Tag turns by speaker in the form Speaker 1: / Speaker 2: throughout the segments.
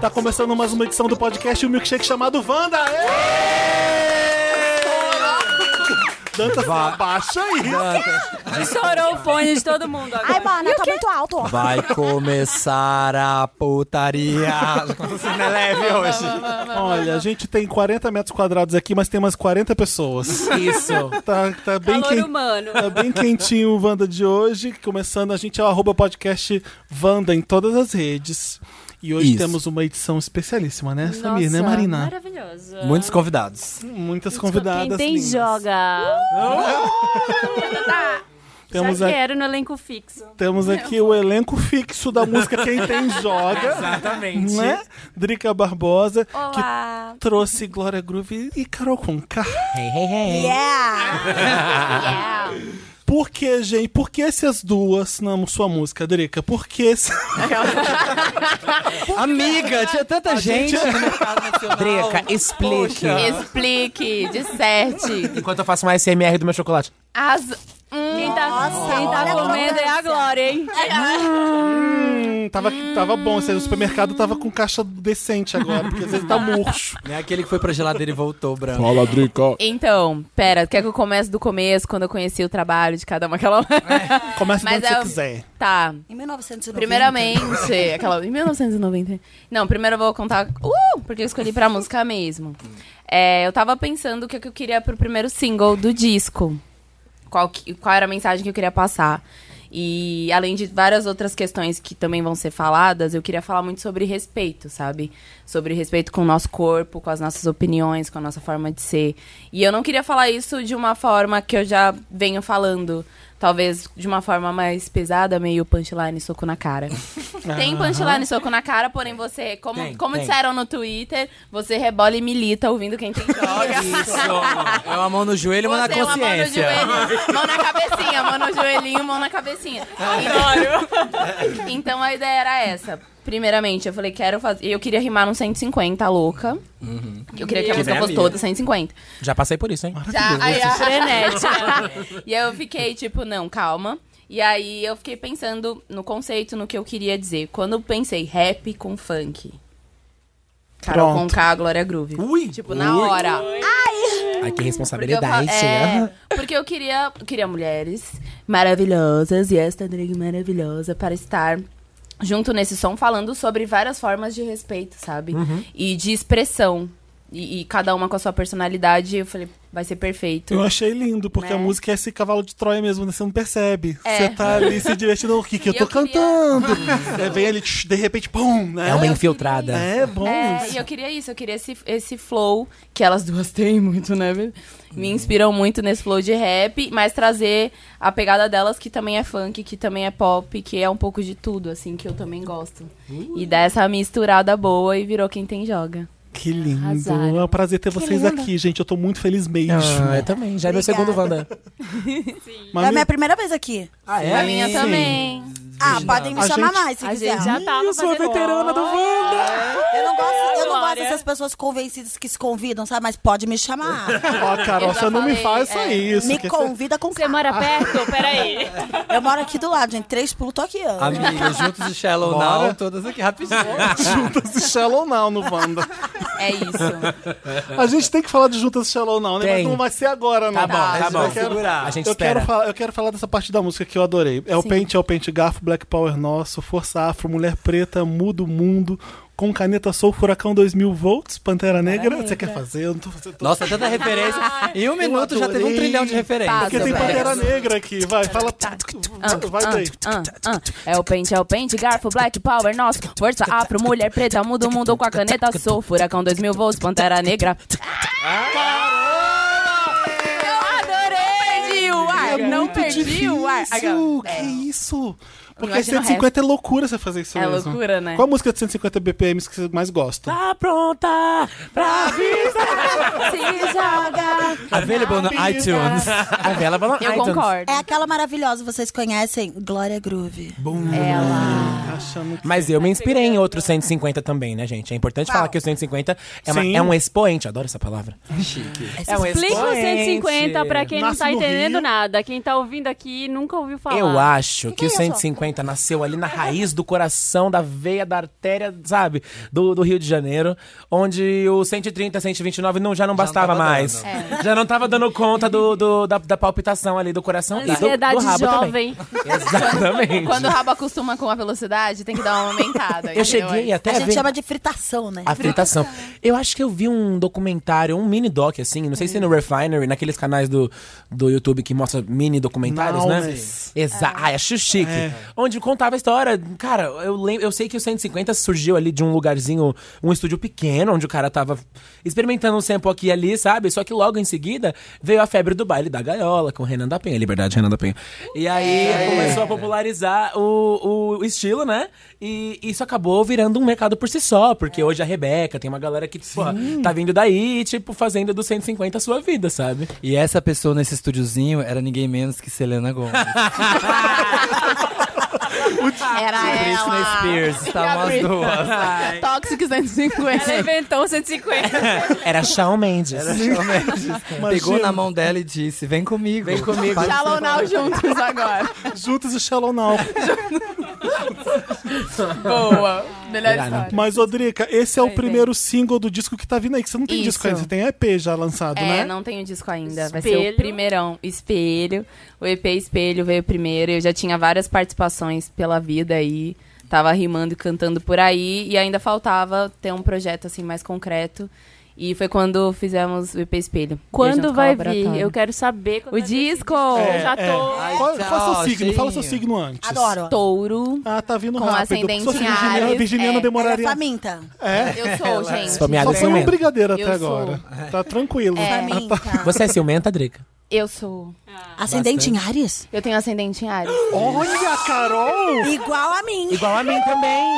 Speaker 1: Tá começando mais uma edição do podcast O Milkshake chamado Wanda. Êêêê! Danta,
Speaker 2: Vá.
Speaker 1: abaixa aí.
Speaker 3: Chorou o fone de todo mundo agora.
Speaker 4: Ai, mano, tá muito alto. ó.
Speaker 2: Vai começar a putaria. Assim, né, leve hoje.
Speaker 1: Olha, a gente tem 40 metros quadrados aqui, mas tem umas 40 pessoas.
Speaker 2: Isso.
Speaker 1: Tá, tá bem
Speaker 3: Calor
Speaker 1: quente.
Speaker 3: humano.
Speaker 1: Tá bem quentinho o Wanda de hoje. Começando, a gente é o arroba podcast Wanda em todas as redes. E hoje
Speaker 2: Isso.
Speaker 1: temos uma edição especialíssima, né, Samir, né, Marina?
Speaker 3: Maravilhosa.
Speaker 2: Muitos convidados.
Speaker 1: Muitas convidadas.
Speaker 3: Quem tem
Speaker 1: lindas. Uh,
Speaker 3: joga.
Speaker 1: Temos,
Speaker 3: Já
Speaker 1: a-
Speaker 3: quero no elenco fixo.
Speaker 1: temos aqui o elenco fixo da música Quem Tem Joga.
Speaker 2: Exatamente.
Speaker 1: Né? Drica Barbosa, que
Speaker 4: Olá.
Speaker 1: trouxe Glória Groove e Carol Conká.
Speaker 2: Hey, hey, hey.
Speaker 4: Yeah.
Speaker 1: Por que, gente? Por que essas duas na sua música, Drica? Por que esse-
Speaker 2: Amiga, tinha tanta gente. Drica, explique.
Speaker 5: Explique, disserte.
Speaker 2: Enquanto eu faço uma SMR do meu chocolate.
Speaker 5: As... um.
Speaker 3: Quem tá, quem tá
Speaker 4: olha a
Speaker 3: comendo é a
Speaker 4: arrogância.
Speaker 3: Glória, hein?
Speaker 1: Hum, tava, tava bom, esse aí, o supermercado tava com caixa decente agora, porque às vezes tá murcho.
Speaker 2: Não é aquele que foi pra geladeira e voltou branco.
Speaker 6: Fala, Drica.
Speaker 5: Então, pera, quer que eu comece do começo, quando eu conheci o trabalho de cada uma aquela.
Speaker 1: Começa de
Speaker 5: Mas
Speaker 1: onde
Speaker 5: é
Speaker 1: você
Speaker 5: o-
Speaker 1: quiser.
Speaker 5: tá.
Speaker 4: Em 1990.
Speaker 5: Primeiramente, aquela. Em 1990. Não, primeiro eu vou contar. Uh! Porque eu escolhi pra música mesmo. É, eu tava pensando o que que eu queria pro primeiro single do disco. Qual, que- qual era a mensagem que eu queria passar. E além de várias outras questões que também vão ser faladas, eu queria falar muito sobre respeito, sabe? Sobre respeito com o nosso corpo, com as nossas opiniões, com a nossa forma de ser. E eu não queria falar isso de uma forma que eu já venho falando. Talvez de uma forma mais pesada, meio punchline soco na cara. tem punchline soco na cara, porém você, como,
Speaker 2: Tem,
Speaker 5: como
Speaker 2: tem.
Speaker 5: disseram no Twitter, você rebola e milita ouvindo quem tem droga.
Speaker 2: É uma mão no joelho e uma na
Speaker 5: Você, é uma
Speaker 2: consciência.
Speaker 5: Mão, no joelho, mão na cabecinha, mão no joelhinho, mão na cabecinha. Adoro. Então a ideia era essa. Primeiramente, eu falei, quero fazer. Eu queria rimar num 150, louca. Eu queria que a música fosse
Speaker 2: maravilha.
Speaker 5: toda 150.
Speaker 2: Já passei por isso, hein?
Speaker 5: Já, Tá, aí a frenética. e aí eu fiquei tipo, não, calma. E aí eu fiquei pensando no conceito, no que eu queria dizer. Quando eu pensei rap com funk. Carol
Speaker 1: Pronto.
Speaker 5: Conká, Glória Groove.
Speaker 2: Ui!
Speaker 5: Tipo, na hora.
Speaker 2: Ai, que
Speaker 5: Porque eu, fa-
Speaker 2: responsabilidade.
Speaker 6: né?
Speaker 5: é, porque eu queria, eu queria mulheres maravilhosas e esta drag maravilhosa para estar junto nesse som falando sobre várias formas de respeito, sabe? E de expressão. E, e cada uma com a sua personalidade. Eu falei, vai ser perfeito.
Speaker 1: Eu achei lindo, porque
Speaker 5: Né?
Speaker 1: a música é esse cavalo de Troia mesmo, né? Você não percebe.
Speaker 5: É.
Speaker 1: Você tá ali se divertindo. O que que eu
Speaker 5: E
Speaker 1: tô
Speaker 5: eu queria-
Speaker 1: cantando? É, vem ele, tch, de repente, pum, né?
Speaker 2: É uma infiltrada.
Speaker 1: É bom.
Speaker 5: É,
Speaker 1: isso.
Speaker 5: e eu queria isso, eu queria esse, esse flow, que elas duas têm muito, né? velho? Me inspiram muito nesse flow de rap, mas trazer a pegada delas, que também é funk, que também é pop, que é um pouco de tudo, assim, que eu também gosto. E dar essa misturada boa e virou quem tem joga.
Speaker 1: Que lindo.
Speaker 5: Arrasaram.
Speaker 1: É um prazer ter vocês aqui, gente. Eu tô muito feliz mesmo.
Speaker 2: Ah, eu também. Já é
Speaker 4: Obrigada.
Speaker 2: meu segundo Wanda.
Speaker 1: Mas
Speaker 4: É a
Speaker 1: me-
Speaker 4: minha primeira vez aqui.
Speaker 2: Ah,
Speaker 5: A minha
Speaker 1: Sim.
Speaker 5: também. tá.
Speaker 4: Ah, podem me
Speaker 1: A
Speaker 4: chamar
Speaker 1: gente-
Speaker 4: mais se
Speaker 3: A
Speaker 4: quiser.
Speaker 3: gente já tava
Speaker 2: Eu sou a
Speaker 3: fazendo-
Speaker 2: veterana do Wanda.
Speaker 4: Eu não gosto, eu não gosto
Speaker 3: Glória.
Speaker 4: dessas pessoas convencidas que se convidam, sabe? Mas pode me chamar.
Speaker 1: Ó, Carol,
Speaker 5: Eu já
Speaker 1: você não me
Speaker 5: falei,
Speaker 1: faz
Speaker 5: é.
Speaker 1: isso.
Speaker 4: Me
Speaker 1: que
Speaker 4: convida com
Speaker 3: Você
Speaker 4: calma.
Speaker 3: mora perto? Peraí.
Speaker 4: Eu moro aqui do lado, gente. Três pulos, tô aqui. ó.
Speaker 2: Amiga, juntos de Shallow
Speaker 1: Bora.
Speaker 2: Now, todas aqui rapidinho.
Speaker 1: é Juntas e Shallow Now no Wanda.
Speaker 5: É isso.
Speaker 1: A gente tem que falar de Juntas e Shallow Now, né?
Speaker 2: Tem.
Speaker 1: Mas não vai ser agora, não.
Speaker 2: Tá bom, tá
Speaker 1: Mas
Speaker 2: bom.
Speaker 1: Eu quero,
Speaker 2: Segurar. A gente
Speaker 1: eu
Speaker 2: espera.
Speaker 1: quero falar, eu quero falar dessa parte da música que eu adorei. É o pente, é o pente garfo, Black Power nosso, Força Afro, Mulher Preta, Muda o Mundo, com caneta Sou, Furacão 2000 volts, Pantera Negra. Você quer fazer? Eu não tô fazendo.
Speaker 2: Nossa, tanta referência. Em um minuto já teve um
Speaker 1: adorei.
Speaker 2: trilhão de referências.
Speaker 5: Passa,
Speaker 1: Porque tem
Speaker 5: velho.
Speaker 1: Pantera Negra aqui. Vai, fala. Vai daí.
Speaker 5: Ah, ah. É o pente, é o pente, garfo, black power, nosso. Força afro, mulher preta, muda o mundo com a caneta. Sou furacão 2000 volts, pantera negra. Eu adorei, Gil! Ai,
Speaker 1: É
Speaker 5: não
Speaker 1: muito
Speaker 5: perdi
Speaker 1: difícil.
Speaker 5: o ar. Aquela-
Speaker 1: Que isso? Porque
Speaker 5: Imagina É. o
Speaker 1: 150 é loucura você fazer isso
Speaker 5: É
Speaker 1: mesmo.
Speaker 5: loucura, né? Ah,
Speaker 1: Qual a música de 150 BPMs que você mais gosta?
Speaker 2: Tá pronta pra vista.
Speaker 5: Se joga.
Speaker 2: Available no iTunes. Available no
Speaker 5: Eu
Speaker 2: iTunes.
Speaker 5: concordo.
Speaker 4: É aquela maravilhosa, vocês conhecem? Glória Groove.
Speaker 5: Ela.
Speaker 1: Tá achando que...
Speaker 2: Mas eu me inspirei em outros 150 também, né, gente? É importante falar que o 150 é, uma-
Speaker 1: Sim.
Speaker 2: é um expoente. Adoro essa palavra. É um
Speaker 3: Explica o 150 pra quem não
Speaker 1: Nasce
Speaker 3: tá
Speaker 1: no
Speaker 3: entendendo
Speaker 1: Rio.
Speaker 3: nada. Quem tá ouvindo aqui nunca ouviu falar.
Speaker 2: Eu acho que,
Speaker 4: que
Speaker 2: o
Speaker 4: é isso?
Speaker 2: 150
Speaker 6: 90, nasceu ali na raiz do coração, da veia, da artéria, sabe? Do, do Rio de Janeiro, onde o 130, 129 não, já não bastava
Speaker 2: tava
Speaker 6: mais. Já não tava dando conta do, do- da, da palpitação ali do coração e do, do
Speaker 3: Ansiedade
Speaker 6: rabo também.
Speaker 3: jovem.
Speaker 6: Exatamente.
Speaker 5: Quando o rabo acostuma com a velocidade, tem que dar uma aumentada.
Speaker 6: Eu
Speaker 5: entendeu?
Speaker 6: cheguei até
Speaker 4: A
Speaker 6: a
Speaker 4: gente
Speaker 6: ver...
Speaker 4: chama de fritação, né?
Speaker 6: A fritação. Eu acho que eu vi um documentário, um mini doc, assim, não sei se no Refinery, naqueles canais do, do YouTube que mostra mini documentários,
Speaker 1: Não,
Speaker 6: né?
Speaker 1: mas- É.
Speaker 6: Exato. Ah, acho chique. Onde contava a história. Cara, eu, lem- eu sei que o 150 surgiu ali de um lugarzinho, um estúdio pequeno, onde o cara tava experimentando um sample aqui e ali, sabe? Só que logo em seguida veio a febre do baile da gaiola, com o Renan da Penha, Liberdade Renan da Penha. E aí começou a popularizar o, o estilo, né? E isso acabou virando um mercado por si só, porque hoje a Rebeca tem uma galera que, tipo, tá vindo daí, tipo, fazendo do 150 a sua vida, sabe?
Speaker 2: E essa pessoa nesse estúdiozinho era ninguém menos que Selena Gomez.
Speaker 5: Era
Speaker 2: Britney
Speaker 5: ela.
Speaker 2: Spears, estavam as
Speaker 5: Britney.
Speaker 2: duas.
Speaker 5: Tóxico 150.
Speaker 3: Ela inventou 150.
Speaker 6: Era Shawn Mendes.
Speaker 2: Pegou
Speaker 1: Imagina,
Speaker 2: na mão dela e disse: Vem comigo. um Vem comigo.
Speaker 5: Shallow Now juntos agora.
Speaker 1: Juntos e Shallow Now.
Speaker 5: Boa. Melhor
Speaker 6: Será, né?
Speaker 5: história.
Speaker 1: Mas, Odrica, esse é o
Speaker 5: Vai,
Speaker 1: primeiro single do disco que tá vindo aí. Que você não tem
Speaker 5: Isso.
Speaker 1: disco ainda, você tem EP já lançado,
Speaker 5: É,
Speaker 1: né?
Speaker 5: não tenho disco ainda. Vai ser
Speaker 3: Espelho.
Speaker 5: o primeirão. Espelho. O EP Espelho veio primeiro. Eu já tinha várias participações pela vida aí. Tava rimando e cantando por aí. E ainda faltava ter um projeto assim mais concreto. E foi quando fizemos o EP Espelho.
Speaker 3: Quando
Speaker 5: Junto
Speaker 3: vai
Speaker 5: com o laboratório.
Speaker 3: vir? Eu quero saber. quando
Speaker 5: O
Speaker 3: vai vir esse
Speaker 5: disco!
Speaker 1: É,
Speaker 3: Já
Speaker 1: é.
Speaker 3: tô.
Speaker 2: Ai,
Speaker 1: Qual, qual é o
Speaker 2: tchau,
Speaker 1: seu signo? Fala seu
Speaker 2: cheinho.
Speaker 1: signo antes.
Speaker 4: Adoro.
Speaker 5: Touro.
Speaker 1: Ah, tá vindo
Speaker 5: Com
Speaker 1: rápido.
Speaker 5: ascendente
Speaker 1: Sou
Speaker 5: em
Speaker 1: virginiana,
Speaker 5: Ares,
Speaker 1: virginiana
Speaker 5: é.
Speaker 4: Ela é
Speaker 1: demoraria.
Speaker 4: faminta.
Speaker 1: É?
Speaker 5: Eu sou, gente.
Speaker 6: Esfomeada.
Speaker 1: Só foi uma
Speaker 6: Eu
Speaker 1: brigadeira até
Speaker 5: sou. É.
Speaker 1: agora.
Speaker 2: É.
Speaker 1: Tá tranquilo. Ah, tá.
Speaker 4: Faminta.
Speaker 6: Você é ciumenta, Drica?
Speaker 5: Eu sou.
Speaker 4: Ascendente em Ares?
Speaker 5: Eu tenho ascendente em Ares.
Speaker 1: Olha, Carol!
Speaker 4: Igual a mim.
Speaker 6: Igual a mim também.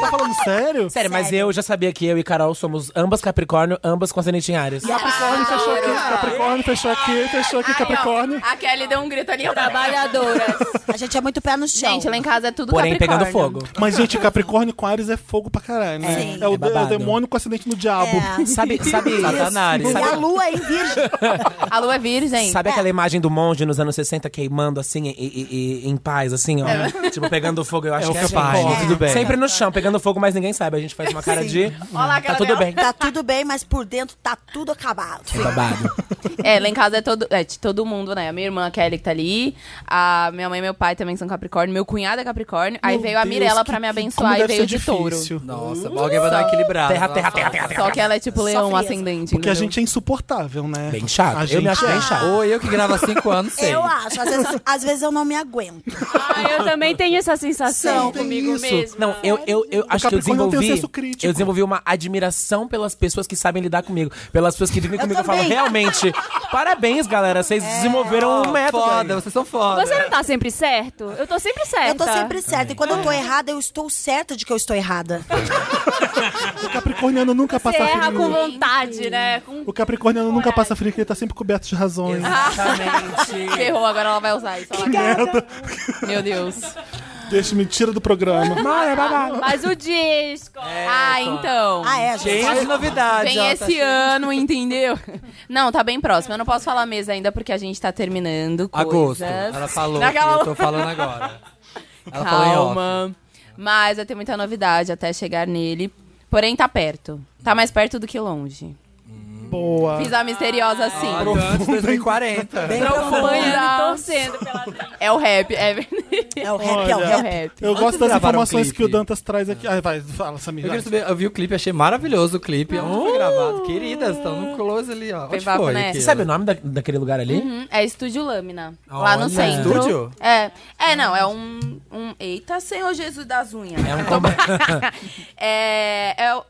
Speaker 1: Tá falando sério?
Speaker 6: Sério, mas eu já sabia que eu e Carol somos ambas Capricórnio, ambas com ascendente em Ares.
Speaker 1: Capricórnio
Speaker 5: Ah,
Speaker 1: fechou aqui, Capricórnio fechou aqui, fechou aqui, Capricórnio.
Speaker 5: A Kelly deu um grito ali. Trabalhadoras.
Speaker 4: A gente é muito pé no chão.
Speaker 5: Gente, lá em casa é tudo
Speaker 6: Porém, pegando
Speaker 5: Capricórnio.
Speaker 6: fogo.
Speaker 1: Mas, gente, Capricórnio com Ares é fogo pra caralho, né?
Speaker 4: Sim.
Speaker 1: É, o,
Speaker 6: É babado.
Speaker 1: é o demônio com acidente no diabo.
Speaker 4: É.
Speaker 6: Sabe, sabe,
Speaker 2: Satanás.
Speaker 4: E a
Speaker 6: sabe,
Speaker 4: lua em virgem.
Speaker 5: A lua é virgem.
Speaker 6: sabe aquela imagem do monge nos anos 60 queimando assim, e, e- e- em paz, assim, ó? Tipo, pegando fogo, eu acho
Speaker 2: É o
Speaker 6: que
Speaker 2: que
Speaker 6: a gente-
Speaker 2: faz, tudo bem.
Speaker 6: Sempre no chão, pegando fogo, mas ninguém sabe. A gente faz uma cara de.
Speaker 5: Olha lá,
Speaker 6: Tá
Speaker 5: aquela
Speaker 6: tudo
Speaker 5: dela.
Speaker 6: bem.
Speaker 4: Tá tudo bem, mas por dentro tá tudo acabado.
Speaker 6: Babado.
Speaker 5: É, lá em casa é todo, é de todo mundo, né? A minha irmã, a Kelly, que tá ali. A minha mãe e meu pai também são Capricórnio. Meu cunhado é Capricórnio. aí
Speaker 1: Meu
Speaker 5: veio a
Speaker 1: Deus,
Speaker 5: Mirella
Speaker 1: que-
Speaker 5: pra me
Speaker 1: que- como
Speaker 5: abençoar e
Speaker 1: deve
Speaker 5: veio
Speaker 1: ser
Speaker 5: de touro.
Speaker 1: difícil.
Speaker 2: Nossa, alguém vai dar uma equilibrada.
Speaker 6: Terra, terra, terra, terra, terra.
Speaker 5: Só que ela é tipo leão
Speaker 4: frieza.
Speaker 5: ascendente.
Speaker 1: Porque a
Speaker 5: entendeu?
Speaker 1: gente é insuportável, né?
Speaker 6: Bem chato.
Speaker 1: A
Speaker 6: Eu
Speaker 1: gente é.
Speaker 6: me acho bem chato.
Speaker 2: Ou eu que gravo há cinco anos, sei.
Speaker 4: Eu acho. Às vezes, às vezes eu não me aguento.
Speaker 3: Ah, eu também tenho essa sensação
Speaker 1: Sim, tem
Speaker 3: comigo
Speaker 1: isso.
Speaker 3: mesmo.
Speaker 6: Não, eu, eu, eu acho que eu
Speaker 1: Capricórnio tem um
Speaker 6: desenvolvi.
Speaker 1: senso crítico.
Speaker 6: Eu desenvolvi uma admiração pelas pessoas que sabem lidar comigo. Pelas pessoas que vivem comigo. Eu falo,
Speaker 4: também.
Speaker 6: realmente, parabéns, galera. Vocês desenvolveram um método.
Speaker 2: Foda,
Speaker 6: aí.
Speaker 2: vocês são foda.
Speaker 3: Você não tá sempre certo? Eu tô sempre certa.
Speaker 5: É,
Speaker 4: Eu
Speaker 5: tá.
Speaker 4: tô sempre certa. E quando eu tô errada, eu estou certa de que eu estou errada.
Speaker 1: O Capricorniano nunca
Speaker 3: Você
Speaker 1: passa
Speaker 3: erra com
Speaker 1: frio.
Speaker 3: vontade, né? Com...
Speaker 1: O Capricorniano nunca passa frio, porque ele tá sempre coberto de razões.
Speaker 6: Exatamente.
Speaker 5: Ferrou, agora ela vai usar isso. Ela- Meu Deus.
Speaker 1: Deixa mentira do programa.
Speaker 3: Mas o disco.
Speaker 5: ah, então.
Speaker 4: Ah, é, gente.
Speaker 2: Cheio de novidade,
Speaker 5: Vem
Speaker 2: ó, tá
Speaker 5: esse
Speaker 2: cheio.
Speaker 5: ano, entendeu? Não, tá bem próximo. Eu não posso falar mesa ainda porque a gente tá terminando
Speaker 2: Agosto.
Speaker 5: coisas.
Speaker 2: Ela falou
Speaker 5: Naquela-
Speaker 2: que eu tô falando agora. Ela falou em off.
Speaker 5: Calma. Mas vai ter muita novidade até chegar nele. Porém, tá perto. Tá mais perto do que longe.
Speaker 1: Boa.
Speaker 5: Fiz a misteriosa assim.
Speaker 2: Antes 2040.
Speaker 5: Profunda.
Speaker 3: Acompanhando e torcendo pela
Speaker 5: É o rap, é verdade.
Speaker 4: É o rap, é o
Speaker 1: Olha.
Speaker 5: É o
Speaker 4: rap.
Speaker 5: rap.
Speaker 1: Eu gosto
Speaker 2: de
Speaker 1: das
Speaker 2: gravar um
Speaker 1: informações que o
Speaker 2: clipe.
Speaker 1: Dantas traz aqui. Ai, vai, fala, Samir.
Speaker 2: Eu,
Speaker 1: vai.
Speaker 2: queria saber, eu vi o clipe, achei maravilhoso o clipe. Onde foi gravado? Queridas, estão no close ali, ó.
Speaker 5: Tem
Speaker 2: Onde
Speaker 5: papo,
Speaker 2: foi?
Speaker 5: né?
Speaker 2: aquilo?
Speaker 6: Você sabe o nome da- daquele lugar ali?
Speaker 5: Hum, É Estúdio Lâmina. lá no
Speaker 6: Olha.
Speaker 5: centro.
Speaker 2: Estúdio?
Speaker 5: É. É, não, é um. um... Eita, Senhor Jesus das unhas.
Speaker 6: É um combo.
Speaker 5: É. é o-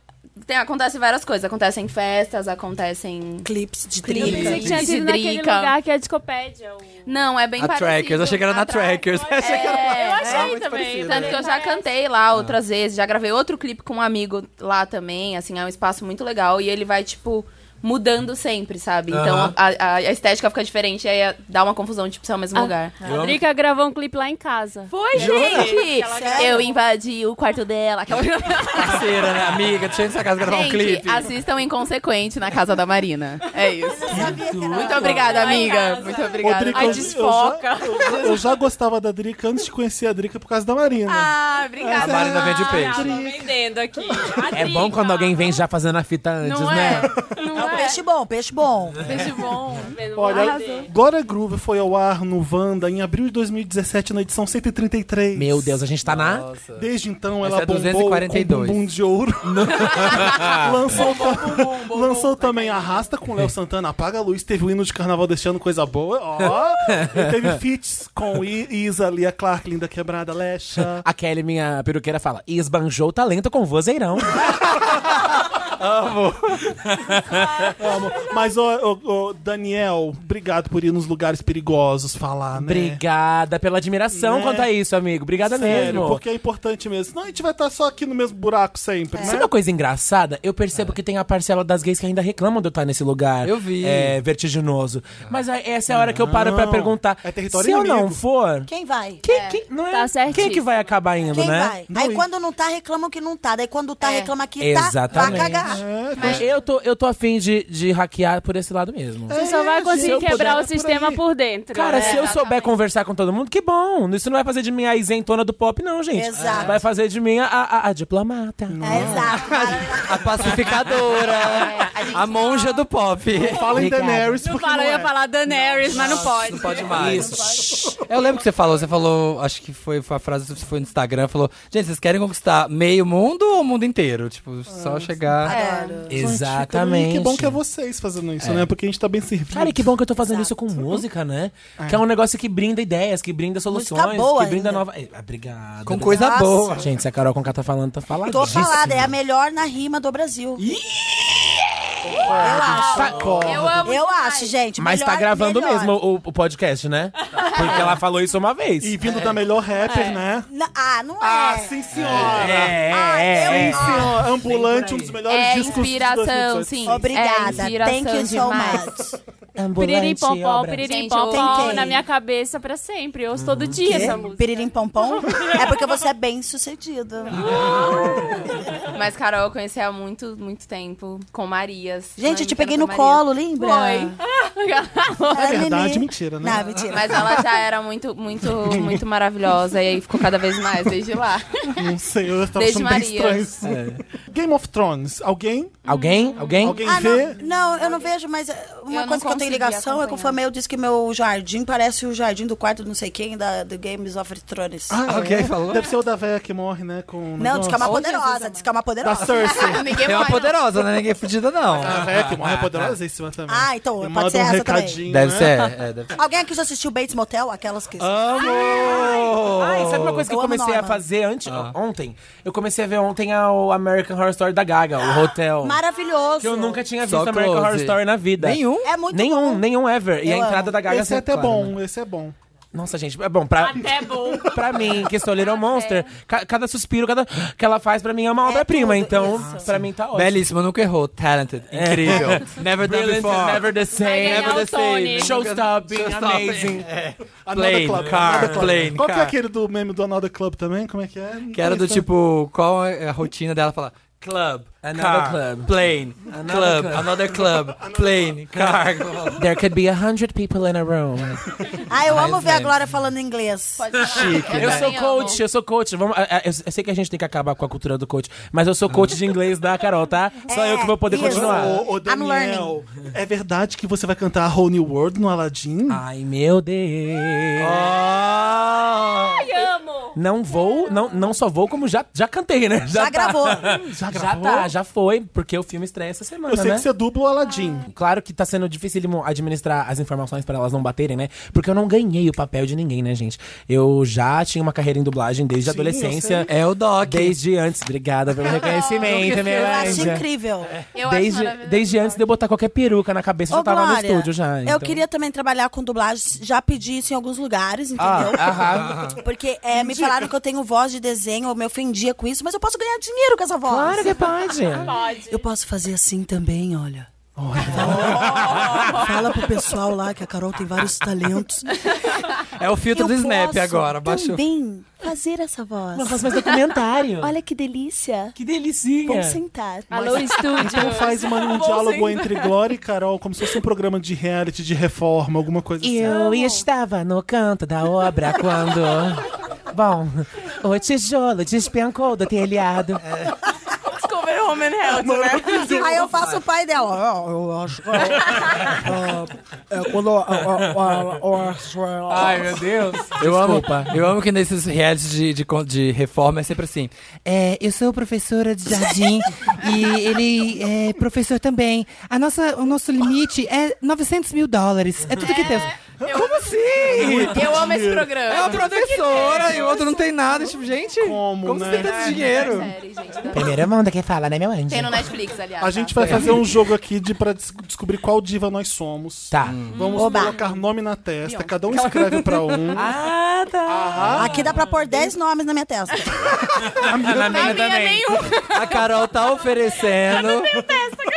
Speaker 5: tem, acontece várias coisas. Acontecem festas, acontecem.
Speaker 4: Clips de É
Speaker 3: Eu pensei
Speaker 4: trilha.
Speaker 3: que tinha sido naquele
Speaker 5: Drica.
Speaker 3: lugar que é a discopédia. o-
Speaker 5: Não, é bem
Speaker 2: A
Speaker 5: parecido.
Speaker 2: Trackers, achei que era na
Speaker 3: Atrás.
Speaker 2: Trackers.
Speaker 3: É,
Speaker 2: Achei que era
Speaker 3: eu
Speaker 2: na-
Speaker 3: achei
Speaker 2: era muito
Speaker 3: também,
Speaker 2: parecido.
Speaker 5: Tanto que eu já cantei
Speaker 2: Ah.
Speaker 5: lá é outras vezes, já gravei outro clipe com um amigo lá também, assim, é um espaço muito legal. E ele vai, tipo, mudando sempre, sabe? Então
Speaker 6: Aham.
Speaker 5: a, a- a estética fica diferente e aí é- dá uma confusão, tipo, se é o mesmo lugar.
Speaker 6: Eu
Speaker 3: A Drica gravou um clipe lá em casa.
Speaker 5: Foi, gente!
Speaker 4: Sério?
Speaker 5: Eu invadi o quarto dela. Aquela...
Speaker 2: Parceira, né, amiga? Deixa eu ir nessa casa gravar um clipe.
Speaker 5: Gente, assistam Inconsequente na casa da Marina. É isso. Muito obrigada,
Speaker 3: Lá em
Speaker 5: amiga.
Speaker 3: casa.
Speaker 5: Muito obrigada.
Speaker 1: Rodrigo,
Speaker 5: Ai,
Speaker 1: eu-
Speaker 5: desfoca.
Speaker 1: Eu já, eu já gostava da Drica antes de conhecer a Drica por causa da Marina.
Speaker 5: Ah,
Speaker 2: A
Speaker 5: obrigada.
Speaker 2: Marina vende peixe.
Speaker 3: Tava vendendo aqui.
Speaker 6: É bom quando alguém vem já fazendo a fita antes,
Speaker 5: Não
Speaker 6: né?
Speaker 5: é? Não
Speaker 4: É
Speaker 5: é?
Speaker 4: um peixe bom, peixe bom.
Speaker 5: Peixe bom.
Speaker 1: Olha,
Speaker 5: Arrasou.
Speaker 1: Glória Groove foi ao ar no Wanda em abril de 2017, na edição 133.
Speaker 6: Meu Deus, a gente tá na.
Speaker 2: Nossa.
Speaker 1: Desde então,
Speaker 2: Essa
Speaker 1: ela
Speaker 2: é
Speaker 1: bombou com
Speaker 2: 242.
Speaker 1: bumbum de ouro. lançou lançou também Arrasta com Léo Santana, Apaga a Luz, teve o hino de carnaval deste ano, coisa boa. Ó, E teve feats com I- Isa, Lia Clark, Linda Quebrada, Lecha.
Speaker 6: A Kelly, minha peruqueira, fala: "E esbanjou o talento com vozeirão.
Speaker 2: Né?
Speaker 1: Amo. Mas, ó, ó, ó, Daniel, obrigado por ir nos lugares perigosos falar, né?
Speaker 6: Obrigada pela admiração
Speaker 1: Né?
Speaker 6: quanto a isso, amigo. Obrigada
Speaker 1: Sério,
Speaker 6: mesmo.
Speaker 1: porque é importante mesmo. Senão a gente vai estar só aqui no mesmo buraco sempre,
Speaker 6: Sabe
Speaker 1: né?
Speaker 6: uma coisa engraçada? Eu percebo que tem a parcela das gays que ainda reclamam de eu estar nesse lugar.
Speaker 2: Ah. Eu vi.
Speaker 6: É, vertiginoso. Mas aí, essa é a hora que eu paro pra
Speaker 1: Não.
Speaker 6: perguntar.
Speaker 1: É território
Speaker 6: se eu
Speaker 1: inimigo.
Speaker 6: não for,
Speaker 4: Quem vai?
Speaker 6: quem, quem- não é,
Speaker 3: tá
Speaker 6: quem é que
Speaker 3: certíssimo.
Speaker 6: vai acabar indo,
Speaker 4: Quem
Speaker 6: né?
Speaker 4: vai?
Speaker 1: Não,
Speaker 4: Aí
Speaker 1: e-
Speaker 4: quando não tá, reclamam que não tá. Daí quando tá,
Speaker 5: É.
Speaker 4: reclama que tá,
Speaker 6: Exatamente.
Speaker 4: vai cagar.
Speaker 1: É,
Speaker 6: Eu, tô, eu tô afim de, de hackear por esse lado mesmo.
Speaker 3: Você só vai
Speaker 1: Se
Speaker 3: conseguir
Speaker 1: eu puder,
Speaker 3: quebrar
Speaker 1: é
Speaker 3: o
Speaker 1: por
Speaker 3: sistema
Speaker 1: aí.
Speaker 3: por dentro.
Speaker 6: Cara,
Speaker 3: né?
Speaker 6: se eu souber conversar com todo mundo, que bom. Isso não vai fazer de mim a isentona do pop, não, gente.
Speaker 4: Exato.
Speaker 6: Vai fazer de mim a, a- a diplomata.
Speaker 4: É, exato. Maravilha.
Speaker 2: A pacificadora.
Speaker 5: é,
Speaker 2: a monja do pop.
Speaker 1: Fala em Daenerys,
Speaker 3: Não
Speaker 1: porque
Speaker 3: fala, eu
Speaker 1: não
Speaker 3: ia
Speaker 1: é.
Speaker 3: falar Daenerys, mas não pode.
Speaker 2: Ah, Não pode mais.
Speaker 6: Isso.
Speaker 2: É, Eu lembro que você falou, você falou, acho que foi, foi a frase que você foi no Instagram, falou, gente, vocês querem conquistar meio mundo ou o mundo inteiro? Tipo, só chegar.
Speaker 6: Exatamente.
Speaker 1: Que bom que é vocês fazendo isso, né? Porque a gente tá bem servido.
Speaker 6: Cara, e que bom que eu tô fazendo isso com música, né? Que é um negócio que brinda ideias, que brinda soluções,
Speaker 4: boa
Speaker 6: que brinda
Speaker 4: ainda.
Speaker 6: nova. Eh, Obrigado.
Speaker 2: Com coisa
Speaker 4: Nossa.
Speaker 2: boa.
Speaker 6: Gente, se a Carol Conká tá falando, tá falando.
Speaker 4: Tô falada, é a melhor na rima do Brasil. Eu acho.
Speaker 5: Eu amo.
Speaker 4: Eu acho, gente.
Speaker 6: Mas tá
Speaker 4: melhor-
Speaker 6: gravando
Speaker 4: melhor.
Speaker 6: mesmo o, o podcast, né? Porque ela falou isso uma vez.
Speaker 1: E vindo da melhor rapper, né?
Speaker 4: Não- ah, não é.
Speaker 1: Ah, sim, senhora!
Speaker 6: É,
Speaker 4: Ah, eu-
Speaker 6: é, é.
Speaker 1: Sim, senhora. Ambulante,
Speaker 6: Vem por aí.
Speaker 1: um dos melhores
Speaker 5: É
Speaker 1: discos de
Speaker 5: inspiração,
Speaker 1: 2018.
Speaker 5: sim. É
Speaker 4: Obrigada.
Speaker 5: inspiração
Speaker 4: Thank you so
Speaker 5: demais.
Speaker 4: much.
Speaker 3: Piririm
Speaker 6: Ambulante,
Speaker 3: pompom,
Speaker 6: obra.
Speaker 3: piririm
Speaker 5: Gente, eu
Speaker 3: pompom,
Speaker 4: tentei.
Speaker 3: na minha cabeça pra sempre. Eu ouço todo dia essa música.
Speaker 4: Piririm pompom? É porque você é bem sucedido.
Speaker 5: Mas, Carol, eu conheci há muito, muito tempo com Marias.
Speaker 4: Gente, eu te
Speaker 5: Mãe,
Speaker 4: peguei
Speaker 5: Santa
Speaker 4: no
Speaker 5: Maria.
Speaker 4: colo, lembra?
Speaker 5: Foi.
Speaker 4: Era
Speaker 1: Verdade,
Speaker 4: nenê.
Speaker 1: mentira, né?
Speaker 4: Não, mentira. Ah,
Speaker 5: Mas ela já era muito, muito, muito maravilhosa. E aí ficou cada vez mais desde lá.
Speaker 1: Não sei, eu tava
Speaker 5: Desde
Speaker 1: achando bem estranho
Speaker 5: Maria.
Speaker 1: isso. Game of Thrones, alguém?
Speaker 6: Alguém? Alguém?
Speaker 1: Alguém
Speaker 4: Ah,
Speaker 1: vê?
Speaker 4: não, não, eu não vejo, mas eh, uma
Speaker 5: Eu não
Speaker 4: coisa que eu tenho
Speaker 5: consegui
Speaker 4: ligação é que o
Speaker 5: acompanhar.
Speaker 4: Fameu disse que meu jardim parece o jardim do quarto do não sei quem, da, do Games of Thrones.
Speaker 1: Ah,
Speaker 2: Alguém
Speaker 1: é?
Speaker 2: falou?
Speaker 1: Deve ser o da véia que morre, né? Com o
Speaker 4: não, diz que é uma
Speaker 1: negócio.
Speaker 4: poderosa, diz que é uma
Speaker 1: Da
Speaker 4: poderosa.
Speaker 1: Cersei.
Speaker 5: Ninguém
Speaker 2: É uma
Speaker 5: vai, não.
Speaker 2: poderosa, né? Ninguém é fudida, não.
Speaker 1: A véia que morre é poderosíssima também.
Speaker 4: Ah, então,
Speaker 1: E
Speaker 4: pode
Speaker 1: manda
Speaker 4: ser
Speaker 1: um
Speaker 4: essa também.
Speaker 1: recadinho,
Speaker 2: Deve
Speaker 1: né?
Speaker 2: ser, é, deve ser.
Speaker 4: Alguém aqui já assistiu Bates Motel? Aquelas que...
Speaker 6: Ah.
Speaker 2: Amo!
Speaker 6: Ai, sabe uma coisa que eu
Speaker 4: Eu amo
Speaker 6: comecei a
Speaker 4: Norma.
Speaker 6: fazer antes,
Speaker 1: Ah.
Speaker 6: ontem? Eu comecei a ver ontem a- o American Horror Story da Gaga, o Hotel.
Speaker 4: Maravilhoso.
Speaker 6: Que eu nunca tinha visto
Speaker 2: Só
Speaker 6: American
Speaker 2: close.
Speaker 6: Horror Story na vida.
Speaker 2: Nenhum?
Speaker 4: É muito
Speaker 6: nenhum,
Speaker 4: bom.
Speaker 6: nenhum ever. E a
Speaker 4: Eu
Speaker 6: entrada
Speaker 4: amo.
Speaker 6: da Gaga
Speaker 1: Esse é
Speaker 6: sempre
Speaker 1: até
Speaker 6: clara, né?
Speaker 1: bom, esse é bom.
Speaker 6: Nossa, gente, é bom pra
Speaker 3: Até bom.
Speaker 6: Pra mim, que sou Little Monster,
Speaker 4: É.
Speaker 6: ca- cada suspiro cada que ela faz pra mim é uma obra-prima,
Speaker 4: tudo
Speaker 6: então
Speaker 4: isso.
Speaker 6: pra mim tá ótimo.
Speaker 2: Belíssima, nunca errou. Talented, incrível. Never done
Speaker 6: Brilliant and
Speaker 2: before.
Speaker 6: never the
Speaker 3: Vai
Speaker 6: same.
Speaker 3: ganhar
Speaker 2: Never
Speaker 3: o
Speaker 2: the same.
Speaker 3: Tony.
Speaker 6: Showstopping,
Speaker 2: Showstopping.
Speaker 6: amazing.
Speaker 1: Another
Speaker 2: Plane,
Speaker 1: Club, Another
Speaker 2: car,
Speaker 1: Club.
Speaker 2: plane,
Speaker 1: Qual que é
Speaker 2: car.
Speaker 1: aquele do meme do Another Club também? Como é que é?
Speaker 2: Que era do tipo, qual é a rotina dela? Falar club,
Speaker 6: Another
Speaker 2: car,
Speaker 6: club.
Speaker 2: plane, club,
Speaker 6: club.
Speaker 2: another club, plane, car.
Speaker 6: There could be a hundred people in a room.
Speaker 4: Ah, eu amo
Speaker 2: Ai,
Speaker 4: ver a
Speaker 2: velho.
Speaker 4: Glória falando inglês.
Speaker 5: Pode falar.
Speaker 2: Chique,
Speaker 5: Eu
Speaker 6: Eu sou
Speaker 5: também amo.
Speaker 6: coach, eu sou coach. Vamos, é, é, eu, eu sei que a gente tem que acabar com a cultura do coach, mas eu sou coach de inglês da Carol, tá? Só
Speaker 4: É,
Speaker 6: eu que vou poder
Speaker 4: isso.
Speaker 6: continuar.
Speaker 1: Ô, ô,
Speaker 4: I'm
Speaker 1: Daniel, é verdade que você vai cantar a Whole New World no Aladdin?
Speaker 2: Ah.
Speaker 6: Ai, meu Deus. Ah.
Speaker 2: Oh!
Speaker 3: Ai, amo.
Speaker 6: Não vou, não, não só vou, como já, já cantei, né?
Speaker 4: Já
Speaker 6: tá.
Speaker 4: gravou.
Speaker 1: já
Speaker 6: Já
Speaker 1: gravou?
Speaker 6: tá, já foi, porque o filme estreia essa semana,
Speaker 1: Eu sei
Speaker 6: né?
Speaker 1: que você dubla o Aladdin.
Speaker 4: Ah,
Speaker 6: Claro que tá sendo dificílimo administrar as informações pra elas não baterem, né? Porque eu não ganhei o papel de ninguém, né, gente? Eu já tinha uma carreira em dublagem desde a
Speaker 1: Sim, eu
Speaker 6: adolescência.
Speaker 2: É o Doc.
Speaker 6: Desde antes. Obrigada pelo reconhecimento,
Speaker 4: Ah, Eu
Speaker 6: minha
Speaker 4: acho
Speaker 6: anja.
Speaker 4: incrível.
Speaker 5: Eu acho
Speaker 6: Desde,
Speaker 5: maravilhoso.
Speaker 6: desde antes de eu botar qualquer peruca na cabeça, eu
Speaker 4: Ô,
Speaker 6: já tava
Speaker 4: Glória,
Speaker 6: no estúdio já. então.
Speaker 4: Eu queria também trabalhar com dublagem, já pedi isso em alguns lugares, entendeu?
Speaker 2: Ah, aham.
Speaker 4: Porque é, me falaram que eu tenho voz de desenho, eu me ofendia com isso, mas eu posso ganhar dinheiro com essa voz.
Speaker 6: Claro que pode.
Speaker 3: Pode.
Speaker 4: Eu posso fazer assim também, olha. Fala pro pessoal lá que a Carol tem vários talentos.
Speaker 2: É o filtro do Snap agora, baixou.
Speaker 7: também fazer essa voz.
Speaker 6: Mas faz mais documentário.
Speaker 7: Olha que delícia.
Speaker 6: que é? delicinha.
Speaker 7: Vamos sentar.
Speaker 3: Alô, estúdio.
Speaker 1: Então faz
Speaker 4: Tá
Speaker 1: uma- um diálogo entre Glória e Carol, como se fosse um programa de reality, de reforma, alguma coisa assim.
Speaker 6: Eu estava no canto da obra quando. Bom, o tijolo despencou do telhado.
Speaker 5: Discover Home and Health, né?
Speaker 4: Aí eu faço o pai dela. Eu, Ah, eu acho que. é, é, quando.
Speaker 2: Ai, meu Deus. Eu amo, eu amo que nesses realities de, de, con- de reforma é sempre assim. É, eu sou professora de jardim e ele é professor também. A nossa, o nosso limite é 900 mil dólares. É tudo que temos. Como assim?
Speaker 5: Eu amo esse
Speaker 2: É uma
Speaker 5: programa.
Speaker 2: professora e o outro não tem nada. Tipo, gente,
Speaker 1: Como,
Speaker 2: como
Speaker 1: né?
Speaker 2: você tem tanto dinheiro?
Speaker 5: Série, gente. tá-
Speaker 6: Primeiro mundo que fala, né, meu anjo?
Speaker 5: Tem no Netflix, aliás.
Speaker 1: A
Speaker 5: tá?
Speaker 1: gente vai fazer um jogo aqui de para descobrir qual diva nós somos.
Speaker 6: Tá.
Speaker 1: Vamos
Speaker 4: Oba.
Speaker 1: colocar nome na testa, cada um escreve pra um.
Speaker 6: Ah, tá.
Speaker 4: Aqui dá pra pôr 10 nomes na minha testa.
Speaker 2: Na
Speaker 5: é
Speaker 2: minha A Carol tá oferecendo.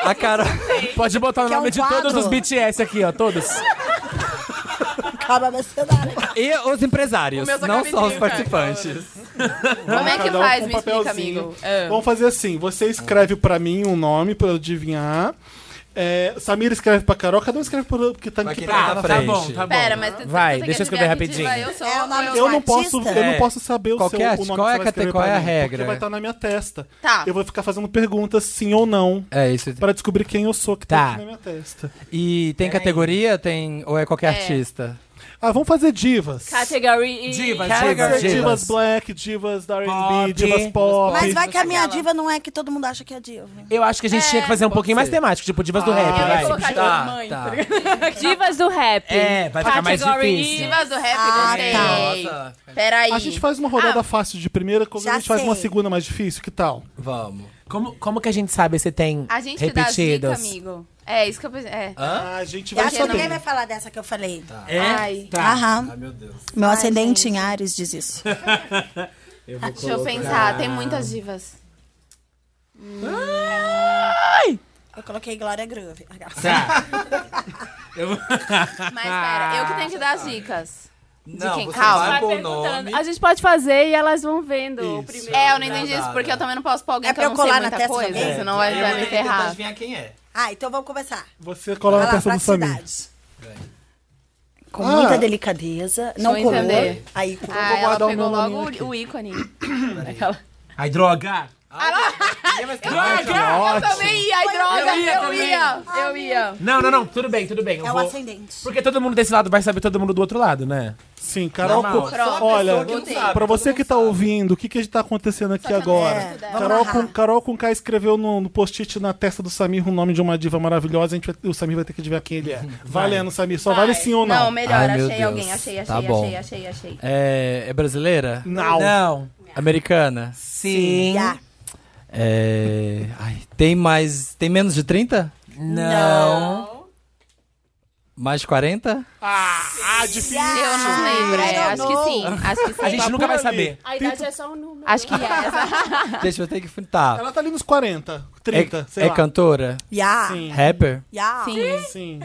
Speaker 2: A Carol.
Speaker 6: Pode botar o
Speaker 4: Que é
Speaker 6: nome
Speaker 4: um
Speaker 6: de todos
Speaker 4: quadro.
Speaker 6: os BTS aqui, ó. Todos.
Speaker 4: Acaba a cenário.
Speaker 2: E os empresários,
Speaker 5: meu tá
Speaker 2: não só os
Speaker 5: camisinha,
Speaker 2: participantes.
Speaker 5: Como é que
Speaker 1: Cada um
Speaker 5: faz?
Speaker 1: com
Speaker 5: Me explica,
Speaker 1: papelzinho.
Speaker 5: amigo. Ah.
Speaker 1: Vamos fazer assim: você escreve pra mim um nome pra eu adivinhar. É, Samira escreve pra Carol, cada um escreve pro que tá aqui
Speaker 2: quem
Speaker 1: pra
Speaker 2: tá
Speaker 1: cá.
Speaker 2: na frente.
Speaker 5: Pera, mas tá tu-
Speaker 6: Vai,
Speaker 5: tu
Speaker 6: deixa eu
Speaker 5: quer
Speaker 6: escrever
Speaker 5: adivinhar
Speaker 6: rapidinho.
Speaker 5: que diva
Speaker 4: É o
Speaker 5: eu
Speaker 4: nome
Speaker 5: sou,
Speaker 4: do
Speaker 1: Eu não posso,
Speaker 4: artista?
Speaker 1: eu
Speaker 2: É.
Speaker 1: não posso saber o,
Speaker 2: Qual
Speaker 1: seu,
Speaker 2: que é-
Speaker 1: o nome
Speaker 2: qual
Speaker 1: que
Speaker 2: é
Speaker 1: você
Speaker 2: a
Speaker 1: vai escrever
Speaker 2: cate- qual
Speaker 1: pra
Speaker 2: é a
Speaker 1: mim,
Speaker 2: regra?
Speaker 1: Porque vai estar na minha testa.
Speaker 5: Tá.
Speaker 1: Eu vou ficar fazendo perguntas sim ou não
Speaker 2: É isso.
Speaker 1: pra descobrir quem eu sou que tá,
Speaker 6: Tá.
Speaker 1: aqui na minha testa.
Speaker 2: E tem categoria? Tem. Ou é qualquer
Speaker 5: É.
Speaker 2: artista?
Speaker 1: Ah, vamos fazer divas.
Speaker 3: Category.
Speaker 6: Divas,
Speaker 1: Divas,
Speaker 6: divas, divas.
Speaker 1: black, divas da R&B,
Speaker 6: Pop.
Speaker 1: divas pop.
Speaker 4: Mas vai que a minha diva não é que todo mundo acha que é diva.
Speaker 6: Eu acho que a gente tinha que fazer um pouquinho mais temático, tipo divas do rap,
Speaker 5: eu
Speaker 6: vai.
Speaker 5: vou colocar
Speaker 2: Tá,
Speaker 5: de mãe.
Speaker 2: tá.
Speaker 5: tá ligado?
Speaker 3: Divas do rap.
Speaker 6: É, vai ficar mais
Speaker 3: Category
Speaker 6: difícil.
Speaker 5: Divas do rap,
Speaker 4: Ah,
Speaker 5: gostei.
Speaker 2: tá.
Speaker 5: Peraí.
Speaker 1: A gente faz uma rodada fácil de primeira, quando a
Speaker 4: Já
Speaker 1: gente faz uma
Speaker 4: sei.
Speaker 1: segunda mais difícil, que tal?
Speaker 2: Vamos.
Speaker 6: Como, como que a gente sabe se tem
Speaker 5: A gente que dá as dicas,
Speaker 6: repetidos?
Speaker 5: amigo. É, isso que eu pensei. É.
Speaker 1: Ah, a gente
Speaker 4: Eu
Speaker 1: vai
Speaker 4: acho que
Speaker 1: saber.
Speaker 4: ninguém vai falar dessa que eu falei.
Speaker 6: É?
Speaker 5: Ai.
Speaker 6: Tá.
Speaker 4: Aham.
Speaker 2: Meu Deus.
Speaker 4: Meu ascendente em Ares diz isso.
Speaker 5: Deixa eu pensar, tem muitas divas.
Speaker 4: Eu coloquei Glória Groove.
Speaker 6: Tá.
Speaker 5: Mas pera, eu que tenho que dar as dicas.
Speaker 2: Não,
Speaker 5: quem?
Speaker 2: você
Speaker 5: Calma.
Speaker 2: vai
Speaker 3: Vai
Speaker 2: pôr o
Speaker 3: perguntando.
Speaker 2: nome.
Speaker 3: A gente pode fazer e elas vão vendo o primeiro.
Speaker 5: É, eu não entendi
Speaker 2: dá,
Speaker 5: isso,
Speaker 2: dá.
Speaker 5: porque eu também não posso pôr alguém
Speaker 4: É
Speaker 5: que
Speaker 4: pra
Speaker 5: eu
Speaker 4: eu
Speaker 5: não sei
Speaker 4: colar na
Speaker 5: muita
Speaker 4: testa
Speaker 5: coisa,
Speaker 4: também?
Speaker 5: senão vai, vai me ferrar.
Speaker 2: adivinhar quem é.
Speaker 4: Ah, então vamos começar.
Speaker 1: Você coloca na
Speaker 4: Vai lá,
Speaker 1: testa do Samir.
Speaker 4: praticidade. Com
Speaker 1: Ah.
Speaker 4: muita delicadeza. Não
Speaker 5: eu
Speaker 4: colou.
Speaker 5: entender.
Speaker 4: Aí
Speaker 5: Ah, ela
Speaker 1: guardar o
Speaker 5: pegou
Speaker 1: meu nome
Speaker 5: logo o, o ícone. Aquela.
Speaker 6: Ai, droga!
Speaker 1: Ah,
Speaker 5: Eu também ia, ai droga, eu ia, eu ia.
Speaker 6: Não, não, não. Tudo bem, tudo bem. Eu
Speaker 4: é o
Speaker 6: vou...
Speaker 4: ascendente.
Speaker 6: Porque todo mundo desse lado vai saber todo mundo do outro lado, né?
Speaker 1: Sim, Carol.
Speaker 6: Normal.
Speaker 1: com-
Speaker 5: Pronto,
Speaker 1: Olha,
Speaker 5: pessoa que não
Speaker 1: pra você que tá ouvindo, o que que tá acontecendo aqui agora?
Speaker 4: não estudar.
Speaker 1: Carol,
Speaker 4: É, Vamos
Speaker 1: com,
Speaker 4: narrar.
Speaker 1: Carol com K escreveu no, no post-it na testa do Samir o nome de uma diva maravilhosa. A gente vai- o Samir vai ter que adivinhar quem ele é. Valendo, Samir. Só vale sim ou
Speaker 5: Não,
Speaker 1: não.
Speaker 5: melhor,
Speaker 2: Ai, meu
Speaker 5: achei alguém,
Speaker 2: Deus.
Speaker 5: achei, achei,
Speaker 2: Tá bom.
Speaker 5: achei, achei, achei.
Speaker 2: É, é brasileira?
Speaker 1: Não.
Speaker 2: Americana?
Speaker 6: Sim.
Speaker 4: Já.
Speaker 2: É. Ai, tem mais. Tem menos de 30?
Speaker 6: Não.
Speaker 2: Mais 40?
Speaker 1: Ah, difícil.
Speaker 5: Eu não lembro, é, acho que sim, acho que
Speaker 6: A
Speaker 5: sim.
Speaker 6: gente nunca vai saber.
Speaker 3: A idade é só um número.
Speaker 5: Acho que é essa.
Speaker 2: Deixa eu ter que. Tá.
Speaker 1: Ela tá ali nos 40,
Speaker 2: É,
Speaker 1: 30, sei
Speaker 2: é
Speaker 1: lá.
Speaker 2: cantora?
Speaker 4: Já.
Speaker 1: Sim.
Speaker 2: Rapper?
Speaker 4: Já.
Speaker 5: Sim.
Speaker 1: Sim.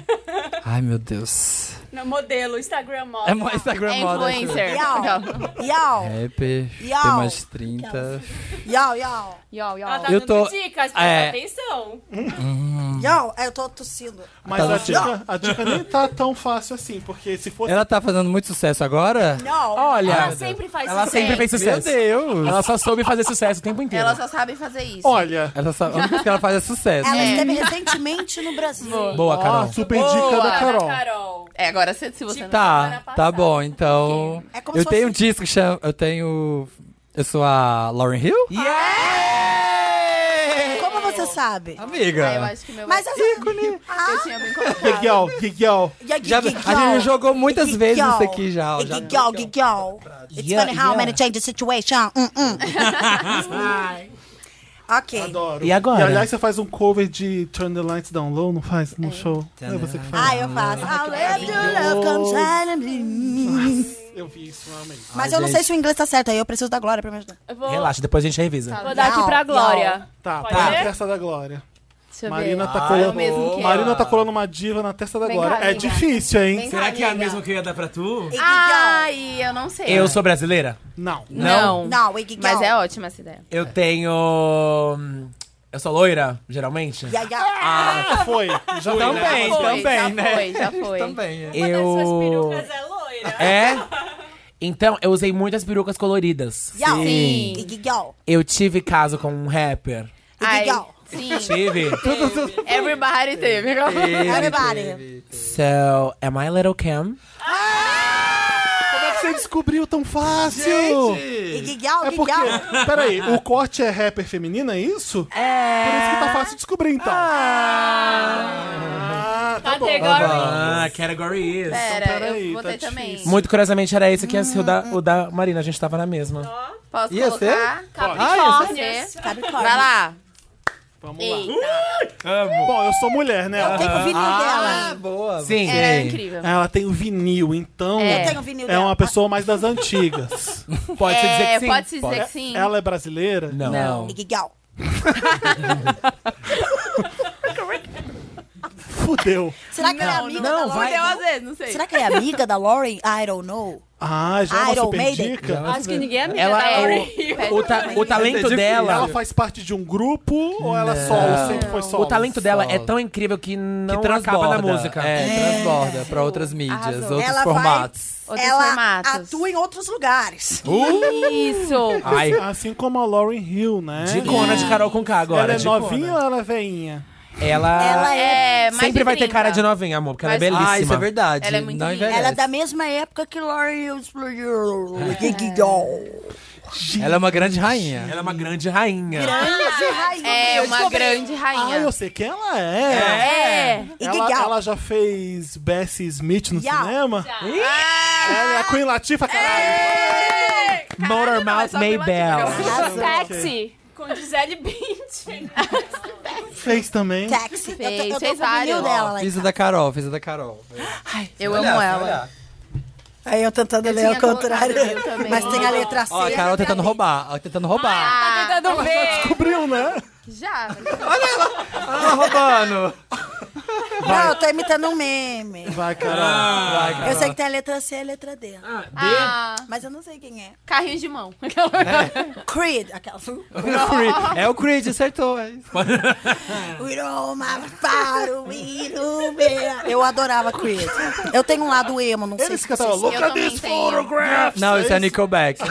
Speaker 2: Ai, meu Deus.
Speaker 3: No modelo, Instagram
Speaker 2: É
Speaker 3: model.
Speaker 2: uma Instagram
Speaker 5: É
Speaker 2: model.
Speaker 5: influencer.
Speaker 4: Real.
Speaker 5: Não.
Speaker 4: Yau.
Speaker 2: Rapper, tem
Speaker 4: Yau.
Speaker 2: mais 30.
Speaker 4: Yau, yau.
Speaker 5: Yo, yo.
Speaker 3: Ela tá
Speaker 2: Eu
Speaker 3: dando
Speaker 2: tô-
Speaker 3: dicas, presta
Speaker 2: é.
Speaker 3: atenção.
Speaker 4: Yau. É, eu tô tossindo.
Speaker 1: Mas
Speaker 2: Tá
Speaker 1: a,
Speaker 2: bom.
Speaker 1: dica, a dica nem tá tão fácil assim, porque se fosse.
Speaker 2: Ela tá fazendo muito sucesso agora?
Speaker 4: Não.
Speaker 6: Olha,
Speaker 3: Ela sempre faz É.
Speaker 6: ela
Speaker 3: sucesso.
Speaker 6: sempre fez
Speaker 2: Meu
Speaker 6: sucesso.
Speaker 2: Deus!
Speaker 6: Ela só soube fazer sucesso o tempo inteiro.
Speaker 5: Ela só sabe fazer isso.
Speaker 1: Olha,
Speaker 2: Ela só, a única coisa que ela faz é sucesso.
Speaker 4: Ela esteve recentemente no Brasil.
Speaker 2: Boa,
Speaker 1: ó,
Speaker 2: Carol.
Speaker 1: super dica da Carol.
Speaker 3: Carol.
Speaker 5: É, agora se, se você não...
Speaker 2: Tá, tá bom, então.
Speaker 4: É como
Speaker 2: eu
Speaker 4: se
Speaker 2: tenho um
Speaker 4: fosse-
Speaker 2: disco que chama. Eu tenho. Eu sou a Lauren Hill?
Speaker 5: Ah,
Speaker 2: Yeah!
Speaker 4: Como você sabe? Ah,
Speaker 2: Amiga!
Speaker 5: Ah, eu acho que meu...
Speaker 4: Mas essa... Ícone.
Speaker 5: Eu tinha bem colocado.
Speaker 1: Legal, legal.
Speaker 2: Já- a gente jogou muitas vezes isso aqui já. já.
Speaker 4: Gigal, gigal. It's
Speaker 6: Yeah,
Speaker 4: funny how
Speaker 6: yeah.
Speaker 4: many change the situation. Hum, hum. ok.
Speaker 1: Adoro.
Speaker 6: E agora?
Speaker 1: E aliás, você faz um cover de Turn the Lights Down Low, não faz? No show? Não é você que faz.
Speaker 4: Ah, eu faço. I'll let your love come shining in.
Speaker 1: Eu vi isso, eu amei.
Speaker 4: Mas eu não sei se o inglês tá certo aí, eu preciso da Glória pra me ajudar.
Speaker 3: Eu Vou,
Speaker 5: Tá
Speaker 6: Relaxa, depois a gente revisa.
Speaker 3: vou dar aqui pra
Speaker 4: Não,
Speaker 3: Glória.
Speaker 1: Tá,
Speaker 3: Pode
Speaker 1: tá.
Speaker 3: ser?
Speaker 1: Festa da Glória.
Speaker 5: Deixa eu
Speaker 1: Marina
Speaker 5: ver.
Speaker 1: tá,
Speaker 5: É o
Speaker 1: colando,
Speaker 5: mesmo que
Speaker 1: Marina
Speaker 5: ela.
Speaker 1: tá colando uma diva na testa da
Speaker 5: Vem
Speaker 1: Glória.
Speaker 5: cá,
Speaker 1: é
Speaker 5: amiga.
Speaker 1: difícil, hein?
Speaker 5: Vem cá,
Speaker 6: Será que é a
Speaker 5: amiga.
Speaker 6: mesma que eu ia dar pra tu?
Speaker 5: Ai, eu não sei.
Speaker 6: Eu sou brasileira?
Speaker 1: Não.
Speaker 5: Não.
Speaker 4: Não, Iggy
Speaker 5: Mas
Speaker 4: Gal.
Speaker 5: é ótima essa ideia.
Speaker 6: Eu tenho. hum, Eu sou loira, geralmente?
Speaker 4: Ya, ya.
Speaker 1: Ah, foi. Já foi, né?
Speaker 3: Então
Speaker 2: Também,
Speaker 5: Já foi,
Speaker 2: também,
Speaker 5: já
Speaker 2: né?
Speaker 5: foi, já foi.
Speaker 2: Também, é.
Speaker 3: Uma das suas
Speaker 6: Eu.
Speaker 3: perucas é loira.
Speaker 6: É? Então, eu usei muitas perucas coloridas.
Speaker 4: Gal.
Speaker 5: Sim.
Speaker 4: Iggy Gal.
Speaker 6: Eu tive caso com um rapper.
Speaker 5: Ai,
Speaker 4: Legal.
Speaker 5: Sim.
Speaker 6: Tive.
Speaker 5: Everybody teve.
Speaker 4: Everybody.
Speaker 6: so, am I é Little Kim?
Speaker 1: Como é que você descobriu tão fácil?
Speaker 4: Iggy Gal,
Speaker 1: É
Speaker 4: Iggy
Speaker 1: porque.
Speaker 4: Gal.
Speaker 1: Peraí, o corte é rapper feminina, é isso? É. Por isso que tá fácil de descobrir, então. Ah, tá bom.
Speaker 3: Category.
Speaker 6: Ah, category is.
Speaker 5: Pera,
Speaker 1: peraí,
Speaker 5: eu
Speaker 1: tá
Speaker 5: botei também.
Speaker 1: difícil.
Speaker 6: Muito curiosamente, era esse que ia ser o
Speaker 5: Hum,
Speaker 6: da, o da Marina. A gente tava na mesma.
Speaker 5: Posso
Speaker 2: Ia
Speaker 5: colocar?
Speaker 2: Ah,
Speaker 5: Capricórnios.
Speaker 4: Capricórnio.
Speaker 5: Vai lá.
Speaker 1: Vamos lá.
Speaker 5: Eita,
Speaker 1: Bom, eu sou mulher, né?
Speaker 4: Tem o vinil dela.
Speaker 2: Ah, boa.
Speaker 6: Sim.
Speaker 5: era é incrível.
Speaker 1: Ah, Ela tem o vinil, então.
Speaker 5: É.
Speaker 4: Eu tenho o vinil
Speaker 1: É
Speaker 4: dela.
Speaker 1: uma pessoa mais das antigas.
Speaker 6: Pode se dizer
Speaker 5: É,
Speaker 6: que sim.
Speaker 5: pode se dizer que sim.
Speaker 1: Ela é brasileira?
Speaker 6: Não.
Speaker 2: Não.
Speaker 4: Iggy Gal.
Speaker 1: Fudeu.
Speaker 4: Será que ela é amiga da
Speaker 6: não,
Speaker 4: Lauren?
Speaker 6: vai,
Speaker 5: Deu às vezes, não sei.
Speaker 4: Será que ela é amiga da Lauren? I don't know.
Speaker 1: Ah, já é uma
Speaker 4: Iron
Speaker 1: super
Speaker 4: Maiden?
Speaker 1: dica.
Speaker 3: Acho que ninguém é amiga
Speaker 6: Ela,
Speaker 3: da Lauren Hill.
Speaker 6: o, o, ta-
Speaker 5: é
Speaker 6: o talento
Speaker 2: difícil.
Speaker 1: Ela
Speaker 6: dela.
Speaker 1: faz parte de um grupo ou ela é solo? Sempre foi solo?
Speaker 6: O talento dela é
Speaker 2: Solo.
Speaker 6: tão incrível que não
Speaker 2: Que transborda.
Speaker 6: acaba na música.
Speaker 2: É, transborda pra outras mídias,
Speaker 5: Arrasou.
Speaker 2: outros
Speaker 4: Ela vai-
Speaker 2: formatos.
Speaker 5: Outros
Speaker 4: ela
Speaker 5: formatos.
Speaker 4: atua em outros lugares.
Speaker 5: Isso.
Speaker 6: Ai,
Speaker 1: Assim como a Lauren Hill, né?
Speaker 6: dicona de Carol Conká agora.
Speaker 1: Ela é
Speaker 6: dicona.
Speaker 1: novinha ou ela é veinha?
Speaker 6: Ela,
Speaker 4: Ela é-
Speaker 5: É, mais
Speaker 6: sempre
Speaker 5: de
Speaker 6: vai ter
Speaker 5: 30.
Speaker 6: cara de novinha, amor, porque ela é
Speaker 5: Mas-
Speaker 6: belíssima.
Speaker 2: Ah, isso é verdade.
Speaker 5: Ela é Ah. muito
Speaker 2: não
Speaker 5: linda.
Speaker 2: envelhece.
Speaker 4: Ela é da mesma época que Lauren Hill explodiu. Iggy Gal.
Speaker 2: Ela é uma grande rainha.
Speaker 6: Ela é uma grande rainha.
Speaker 4: Grande rainha.
Speaker 5: É
Speaker 4: eu
Speaker 5: uma
Speaker 4: descobri.
Speaker 5: grande
Speaker 1: Ah,
Speaker 5: rainha.
Speaker 1: eu sei quem ela é.
Speaker 5: É.
Speaker 1: Ela,
Speaker 4: Iggy Gal.
Speaker 1: ela já fez Bessie Smith no
Speaker 4: Yeah.
Speaker 1: cinema? Ela é a Queen Latifah, caralho.
Speaker 5: É.
Speaker 6: Motor Mouth Maybell.
Speaker 4: Arrasou.
Speaker 3: Taxi. Com Gisele Bündchen.
Speaker 1: Fez também.
Speaker 4: Taxi. Eu tô-
Speaker 5: Fez,
Speaker 4: eu tô,
Speaker 5: fez
Speaker 4: com o vinil
Speaker 5: vários.
Speaker 4: dela lá em
Speaker 2: Fiz a da Carol, fiz a da Carol.
Speaker 5: Eu amo ela.
Speaker 4: Aí eu tentando ler
Speaker 5: tinha
Speaker 4: ao contrário.
Speaker 5: colocado o meu também.
Speaker 4: Mas tem a letra C.
Speaker 2: Ó, a Carol tentando roubar, ó, tentando roubar.
Speaker 5: Ah,
Speaker 3: Tá tentando ver.
Speaker 1: Descobriu, né?
Speaker 5: já.
Speaker 2: Ela roubando.
Speaker 4: Não, eu tô imitando um meme.
Speaker 1: Vai, Ah. Carol.
Speaker 2: Vai, Carol.
Speaker 4: Eu sei que tem a letra C e a letra D.
Speaker 5: Ah,
Speaker 4: Mas eu não sei quem é.
Speaker 5: carrinho de mão.
Speaker 4: Creed. Aquela. We
Speaker 2: É o Creed, acertou. É isso.
Speaker 4: don't mind para o hino, meu. Eu adorava Creed. Eu tenho um lado emo, não sei
Speaker 1: Eles
Speaker 4: se
Speaker 1: cantaram
Speaker 4: vocês...
Speaker 1: Look
Speaker 5: Eu
Speaker 1: at
Speaker 5: também
Speaker 1: these
Speaker 5: tenho.
Speaker 1: photographs.
Speaker 2: Não, isso é Nickelback.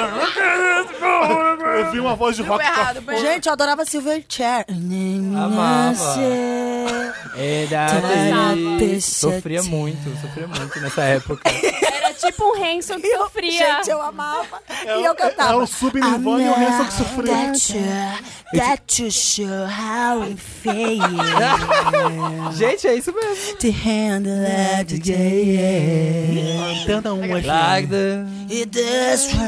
Speaker 5: É.
Speaker 1: Eu vi uma voz de rock.
Speaker 5: errado, foi errado.
Speaker 4: Gente, eu adorava Silverchair.
Speaker 2: Amava.
Speaker 4: Nasce-
Speaker 2: Era
Speaker 4: Sabe,
Speaker 2: Sofria
Speaker 4: sete.
Speaker 2: muito, sofria muito nessa época.
Speaker 3: Era tipo um Hanson que
Speaker 4: Eu-
Speaker 3: sofria.
Speaker 4: Gente, eu amava.
Speaker 1: É
Speaker 4: e eu
Speaker 1: o-
Speaker 4: cantava.
Speaker 1: É o sub-Nirvana e o Hanson que sofreu.
Speaker 4: That you, that you show how it feels.
Speaker 2: Gente, é isso mesmo.
Speaker 4: to handle it today.
Speaker 1: Tenta um aqui.
Speaker 2: Like the...
Speaker 4: It is fresh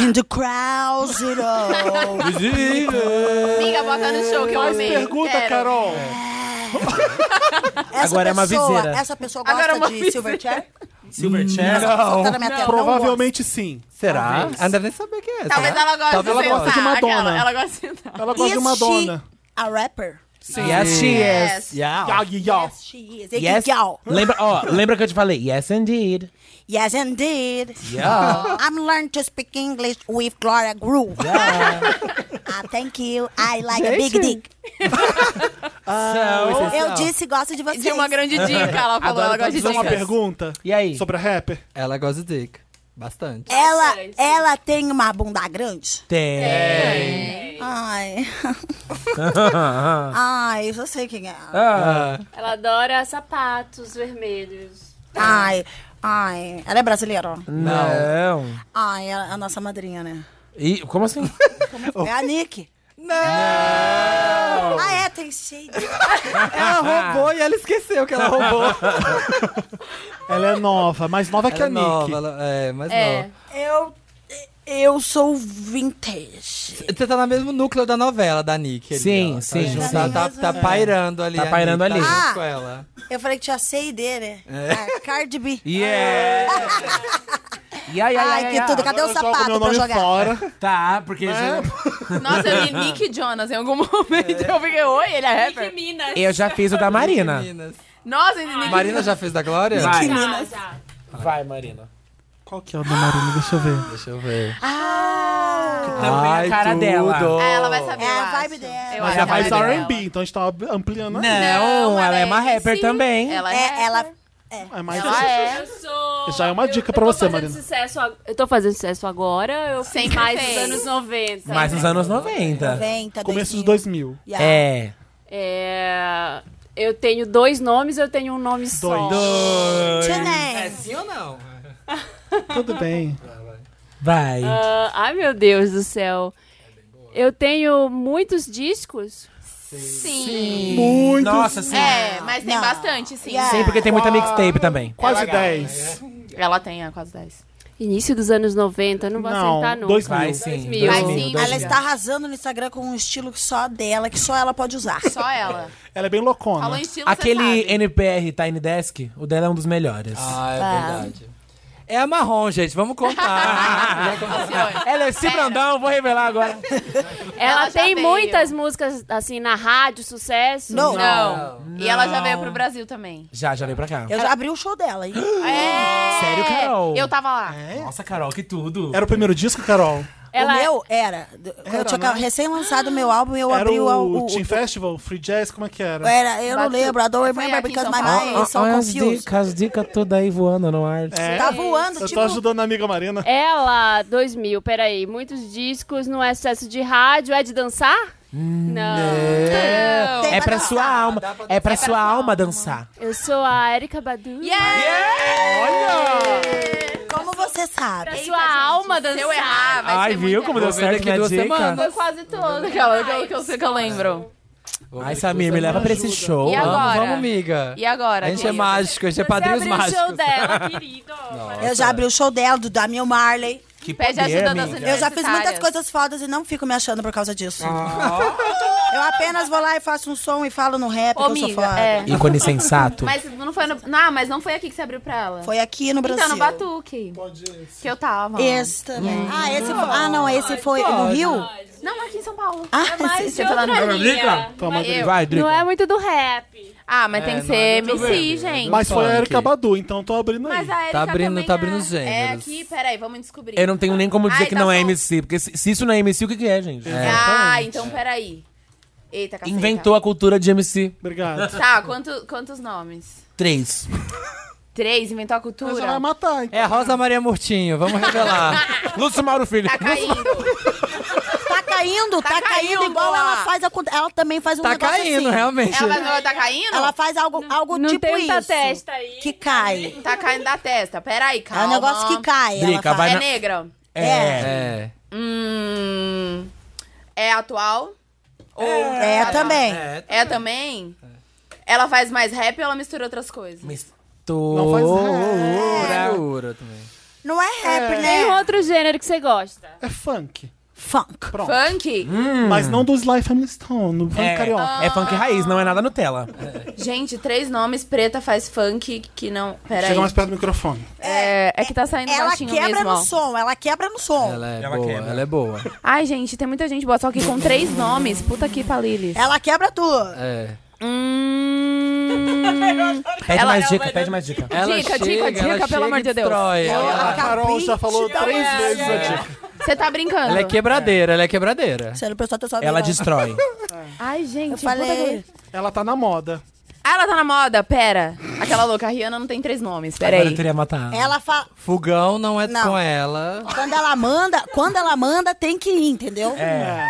Speaker 4: in the crowds it all.
Speaker 5: Amiga, bota no show que eu amei.
Speaker 1: Pergunta,
Speaker 5: Quero.
Speaker 1: Carol.
Speaker 4: Essa
Speaker 6: Agora é uma
Speaker 4: pessoa,
Speaker 6: viseira.
Speaker 4: Essa pessoa gosta
Speaker 5: Agora é uma
Speaker 4: de
Speaker 5: viseira.
Speaker 4: Silverchair?
Speaker 6: Silverchair.
Speaker 4: Não. Tá na minha
Speaker 1: Hum,
Speaker 4: tela, não
Speaker 1: Provavelmente sim.
Speaker 2: Será? Talvez. Ela deve nem saber quem é. será?
Speaker 5: Talvez ela goste
Speaker 2: Talvez
Speaker 5: de
Speaker 2: ela goste
Speaker 5: sentar.
Speaker 1: de Madonna.
Speaker 5: Aquela, Ela gosta de sentar.
Speaker 1: Ela
Speaker 4: gosta.
Speaker 1: gosta de Madonna.
Speaker 4: Is she a rapper?
Speaker 2: Sim. Yes, she is.
Speaker 5: Yes.
Speaker 2: Yeah.
Speaker 1: Yagi, yau.
Speaker 4: She is.
Speaker 6: Yes.
Speaker 4: Gal.
Speaker 6: Lembra, ó, lembra que eu te falei? Yes, indeed.
Speaker 4: Yes, indeed.
Speaker 2: Yeah.
Speaker 4: I'm learning to speak English with Gloria Groove. Ah, thank you. I like a big dick.
Speaker 2: So,
Speaker 4: Eu disse gosto de você.
Speaker 5: De uma grande dica, ela falou. Ela gosta de
Speaker 1: Fazer uma
Speaker 5: dicas.
Speaker 1: pergunta
Speaker 6: E aí?
Speaker 1: sobre a rapper?
Speaker 2: Ela gosta de dick. Bastante.
Speaker 4: Ela, ela tem uma bunda grande?
Speaker 6: Tem.
Speaker 4: Ai. Ai, eu já sei quem é.
Speaker 6: Ah,
Speaker 3: Ela adora sapatos vermelhos.
Speaker 4: Ai, ai. Ela é brasileira?
Speaker 6: não.
Speaker 4: Ai, ela é a nossa madrinha, né?
Speaker 6: E, como assim?
Speaker 1: Oh.
Speaker 4: É a Nick.
Speaker 2: Não!
Speaker 4: Ah, é, tem cheio.
Speaker 2: Ela roubou e ela esqueceu que ela roubou.
Speaker 1: Ela é nova, mais nova que
Speaker 2: Ela é
Speaker 1: a Nick.
Speaker 2: nova, ela- é, mas
Speaker 5: É.
Speaker 2: não.
Speaker 4: Eu, eu sou vintage.
Speaker 2: Você tá no mesmo núcleo da novela da Nick. ali,
Speaker 6: Sim,
Speaker 2: ó, tá
Speaker 6: sim.
Speaker 2: junto.
Speaker 4: Sim,
Speaker 2: Tá, tá,
Speaker 4: mas
Speaker 2: tá
Speaker 4: é.
Speaker 2: pairando ali.
Speaker 6: Tá
Speaker 2: a
Speaker 6: pairando
Speaker 2: Nick,
Speaker 6: ali.
Speaker 2: Tá junto
Speaker 4: Ah!
Speaker 2: com ela.
Speaker 4: É, Eu falei que tinha C e D, né? É. Cardi B.
Speaker 6: Yeah. E aí,
Speaker 4: Ai, que tudo. Cadê o
Speaker 1: é, Agora eu jogo
Speaker 4: sapato
Speaker 1: meu
Speaker 4: pra
Speaker 1: nome
Speaker 4: jogar?
Speaker 1: fora.
Speaker 6: Tá, porque. já-
Speaker 5: Nossa, eu li Nick Jonas em algum momento. Eu fiquei, oi, ele é
Speaker 3: Nick
Speaker 5: rapper?
Speaker 3: Minas.
Speaker 6: Eu já fiz o da Marina.
Speaker 2: Meninas.
Speaker 5: Nossa, ele Nick
Speaker 2: Marina já fez da Glória?
Speaker 6: Vai,
Speaker 3: Já, já.
Speaker 6: vai, Marina.
Speaker 1: Qual que é o da Marina? Deixa eu ver.
Speaker 2: Deixa eu ver.
Speaker 6: Também
Speaker 2: é
Speaker 6: a cara dela.
Speaker 5: Ah, ela vai saber.
Speaker 4: É
Speaker 5: eu
Speaker 4: a
Speaker 5: acho.
Speaker 4: vibe dela.
Speaker 5: Eu
Speaker 6: Mas
Speaker 5: acho
Speaker 6: a
Speaker 5: a
Speaker 1: Mas é
Speaker 6: vibe
Speaker 5: vibe
Speaker 6: dela.
Speaker 5: dela.
Speaker 1: R&B, então a gente tá ampliando. a-
Speaker 6: Não, ela é uma rapper
Speaker 5: sim,
Speaker 6: também.
Speaker 5: Ela
Speaker 4: É,
Speaker 5: é,
Speaker 4: ela.
Speaker 1: É mais
Speaker 5: ela é.
Speaker 3: Eu sou.
Speaker 1: Já é uma
Speaker 3: eu-
Speaker 1: dica
Speaker 3: eu
Speaker 1: pra
Speaker 3: tô
Speaker 1: você,
Speaker 3: fazendo
Speaker 1: Marina.
Speaker 3: Sucesso, ag- eu tô fazendo sucesso agora, eu fiz
Speaker 5: Sempre
Speaker 3: mais
Speaker 5: fez.
Speaker 3: nos anos 90.
Speaker 6: Mas nos anos 90.
Speaker 4: 90,
Speaker 1: Começo dos
Speaker 4: 2000.
Speaker 1: 2000.
Speaker 4: Yeah.
Speaker 6: É.
Speaker 3: É, eu tenho dois nomes, eu tenho um nome só.
Speaker 4: Tchanem.
Speaker 2: sim ou não?
Speaker 1: Tudo bem.
Speaker 6: Vai.
Speaker 3: Ah, ai, meu Deus do céu. Eu tenho muitos discos.
Speaker 5: sim.
Speaker 1: Muito.
Speaker 6: Nossa, sim.
Speaker 5: É, mas tem
Speaker 4: Não.
Speaker 5: bastante, sim.
Speaker 4: Yeah.
Speaker 6: Sim, porque tem muita mixtape também.
Speaker 1: Quase 10.
Speaker 5: Ela tem a quase 10.
Speaker 3: Início dos anos 90, eu não vou
Speaker 1: Não,
Speaker 3: acertar nunca.
Speaker 1: 2000.
Speaker 6: Vai sim.
Speaker 3: mil.
Speaker 5: Vai
Speaker 6: 2000,
Speaker 5: sim.
Speaker 6: dois
Speaker 4: Ela
Speaker 6: mil.
Speaker 4: está arrasando no Instagram com um estilo que só dela, que só ela pode usar.
Speaker 5: Só ela.
Speaker 1: Ela é bem
Speaker 5: Falou
Speaker 1: loucona.
Speaker 5: em estilo,
Speaker 6: Aquele
Speaker 5: você sabe.
Speaker 6: NPR Tiny Desk, o dela é um dos melhores.
Speaker 2: Ah, é
Speaker 5: Tá.
Speaker 2: verdade. É a marrom, gente. Vamos contar. Vai contar.
Speaker 6: Ela é si Brandão, vou revelar agora.
Speaker 3: Ela,
Speaker 5: Ela já
Speaker 3: tem
Speaker 5: veio.
Speaker 3: muitas músicas, assim, na rádio, sucesso.
Speaker 4: Não.
Speaker 5: Não.
Speaker 6: Não.
Speaker 5: E ela já veio pro Brasil também.
Speaker 6: Já, já veio pra cá.
Speaker 4: Eu já abri o show dela, hein?
Speaker 5: É.
Speaker 6: Sério, Carol?
Speaker 5: Eu tava lá.
Speaker 6: Nossa, Carol, que tudo.
Speaker 1: Era o primeiro disco, Carol?
Speaker 3: Ela
Speaker 4: O meu era. eu tinha
Speaker 1: né?
Speaker 4: recém-lançado meu álbum eu
Speaker 1: Era
Speaker 4: abri o.
Speaker 1: o,
Speaker 4: o-
Speaker 1: Team
Speaker 4: o-
Speaker 1: Festival? Free Jazz? Como é que era?
Speaker 4: era, eu não
Speaker 5: Bate-
Speaker 4: lembro. I don't
Speaker 5: Foi
Speaker 4: remember
Speaker 5: aqui em São
Speaker 4: because my
Speaker 5: Paulo.
Speaker 4: mind is so
Speaker 6: Olha as
Speaker 4: confused.
Speaker 6: dicas, as dicas todas aí voando no ar.
Speaker 1: É.
Speaker 4: Tá
Speaker 1: Eu
Speaker 4: voando,
Speaker 1: tô
Speaker 4: tipo.
Speaker 1: ajudando a amiga Marina.
Speaker 3: Ela, 2000, peraí, muitos discos, não é sucesso de rádio, é de dançar? Não.
Speaker 6: Hum. É,
Speaker 4: Tem
Speaker 6: é pra
Speaker 4: pra
Speaker 6: sua alma. É pra sua alma dançar.
Speaker 3: Eu sou a Erika Badu.
Speaker 6: Olha!
Speaker 4: Como você
Speaker 3: Pra
Speaker 5: É
Speaker 4: sabe?
Speaker 3: sua alma dançar.
Speaker 5: Eu errar, vai
Speaker 6: Ai,
Speaker 5: ser
Speaker 6: viu
Speaker 5: muito
Speaker 6: como deu
Speaker 2: Vou ver
Speaker 6: certo
Speaker 2: daqui
Speaker 6: minha
Speaker 2: duas
Speaker 6: dica?
Speaker 2: semanas.
Speaker 5: Foi quase todo, aquela que eu- que eu sei que eu lembro.
Speaker 6: Ai, Samir, me leva pra esse show.
Speaker 5: E
Speaker 6: Vamos.
Speaker 5: agora?
Speaker 2: Vamos, amiga.
Speaker 5: E agora?
Speaker 2: A gente é
Speaker 5: querido?
Speaker 2: mágico, a gente é padrinhos
Speaker 3: Você abriu o show
Speaker 2: mágicos.
Speaker 3: dela, querido.
Speaker 4: Eu já abri o show dela, do Damien Marley.
Speaker 6: Que
Speaker 5: Pede ajuda das
Speaker 6: amiga.
Speaker 4: Eu já fiz muitas
Speaker 5: Universitárias.
Speaker 4: coisas fodas e não fico me achando por causa disso. Eu apenas vou lá e faço um som e falo no rap
Speaker 5: Ô,
Speaker 4: que eu sou
Speaker 5: amiga,
Speaker 4: foda.
Speaker 5: é.
Speaker 6: Ícone sensato.
Speaker 5: Mas não foi no... Não, mas não foi aqui que você abriu pra ela.
Speaker 4: Foi aqui no Brasil.
Speaker 5: Então, no Batuque. Que eu tava.
Speaker 4: Esse também. Ah, esse foi. Ah, não, esse foi no Rio?
Speaker 5: Não, aqui em São Paulo.
Speaker 4: Ah,
Speaker 3: Mas
Speaker 4: esse-
Speaker 3: de
Speaker 5: Você tá
Speaker 3: outra
Speaker 5: falando
Speaker 3: linha.
Speaker 1: Toma,
Speaker 5: Eu-
Speaker 6: Vai,
Speaker 3: Não
Speaker 6: Drica.
Speaker 3: é muito do rap.
Speaker 5: Ah, mas tem que
Speaker 2: não,
Speaker 5: ser
Speaker 2: muito
Speaker 5: MC, gente.
Speaker 1: Mas foi a Erika
Speaker 2: Funk.
Speaker 1: Badu, então tô abrindo aí.
Speaker 5: Mas a
Speaker 2: Tá
Speaker 5: Erika
Speaker 2: abrindo,
Speaker 5: também
Speaker 2: tá abrindo
Speaker 5: é-
Speaker 2: os
Speaker 5: É
Speaker 2: gêneros.
Speaker 5: aqui, peraí, vamos descobrir.
Speaker 6: Eu não tenho nem como dizer
Speaker 5: Ai,
Speaker 6: que
Speaker 5: tá
Speaker 6: não é
Speaker 5: bom.
Speaker 6: MC, porque se, se isso não é MC, o que, que é, gente?
Speaker 5: Ah, então peraí. Eita, caceta.
Speaker 6: Inventou a cultura de MC.
Speaker 1: Obrigado.
Speaker 5: Tá, quanto- quantos nomes?
Speaker 6: Três.
Speaker 5: Três, inventou a
Speaker 1: Você
Speaker 5: cultura.
Speaker 1: vai matar, então.
Speaker 2: É a Rosa Maria Murtinho, vamos revelar.
Speaker 6: Lúcio Mauro Filho.
Speaker 5: Tá caindo.
Speaker 4: Tá caindo, tá, caindo,
Speaker 5: caindo,
Speaker 4: igual ela
Speaker 5: ó.
Speaker 4: faz. acon- Ela também faz um
Speaker 2: tá
Speaker 4: negócio
Speaker 2: caindo,
Speaker 4: assim.
Speaker 2: realmente.
Speaker 5: Ela vai- tá caindo?
Speaker 4: Ela faz algo, algo
Speaker 3: Não
Speaker 4: tipo
Speaker 3: tem tanta
Speaker 4: isso.
Speaker 3: testa aí.
Speaker 4: Que cai.
Speaker 5: Tá caindo da testa. Peraí,
Speaker 4: É
Speaker 5: calma.
Speaker 4: um negócio que cai. ela
Speaker 6: Drica,
Speaker 4: faz.
Speaker 6: vai
Speaker 5: É
Speaker 6: na-
Speaker 5: negra.
Speaker 4: É.
Speaker 2: É.
Speaker 5: Hum. É atual? Ou
Speaker 4: É, também.
Speaker 5: É também? Ela faz mais rap ou ela mistura outras coisas?
Speaker 1: Não faz
Speaker 6: Mistura.
Speaker 2: Dura também.
Speaker 4: Não é rap,
Speaker 3: Tem um
Speaker 4: né?
Speaker 3: outro gênero que você gosta.
Speaker 1: É funk.
Speaker 4: Funk.
Speaker 1: Pronto.
Speaker 5: Funk?
Speaker 1: Mas não do Sly Family Stone, no funk carioca.
Speaker 6: É, é funk raiz, não é nada Nutella.
Speaker 5: Gente, três nomes, preta faz funk que não. Peraí.
Speaker 1: Chega mais perto do microfone.
Speaker 5: É, é que tá saindo
Speaker 4: Ela
Speaker 5: baixinho
Speaker 4: quebra
Speaker 5: mesmo.
Speaker 4: no
Speaker 5: ó.
Speaker 4: som, ela quebra no som. Ela,
Speaker 2: Ela é
Speaker 6: Ela
Speaker 2: boa,
Speaker 6: quebra.
Speaker 2: ela é boa.
Speaker 5: Ai, gente, tem muita gente boa, só que com três nomes. Puta que palilis.
Speaker 4: quebra tudo.
Speaker 2: É.
Speaker 5: Hum.
Speaker 6: Pede
Speaker 5: Ela-
Speaker 6: mais dica, pede mais dica.
Speaker 2: Ela
Speaker 5: Dica, dica,
Speaker 2: chega,
Speaker 5: dica,
Speaker 2: ela
Speaker 5: pelo
Speaker 2: chega
Speaker 5: amor
Speaker 2: e
Speaker 5: de Deus.
Speaker 2: destrói. Ela,
Speaker 1: A Carol já falou três vezes a dica.
Speaker 5: Você tá brincando?
Speaker 2: ela é quebradeira, ela é quebradeira.
Speaker 4: Você não prestou atenção
Speaker 6: Ela
Speaker 4: amiga.
Speaker 6: destrói.
Speaker 5: Ai, gente,
Speaker 4: Eu falei.
Speaker 1: Ela tá na moda.
Speaker 5: Ah, ela tá na moda, pera. Aquela louca, a Rihanna não tem três nomes,
Speaker 6: Agora eu
Speaker 5: peraí.
Speaker 6: teria matado.
Speaker 4: Ela fala.
Speaker 2: Fogão não é
Speaker 4: Não.
Speaker 2: com ela.
Speaker 4: Quando ela manda, quando ela manda, tem que ir, entendeu?
Speaker 6: É.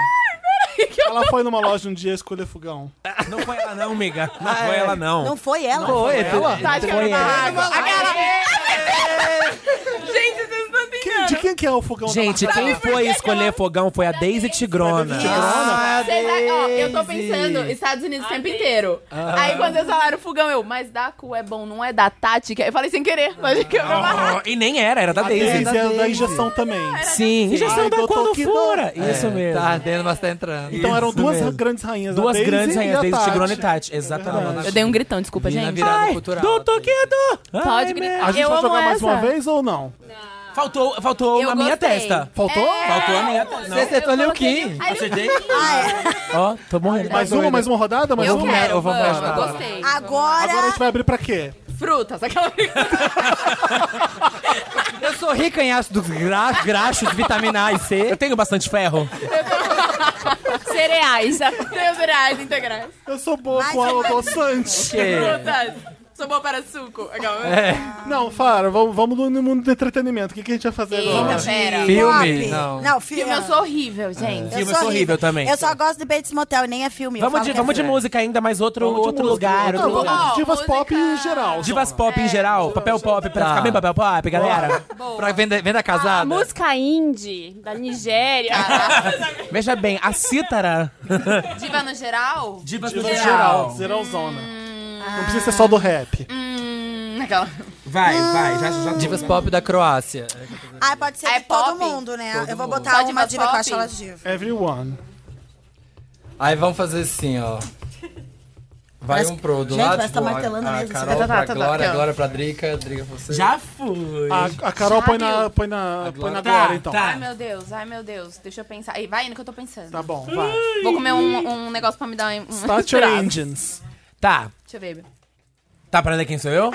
Speaker 1: Ela foi numa loja um dia escolher fogão.
Speaker 6: Não foi ela não, amiga. Não foi ela não.
Speaker 4: Não foi ela.
Speaker 6: É
Speaker 2: Oi, ela?
Speaker 5: Tá
Speaker 6: Foi
Speaker 5: quebrando a
Speaker 6: ela.
Speaker 5: água. Aquela...
Speaker 1: Quem- de quem que é o fogão
Speaker 6: Gente,
Speaker 1: da
Speaker 6: quem foi escolher fogão foi a Daisy Tigrona.
Speaker 2: Ah,
Speaker 5: Vocês- ó, eu tô
Speaker 2: Daisy.
Speaker 5: pensando, Estados Unidos o tempo inteiro. Aí quando eu falaram fogão, eu, mas da cu é bom, não é da tática. Eu falei sem querer,
Speaker 2: Ah.
Speaker 5: mas quebrou uma
Speaker 6: Oh, e nem era, era da
Speaker 1: A Daisy
Speaker 6: Daisy.
Speaker 1: é da
Speaker 2: Daisy.
Speaker 1: injeção também.
Speaker 6: Sim, injeção
Speaker 1: Ai,
Speaker 6: da
Speaker 1: doutor
Speaker 6: quando
Speaker 1: Kidon.
Speaker 6: fura. Isso mesmo.
Speaker 2: Tá ardendo, mas tá entrando.
Speaker 1: Então eram
Speaker 6: Isso
Speaker 1: duas
Speaker 6: mesmo.
Speaker 1: grandes rainhas. a
Speaker 6: Duas
Speaker 1: Daisy
Speaker 6: grandes
Speaker 1: e
Speaker 6: rainhas,
Speaker 1: a
Speaker 6: Daisy
Speaker 1: Tati.
Speaker 6: Tigrona e Tati. Exatamente.
Speaker 5: Eu dei um gritão, desculpa,
Speaker 2: Vi na
Speaker 5: gente.
Speaker 2: virada
Speaker 6: Ai,
Speaker 2: cultural.
Speaker 6: Doutor Quedo!
Speaker 5: Pode
Speaker 1: A
Speaker 5: gritar.
Speaker 1: gente
Speaker 5: Eu
Speaker 1: vai
Speaker 5: amo
Speaker 1: jogar mais
Speaker 5: essa.
Speaker 1: uma vez ou não?
Speaker 6: Faltou, faltou
Speaker 5: Eu
Speaker 6: a minha
Speaker 5: gostei. É.
Speaker 6: testa.
Speaker 1: Faltou?
Speaker 6: Faltou a minha testa.
Speaker 2: Você acertou ali o Kim.
Speaker 6: Acertei?
Speaker 5: Ah, é.
Speaker 6: Ó, tô morrendo.
Speaker 1: Mais uma, mais uma rodada? Mais
Speaker 5: Eu
Speaker 1: uma?
Speaker 5: quero,
Speaker 2: vamos
Speaker 5: vamos,
Speaker 2: pra-
Speaker 5: gostei.
Speaker 4: Agora, é
Speaker 1: Agora é a gente vai abrir pra quê?
Speaker 5: Frutas, aquela...
Speaker 2: Eu sou rica em ácidos gra graxos, vitamina A e
Speaker 6: Eu
Speaker 2: C.
Speaker 6: tenho bastante ferro.
Speaker 3: Cereais.
Speaker 5: Cereais integrais.
Speaker 1: Eu sou boa
Speaker 4: Mais
Speaker 1: com
Speaker 4: uma.
Speaker 1: adoçante.
Speaker 2: É.
Speaker 5: Frutas. Sou boa para suco. É Aquela...
Speaker 1: Não, Fara, vamos, vamos no mundo do entretenimento. O que, que a gente vai fazer agora?
Speaker 5: Eita, pera.
Speaker 4: pop.
Speaker 2: Filme? Não.
Speaker 4: filme. é
Speaker 5: Filme, é eu sou
Speaker 2: É.
Speaker 5: horrível, gente.
Speaker 6: Filme, eu sou horrível também.
Speaker 4: Eu só gosto de Bates Motel, nem é filme. eu
Speaker 6: Vamos
Speaker 4: falo
Speaker 6: de,
Speaker 4: que é
Speaker 6: vamos de
Speaker 4: filme.
Speaker 6: música ainda, mais outro,
Speaker 1: Vamos de
Speaker 6: outro
Speaker 1: música.
Speaker 6: lugar.
Speaker 1: Não,
Speaker 6: Outro
Speaker 1: vamos
Speaker 6: lugar.
Speaker 1: de divas
Speaker 5: música.
Speaker 1: pop em geral.
Speaker 6: Divas pop
Speaker 5: É.
Speaker 6: em geral, papel pop, pra
Speaker 2: Tá.
Speaker 6: ficar bem papel pop, galera.
Speaker 2: Pra venda, venda
Speaker 3: A
Speaker 5: Ah,
Speaker 2: casada.
Speaker 3: música indie da Nigéria.
Speaker 6: Veja bem, a cítara.
Speaker 5: Diva no geral?
Speaker 6: Divas
Speaker 1: Divas geral, geralzona. Não precisa ser só do rap.
Speaker 5: Hum, aquela...
Speaker 6: Vai, vai, já, já
Speaker 2: Divas pop da Croácia.
Speaker 4: Ah, pode ser
Speaker 5: É
Speaker 4: de
Speaker 5: pop?
Speaker 4: todo mundo, né? eu vou botar
Speaker 5: Só de
Speaker 4: uma
Speaker 5: uma
Speaker 4: diva que eu
Speaker 5: pop?
Speaker 4: acho ela diva.
Speaker 1: Everyone.
Speaker 2: Aí vamos fazer assim, ó. Vai
Speaker 4: Parece-
Speaker 2: um pro do
Speaker 4: Gente,
Speaker 2: lado.
Speaker 4: parece que tá
Speaker 2: tipo, a-
Speaker 4: martelando
Speaker 2: a,
Speaker 4: mesmo.
Speaker 2: Carol
Speaker 5: Tá, tá,
Speaker 2: pra
Speaker 5: tá, tá,
Speaker 2: Glória,
Speaker 5: tá.
Speaker 2: Glória pra Drica, Drica pra você.
Speaker 6: Já fui.
Speaker 1: A, a Carol põe na, põe na, põe na Glória, então.
Speaker 6: tá.
Speaker 2: Ah.
Speaker 5: Ai, meu Deus, ai, meu Deus. Deixa eu pensar. Aí, vai indo que eu tô pensando.
Speaker 1: Tá bom, vai.
Speaker 5: Vou comer um, um negócio pra me dar um... um
Speaker 1: Start your
Speaker 5: inspirado.
Speaker 1: engines.
Speaker 6: Tá,
Speaker 5: Deixa eu ver.
Speaker 6: tá pra ler quem sou eu?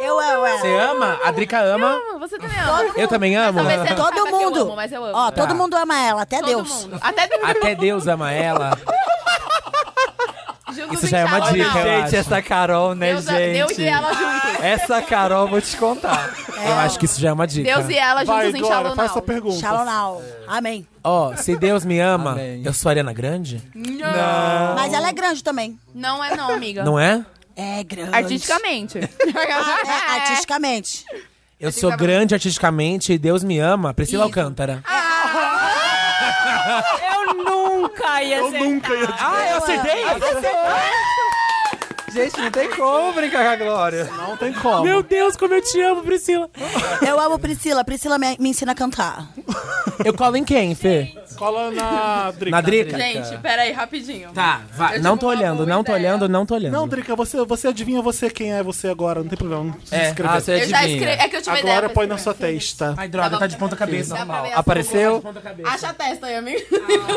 Speaker 4: Eu, eu, é.
Speaker 6: Você
Speaker 4: eu.
Speaker 6: ama? A Drica ama?
Speaker 5: Hum, Você também ama.
Speaker 6: Eu também amo.
Speaker 5: Talvez você não
Speaker 4: Todo
Speaker 5: saiba que eu
Speaker 4: mundo.
Speaker 5: amo, mas eu amo.
Speaker 4: Ó,
Speaker 6: Tá.
Speaker 4: todo mundo ama ela, até
Speaker 5: Todo
Speaker 4: Deus.
Speaker 5: mundo. Até
Speaker 6: Até Deus ama ela.
Speaker 5: junto
Speaker 6: Isso
Speaker 5: do
Speaker 6: já é uma
Speaker 5: Thiago,
Speaker 6: dica,
Speaker 5: não.
Speaker 6: eu
Speaker 2: Gente,
Speaker 6: acho.
Speaker 2: essa Carol, né,
Speaker 5: Deus,
Speaker 2: gente?
Speaker 5: Deus e ela juntos.
Speaker 2: Essa Carol, vou te contar.
Speaker 6: Eu acho que isso já é uma dica.
Speaker 5: Deus e ela
Speaker 1: Vai,
Speaker 5: juntos em
Speaker 1: Glória,
Speaker 5: Shalom
Speaker 1: faz essa
Speaker 5: Now.
Speaker 1: pergunta.
Speaker 4: Shalom now. Amém.
Speaker 6: Ó, se Deus me ama,
Speaker 2: Amém.
Speaker 6: eu sou Ariana Grande?
Speaker 5: Não.
Speaker 4: Mas ela é grande também.
Speaker 5: Não é não, amiga.
Speaker 6: Não é?
Speaker 4: É grande.
Speaker 5: Artisticamente.
Speaker 4: É, artisticamente.
Speaker 6: Eu
Speaker 5: tá
Speaker 6: sou grande artisticamente e Deus me ama, Priscila Alcântara.
Speaker 5: Ah,
Speaker 3: Eu nunca ia
Speaker 1: Eu
Speaker 5: assim.
Speaker 3: ser.
Speaker 1: nunca ia dizer.
Speaker 6: Ah, eu acertei?
Speaker 2: Gente, não tem como brincar com a Glória.
Speaker 1: Não tem como.
Speaker 6: Meu Deus, como eu te amo, Priscila.
Speaker 4: Eu amo Priscila. Priscila me, me ensina a cantar.
Speaker 6: Eu colo em quem, Fê?
Speaker 1: Cola na Drica.
Speaker 6: Na Drica?
Speaker 5: Gente, peraí, rapidinho.
Speaker 6: Tá, vai.
Speaker 5: Eu
Speaker 6: Não
Speaker 5: tive
Speaker 6: tô
Speaker 5: uma
Speaker 6: olhando,
Speaker 5: boa
Speaker 6: não tô
Speaker 5: ideia.
Speaker 6: olhando, não tô olhando.
Speaker 1: Não, Drica, você, você adivinha você quem é você agora, não tem problema. Não precisa
Speaker 2: É,
Speaker 1: escrever.
Speaker 2: ah, você
Speaker 5: Eu já
Speaker 2: adivinha.
Speaker 5: escrevi. É que eu tive ideia.
Speaker 1: Agora
Speaker 5: pra
Speaker 1: põe na sua
Speaker 5: escrever.
Speaker 1: testa.
Speaker 6: Ai, droga, tá de ponta cabeça.
Speaker 5: Dá pra ver É a
Speaker 2: Apareceu?
Speaker 5: sua- Acha a testa aí, amigo.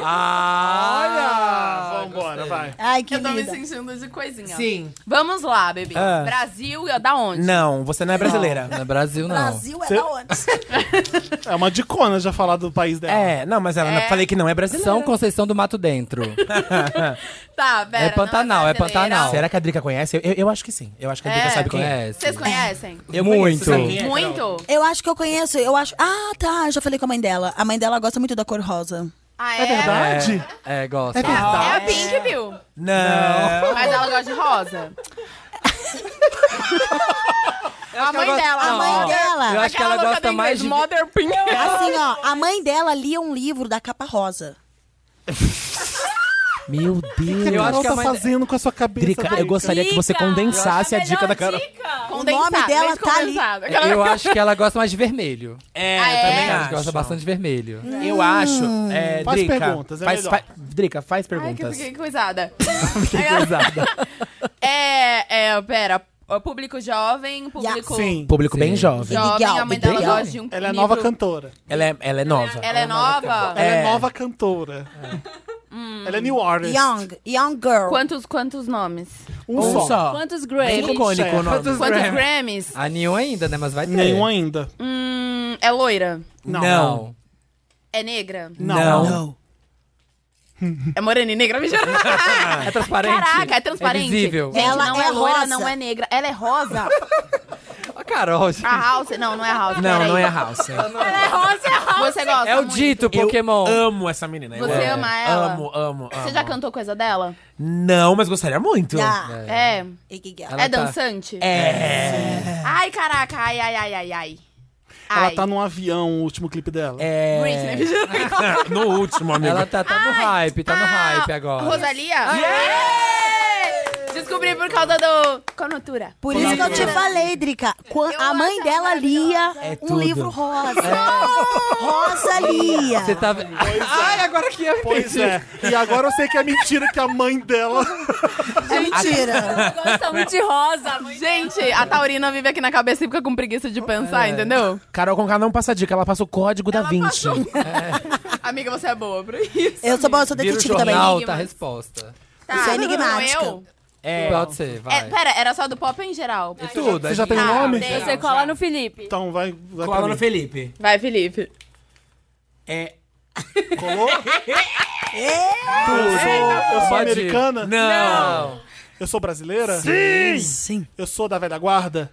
Speaker 2: Ah,
Speaker 1: Vambora, vai.
Speaker 4: Ai, que
Speaker 5: Eu tô me
Speaker 4: linda.
Speaker 5: sentindo de coisinha.
Speaker 6: Sim.
Speaker 5: Vamos lá, bebê.
Speaker 6: Ah.
Speaker 5: Brasil, eu- da onde?
Speaker 6: Não, você não é brasileira.
Speaker 2: Não é Brasil, não.
Speaker 4: Brasil é
Speaker 1: Cê-
Speaker 4: da onde?
Speaker 1: É uma dicona já falar do país dela.
Speaker 6: É, não, mas ela não- falei que não é
Speaker 5: né?
Speaker 6: brasileira.
Speaker 2: São Conceição do Mato Dentro.
Speaker 5: Tá, pera.
Speaker 2: É Pantanal,
Speaker 5: não
Speaker 2: é
Speaker 5: brasileira.
Speaker 2: Pantanal.
Speaker 6: Será que a Drica conhece? Eu, eu- eu acho que sim. Eu acho que a Drica
Speaker 5: É.
Speaker 6: sabe quem é.
Speaker 2: Conhece?
Speaker 5: Vocês conhecem?
Speaker 6: Eu
Speaker 2: Muito.
Speaker 6: conheço, sabe quem é, Carol?
Speaker 5: Muito?
Speaker 4: Eu acho que eu conheço. Eu acho. Ah, tá. Eu já falei com a mãe dela. A mãe dela gosta muito da cor rosa.
Speaker 5: Ah,
Speaker 1: É verdade?
Speaker 2: É, gosto.
Speaker 5: É a Pink, viu?
Speaker 6: Não.
Speaker 5: Mas ela gosta de rosa.
Speaker 2: Ah,
Speaker 5: a mãe dela.
Speaker 4: A mãe
Speaker 2: Eu
Speaker 4: dela.
Speaker 2: acho que ela
Speaker 5: louca
Speaker 2: gosta
Speaker 5: do inglês,
Speaker 2: mais de...
Speaker 5: Mother Pink.
Speaker 4: Assim, ó. A mãe dela lia um livro da capa rosa.
Speaker 6: Meu Deus.
Speaker 2: Eu
Speaker 1: O
Speaker 2: acho
Speaker 1: que
Speaker 2: que a
Speaker 1: tá
Speaker 2: mãe-
Speaker 1: fazendo com a sua cabeça?
Speaker 6: é Drica, eu gostaria que você
Speaker 3: Dica!
Speaker 6: condensasse a dica da Carol.
Speaker 4: O nome dela
Speaker 5: leite
Speaker 4: tá ali.
Speaker 5: condensado. Aquela-
Speaker 2: Eu acho que ela gosta mais de vermelho.
Speaker 6: É,
Speaker 5: Ah, é?
Speaker 2: Ela gosta bastante de vermelho.
Speaker 6: Eu acho. é,
Speaker 1: Faz
Speaker 6: Drica,
Speaker 1: perguntas, é
Speaker 6: faz,
Speaker 1: melhor.
Speaker 6: fa- Drica, faz
Speaker 5: Ai, que
Speaker 6: perguntas.
Speaker 5: fiquei coisada.
Speaker 6: Pesada.
Speaker 5: É, é, pera. Público jovem, público...
Speaker 1: Sim.
Speaker 6: Público bem
Speaker 2: Sim.
Speaker 6: jovem.
Speaker 5: Jovem,
Speaker 4: Legal,
Speaker 5: a mãe dela
Speaker 4: legal.
Speaker 5: gosta de um
Speaker 1: Ela é
Speaker 5: livro-
Speaker 1: nova cantora.
Speaker 6: Ela é, ela é nova.
Speaker 5: Ela é nova?
Speaker 1: Ela é
Speaker 6: É.
Speaker 1: nova cantora.
Speaker 5: Hum.
Speaker 1: Ela é new artist.
Speaker 4: Young. Young girl.
Speaker 5: Quantos, quantos nomes?
Speaker 1: Um,
Speaker 6: Um
Speaker 1: só.
Speaker 6: só.
Speaker 3: Quantos
Speaker 6: Bem
Speaker 3: Grammys?
Speaker 6: icônico o nome.
Speaker 5: Quantos Grammys?
Speaker 2: A nenhum ainda, né? Mas vai ter.
Speaker 1: Nenhum ainda.
Speaker 5: Hum, é loira?
Speaker 1: Não.
Speaker 2: Não.
Speaker 5: É negra?
Speaker 1: Não.
Speaker 6: Não.
Speaker 5: É morena e negra? Mentira.
Speaker 2: É transparente.
Speaker 5: Caraca, é transparente.
Speaker 2: É visível.
Speaker 5: Gente,
Speaker 4: Ela
Speaker 5: não é,
Speaker 4: é
Speaker 5: loira,
Speaker 4: rosa.
Speaker 5: não é negra. Ela é rosa.
Speaker 2: A Ah, Carol, gente.
Speaker 5: A House. Não, não é a House.
Speaker 6: Não,
Speaker 5: peraí.
Speaker 6: não é a House.
Speaker 5: Ela é rosa, é a House. Você gosta.
Speaker 2: É o
Speaker 5: muito.
Speaker 2: dito Pokémon.
Speaker 6: Amo essa menina. eu
Speaker 5: Você
Speaker 6: amo.
Speaker 5: ama ela?
Speaker 6: Amo, amo, amo.
Speaker 5: Você já cantou coisa dela?
Speaker 6: Não, mas gostaria muito.
Speaker 4: Ah,
Speaker 5: É.
Speaker 4: e que girl.
Speaker 2: Ela
Speaker 5: é
Speaker 2: tá-
Speaker 5: dançante?
Speaker 6: É.
Speaker 5: Ai, caraca. Ai, ai, ai, ai, ai.
Speaker 1: Ela
Speaker 5: Ai.
Speaker 1: tá num avião, o último clipe dela.
Speaker 6: É.
Speaker 5: Britney.
Speaker 6: No último, amigo.
Speaker 2: Ela tá, tá no hype, tá no
Speaker 5: Ah,
Speaker 2: hype agora.
Speaker 5: Rosalia? Desculpa, descobri por causa do. Conotura.
Speaker 4: Por isso que eu te falei, Drica. Quan- a mãe dela lia
Speaker 6: É
Speaker 4: um
Speaker 6: tudo.
Speaker 4: livro rosa. Rosa lia.
Speaker 2: Você tava. Ai, agora que eu
Speaker 1: Pois é. E agora eu sei que é mentira que a mãe dela.
Speaker 4: É mentira.
Speaker 5: Gostam muito de rosa. Gente, a Taurina vive aqui na cabeça e fica com preguiça de pensar, entendeu?
Speaker 6: Carol Conká não passa dica, ela passa o código da 20.
Speaker 5: Amiga, você é boa pra isso.
Speaker 4: Eu sou boa, eu sou
Speaker 6: Vira o
Speaker 4: detetive também.
Speaker 2: Não,
Speaker 5: Enigmas.
Speaker 2: tá a resposta.
Speaker 4: Isso é enigmática.
Speaker 5: Eu?
Speaker 6: É.
Speaker 2: Pode ser, vai. um
Speaker 5: É, pera, era só do pop ou em geral?
Speaker 2: Tudo.
Speaker 1: Você já tem o
Speaker 5: Ah,
Speaker 1: nome?
Speaker 5: tem.
Speaker 3: Você cola no Felipe.
Speaker 1: Então vai. vai pra
Speaker 6: Cola
Speaker 1: mim.
Speaker 6: no Felipe.
Speaker 5: Vai, Felipe.
Speaker 6: É.
Speaker 1: Colou? Eu sou, eu sou
Speaker 2: Pode ir.
Speaker 1: americana?
Speaker 2: Não.
Speaker 1: Eu sou brasileira?
Speaker 4: Sim.
Speaker 1: Eu sou da velha guarda?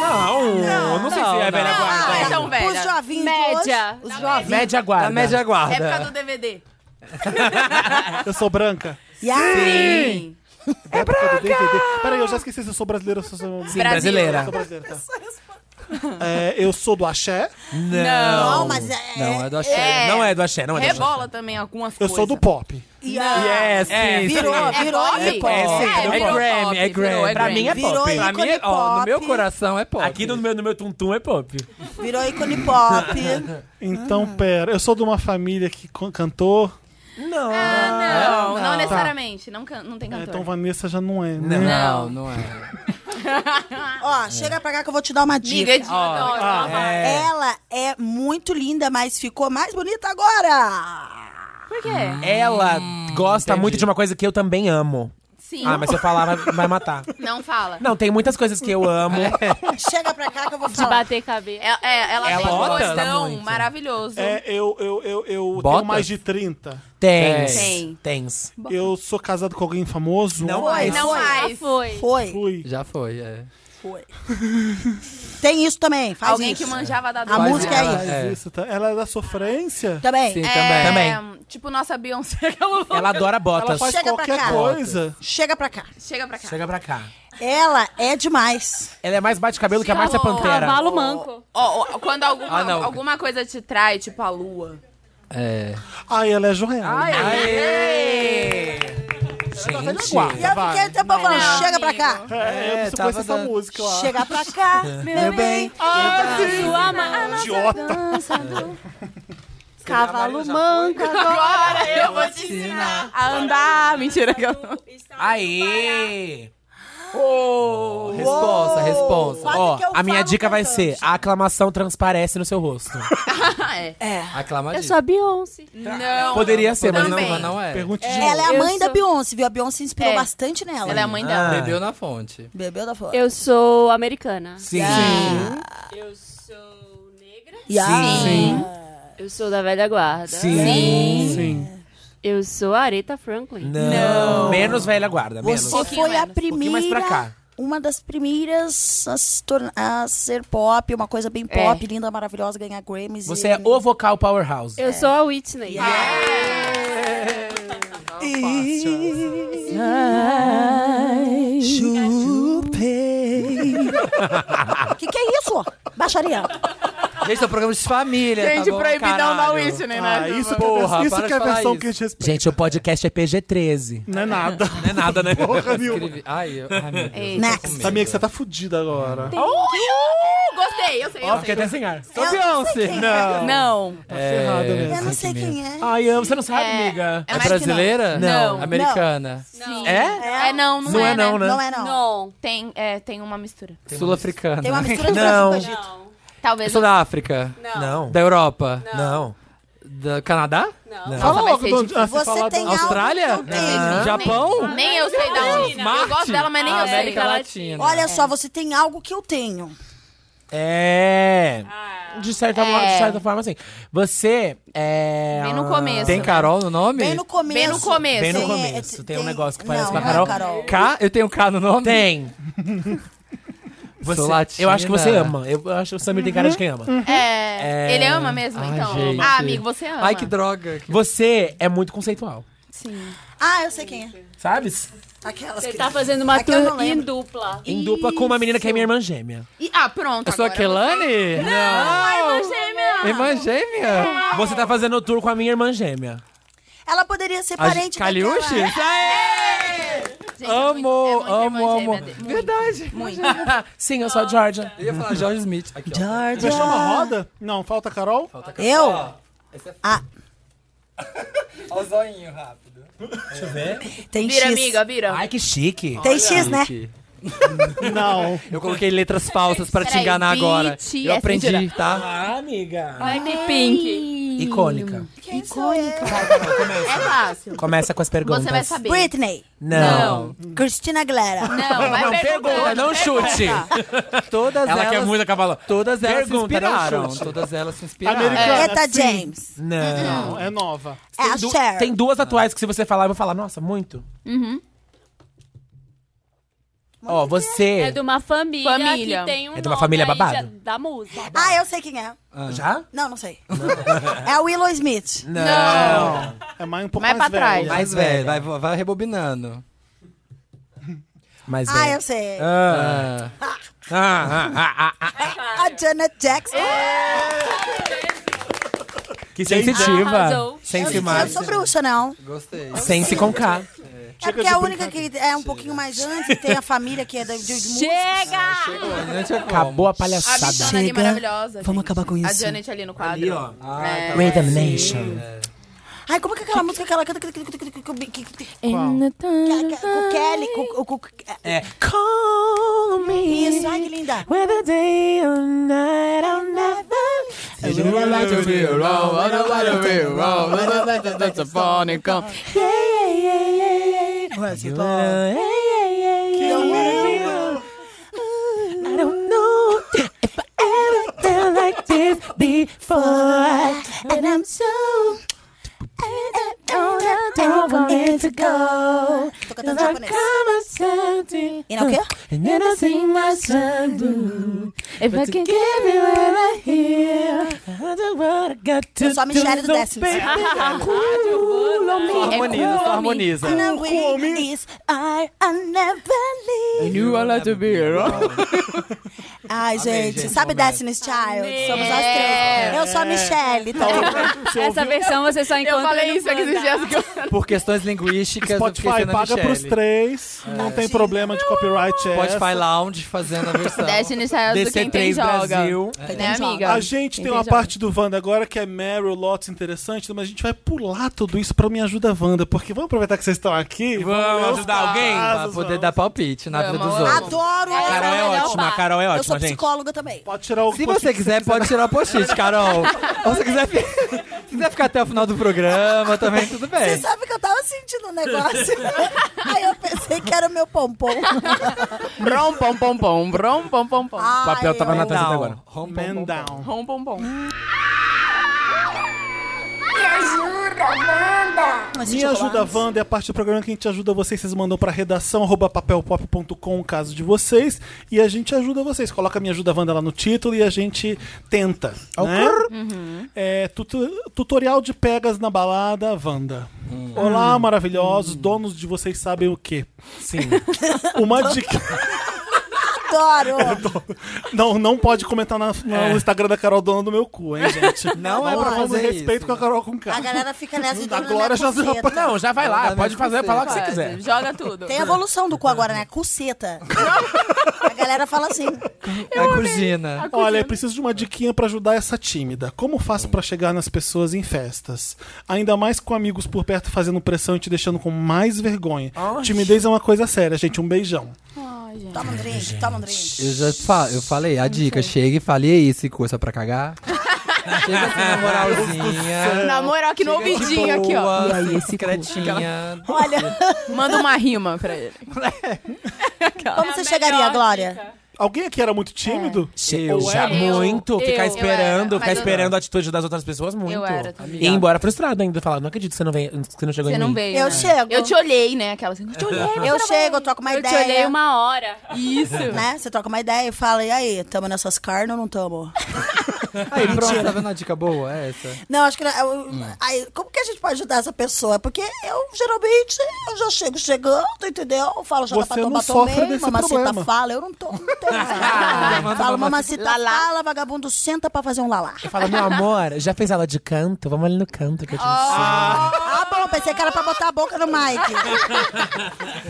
Speaker 6: Não, não, sei se
Speaker 2: não,
Speaker 6: é velha
Speaker 2: não.
Speaker 6: guarda.
Speaker 5: é tão velha.
Speaker 4: Os jovinhos
Speaker 3: Média.
Speaker 4: de hoje, os jovinhos.
Speaker 6: Média guarda.
Speaker 2: Da média
Speaker 5: É por
Speaker 2: guarda.
Speaker 5: causa do DVD.
Speaker 1: Eu sou branca?
Speaker 4: Yeah.
Speaker 5: Sim.
Speaker 1: Ah. É branca! Peraí, eu já esqueci se eu sou brasileira ou se eu sou...
Speaker 6: Sim, brasileira.
Speaker 1: Eu sou brasileira, tá. É, eu sou do axé,
Speaker 6: Não.
Speaker 4: Não, mas é...
Speaker 2: Não, é do axé.
Speaker 5: É.
Speaker 6: Não é do axé, não é do axé.
Speaker 5: Rebola também algumas
Speaker 1: eu
Speaker 5: coisas.
Speaker 1: sou do pop.
Speaker 6: É, sim,
Speaker 2: É,
Speaker 6: sim.
Speaker 4: Virou,
Speaker 5: É
Speaker 4: virou
Speaker 5: pop?
Speaker 4: ícone.
Speaker 5: É,
Speaker 6: sim,
Speaker 5: É,
Speaker 6: virou
Speaker 5: virou
Speaker 6: Grammy,
Speaker 5: pop,
Speaker 6: é Grammy.
Speaker 5: virou, é
Speaker 6: Pra mim é
Speaker 5: Grammy.
Speaker 6: pop.
Speaker 4: Virou
Speaker 2: Pra mim,
Speaker 4: ícone
Speaker 2: ó, no meu
Speaker 4: pop.
Speaker 2: coração é pop.
Speaker 6: Aqui no meu, no meu tum-tum é pop.
Speaker 4: Virou ícone pop.
Speaker 1: Então, pera, eu sou de uma família que can- cantou. é,
Speaker 6: Não.
Speaker 5: Ah, Não, não
Speaker 2: Não.
Speaker 5: necessariamente. Não, can- não tem
Speaker 1: É,
Speaker 5: cantor.
Speaker 1: então Vanessa já não é, né?
Speaker 2: Não, não é.
Speaker 4: Ó, chega pra cá que eu vou te dar uma dica.
Speaker 5: Amiga de idosa.
Speaker 6: É.
Speaker 4: Ela é muito linda, mas ficou mais bonita agora.
Speaker 5: Por
Speaker 6: Hum.
Speaker 5: quê?
Speaker 6: Ela gosta
Speaker 2: entendi.
Speaker 6: muito de uma coisa que eu também amo.
Speaker 5: Sim.
Speaker 6: Ah, mas se eu falar, vai, vai matar.
Speaker 5: Não fala.
Speaker 6: Não, tem muitas coisas que eu amo.
Speaker 4: Chega pra cá que eu vou
Speaker 3: De
Speaker 4: falar.
Speaker 3: bater cabelo.
Speaker 5: É- é, ela,
Speaker 6: Ela
Speaker 5: tem um
Speaker 6: bota? Tá
Speaker 5: gostão
Speaker 6: muito.
Speaker 5: maravilhoso.
Speaker 1: É, eu, eu, eu, eu tenho
Speaker 2: Botas?
Speaker 1: mais de 30.
Speaker 6: Tens.
Speaker 5: Tem.
Speaker 6: Tens.
Speaker 1: Eu sou casado com alguém famoso?
Speaker 6: Não
Speaker 4: Foi,
Speaker 6: mais.
Speaker 5: Não
Speaker 4: foi.
Speaker 3: Ah,
Speaker 5: mais.
Speaker 3: foi.
Speaker 4: Foi,
Speaker 1: Fui.
Speaker 2: Já foi, é.
Speaker 4: foi. Tem isso também, faz
Speaker 5: Alguém
Speaker 4: isso.
Speaker 5: que manjava da
Speaker 4: A
Speaker 5: dança.
Speaker 2: Faz
Speaker 4: música
Speaker 2: ela,
Speaker 4: é isso.
Speaker 1: Mas isso tá- Ela é da sofrência?
Speaker 4: Também.
Speaker 2: Sim,
Speaker 5: É,
Speaker 2: também.
Speaker 5: Tipo nossa Beyoncé. aquela louca.
Speaker 6: Ela adora botas.
Speaker 1: Ela faz
Speaker 4: Chega pra cá.
Speaker 1: qualquer coisa.
Speaker 4: Chega pra cá.
Speaker 5: Chega pra cá.
Speaker 6: Chega pra cá.
Speaker 4: Ela é demais.
Speaker 6: Ela é mais bate-cabelo que a Márcia
Speaker 5: Calor.
Speaker 6: Pantera.
Speaker 3: Cavalo manco.
Speaker 5: Ó, ó, quando alguma,
Speaker 2: Ah, não.
Speaker 5: alguma coisa te trai, tipo a lua.
Speaker 2: É.
Speaker 1: Ah, ela é Joel.
Speaker 6: Aê!
Speaker 4: E
Speaker 6: Gente.
Speaker 4: eu fiquei até pra falando,
Speaker 5: Não,
Speaker 4: chega pra
Speaker 5: amigo.
Speaker 4: cá.
Speaker 1: É, eu preciso
Speaker 2: tava
Speaker 1: conhecer essa
Speaker 2: dando-
Speaker 1: música lá.
Speaker 4: Chega pra cá, meu bem.
Speaker 3: Sua ma-
Speaker 1: Idiota.
Speaker 3: Cavalo manco.
Speaker 5: Agora eu vou te ensinar a andar. Mentira que eu não.
Speaker 6: Aê!
Speaker 2: Responsa, responsa.
Speaker 4: Quase
Speaker 6: Ó,
Speaker 4: que eu
Speaker 6: a minha
Speaker 4: falo
Speaker 6: dica vai
Speaker 4: cantante.
Speaker 6: ser: a aclamação transparece no seu rosto.
Speaker 5: é.
Speaker 3: Eu
Speaker 2: Aclamadinho.
Speaker 3: sou a Beyoncé.
Speaker 5: Não.
Speaker 6: Poderia ser, mas não,
Speaker 5: Também.
Speaker 2: Mas não é.
Speaker 1: Pergunte de
Speaker 4: Ela é a
Speaker 3: Eu
Speaker 4: mãe da
Speaker 3: sou-
Speaker 4: Beyoncé, viu? A Beyoncé inspirou
Speaker 5: É.
Speaker 4: bastante nela.
Speaker 5: Ela é a mãe dela.
Speaker 2: Bebeu na fonte.
Speaker 4: Bebeu da fora.
Speaker 3: Eu sou americana.
Speaker 6: Sim.
Speaker 3: Eu sou negra.
Speaker 4: Yeah.
Speaker 3: Eu sou da velha guarda.
Speaker 6: Sim. Né.
Speaker 1: Sim.
Speaker 3: Eu sou a Aretha Franklin.
Speaker 6: Não. Menos velha guarda, menos.
Speaker 4: Você foi a
Speaker 6: Um pouquinho
Speaker 4: primeira.
Speaker 6: mais pra cá.
Speaker 4: Uma das primeiras a, se torna- a ser pop, uma coisa bem pop, linda, maravilhosa, ganhar Grammys.
Speaker 6: Você
Speaker 4: e-
Speaker 6: é o vocal powerhouse.
Speaker 3: Eu sou a Whitney.
Speaker 4: Que que é isso? Baixaria.
Speaker 2: Gente, é um programa de família, tá
Speaker 5: Gente,
Speaker 2: bom?
Speaker 5: proibidão da
Speaker 2: Caralho.
Speaker 5: Whitney, né?
Speaker 1: Ah, isso que
Speaker 2: Porra,
Speaker 1: é, isso
Speaker 2: para
Speaker 1: que é a
Speaker 2: de falar
Speaker 1: versão
Speaker 2: isso.
Speaker 1: que a gente respeita.
Speaker 6: Gente, o podcast é PG-13.
Speaker 1: Não é nada.
Speaker 6: Não é nada, né?
Speaker 1: Porra nenhuma.
Speaker 2: Escrevi- Ai, eu... Ai, meu Deus.
Speaker 5: Eita.
Speaker 4: Next.
Speaker 1: Sabia que você tá fudida agora.
Speaker 5: Uh, gostei, eu sei,
Speaker 6: Ó,
Speaker 5: eu
Speaker 6: fiquei
Speaker 5: sei.
Speaker 6: até sem ar.
Speaker 4: Eu não sei quem é.
Speaker 1: Não.
Speaker 5: Não.
Speaker 1: Tá ferrada
Speaker 4: Eu
Speaker 1: mesmo.
Speaker 4: não sei quem é.
Speaker 6: Ai, eu- você não sabe,
Speaker 5: É.
Speaker 6: amiga.
Speaker 5: É
Speaker 2: É
Speaker 5: mais
Speaker 2: brasileira?
Speaker 5: que não. Não.
Speaker 2: Americana.
Speaker 5: Sim.
Speaker 6: É?
Speaker 5: É, não, não,
Speaker 6: Não
Speaker 5: é,
Speaker 6: é não, né?
Speaker 4: Não é, não.
Speaker 3: Não.
Speaker 5: Tem, é, tem uma mistura.
Speaker 2: Sul-africana.
Speaker 4: Tem uma mistura de
Speaker 6: Não.
Speaker 4: Brasil com Egito.
Speaker 2: Eu
Speaker 5: Talvez.
Speaker 2: sou da África.
Speaker 6: Não.
Speaker 2: Da Europa.
Speaker 6: Não.
Speaker 2: Do Canadá?
Speaker 1: Fala
Speaker 5: Nossa,
Speaker 1: logo,
Speaker 5: mas
Speaker 1: Dona- ah,
Speaker 4: Você
Speaker 1: fala
Speaker 4: tem
Speaker 1: Dona-
Speaker 2: Austrália?
Speaker 6: Não.
Speaker 2: Japão?
Speaker 5: Nem, nem eu sei da onde. Eu gosto dela, mas nem eu sei.
Speaker 2: Ah, América Latina.
Speaker 4: Olha só, você tem algo que eu tenho.
Speaker 6: É.
Speaker 5: Ah.
Speaker 6: De certa, forma, de certa forma, assim. Você é.
Speaker 5: É. Bem no começo.
Speaker 2: Tem Carol no nome?
Speaker 4: Bem no começo.
Speaker 5: Bem no começo.
Speaker 6: Bem no
Speaker 4: Tem-
Speaker 6: começo.
Speaker 4: é,
Speaker 6: Tem, um negócio que parece
Speaker 4: não,
Speaker 6: com a
Speaker 4: não é
Speaker 6: Carol.
Speaker 4: Carol.
Speaker 2: K? Eu tenho K no nome?
Speaker 6: Tem. Você,
Speaker 2: Sou latina. Uhum.
Speaker 6: Eu acho que você ama. Eu acho que o Samir tem cara de quem ama.
Speaker 5: É,
Speaker 6: É.
Speaker 5: Ele ama mesmo,
Speaker 2: Ai,
Speaker 5: então?
Speaker 2: gente.
Speaker 5: Ah, amigo, você ama.
Speaker 2: Ai, que droga. Que-
Speaker 6: Você é muito conceitual.
Speaker 5: Sim.
Speaker 4: Ah, eu sei quem é.
Speaker 6: Sabes?
Speaker 4: Aquelas
Speaker 3: Você
Speaker 4: que...
Speaker 3: tá fazendo uma
Speaker 4: É que eu não
Speaker 3: tour em
Speaker 4: lembro.
Speaker 3: dupla.
Speaker 6: Em dupla com uma menina que é minha irmã gêmea.
Speaker 5: E- ah, pronto.
Speaker 2: Eu sou a
Speaker 5: agora
Speaker 2: Kelane? Não!
Speaker 5: Gêmea.
Speaker 2: Irmã gêmea?
Speaker 6: Você tá fazendo o tour com a minha irmã gêmea.
Speaker 4: Ela poderia ser
Speaker 2: A
Speaker 4: parente
Speaker 2: Kaliushi?
Speaker 4: daquela...
Speaker 2: Aê!
Speaker 5: Gente, é
Speaker 6: amo,
Speaker 5: muito- é muito
Speaker 6: amo,
Speaker 5: irmã
Speaker 6: amo.
Speaker 5: gêmea de- muito,
Speaker 6: Verdade.
Speaker 5: Muito.
Speaker 6: Sim, eu sou a Georgia.
Speaker 2: Eu ia falar George Smith. Aqui, ó.
Speaker 1: Fechou
Speaker 4: Georgia.
Speaker 1: uma roda? Não, falta a Carol?
Speaker 2: Falta cá.
Speaker 4: Eu?
Speaker 2: Ó, esse é-
Speaker 4: Ah.
Speaker 2: Ó o zoinho rápido.
Speaker 4: Tem
Speaker 3: Vira,
Speaker 4: X.
Speaker 3: amiga, vira.
Speaker 6: Ai, que chique.
Speaker 4: Tem X, né?
Speaker 1: Não.
Speaker 2: Eu coloquei letras falsas pra te
Speaker 5: Peraí,
Speaker 2: enganar agora.
Speaker 5: beat,
Speaker 2: Eu
Speaker 5: essa
Speaker 2: aprendi,
Speaker 5: mentira.
Speaker 2: tá?
Speaker 6: Ah, amiga.
Speaker 3: Ai, que pink.
Speaker 6: Icônica.
Speaker 4: Icônica.
Speaker 3: É fácil.
Speaker 6: Começa com as perguntas.
Speaker 5: Você vai saber.
Speaker 4: Britney.
Speaker 6: Não.
Speaker 4: Christina Aguilera.
Speaker 5: Não, vai
Speaker 6: Pergunta,
Speaker 5: perguntar.
Speaker 6: não chute.
Speaker 2: Todas
Speaker 6: Ela
Speaker 2: elas.
Speaker 6: quer muito cavalo.
Speaker 2: Todas elas se
Speaker 6: Pergunta, não
Speaker 2: inspiraram.
Speaker 6: chute.
Speaker 2: Todas elas se inspiraram.
Speaker 1: Americana. É,
Speaker 4: Eta
Speaker 1: sim.
Speaker 4: James.
Speaker 6: Não.
Speaker 1: Não, é nova.
Speaker 4: É a
Speaker 6: Du-
Speaker 4: Cher.
Speaker 6: Tem duas atuais que se você falar, eu vou falar, nossa, muito. Ó, você...
Speaker 3: É de uma família,
Speaker 5: Família.
Speaker 3: que tem um
Speaker 6: É de uma
Speaker 3: nome
Speaker 6: família
Speaker 3: aí
Speaker 6: babado?
Speaker 3: já- da música.
Speaker 4: Ah, eu sei quem é.
Speaker 6: Já?
Speaker 4: Não, não sei. é a Willow Smith.
Speaker 6: Não.
Speaker 1: É mais um pouco
Speaker 5: Mais
Speaker 1: mais,
Speaker 5: pra
Speaker 1: velha.
Speaker 5: trás.
Speaker 2: Mais velho, vai, vai rebobinando.
Speaker 6: Mas
Speaker 4: Ah,
Speaker 6: é.
Speaker 4: eu sei.
Speaker 6: Ah,
Speaker 2: Ah,
Speaker 6: ah, ah, ah, ah,
Speaker 4: A Janet Jackson.
Speaker 6: Que sensitiva.
Speaker 3: Arrasou.
Speaker 6: Sense
Speaker 4: ah, eu, eu
Speaker 6: mais.
Speaker 4: sou bruxa, não.
Speaker 2: gostei.
Speaker 6: Sense com K.
Speaker 4: É porque é a única que é um pouquinho mais antes e tem a família que é de, de, de músicos.
Speaker 3: Chega!
Speaker 2: Não tinha é como.
Speaker 6: Acabou a
Speaker 5: A
Speaker 6: palhaçada.
Speaker 5: bichona ali
Speaker 4: Chega.
Speaker 5: maravilhosa.
Speaker 4: Vamos
Speaker 5: gente.
Speaker 4: acabar com
Speaker 5: A
Speaker 4: isso.
Speaker 5: Janet ali no quadro.
Speaker 6: Ali, ó.
Speaker 2: Ah, tá.
Speaker 5: É.
Speaker 6: Rhythm Nation.
Speaker 4: Ai, como é que é aquela música que ela canta que- que- que- que- que- que- que- que-
Speaker 5: In the time
Speaker 4: que- com o Kelly? Com, com, com,
Speaker 6: É. Call me.
Speaker 4: isso, ai que linda.
Speaker 6: Whether day or night, I'll never you are. I don't know if I ever felt like this before.
Speaker 7: And I'm so. I don't, don't want it to go.
Speaker 4: Tô cantando japonês. E não o quê?
Speaker 6: And then I sing my song
Speaker 5: If I can
Speaker 6: tá
Speaker 5: give you
Speaker 6: right here. I do what I got to
Speaker 4: Eu sou a Michelle do
Speaker 6: do,
Speaker 4: Décimos.
Speaker 6: baby.
Speaker 2: Só harmoniza, só harmoniza.
Speaker 4: No way is I, I never leave.
Speaker 2: Knew I like to be
Speaker 4: Ai, gente,
Speaker 2: gente,
Speaker 4: sabe
Speaker 2: momento.
Speaker 4: Destiny's Child? Somos as
Speaker 5: É.
Speaker 4: três. Eu sou a Michelle, tá?
Speaker 3: Essa versão você só encontra
Speaker 5: Eu falei
Speaker 3: no
Speaker 5: isso aqui esses
Speaker 3: Wanda.
Speaker 5: dias que eu...
Speaker 2: Por questões linguísticas, eu
Speaker 1: Spotify
Speaker 2: fiquei
Speaker 1: paga pros três. Não tem problema de copyright. é
Speaker 2: Spotify
Speaker 1: essa.
Speaker 2: Lounge fazendo a versão.
Speaker 5: Destiny Child do Quem Tem
Speaker 6: DC3
Speaker 5: Joga.
Speaker 6: Brasil.
Speaker 5: Né, amiga?
Speaker 1: A gente tem
Speaker 5: Quem
Speaker 1: uma
Speaker 5: joga.
Speaker 1: parte do Wanda agora que é Meryl, Lotus interessante, mas a gente vai pular tudo isso pra Me Ajuda Wanda, porque vamos aproveitar que vocês estão aqui.
Speaker 6: Vamos
Speaker 1: ler os
Speaker 6: ajudar alguém?
Speaker 2: Pra
Speaker 1: casos,
Speaker 2: poder
Speaker 1: vamos.
Speaker 2: dar palpite na vida dos
Speaker 5: Vamos,
Speaker 2: outros.
Speaker 4: Adoro
Speaker 6: A Carol é
Speaker 4: ela.
Speaker 6: ótima, a Carol é
Speaker 4: Eu sou
Speaker 6: ótima, gente.
Speaker 4: psicóloga também.
Speaker 1: Pode tirar o
Speaker 2: Se você quiser, pode tirar o post-it, Carol. Ou se quiser, fi- se quiser ficar até o final do programa também, tudo
Speaker 4: Você
Speaker 2: bem.
Speaker 4: sabe que eu tava sentindo um negócio. Aí eu pensei que era o meu pompom.
Speaker 5: Brom, pom, pom, pom. Brom, pom, pom, pom.
Speaker 4: Ai,
Speaker 6: papel tava
Speaker 4: eu-
Speaker 6: na taça até
Speaker 2: Down.
Speaker 6: agora.
Speaker 2: Home
Speaker 1: Man down.
Speaker 5: Rom, pom, pom.
Speaker 7: Me ajuda, Wanda.
Speaker 1: Me ajuda Wanda é a parte do programa que a gente ajuda vocês. Vocês mandam pra redação arroba papelpop.com o caso de vocês. E a gente ajuda vocês. Coloca Me Ajuda Wanda lá no título e a gente tenta. Né? É, tutu- tutorial de pegas na balada, Wanda.
Speaker 2: Hum.
Speaker 1: Olá, maravilhosos. Donos de vocês sabem o quê?
Speaker 6: Sim.
Speaker 1: Uma dica.
Speaker 4: Adoro.
Speaker 1: Não, não pode comentar na- no Instagram da Carol Dona do meu cu, hein, gente?
Speaker 2: É. Não é pra
Speaker 1: Vamos
Speaker 2: fazer
Speaker 1: respeito
Speaker 2: isso.
Speaker 1: com a Carol com
Speaker 4: A
Speaker 1: K.
Speaker 4: galera fica né, nessa de
Speaker 1: Da
Speaker 4: dona
Speaker 1: Glória
Speaker 4: Neto
Speaker 1: já se
Speaker 4: Cuceta.
Speaker 6: Não, já vai lá.
Speaker 2: Mandar
Speaker 6: Pode
Speaker 2: mesmo
Speaker 6: fazer,
Speaker 2: com
Speaker 6: falar o que
Speaker 5: Pode.
Speaker 6: você quiser.
Speaker 5: Joga tudo.
Speaker 4: Tem a evolução do cu agora, né? Cuceta. A galera fala assim.
Speaker 2: É Cugina.
Speaker 1: Olha, eu preciso de uma diquinha pra ajudar essa tímida. Como faço pra chegar nas pessoas em festas? Ainda mais com amigos por perto fazendo pressão e te deixando com mais vergonha. Timidez é uma coisa séria, gente. Um beijão.
Speaker 4: Toma um drink, toma um drink.
Speaker 2: Eu já fa- eu falei, a dica, chega e fale, e aí, se coisa pra cagar? chega assim, na moralzinha.
Speaker 5: um Na moral, aqui no ouvidinho, aqui, ó.
Speaker 2: E aí, esse cretinha.
Speaker 4: Olha,
Speaker 5: Manda uma rima pra ele.
Speaker 3: É
Speaker 4: como você chegaria, Glória?
Speaker 1: Alguém aqui era muito tímido?
Speaker 6: Eu já
Speaker 3: Eu-
Speaker 6: muito. ficar
Speaker 3: eu
Speaker 6: esperando,
Speaker 5: era,
Speaker 6: ficar
Speaker 5: mas eu-
Speaker 6: esperando a atitude das outras pessoas, muito.
Speaker 5: era também.
Speaker 6: E ir embora frustrado ainda, falar, não acredito que você não, veio, que você não chegou
Speaker 5: Você
Speaker 6: em
Speaker 5: não
Speaker 6: mim.
Speaker 5: veio.
Speaker 4: Eu
Speaker 5: né?
Speaker 4: chego.
Speaker 5: Eu te olhei, né? Aquela assim, eu te olhei.
Speaker 4: Eu chego, eu troco uma
Speaker 3: Eu te
Speaker 4: ideia.
Speaker 3: olhei uma hora.
Speaker 5: Isso.
Speaker 4: Né? Você troca uma ideia e fala, e aí, tamo nessas carnes ou não tamo?
Speaker 2: Aí, pronto, tá vendo uma dica boa? É essa.
Speaker 4: Não, acho que. não. Eu-
Speaker 1: Hum.
Speaker 4: aí, como que a gente pode ajudar essa pessoa? Porque eu, geralmente, eu já chego chegando, entendeu? Eu falo, já
Speaker 1: Você
Speaker 4: tá pra
Speaker 1: não
Speaker 4: tomar,
Speaker 1: sofre
Speaker 4: tomei,
Speaker 1: desse
Speaker 4: mamacita
Speaker 1: problema.
Speaker 4: fala, eu não tô. Não tenho nada. falo,
Speaker 1: assim,
Speaker 4: mamacita fala, vagabundo senta pra fazer um lalá.
Speaker 6: Fala, meu amor, já fez aula de canto? Vamos ali no canto que eu te ensino.
Speaker 4: Ah, bom, pensei que era pra botar a boca no mic.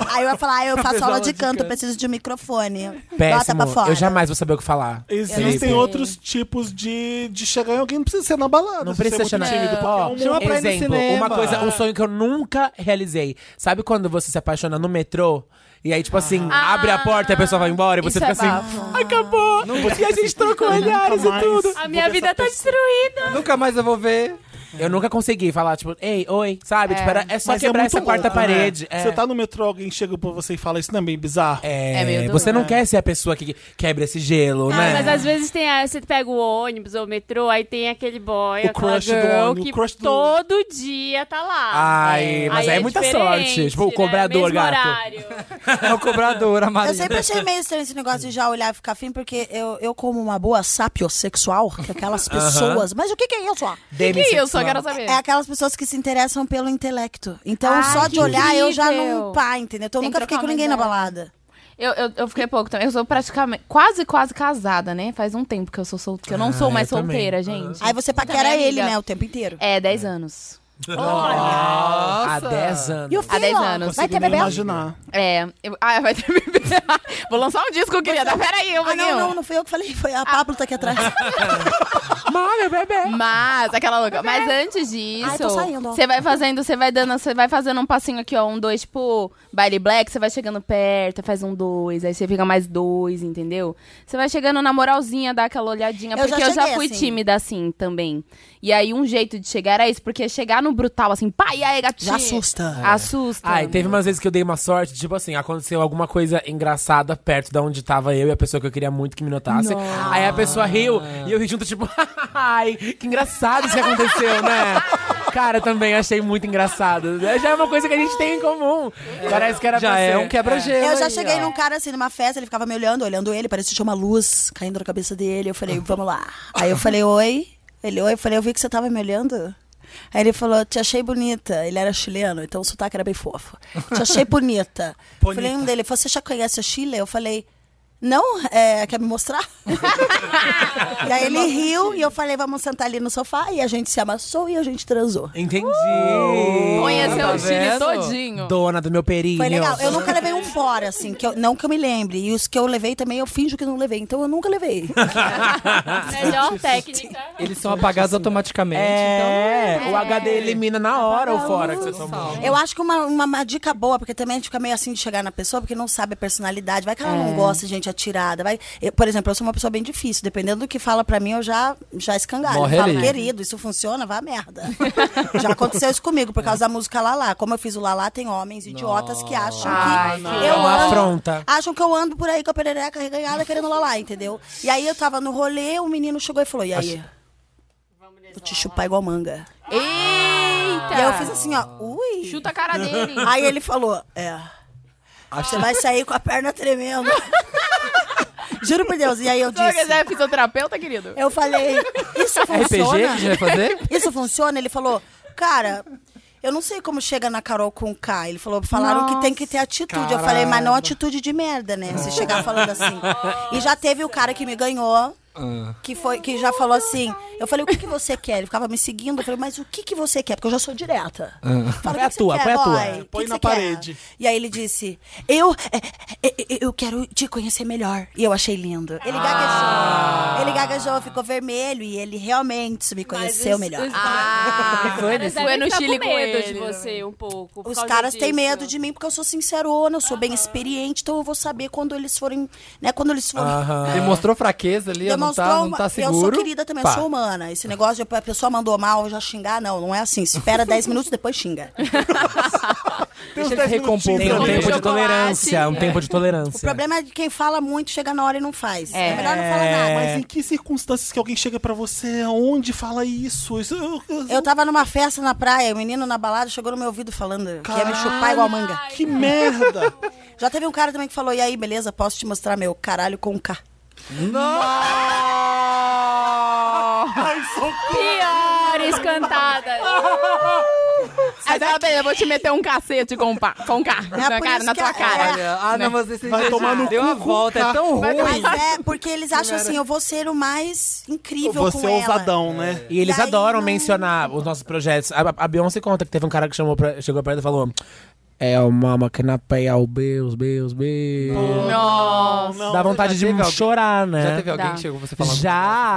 Speaker 4: Aí eu ia falar, ah, eu faço aula de canto, eu preciso de um microfone. Bota pra
Speaker 6: Péssimo.
Speaker 4: fora.
Speaker 6: Eu jamais vou saber o que falar.
Speaker 1: Existem
Speaker 6: Felipe.
Speaker 1: outros tipos de, de chegar em alguém, não precisa ser na balada.
Speaker 6: Não
Speaker 1: se você
Speaker 6: precisa
Speaker 1: é
Speaker 6: chamar.
Speaker 1: muito tímido,
Speaker 6: Ó,
Speaker 1: porque é um mundo-
Speaker 2: pra ir no
Speaker 6: exemplo,
Speaker 2: cinema.
Speaker 6: uma coisa, um sonho que eu nunca realizei. Sabe quando você se apaixona no metrô? E aí, tipo assim, abre a porta e a pessoa vai embora e você
Speaker 5: Isso
Speaker 6: fica
Speaker 5: é
Speaker 6: assim.
Speaker 5: bafo.
Speaker 6: "Ai, Acabou! e a gente trocou olhares
Speaker 1: Nunca
Speaker 6: e tudo.
Speaker 1: mais.
Speaker 3: A minha vida tá destruída.
Speaker 2: Nunca mais eu vou ver.
Speaker 6: Eu nunca consegui falar, tipo, ei, oi, sabe? É, tipo, era, é só
Speaker 1: Mas é
Speaker 6: quebrar
Speaker 1: muito
Speaker 6: essa quarta
Speaker 1: louco, né?
Speaker 6: parede. É.
Speaker 1: Você tá no metrô, alguém chega pra você e fala, isso não é bem bizarro?
Speaker 6: É,
Speaker 5: É meio doido,
Speaker 6: você não
Speaker 5: né?
Speaker 6: quer ser a pessoa que quebra esse gelo, né?
Speaker 3: tá, Mas às vezes tem a- você pega o ônibus ou o metrô, aí tem aquele boy,
Speaker 1: O
Speaker 3: aquela
Speaker 1: crush do
Speaker 3: girl
Speaker 1: ônibus,
Speaker 3: que
Speaker 1: o crush do-
Speaker 3: todo dia tá lá.
Speaker 6: Ai, mas
Speaker 3: Aí
Speaker 6: é, muita
Speaker 3: diferente,
Speaker 6: sorte. Tipo, o
Speaker 3: né?
Speaker 6: cobrador,
Speaker 3: Mesmo
Speaker 6: gato.
Speaker 3: horário.
Speaker 2: É o cobrador, a Maria.
Speaker 4: Eu sempre achei meio estranho esse negócio de já olhar e ficar afim, porque eu, eu como uma boa sapiosexual, que aquelas pessoas. Mas o que, que é isso? ó?
Speaker 5: Que
Speaker 6: Demissexual.
Speaker 5: eu só quero saber.
Speaker 4: É aquelas pessoas que se interessam pelo intelecto. Então,
Speaker 5: Ai,
Speaker 4: só de
Speaker 5: que
Speaker 4: olhar, eu já
Speaker 5: incrível.
Speaker 4: não pá, entendeu? Então, Eu
Speaker 5: Tem
Speaker 4: nunca
Speaker 5: que
Speaker 4: fiquei
Speaker 5: trocar
Speaker 4: com
Speaker 5: uma
Speaker 4: ninguém na
Speaker 5: ideia.
Speaker 4: balada.
Speaker 5: Eu, eu, eu fiquei pouco também. Eu sou praticamente quase, quase casada, né? Faz um tempo que eu sou sol... que eu não sou
Speaker 6: Ah,
Speaker 5: mais
Speaker 6: eu também.
Speaker 5: solteira, gente.
Speaker 4: Aí você paquera
Speaker 5: Também,
Speaker 4: ele,
Speaker 5: amiga.
Speaker 4: né, o tempo inteiro.
Speaker 5: É, 10 anos.
Speaker 6: Há 10 anos.
Speaker 4: E o filho,
Speaker 5: 10
Speaker 4: ó,
Speaker 5: anos.
Speaker 4: vai
Speaker 1: Consegui
Speaker 4: ter
Speaker 1: nem
Speaker 4: bebê?
Speaker 1: imaginar.
Speaker 5: É. eu- Ah, vai ter bebê. Vou lançar um disco, querida. Peraí, eu vou
Speaker 4: Ah, não, não, não fui eu que falei, foi
Speaker 5: Ah.
Speaker 4: a Pablo tá aqui atrás.
Speaker 6: é
Speaker 5: Mas, aquela louca. Mas antes
Speaker 4: é. Ai, tô
Speaker 5: disso,
Speaker 4: saindo, ó.
Speaker 5: você vai fazendo, você vai dando, você vai fazendo um passinho aqui, ó. Um, dois, tipo, baile black, você vai chegando perto, faz um dois, aí você fica mais dois, entendeu? Você vai chegando na moralzinha, dá aquela olhadinha.
Speaker 4: Eu
Speaker 5: porque
Speaker 4: já
Speaker 5: eu já
Speaker 4: cheguei
Speaker 5: fui
Speaker 4: assim.
Speaker 5: tímida assim também. E aí, um jeito de chegar era isso, porque chegar no brutal, assim, pai, e aí, gatinho.
Speaker 4: Já assusta.
Speaker 5: Assusta.
Speaker 6: É. Ai, Ah, teve umas vezes que eu dei uma sorte, tipo assim, aconteceu alguma coisa engraçada perto da onde tava eu e a pessoa que eu queria muito que me notasse. Aí a pessoa riu e eu ri junto, tipo, ai, que engraçado isso que aconteceu, né? Cara, eu também achei muito engraçado. Já é uma coisa que a gente tem em comum. Parece que era
Speaker 2: Já
Speaker 6: pra
Speaker 2: é
Speaker 6: ser.
Speaker 2: um quebra-gelo.
Speaker 4: Eu já
Speaker 2: aí,
Speaker 4: cheguei
Speaker 2: ó.
Speaker 4: num cara assim, numa festa, ele ficava me olhando, olhando ele, parecia que tinha uma luz caindo na cabeça dele. Eu falei, vamos lá. Aí eu falei, oi. Ele, oi, eu falei, eu vi que você tava me olhando. Aí ele falou, te achei bonita. Ele era chileno, então o sotaque era bem fofo. Te achei bonita. Eu Falei um dele, você já conhece o Chile? Eu falei, não, é, quer me mostrar? e aí ele riu e eu falei, vamos sentar ali no sofá. E a gente se amassou e a gente transou.
Speaker 6: É. Entendi.
Speaker 5: Conheceu
Speaker 2: Tá
Speaker 5: o Chile
Speaker 2: vendo?
Speaker 5: todinho.
Speaker 6: Dona um do meu perinho.
Speaker 4: Foi legal. Eu nunca levei um fora, assim, que eu- não que eu me lembre. E os que eu levei também, eu finjo que não levei. Então eu nunca levei.
Speaker 3: Melhor técnica.
Speaker 2: Eles são apagados automaticamente.
Speaker 6: É,
Speaker 4: então,
Speaker 6: o HD elimina na hora o fora que você
Speaker 2: Então,
Speaker 6: tomou.
Speaker 4: Eu acho que uma, uma, uma dica boa, porque também a gente fica meio assim de chegar na pessoa, porque não sabe a personalidade. Vai que ela
Speaker 6: É.
Speaker 4: não gosta, gente, atirada. Vai... Eu, por exemplo, eu sou uma pessoa bem difícil. Dependendo do que fala pra mim, eu já, já escangalho.
Speaker 2: Morre
Speaker 4: eu falo,
Speaker 2: ali.
Speaker 4: querido, isso funciona, vá à merda. já aconteceu isso comigo, por causa da música Lalá. Como eu fiz o Lalá, tem homens idiotas que acham que eu
Speaker 6: É uma
Speaker 4: ando-
Speaker 6: afronta.
Speaker 4: Acham que eu ando por aí com a perereca reganhada querendo Lalá, entendeu? E aí eu tava no rolê, o menino chegou e falou, e aí? Vou te chupar igual manga.
Speaker 5: Eita!
Speaker 4: E aí eu fiz assim, ó, ui.
Speaker 5: Chuta a cara dele.
Speaker 4: Aí ele falou, é. Você vai sair com a perna tremendo. Juro por Deus. E aí eu
Speaker 5: Se é você
Speaker 4: disse.
Speaker 5: quiser fisioterapeuta, querido.
Speaker 4: Eu falei, isso
Speaker 2: RPG que a gente
Speaker 4: funciona?
Speaker 2: vai fazer?
Speaker 4: Isso funciona? Ele falou, cara. Eu não sei como chega na Carol com K. Ele falou, falaram que tem que ter atitude. Eu falei, mas não é atitude de merda, né? Se chegar falando assim. E já teve o cara que me ganhou,
Speaker 2: Ah.
Speaker 4: que foi, que já falou assim. Eu falei, o que, que você quer? Ele ficava me seguindo. Eu falei, mas o que, que você quer? Porque eu já sou direta. Fala,
Speaker 6: Ah. Põe a
Speaker 4: "O que que você
Speaker 6: tua,
Speaker 4: quer,
Speaker 6: põe a tua."
Speaker 4: boy? O que
Speaker 1: Põe
Speaker 4: que
Speaker 1: na
Speaker 4: você quer?"
Speaker 1: parede.
Speaker 4: E aí ele disse, eu, é, é, é, eu quero te conhecer melhor. E eu achei lindo. Ele
Speaker 6: Ah.
Speaker 4: gaguejou. Ele gaguejou, ficou vermelho e ele realmente me conheceu melhor.
Speaker 5: Ah,
Speaker 3: Os caras
Speaker 5: Foi
Speaker 3: devem
Speaker 5: no
Speaker 3: ficar
Speaker 5: Chile
Speaker 3: tá com
Speaker 5: com
Speaker 3: medo
Speaker 5: ele, né?
Speaker 3: de você um pouco. por
Speaker 4: Os
Speaker 3: causa
Speaker 4: caras têm
Speaker 3: disso.
Speaker 4: medo de mim porque eu sou sincerona, eu sou bem experiente, então eu vou saber quando eles forem, né, quando eles forem
Speaker 2: Demonstrou fraqueza ali, ó, não
Speaker 4: demonstrou
Speaker 2: tá, não
Speaker 4: uma-
Speaker 2: tá seguro.
Speaker 4: Eu sou querida também,
Speaker 2: Pá.
Speaker 4: eu sou humana. Esse negócio de a pessoa mandou mal, eu já xingar, não, não é assim. Espera 10 minutos, depois xinga.
Speaker 2: Deixa ele recompor.
Speaker 6: Tem um
Speaker 2: primeiro.
Speaker 6: tempo de
Speaker 5: chocolate.
Speaker 6: tolerância, um tempo de tolerância.
Speaker 4: O problema é de quem fala muito, chega na hora e não faz. É,
Speaker 5: É.
Speaker 4: melhor não falar nada.
Speaker 1: Mas em que circunstâncias que alguém chega pra você? Aonde fala isso? Isso- eu- eu-
Speaker 4: Eu tava numa festa na praia, o menino na balada chegou no meu ouvido falando que ia me chupar igual manga.
Speaker 1: Que merda!
Speaker 4: Já teve um cara também que falou, e aí, beleza, posso te mostrar meu caralho com um K.
Speaker 1: Ai, socorro!
Speaker 3: Ah, Piores cantadas.
Speaker 5: Aí ela, beleza, eu vou te meter um cacete com, um pa- com um carro
Speaker 4: É
Speaker 5: na,
Speaker 4: por
Speaker 5: cara,
Speaker 4: isso
Speaker 5: na
Speaker 4: que
Speaker 5: tua
Speaker 4: é-
Speaker 5: cara.
Speaker 2: Olha, ah, não, mas esse
Speaker 1: Vai tomar no
Speaker 2: deu
Speaker 1: cu
Speaker 2: uma
Speaker 1: com
Speaker 2: volta, é
Speaker 1: K.
Speaker 2: tão
Speaker 5: Vai tomar-
Speaker 2: ruim.
Speaker 4: Mas é porque eles acham assim, eu vou ser o mais incrível
Speaker 1: Você
Speaker 4: com
Speaker 1: é
Speaker 4: ela.
Speaker 1: ousadão, né?
Speaker 6: E eles
Speaker 4: Daí
Speaker 6: adoram
Speaker 4: não-
Speaker 6: mencionar os nossos projetos. A, a Beyoncé conta que teve um cara que chamou pra- chegou perto e falou: É, o mama que na pay ao Beus, Beus,
Speaker 4: é.
Speaker 6: Beus.
Speaker 5: Nossa.
Speaker 6: Dá vontade de
Speaker 2: Já teve alguém-
Speaker 6: chorar, né?
Speaker 2: Já teve
Speaker 4: Tá.
Speaker 2: alguém
Speaker 5: Dá.
Speaker 2: que chegou você falando? "Vamos
Speaker 6: Já!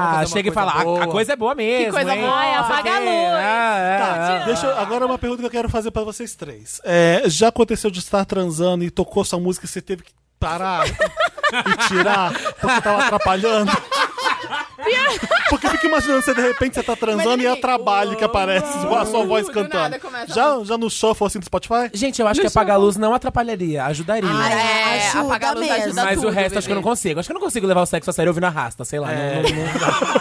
Speaker 2: fazer uma
Speaker 6: Chega e
Speaker 2: coisa
Speaker 6: fala, "A- a
Speaker 2: boa."
Speaker 6: coisa é boa mesmo.
Speaker 5: coisa
Speaker 6: hein?
Speaker 5: boa,
Speaker 6: Não sei
Speaker 5: apaga a
Speaker 6: o quê."
Speaker 5: luz. Tá,
Speaker 6: Ah, é, é.
Speaker 1: tá, Deixa eu- agora uma pergunta que eu quero fazer pra vocês três. É, já aconteceu de estar transando e tocou sua música e você teve que parar e tirar porque tava atrapalhando? Porque eu fico imaginando você de repente você tá transando e é
Speaker 5: ninguém-
Speaker 1: trabalho que aparece a sua voz
Speaker 5: Do nada
Speaker 1: cantando.
Speaker 5: começa-
Speaker 1: Já, já no shuffle assim do Spotify?
Speaker 6: Gente, eu acho que apagar a luz não atrapalharia, ajudaria.
Speaker 4: Ah, é,
Speaker 5: É,
Speaker 4: ajuda
Speaker 5: apagar a luz
Speaker 4: mesmo.
Speaker 5: ajuda
Speaker 6: Mas
Speaker 5: tudo,
Speaker 6: o resto acho que eu não
Speaker 5: bebê.
Speaker 6: consigo. Acho que eu não consigo levar o sexo a sério ouvindo arrasta, sei lá.
Speaker 1: É.
Speaker 6: Não, não-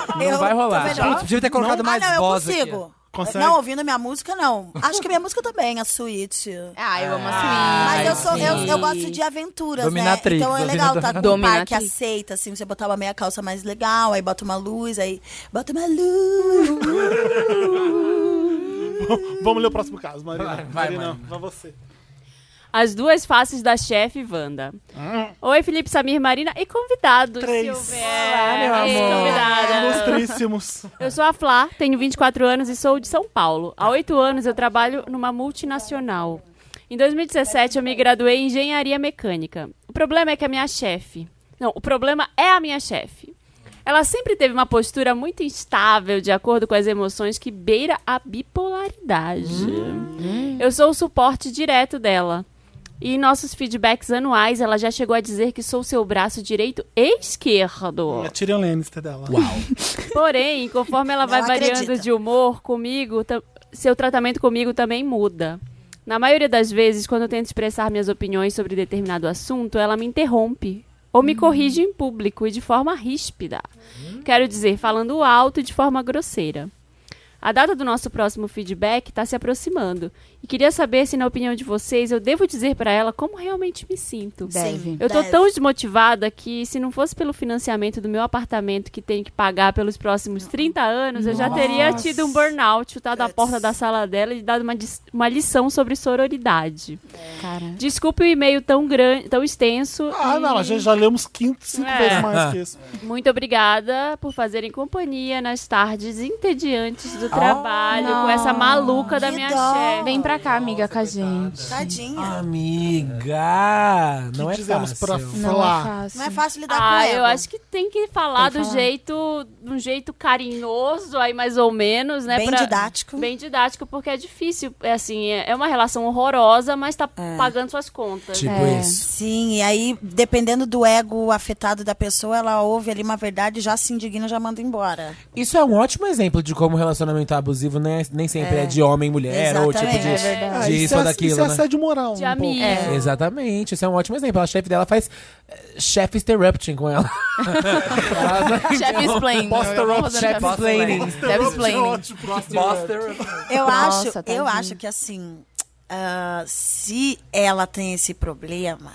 Speaker 6: não- não
Speaker 4: Eu
Speaker 6: vai rolar.
Speaker 4: também não.
Speaker 2: Putz, podia ter colocado
Speaker 4: Ah,
Speaker 2: Tá mais
Speaker 4: não, eu
Speaker 2: voz aqui.
Speaker 4: consigo.
Speaker 1: Consegue?
Speaker 4: Não, ouvindo minha música, não. Acho que minha música também, a suíte.
Speaker 5: Ah, eu amo a
Speaker 4: Mas
Speaker 5: Swing.
Speaker 4: eu, sou, eu,
Speaker 5: sim.
Speaker 4: eu gosto de aventuras,
Speaker 2: Dominatrix,
Speaker 4: né? Então é legal tá num
Speaker 5: dominatrix.
Speaker 4: parque aceita, assim, você botar uma meia calça mais legal, aí bota uma luz, aí bota uma luz.
Speaker 1: Vamos ler o próximo caso, Marina. Vai,
Speaker 6: vai,
Speaker 1: Marina,
Speaker 6: Marina.
Speaker 1: vai você.
Speaker 3: As duas faces da chefe Wanda. Oi, Felipe, Samir, Marina e convidados.
Speaker 1: Três.
Speaker 3: Se houver. Convidada.
Speaker 1: Ilustríssimos.
Speaker 3: Eu sou a Flá, tenho 24 anos e sou de São Paulo. Há oito anos eu trabalho numa multinacional. Em 2017 eu me graduei em engenharia mecânica. O problema é que a minha chefe. Não, o problema é a minha chefe. Ela sempre teve uma postura muito instável, de acordo com as emoções, que beira a bipolaridade. Eu sou o suporte direto dela. E em nossos feedbacks anuais, ela já chegou a dizer que sou seu braço direito e esquerdo.
Speaker 1: A Tyrion Lannister dela.
Speaker 3: Porém, conforme ela vai
Speaker 4: Não
Speaker 3: variando
Speaker 4: acredita.
Speaker 3: de humor comigo, ta- seu tratamento comigo também muda. Na maioria das vezes, quando eu tento expressar minhas opiniões sobre determinado assunto, ela me interrompe ou
Speaker 4: Hum.
Speaker 3: me corrige em público e de forma ríspida. Quero dizer, falando alto e de forma grosseira. A data do nosso próximo feedback está se aproximando e queria saber se, na opinião de vocês, eu devo dizer para ela como realmente me sinto.
Speaker 5: Deve.
Speaker 3: Eu tô
Speaker 4: Deve.
Speaker 3: tão desmotivada que se não fosse pelo financiamento do meu apartamento que tenho que pagar pelos próximos 30 anos, eu já teria tido um burnout, chutado a
Speaker 4: Puts.
Speaker 3: porta da sala dela e dado uma, dis- uma lição sobre sororidade.
Speaker 5: Cara.
Speaker 3: Desculpe o e-mail tão grande, tão extenso.
Speaker 1: Ah,
Speaker 3: e
Speaker 1: não, a gente já lemos quinto, cinco
Speaker 3: É.
Speaker 1: vezes mais que isso.
Speaker 3: Muito obrigada por fazerem companhia nas tardes entediantes do trabalho com essa maluca da
Speaker 4: Que
Speaker 3: minha
Speaker 4: dó.
Speaker 3: chefe.
Speaker 5: É, Vem pra cá, amiga, com a gente.
Speaker 4: Tadinha.
Speaker 6: Amiga, não é
Speaker 1: Dizemos pra
Speaker 6: fácil.
Speaker 5: Não é
Speaker 1: falar.
Speaker 5: fácil.
Speaker 4: Não é fácil lidar com
Speaker 3: Ah,
Speaker 4: ela.
Speaker 3: eu acho que tem que falar
Speaker 5: Tem que
Speaker 3: do
Speaker 5: falar.
Speaker 3: jeito, de um jeito carinhoso aí mais ou menos, né?
Speaker 4: Bem
Speaker 3: pra-
Speaker 4: didático.
Speaker 3: Bem didático, porque é difícil, é assim, é é uma relação horrorosa, mas tá pagando suas contas.
Speaker 6: Tipo
Speaker 5: É.
Speaker 6: isso.
Speaker 4: Sim, e aí, dependendo do ego afetado da pessoa, ela ouve ali uma verdade, já se indigna, já manda embora.
Speaker 6: Isso é um ótimo exemplo de como relacionamento abusivo né, nem sempre é, de homem e mulher, ou tipo
Speaker 4: Exatamente.
Speaker 6: de,
Speaker 4: É
Speaker 1: Ah,
Speaker 6: de isso ou
Speaker 1: é-
Speaker 6: daquilo.
Speaker 1: isso é
Speaker 6: né?
Speaker 1: assédio moral.
Speaker 3: De
Speaker 1: um pouco.
Speaker 3: amigo. É.
Speaker 6: Exatamente, isso é um ótimo exemplo. A chefe dela faz eh, chefe interrupting com ela. Chefe
Speaker 5: Chefe explain.
Speaker 6: explaining.
Speaker 1: Então,
Speaker 5: Chefe
Speaker 1: é
Speaker 5: explaining.
Speaker 4: Eu
Speaker 5: Nossa,
Speaker 4: acho, eu
Speaker 5: tadinha.
Speaker 4: acho que assim, ah, se ela tem esse problema,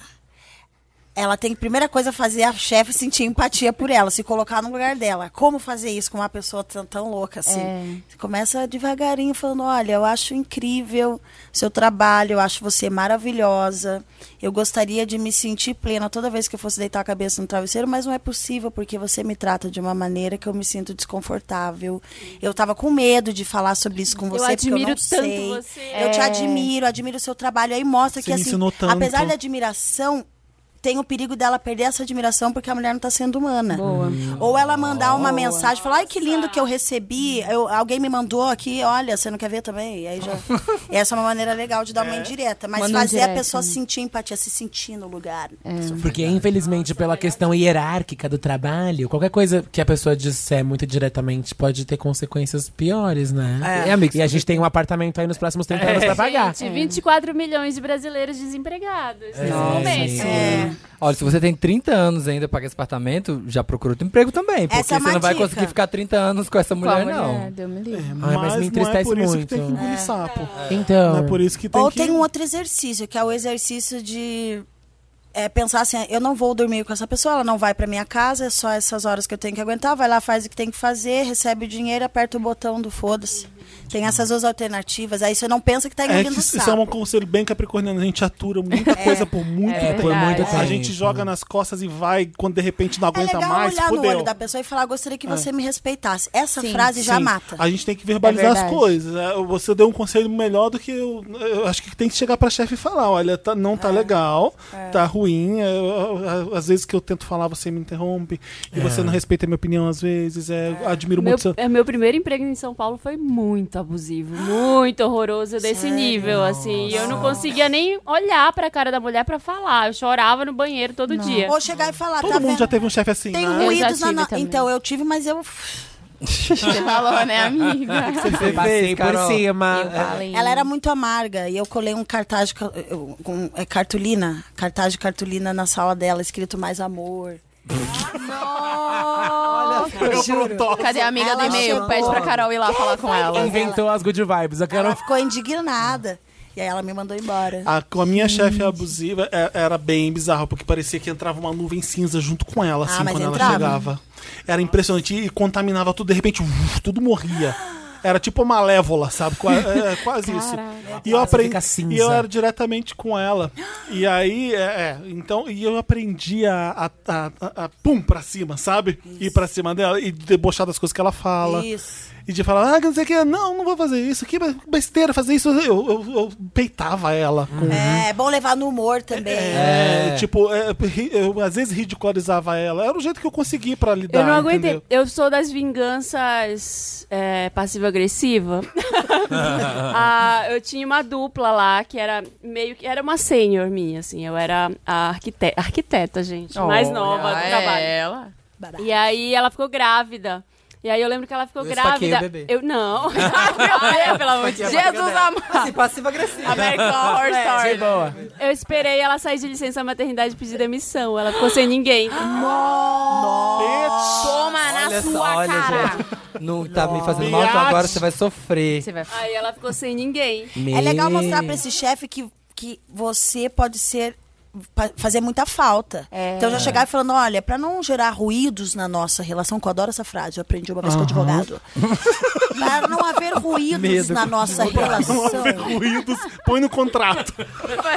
Speaker 4: ela tem que, primeira coisa, fazer a chefe sentir empatia por ela, se colocar no lugar dela. Como fazer isso com uma pessoa tão, tão louca assim?
Speaker 3: É.
Speaker 4: Você começa devagarinho falando: olha, eu acho incrível seu trabalho, eu acho você maravilhosa. Eu gostaria de me sentir plena toda vez que eu fosse deitar a cabeça no travesseiro, mas não é possível porque você me trata de uma maneira que eu me sinto desconfortável. Eu tava com medo de falar sobre isso com
Speaker 3: Eu
Speaker 4: você porque eu
Speaker 3: admiro
Speaker 4: não
Speaker 3: tanto
Speaker 4: sei.
Speaker 3: você.
Speaker 4: Eu te
Speaker 5: É.
Speaker 4: admiro, admiro o seu trabalho. Aí mostra
Speaker 1: Você
Speaker 4: que
Speaker 1: me
Speaker 4: assim,
Speaker 1: ensinou tanto.
Speaker 4: apesar da admiração, tem o perigo dela perder essa admiração porque a mulher não tá sendo humana. Uhum.
Speaker 5: Boa.
Speaker 4: Ou ela mandar uma mensagem, falar, ai que lindo que eu recebi, eu- alguém me mandou aqui, olha, você não quer ver também? E aí já... Essa é uma maneira legal de dar uma indireta, mas
Speaker 5: Manda um
Speaker 4: fazer a
Speaker 5: direct,
Speaker 4: pessoa
Speaker 5: né?
Speaker 4: sentir empatia, se sentir no lugar. né?
Speaker 6: É. Porque, infelizmente, pela questão hierárquica do trabalho, qualquer coisa que a pessoa disser muito diretamente pode ter consequências piores, né?
Speaker 2: É, amigo,
Speaker 6: E a gente tem um apartamento aí nos próximos 30 anos pra pagar.
Speaker 3: Gente, 24 milhões de brasileiros desempregados. é
Speaker 6: Nossa,
Speaker 3: Não pensa.
Speaker 6: gente.
Speaker 4: É.
Speaker 2: Olha, se você tem 30 anos e ainda paga esse apartamento, já procura outro emprego também. Porque
Speaker 4: Essa é uma
Speaker 2: você não vai
Speaker 4: dica.
Speaker 2: conseguir ficar 30 anos com essa
Speaker 5: Com a
Speaker 2: mulher,
Speaker 5: mulher,
Speaker 2: não.
Speaker 5: Deus me
Speaker 1: É,
Speaker 5: livre.
Speaker 1: mas,
Speaker 6: mas me
Speaker 1: não é
Speaker 6: entristece
Speaker 1: por isso que
Speaker 6: muito.
Speaker 1: tem que engolir sapo.
Speaker 6: Então.
Speaker 1: Não é por isso que tem
Speaker 4: Ou um
Speaker 1: que...
Speaker 4: tem um outro exercício, que é o exercício de é pensar assim, eu não vou dormir com essa pessoa, ela não vai pra minha casa, é só essas horas que eu tenho que aguentar, vai lá, faz o que tem que fazer, recebe o dinheiro, aperta o botão do foda-se. Tem essas duas alternativas, aí você não pensa que tá
Speaker 1: É que
Speaker 4: engolindo o
Speaker 1: isso
Speaker 4: sapo.
Speaker 1: é um conselho bem capricorniano. A gente atura muita coisa por muito
Speaker 5: é
Speaker 1: tempo.
Speaker 5: por muito
Speaker 1: A
Speaker 6: tempo.
Speaker 1: gente joga nas costas e vai, quando de repente não
Speaker 4: É
Speaker 1: aguenta
Speaker 4: legal
Speaker 1: mais,
Speaker 4: olhar no
Speaker 1: fudeu. É.
Speaker 4: olho da pessoa e falar, "Ah, gostaria que você me respeitasse. Essa
Speaker 5: Sim.
Speaker 4: frase já
Speaker 1: Sim,
Speaker 4: mata.
Speaker 1: A gente tem que verbalizar as
Speaker 5: verdade.
Speaker 1: coisas. É, Você deu um conselho melhor do que eu. eu acho que tem que chegar pra chefe e falar: olha, tá- não tá legal, tá ruim. é, eu- eu- às vezes que eu tento falar, você me interrompe. E você não respeita a minha opinião, às vezes. É, Admiro
Speaker 3: Meu,
Speaker 1: muito. seu-
Speaker 3: é, meu primeiro emprego em São Paulo foi muito abusivo, muito horroroso desse nível, assim. Eu não conseguia nem olhar pra cara da mulher pra falar. Eu chorava no banheiro todo dia.
Speaker 4: Ou chegar e falar,
Speaker 1: Todo
Speaker 4: tá
Speaker 1: mundo
Speaker 4: vendo?
Speaker 1: já teve um chefe assim.
Speaker 4: Tem
Speaker 1: né?
Speaker 3: é Eu já
Speaker 4: ruídos na...
Speaker 3: tive
Speaker 4: no-
Speaker 3: também.
Speaker 4: Então, eu tive, mas eu...
Speaker 5: Você falou, né, amiga?
Speaker 6: Eu Passei
Speaker 2: fez, Carol?
Speaker 6: por cima.
Speaker 1: É.
Speaker 5: Eu falei.
Speaker 4: Ela era muito amarga e eu colei um cartaz de ca- eu- com é, cartolina, cartaz de cartolina na sala dela, escrito mais amor.
Speaker 5: Cadê a amiga do
Speaker 4: Ela
Speaker 5: e-mail?
Speaker 4: chegou.
Speaker 5: Pede pra Carol ir lá falar com ela.
Speaker 6: Inventou as good vibes. A Carol
Speaker 4: Ela ficou indignada e aí ela me mandou embora.
Speaker 1: A, com a minha chefe abusiva é- era bem bizarro, porque parecia que entrava uma nuvem cinza junto com ela, assim,
Speaker 4: Ah, mas
Speaker 1: quando ela
Speaker 4: entrava?
Speaker 1: chegava. Era impressionante e contaminava tudo, de repente, uf, tudo morria. Era tipo uma malévola, sabe? Qua- é, quase isso. E eu
Speaker 6: Quase
Speaker 1: aprendi.
Speaker 6: fica cinza.
Speaker 1: E eu era diretamente com ela. E aí, é, é, então, e eu aprendi a, a, a, a- a- pum pra cima, sabe? Ir pra cima dela e debochar das coisas que ela fala.
Speaker 4: Isso.
Speaker 1: E de falar, ah, não sei o que, não, não vou fazer isso, que besteira fazer isso. Eu, eu, eu peitava ela com
Speaker 4: É, é bom levar no humor também.
Speaker 1: é, tipo, é, ri- eu às vezes ridicularizava ela. Era o jeito que eu consegui pra lidar.
Speaker 3: Eu não aguentei.
Speaker 1: entendeu?
Speaker 3: Eu sou das vinganças é, passiva-agressiva. Ah, eu tinha uma dupla lá que era meio que. Era uma sênior minha, assim. Eu era a arquite- arquiteta, gente. mais nova
Speaker 5: é.
Speaker 3: do trabalho.
Speaker 5: Ah, Ela.
Speaker 3: E aí ela ficou grávida. E aí eu lembro que ela ficou
Speaker 2: Eu esfaquei
Speaker 3: grávida.
Speaker 2: o bebê.
Speaker 3: Eu não. Olha, pelo amor de Deus.
Speaker 5: Jesus amado.
Speaker 2: Assim, passiva-agressiva.
Speaker 5: American Horror Story.
Speaker 6: boa.
Speaker 3: Eu esperei ela sair de licença maternidade e pedir demissão. Ela ficou sem ninguém.
Speaker 5: Toma na
Speaker 2: Olha só,
Speaker 5: sua
Speaker 2: olha,
Speaker 5: cara.
Speaker 2: gente. Não tá me fazendo mal, então agora você vai sofrer.
Speaker 5: Você vai
Speaker 3: Aí ela ficou sem ninguém.
Speaker 4: É legal mostrar pra esse chefe que, que você pode ser pa- fazer muita falta. Então já chegar falando, olha, pra não gerar ruídos na nossa relação, que eu adoro essa frase, eu aprendi uma vez com advogado. pra não haver ruídos
Speaker 2: Medo
Speaker 4: na
Speaker 2: com
Speaker 4: nossa
Speaker 1: Não
Speaker 4: relação.
Speaker 1: haver ruídos, põe no contrato.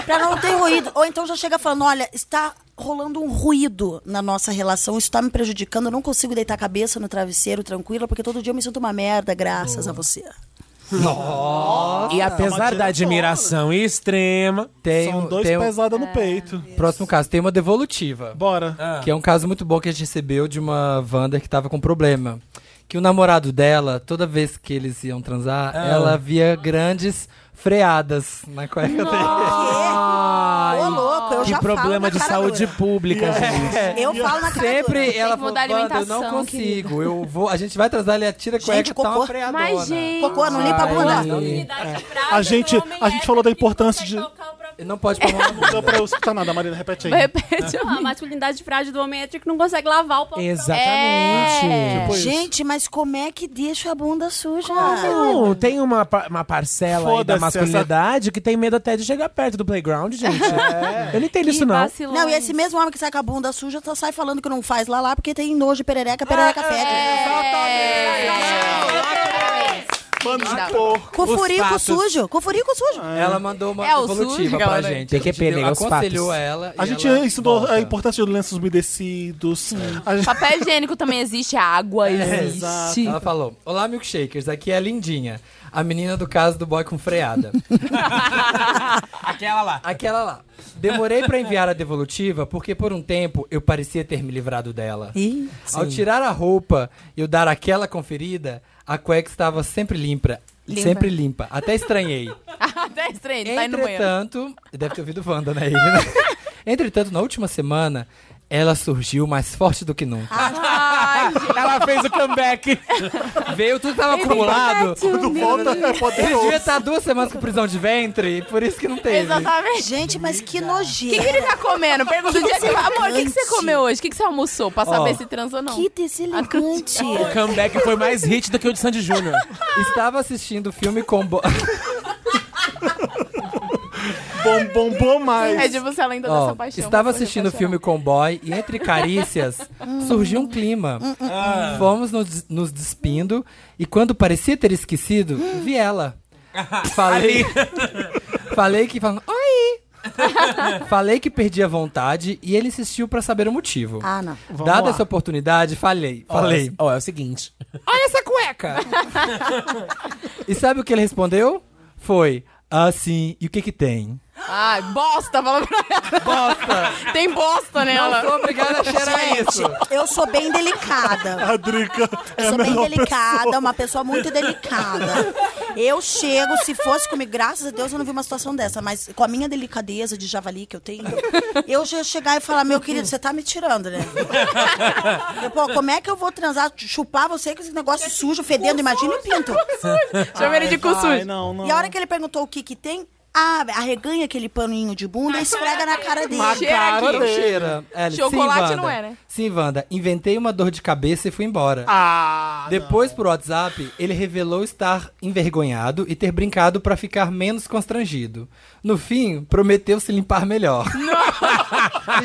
Speaker 4: pra não ter ruído. Ou então já chega falando, olha, está rolando um ruído na nossa relação, isso tá me prejudicando, eu não consigo deitar a cabeça no travesseiro tranquila, porque todo dia eu me sinto uma merda, graças a você.
Speaker 6: E apesar da admiração extrema,
Speaker 2: Tem,
Speaker 1: São
Speaker 2: um-
Speaker 1: dois
Speaker 2: tem um-
Speaker 1: pesada no peito.
Speaker 2: próximo caso, tem uma devolutiva.
Speaker 1: Bora.
Speaker 2: Que é um caso muito bom que a gente recebeu de uma Wanda que tava com problema. Que o namorado dela, toda vez que eles iam transar,
Speaker 1: Ah.
Speaker 2: ela via grandes freadas na cueca dele.
Speaker 4: Ô, louco, eu
Speaker 6: que
Speaker 4: já falo
Speaker 6: problema
Speaker 4: na
Speaker 6: de
Speaker 4: cara
Speaker 6: saúde
Speaker 4: dura.
Speaker 6: pública, gente.
Speaker 4: Eu falo na cara dura.
Speaker 2: Sempre ela
Speaker 5: que mudar a
Speaker 2: falou, "Wanda, eu não
Speaker 5: alimentação,
Speaker 2: consigo. Eu vou, a gente vai transar, ele atira a cueca
Speaker 4: Gente,
Speaker 2: e tá uma
Speaker 4: cocô.
Speaker 2: freadona.
Speaker 3: Mas, gente.
Speaker 4: Cocô, não limpa a
Speaker 2: Ai.
Speaker 4: bunda.
Speaker 1: É. A gente- a gente
Speaker 3: é
Speaker 1: falou da importância de-
Speaker 2: Ele não pode pôr uma
Speaker 1: Não dá Então, pra eu escutar nada, Marina, repete aí.
Speaker 5: Repete.
Speaker 3: Ah, a masculinidade frágil do homem hétero que não consegue lavar o pau.
Speaker 6: Exatamente.
Speaker 4: É.
Speaker 1: Tipo isso.
Speaker 4: Gente, mas como é que deixa a bunda suja?
Speaker 6: Ah, Não, tem uma, par- uma parcela aí da
Speaker 1: Foda-se,
Speaker 6: masculinidade que tem medo até de chegar perto do playground, gente. Eu não entendo
Speaker 3: É
Speaker 6: isso, não.
Speaker 4: Não, e esse mesmo homem que sai com a bunda suja tá, sai falando que não faz lá lá porque tem nojo de perereca,
Speaker 6: Ah,
Speaker 4: perereca fede.
Speaker 6: é.
Speaker 5: É,
Speaker 1: Mano de porco.
Speaker 4: Com
Speaker 2: Os
Speaker 4: furico
Speaker 2: fatos.
Speaker 4: sujo, com furico sujo.
Speaker 2: Ela mandou uma
Speaker 5: É o
Speaker 2: evolutiva
Speaker 5: sujo,
Speaker 2: pra
Speaker 5: galera.
Speaker 2: gente.
Speaker 6: Tem que
Speaker 2: A gente
Speaker 6: pegar
Speaker 2: deu-
Speaker 6: os
Speaker 2: aconselhou
Speaker 6: fatos.
Speaker 2: ela.
Speaker 1: A
Speaker 2: e
Speaker 1: gente
Speaker 2: ela
Speaker 1: ensinou
Speaker 2: volta. É.
Speaker 1: a importância de lenços umedecidos. A gente-
Speaker 5: Papel higiênico também existe, a água existe.
Speaker 1: Exato.
Speaker 2: Ela falou: Olá, milkshakers, aqui é a Lindinha, a menina do caso do boy com freada.
Speaker 6: Aquela lá.
Speaker 2: Aquela lá. Demorei pra enviar a devolutiva porque por um tempo eu parecia ter me livrado dela.
Speaker 4: Ih,
Speaker 2: Ao tirar a roupa e eu dar aquela conferida, a cueca estava sempre limpa.
Speaker 5: Limpa.
Speaker 2: Sempre limpa. Até estranhei.
Speaker 5: Até estranho, tá indo no banheiro.
Speaker 2: Entretanto, deve ter ouvido Wanda, né? ele, né? Entretanto, na última semana, ela surgiu mais forte do que nunca.
Speaker 5: Ai, gente.
Speaker 6: Ela fez o comeback.
Speaker 2: Veio tudo tava acumulado.
Speaker 1: Quando volta, é
Speaker 2: Ele devia
Speaker 1: poderoso.
Speaker 2: estar duas semanas com prisão de ventre, por isso que não teve.
Speaker 5: Exatamente.
Speaker 4: Gente, mas que
Speaker 5: O que, que
Speaker 4: nojeira.
Speaker 5: ele tá comendo? Pergunta o dia que Amor, o que, que você
Speaker 4: elegante.
Speaker 5: comeu hoje? O que, que você almoçou? Pra saber se transou ou não.
Speaker 4: Que deselegante.
Speaker 6: O comeback foi mais hit do que o de Sandy Júnior.
Speaker 2: Estava assistindo o filme com bo...
Speaker 1: bom, bombou mais.
Speaker 5: É tipo se além da
Speaker 2: Ó,
Speaker 5: nossa paixão.
Speaker 2: estava
Speaker 5: você pode
Speaker 2: assistindo o
Speaker 5: apaixonar.
Speaker 2: filme Comboy e entre carícias surgiu um clima. Fomos nos, nos despindo e quando parecia ter esquecido, vi ela. Falei, falei que falando, oi. falei que perdi a vontade e ele insistiu pra saber o motivo.
Speaker 4: Ah, não.
Speaker 2: Dada
Speaker 1: lá.
Speaker 2: essa oportunidade, falei, falei.
Speaker 6: Ó, é o seguinte.
Speaker 2: Olha essa cueca! e sabe o que ele respondeu? Foi, ah, sim, e o que que tem?
Speaker 5: Ai, bosta, fala pra ela. Bosta. Tem bosta nela.
Speaker 2: Sou obrigada a cheirar isso.
Speaker 4: Eu sou bem delicada.
Speaker 1: A Drica é
Speaker 4: Eu
Speaker 1: a
Speaker 4: sou bem
Speaker 1: melhor
Speaker 4: delicada, uma pessoa muito delicada. Eu chego, se fosse comigo, graças a Deus eu não vi uma situação dessa, mas com a minha delicadeza de javali que eu tenho, eu já ia chegar e falar: meu querido, você tá me tirando, né? Eu, Pô, como é que eu vou transar, chupar você com esse negócio sujo, fedendo? Imagina o pinto.
Speaker 5: Chama ele de cu
Speaker 1: pessoa. Ai,
Speaker 5: sujo.
Speaker 1: não, não.
Speaker 4: E a hora que ele perguntou o que que tem, ah, arreganha aquele paninho de bunda e esfrega na cara dele.
Speaker 5: Cheira aqui.
Speaker 2: Não cheira. Ellen,
Speaker 5: Chocolate
Speaker 2: sim,
Speaker 5: não
Speaker 2: Wanda.
Speaker 5: é, né?
Speaker 2: Sim, Wanda. Inventei uma dor de cabeça e fui embora.
Speaker 1: Ah,
Speaker 2: Depois, por WhatsApp, ele revelou estar envergonhado e ter brincado pra ficar menos constrangido. No fim, prometeu se limpar melhor.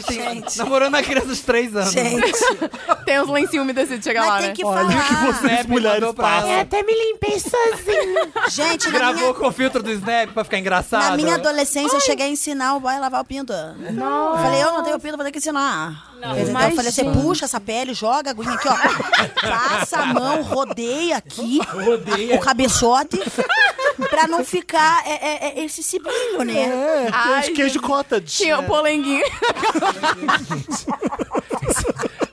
Speaker 2: Gente,
Speaker 4: Gente.
Speaker 2: Namorando a criança dos três anos.
Speaker 4: Gente,
Speaker 5: Tem uns lencinhos umedecidos, chega lá,
Speaker 4: mas
Speaker 5: né?
Speaker 4: tem que
Speaker 1: olha o que
Speaker 4: falar.
Speaker 1: vocês
Speaker 2: Snap
Speaker 1: mulheres
Speaker 2: mandou pra
Speaker 1: passam.
Speaker 6: É.
Speaker 2: ela.
Speaker 7: Até me limpei sozinho.
Speaker 5: né?
Speaker 4: Gente, na
Speaker 2: Gravou
Speaker 4: minha,
Speaker 2: com o filtro do Snap pra ficar engraçado.
Speaker 4: na minha adolescência eu cheguei a ensinar o boy a lavar o pinto. Eu falei, eu não tenho pinto, vou ter que ensinar. Entendeu? eu falei, você puxa essa pele, joga a aguinha aqui, ó. Passa a mão, rodeia aqui o cabeçote pra não ficar é, é, é, esse cibilho, né?
Speaker 5: Ai,
Speaker 1: Queijo, queijo
Speaker 5: gente.
Speaker 1: cottage.
Speaker 5: Tinha o polenguinho.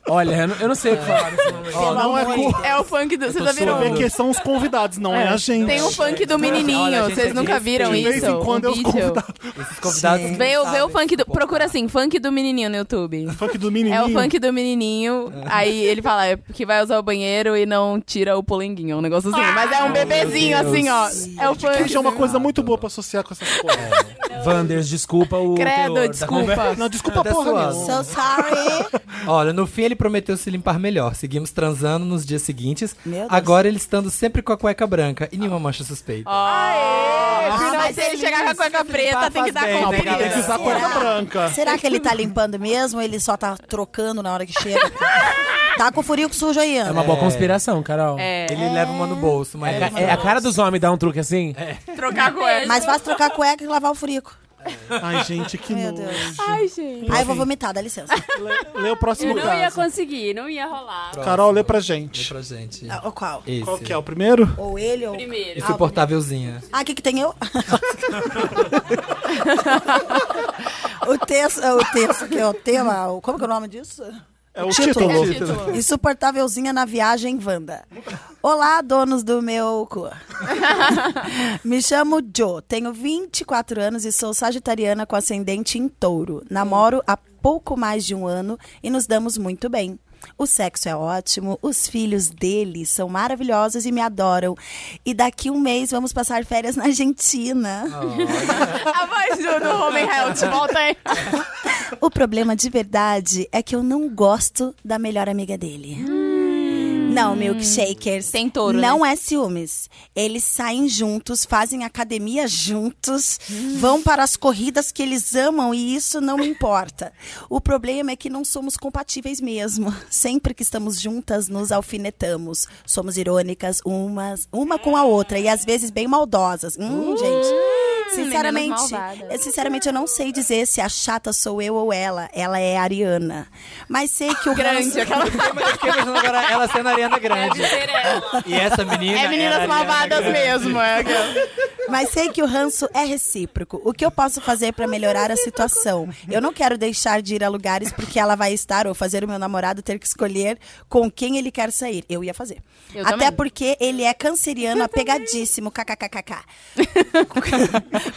Speaker 6: Olha, eu não, eu não sei o que falar nesse momento.
Speaker 2: Ó,
Speaker 1: não é
Speaker 4: amor de
Speaker 1: curto.
Speaker 5: É o funk do. Vocês já viram?
Speaker 1: Vê que são os convidados, não é, a gente.
Speaker 5: Tem um o funk do menininho.
Speaker 2: Olha, gente,
Speaker 5: Vocês
Speaker 2: é
Speaker 5: nunca
Speaker 2: de
Speaker 5: viram
Speaker 1: De
Speaker 5: isso?
Speaker 1: vez em quando
Speaker 5: um
Speaker 1: é os
Speaker 5: vídeo.
Speaker 1: convidados.
Speaker 2: Esses convidados. não
Speaker 5: Vê, vê o
Speaker 2: sabem
Speaker 5: funk do.
Speaker 2: se comportar.
Speaker 5: Procura assim, funk do menininho no YouTube.
Speaker 1: Funk do menininho.
Speaker 5: É o funk do menininho. Aí ele fala é, que vai usar o banheiro e não tira o polenguinho. Um negócio assim. Mas é um bebezinho assim, ó. É o funk.
Speaker 1: Queijo é uma coisa muito boa pra associar com essas coisas.
Speaker 6: Wanders, desculpa o. teor da
Speaker 5: Credo,
Speaker 4: Né?
Speaker 6: conversa.
Speaker 5: desculpa.
Speaker 1: Não, desculpa,
Speaker 2: Tá
Speaker 1: porra,
Speaker 2: suado.
Speaker 1: não.
Speaker 4: So sorry.
Speaker 2: Olha, no fim ele prometeu se limpar melhor. Seguimos transando nos dias seguintes.
Speaker 4: Meu Deus.
Speaker 2: Agora ele estando sempre com a cueca branca e nenhuma mancha suspeita.
Speaker 5: Ah, mas se ele
Speaker 2: feliz.
Speaker 5: chegar com a cueca preta, tem que dar
Speaker 2: Faz bem, né,
Speaker 5: conferida.
Speaker 1: Tem que usar cueca branca.
Speaker 4: Será que ele tá limpando mesmo? Ele só tá trocando na hora que chega? Tá com o furico sujo aí,
Speaker 6: É
Speaker 4: Ana.
Speaker 6: uma boa conspiração, Carol.
Speaker 5: É,
Speaker 2: Ele leva uma no bolso, mas.
Speaker 6: É, é a cara dos homens dar um truque assim?
Speaker 5: trocar a cueca.
Speaker 4: Mas faz trocar a cueca e lavar o furico.
Speaker 1: Ai, gente, que
Speaker 4: Meu
Speaker 1: nojo.
Speaker 4: Deus.
Speaker 5: Ai, gente.
Speaker 4: Aí eu vou vomitar, dá licença.
Speaker 1: Lê, lê o próximo
Speaker 3: Eu não ia
Speaker 1: caso.
Speaker 3: conseguir, não ia rolar.
Speaker 1: Carol, lê pra gente.
Speaker 2: Pra gente.
Speaker 4: Ah, O qual?
Speaker 2: Esse.
Speaker 1: Qual que é o primeiro?
Speaker 4: Ou ele ou.
Speaker 3: Primeiro.
Speaker 2: Insuportávelzinha.
Speaker 4: Ah, o que, que tem eu? o texto, o texto que é o tema, o- como que é o nome disso?
Speaker 1: É o
Speaker 4: Título.
Speaker 1: título.
Speaker 4: Insuportávelzinha na viagem, Wanda. Olá, donos do meu cu. Me chamo Jo, tenho 24 anos e sou sagitariana com ascendente em touro. Namoro há pouco mais de um ano e nos damos muito bem. O sexo é ótimo, os filhos dele são maravilhosos e me adoram. E daqui um mês vamos passar férias na Argentina.
Speaker 5: A voz do, do Homem Health. Volta
Speaker 3: É,
Speaker 5: aí.
Speaker 4: O problema de verdade é que eu não gosto da melhor amiga dele. Não, milkshakers.
Speaker 5: Hum. Tem touro, né?
Speaker 4: Não é ciúmes. Eles saem juntos, fazem academia juntos, vão para as corridas que eles amam e isso não me importa. O problema é que não somos compatíveis mesmo. Sempre que estamos juntas, nos alfinetamos. Somos irônicas umas, uma com a outra e às vezes bem maldosas. Hum, gente.
Speaker 5: Uh, meninas
Speaker 4: Sinceramente,
Speaker 5: malvadas.
Speaker 4: eu, É, Sinceramente, eu não sei dizer se a chata sou eu ou ela. Ela é a Ariana. Mas sei que o
Speaker 5: Grande,
Speaker 4: ranço-
Speaker 5: aquela.
Speaker 2: Mas eu fiquei pensando agora ela sendo a Ariana Grande.
Speaker 3: Deve ser ela.
Speaker 2: E essa menina.
Speaker 5: É
Speaker 2: era
Speaker 5: meninas
Speaker 2: a
Speaker 5: malvadas
Speaker 2: Ariana Grande.
Speaker 5: mesmo. É aquela.
Speaker 4: Mas sei que o ranço é recíproco. O que eu posso fazer pra melhorar a situação? Eu não quero deixar de ir a lugares porque ela vai estar ou fazer o meu namorado ter que escolher com quem ele quer sair. Eu ia fazer.
Speaker 5: Eu
Speaker 4: Até
Speaker 5: também.
Speaker 4: porque ele é canceriano apegadíssimo. KKKKK.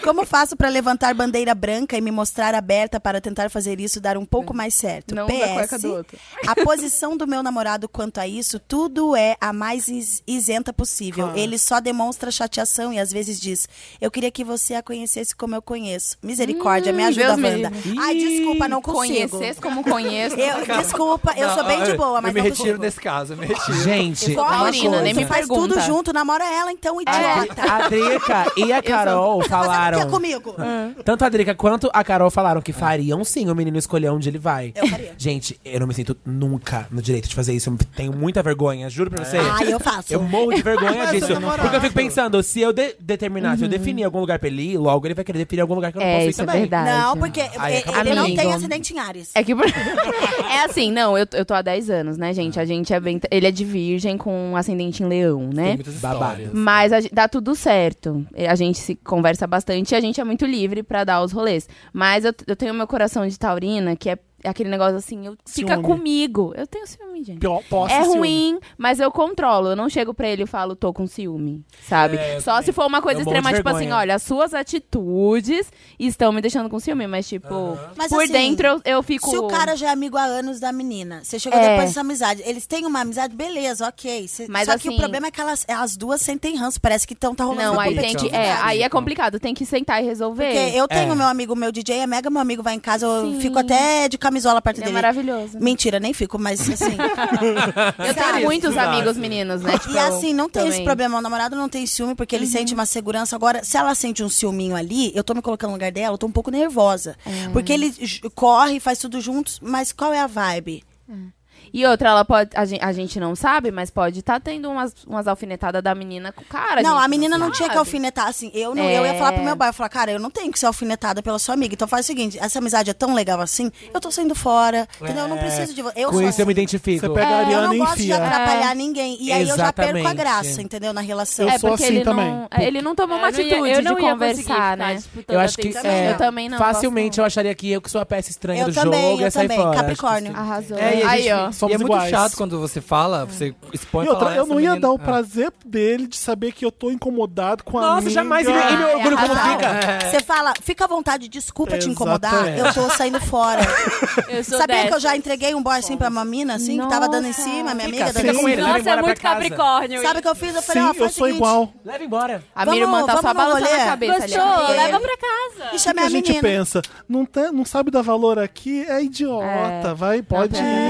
Speaker 4: Como faço pra levantar bandeira branca e me mostrar aberta para tentar fazer isso dar um pouco mais certo?
Speaker 5: É. Não da
Speaker 4: PS,
Speaker 5: cueca do outro.
Speaker 4: a posição do meu namorado quanto a isso, tudo é a mais is- isenta possível. Ele só demonstra chateação e às vezes diz: Deus. Eu queria que você a conhecesse como eu conheço. Misericórdia, me ajuda,
Speaker 5: Deus me
Speaker 4: Wanda. Ai, desculpa, não consigo.
Speaker 5: Conheces como conheço.
Speaker 4: Eu, desculpa, eu sou bem de boa, mas
Speaker 2: Eu me
Speaker 4: não
Speaker 2: retiro
Speaker 4: consigo.
Speaker 2: desse caso, eu me retiro.
Speaker 6: Gente,
Speaker 4: Corre,
Speaker 6: uma
Speaker 5: Paulina,
Speaker 6: coisa.
Speaker 5: nem me
Speaker 4: tu faz
Speaker 5: pergunta.
Speaker 4: tudo junto, namora ela então, idiota.
Speaker 6: A Drica e a Carol
Speaker 4: Falaram. Você não quer
Speaker 6: tá- falaram.
Speaker 4: é comigo?
Speaker 5: Hum.
Speaker 6: Tanto a Drica quanto a Carol falaram que fariam sim o menino escolher onde ele vai.
Speaker 4: Eu faria.
Speaker 6: Gente, eu não me sinto nunca no direito de fazer isso. Eu tenho muita vergonha, juro pra você.
Speaker 4: Ah, eu faço. Uhum.
Speaker 6: Eu morro de vergonha
Speaker 2: Mas
Speaker 6: disso.
Speaker 2: eu namorado.
Speaker 6: Porque eu fico pensando, se eu de- determinar, se eu definir algum lugar pra ele ir, logo ele vai querer definir algum lugar que eu não posso
Speaker 5: É,
Speaker 6: ir
Speaker 5: isso é
Speaker 6: também.
Speaker 5: verdade.
Speaker 4: Não, porque
Speaker 6: Ai,
Speaker 4: ele
Speaker 6: acabou.
Speaker 4: não
Speaker 5: Amigo.
Speaker 4: tem acidente em Ares.
Speaker 5: É que É assim, não, eu, eu tô há 10 anos, né, gente? A gente é bem. Ele é de virgem com um ascendente em leão,
Speaker 2: Tem
Speaker 5: né?
Speaker 2: muitas
Speaker 6: Babado.
Speaker 2: histórias.
Speaker 5: Mas a gen- dá tudo certo. E A gente se conversa bastante e a gente é muito livre pra dar os rolês. Mas eu, eu tenho meu coração de taurina, que é aquele negócio assim, eu, fica
Speaker 1: Ciúme.
Speaker 5: comigo. Eu tenho ciúme, gente.
Speaker 1: Pior, posse
Speaker 5: é
Speaker 1: e ciúme.
Speaker 5: ruim, mas eu controlo. Eu não chego pra ele e falo, tô com ciúme, sabe?
Speaker 6: É, eu
Speaker 5: Só
Speaker 6: também.
Speaker 5: se for uma coisa
Speaker 6: Eu morro de
Speaker 5: extrema, tipo assim,
Speaker 6: vergonha.
Speaker 5: olha, as suas atitudes estão me deixando com ciúme, mas tipo,
Speaker 4: Mas,
Speaker 5: por
Speaker 4: assim,
Speaker 5: dentro eu, eu fico.
Speaker 4: Se o cara já é amigo há anos da menina, você chegou
Speaker 5: É.
Speaker 4: depois dessa amizade. Eles têm uma amizade, beleza, ok. Cê-
Speaker 5: Mas
Speaker 4: só que
Speaker 5: assim-
Speaker 4: o problema é que elas, as duas sentem ranço. Parece que estão tá rolando
Speaker 5: Não,
Speaker 4: uma
Speaker 5: aí tem que. É,
Speaker 4: competitividade.
Speaker 5: aí é complicado, tem que sentar e resolver.
Speaker 4: Porque eu tenho
Speaker 6: É.
Speaker 4: meu amigo, meu DJ, é mega meu amigo, vai em casa, eu
Speaker 5: Sim.
Speaker 4: fico até de camisola perto
Speaker 5: Ele é
Speaker 4: dele.
Speaker 5: maravilhoso.
Speaker 4: Mentira, nem fico, mas assim.
Speaker 5: Eu tenho muitos amigos meninos, né? Tipo,
Speaker 4: E assim, não tem esse
Speaker 5: também. Uhum.
Speaker 4: problema. O namorado não tem ciúme porque ele sente uma segurança. Agora, se ela sente um ciúminho ali, eu tô me colocando no lugar dela, eu tô um pouco nervosa.
Speaker 5: É.
Speaker 4: Porque ele j- corre, faz tudo juntos, mas qual é a vibe?
Speaker 5: E outra, ela pode. A gen- a gente, não sabe, mas pode estar tendo umas, umas alfinetadas da menina com o cara.
Speaker 4: não,
Speaker 5: gente
Speaker 4: a menina não, tinha que
Speaker 5: sabe.
Speaker 4: alfinetar, assim. Eu não, eu ia falar pro meu pai, eu ia falar, cara, eu não tenho que ser alfinetada pela sua amiga. Então faz o seguinte, essa amizade é tão legal assim, eu tô saindo fora, entendeu? Eu não preciso de você. Eu
Speaker 6: Com
Speaker 4: sou
Speaker 6: isso eu me
Speaker 4: assim.
Speaker 6: identifico.
Speaker 1: Você pega a
Speaker 4: Eu
Speaker 1: Ariana
Speaker 4: não
Speaker 1: e
Speaker 4: gosto de
Speaker 1: enfia.
Speaker 4: atrapalhar ninguém. E aí eu já perco a
Speaker 6: Exatamente.
Speaker 4: graça, entendeu? Na relação.
Speaker 1: Eu
Speaker 5: É,
Speaker 1: sou
Speaker 5: porque
Speaker 1: assim
Speaker 5: ele não.
Speaker 1: também.
Speaker 5: é, Ele não tomou uma
Speaker 3: Eu não ia-
Speaker 5: atitude
Speaker 3: eu não
Speaker 5: de
Speaker 3: ia
Speaker 5: conversar,
Speaker 3: conseguir
Speaker 5: né?
Speaker 3: ficar disputando
Speaker 6: Eu acho que
Speaker 3: atenção.
Speaker 4: né?
Speaker 6: é,
Speaker 5: Eu também não,
Speaker 6: Facilmente
Speaker 5: gosto
Speaker 6: eu acharia que eu que sou a peça estranha
Speaker 4: Eu
Speaker 6: do
Speaker 4: também,
Speaker 6: jogo ia
Speaker 4: eu
Speaker 6: sair
Speaker 4: também.
Speaker 6: fora.
Speaker 4: Capricórnio.
Speaker 5: Arrasou.
Speaker 2: É, e a gente-
Speaker 5: aí, ó.
Speaker 1: Somos
Speaker 2: e é muito
Speaker 1: iguais.
Speaker 2: chato quando você fala, você expõe
Speaker 1: E outra,
Speaker 2: fala,
Speaker 1: eu
Speaker 2: "Essa
Speaker 1: não ia
Speaker 2: menina-"
Speaker 1: dar o
Speaker 2: Ah.
Speaker 1: prazer dele de saber que eu tô incomodado com a
Speaker 6: Nossa,
Speaker 1: amiga.
Speaker 6: jamais. E meu, e meu orgulho como
Speaker 4: Arrasou.
Speaker 6: fica?
Speaker 4: ah, Você fala, fica à vontade, desculpa te incomodar, eu
Speaker 1: Exatamente.
Speaker 4: tô saindo fora.
Speaker 3: Eu sou
Speaker 4: Sabia que eu
Speaker 3: dessa.
Speaker 4: já entreguei um boy assim pra uma mina, assim, que tava dando em
Speaker 5: Nossa.
Speaker 4: cima, minha
Speaker 6: Fica,
Speaker 4: amiga dando
Speaker 6: fica
Speaker 4: em
Speaker 6: com
Speaker 4: cima.
Speaker 6: ele, leva
Speaker 3: Nossa, é
Speaker 6: embora
Speaker 3: muito
Speaker 6: pra casa.
Speaker 3: Capricórnio.
Speaker 4: Sabe o que eu fiz? Eu falei, ó,
Speaker 1: Sim,
Speaker 4: faz
Speaker 1: eu
Speaker 4: o
Speaker 1: sou
Speaker 4: seguinte,
Speaker 1: igual.
Speaker 6: Leva embora.
Speaker 5: A minha
Speaker 4: Vamos-
Speaker 5: irmã tá só
Speaker 4: vamos no
Speaker 5: balançando a
Speaker 4: rolê?
Speaker 5: cabeça ali.
Speaker 3: Gostou?
Speaker 5: amiga.
Speaker 3: Leva pra casa.
Speaker 4: E
Speaker 1: O que
Speaker 4: chamei
Speaker 1: a
Speaker 4: a
Speaker 1: gente
Speaker 4: menina.
Speaker 1: pensa? Não, tá- não sabe dar valor aqui? É idiota. Vai,
Speaker 4: Tá
Speaker 1: pode ir.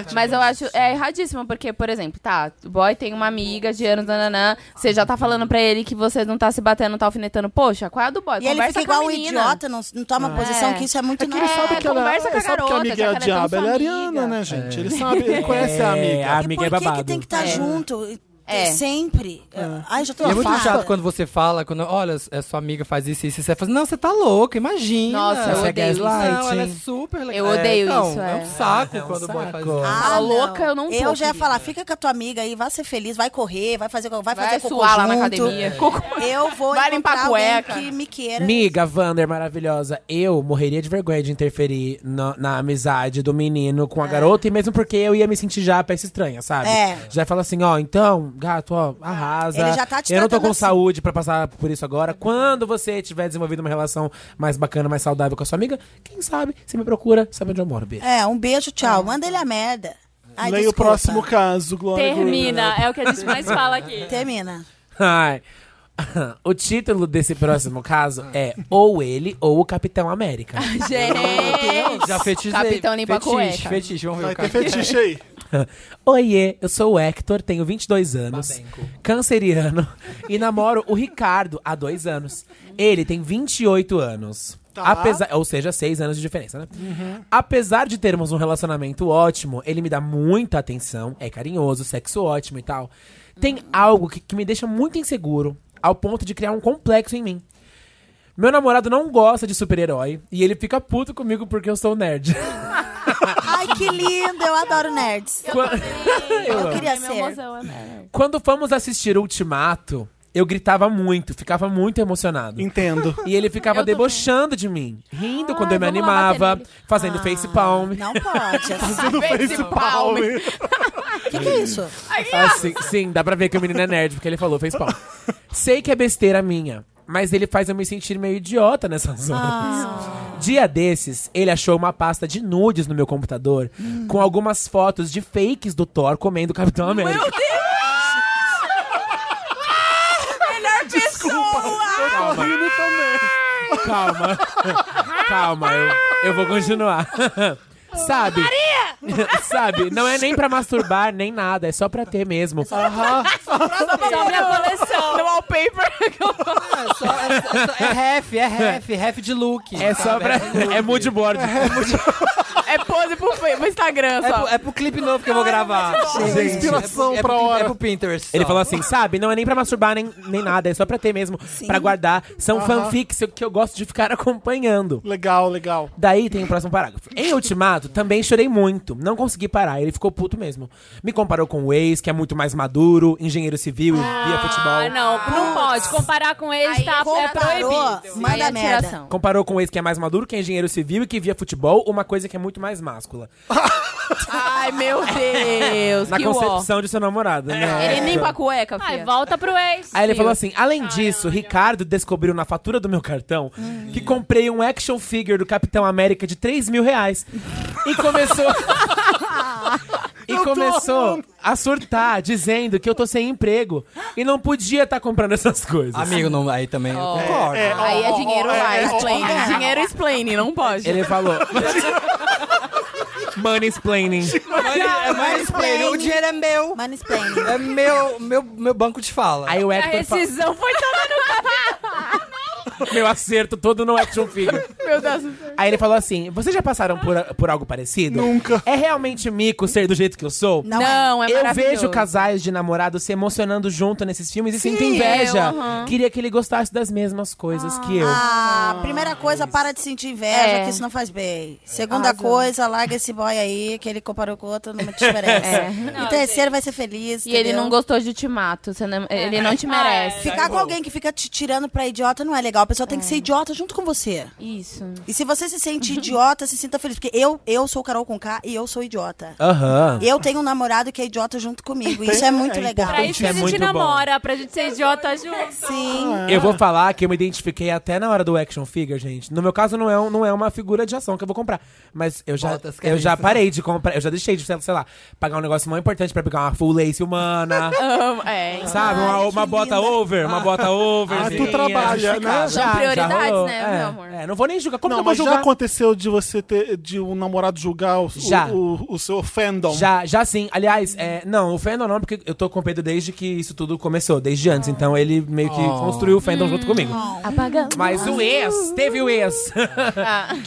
Speaker 1: É,
Speaker 5: Mas eu acho é erradíssimo, porque, por exemplo, tá, o boy tem uma amiga de anos, nananã, você já tá falando pra ele que você não tá se batendo, tá alfinetando. Poxa, qual é a do boy?
Speaker 4: E ele
Speaker 5: Conversa
Speaker 4: fica
Speaker 5: com a
Speaker 4: igual um
Speaker 5: menina.
Speaker 4: idiota, não, não toma posição, que isso é muito
Speaker 1: que ele
Speaker 4: normal.
Speaker 1: sabe que ela,
Speaker 5: conversa com a
Speaker 1: ele sabe que
Speaker 5: garota,
Speaker 1: a amiga é
Speaker 5: já
Speaker 1: o
Speaker 5: que ela é tão
Speaker 1: diabo. Ela é
Speaker 5: sua amiga.
Speaker 1: ariana, né, gente? Ele sabe, ele conhece a amiga.
Speaker 4: E
Speaker 6: amiga
Speaker 4: por
Speaker 6: é
Speaker 4: que,
Speaker 6: babado.
Speaker 4: que tem que estar junto? E-
Speaker 5: É.
Speaker 4: Sempre. Ah, Ai, já tô
Speaker 2: E é muito
Speaker 4: afada.
Speaker 2: chato quando você fala, quando, olha, é sua amiga faz isso, isso, isso. Você fala, não, você tá louca, imagina.
Speaker 5: Nossa, eu
Speaker 2: Você é
Speaker 5: odeio isso.
Speaker 2: gaslighting. Não, ela é
Speaker 6: Sim.
Speaker 2: super legal.
Speaker 5: Eu odeio
Speaker 2: É, então,
Speaker 5: isso,
Speaker 2: É
Speaker 5: é.
Speaker 2: um saco
Speaker 6: É um
Speaker 2: quando o boy faz
Speaker 6: saco.
Speaker 2: isso.
Speaker 4: Ah,
Speaker 5: Fala louca, eu não tô,
Speaker 4: Eu já ia
Speaker 5: querida.
Speaker 4: falar, fica com a tua amiga aí, vai ser feliz, vai correr, vai fazer, vai fazer
Speaker 5: Vai
Speaker 4: cocô
Speaker 5: suar lá na
Speaker 4: junto.
Speaker 5: academia. Cocô.
Speaker 4: Eu vou
Speaker 5: Vai limpar a
Speaker 4: encontrar alguém
Speaker 5: cueca.
Speaker 4: que me queira.
Speaker 6: Miga, Wander, maravilhosa, eu morreria de vergonha de interferir na, na amizade do menino com a garota, e mesmo porque eu ia me sentir já a peça estranha, sabe?
Speaker 4: É.
Speaker 6: Já fala assim, ó, então, gato, ó, arrasa.
Speaker 4: Ele já tá te
Speaker 6: Eu não tô
Speaker 4: tratando
Speaker 6: com
Speaker 4: assim.
Speaker 6: saúde pra passar por isso agora. Quando você tiver desenvolvido uma relação mais bacana, mais saudável com a sua amiga, quem sabe, você me procura, sabe onde eu moro, beijo.
Speaker 4: É, um beijo, tchau. Manda ele a merda. Ai,
Speaker 1: Leia o
Speaker 4: desculpa.
Speaker 1: próximo caso, Glória.
Speaker 3: Termina. É o que a gente mais fala aqui.
Speaker 4: Termina.
Speaker 6: Ai. O título desse próximo caso é Ou Ele ou o Capitão América.
Speaker 5: Gente,
Speaker 2: Já fetizei.
Speaker 5: Capitão limpa a
Speaker 2: fetiche,
Speaker 5: cueca.
Speaker 2: fetiche, vamos ver
Speaker 1: É. Vai ter
Speaker 2: o cara.
Speaker 1: fetiche aí.
Speaker 6: Oiê, eu sou o Hector, tenho 22 anos, canceriano e namoro o Ricardo há dois anos. Ele tem 28 anos. Apesar, ou seja, seis anos de diferença, né? Apesar de termos um relacionamento ótimo, ele me dá muita atenção, é carinhoso, sexo ótimo e tal. Tem algo que, que me deixa muito inseguro, ao ponto de criar um complexo em mim. Meu namorado não gosta de super-herói e ele fica puto comigo porque eu sou nerd.
Speaker 4: Ai, que lindo, eu adoro nerds. Eu, queria
Speaker 5: Meu
Speaker 4: ser.
Speaker 5: mozão, né?
Speaker 6: Quando fomos assistir Ultimato, eu gritava muito, ficava muito emocionado.
Speaker 1: Entendo.
Speaker 6: E ele ficava debochando de mim, rindo quando eu me animava, fazendo face
Speaker 5: é
Speaker 6: palm.
Speaker 4: Não pode. assim.
Speaker 1: Face palm.
Speaker 4: O que, que é isso?
Speaker 6: Assim, sim, dá pra ver que o menino é nerd, porque ele falou face palm. Sei que é besteira minha, mas ele faz eu me sentir meio idiota nessas horas. Dia desses, ele achou uma pasta de nudes no meu computador, com algumas fotos de fakes do Thor comendo o Capitão América.
Speaker 1: Desculpa, eu
Speaker 6: calma.
Speaker 1: rindo também.
Speaker 6: Calma. Calma, eu, eu vou continuar. Sabe? Sabe? Não é nem pra masturbar, nem nada. É só pra ter mesmo.
Speaker 3: Só minha coleção.
Speaker 5: No wallpaper.
Speaker 2: É, só- é, só- é ref, é ref, ref de look.
Speaker 6: É só
Speaker 2: sabe?
Speaker 6: pra.
Speaker 2: de look.
Speaker 6: É mood board.
Speaker 5: é pose pro, pro Instagram
Speaker 2: É
Speaker 5: só.
Speaker 2: pro, é pro clipe novo que eu vou gravar.
Speaker 1: Gente. Inspiração
Speaker 2: é pro,
Speaker 1: pra
Speaker 2: é pro,
Speaker 1: hora.
Speaker 2: É pro Pinterest.
Speaker 6: Ele
Speaker 2: só.
Speaker 6: falou assim, sabe? Não é nem pra masturbar, nem, nem nada. É só pra ter mesmo. Pra guardar. São fanfics que eu gosto de ficar acompanhando.
Speaker 1: Legal, legal.
Speaker 6: Daí tem o próximo parágrafo. Em Ultimato, também chorei muito. Não consegui parar. Ele ficou puto mesmo. Me comparou com o ex, que é muito mais maduro, engenheiro civil, via
Speaker 3: Ah,
Speaker 6: futebol.
Speaker 3: não, não pode. Comparar com ele tá, é
Speaker 4: comparou,
Speaker 3: proibido.
Speaker 4: manda
Speaker 5: Aí é
Speaker 4: merda.
Speaker 5: atiração.
Speaker 6: Comparou com o ex, que é mais maduro, que é engenheiro civil e que via futebol, uma coisa que é muito mais máscula.
Speaker 5: Ai, meu Deus.
Speaker 6: Na
Speaker 5: que ó.
Speaker 6: concepção de seu namorado, né?
Speaker 5: Ele limpa a cueca, filha.
Speaker 3: Ai, volta pro ex.
Speaker 6: Aí ele
Speaker 3: filho.
Speaker 6: falou assim: além disso, Ricardo descobriu na fatura do meu cartão
Speaker 5: Hum.
Speaker 6: que comprei um action figure do Capitão América de 3 mil reais. E começou. e começou a surtar, dizendo que eu tô sem emprego e não podia estar comprando essas coisas.
Speaker 2: Amigo, não, aí também eu concordo.
Speaker 5: Aí é dinheiro lá,
Speaker 1: é, ó,
Speaker 5: explain. Dinheiro explain, não pode.
Speaker 6: Ele falou. Money explaining.
Speaker 2: Mas, é mais
Speaker 4: Mansplaining.
Speaker 2: o dinheiro é meu.
Speaker 4: Mansplaining.
Speaker 2: É meu, meu, meu banco de fala.
Speaker 6: Aí o
Speaker 3: A
Speaker 6: Hector falou:
Speaker 3: rescisão foi toda no
Speaker 6: meu acerto todo é no action figure.
Speaker 5: Meu Deus.
Speaker 6: um Aí ele falou assim: vocês já passaram por, por algo parecido?
Speaker 1: Nunca.
Speaker 6: É realmente mico ser do jeito que eu sou?
Speaker 4: Não,
Speaker 5: Não, é
Speaker 6: eu
Speaker 5: maravilhoso.
Speaker 6: vejo casais de namorados se emocionando junto nesses filmes e sinto
Speaker 5: eu,
Speaker 6: inveja.
Speaker 5: aham.
Speaker 6: Queria que ele gostasse das mesmas coisas que eu.
Speaker 4: Ah, primeira coisa, para de sentir inveja,
Speaker 5: É.
Speaker 4: que isso não faz bem. Segunda coisa, larga esse boy aí, que ele comparou com outro, não te merece. E terceiro, vai ser feliz.
Speaker 5: É. E ele
Speaker 4: entendeu?
Speaker 5: não gostou de ultimato. você não- Ele não te merece.
Speaker 4: Ficar com alguém que fica te tirando pra idiota não é legal. A pessoa tem que ser idiota junto com você.
Speaker 5: Isso.
Speaker 4: E se você se sente idiota, se sinta feliz. Porque eu, eu sou Carol com K e eu sou idiota.
Speaker 6: Aham.
Speaker 4: Eu tenho um namorado que é idiota junto comigo. Isso é muito legal.
Speaker 3: Pra isso
Speaker 6: é
Speaker 3: que a gente
Speaker 6: muito bom.
Speaker 3: namora, pra gente ser idiota junto.
Speaker 4: Sim.
Speaker 6: Eu vou falar que eu me identifiquei até na hora do action figure, gente. No meu caso, não é, um- não é uma figura de ação que eu vou comprar. Mas eu já,
Speaker 2: Botas,
Speaker 6: eu já
Speaker 2: caríssimas.
Speaker 6: parei de comprar. Eu já deixei de, sei sei lá, pagar um negócio muito importante pra pegar uma full lace humana.
Speaker 5: Amo, é.
Speaker 6: sabe? Uma,
Speaker 4: Ai, que
Speaker 6: uma bota
Speaker 4: linda.
Speaker 6: over. Uma bota over. assim.
Speaker 1: Ah, tu trabalha, né?
Speaker 5: São prioridades, né, meu amor?
Speaker 6: É, não vou nem julgar. Como
Speaker 1: Não,
Speaker 6: que eu
Speaker 1: mas
Speaker 6: vou
Speaker 1: já
Speaker 6: julgar?
Speaker 1: aconteceu de você ter de um namorado julgar o, o-
Speaker 6: Já.
Speaker 1: o, o seu fandom?
Speaker 6: Já, já sim. Aliás, é, não, o fandom não, porque eu tô com o Pedro desde que isso tudo começou, desde antes. Então ele meio que construiu o fandom junto comigo.
Speaker 5: Ah. Apagando.
Speaker 6: Mas o ex, teve o ex.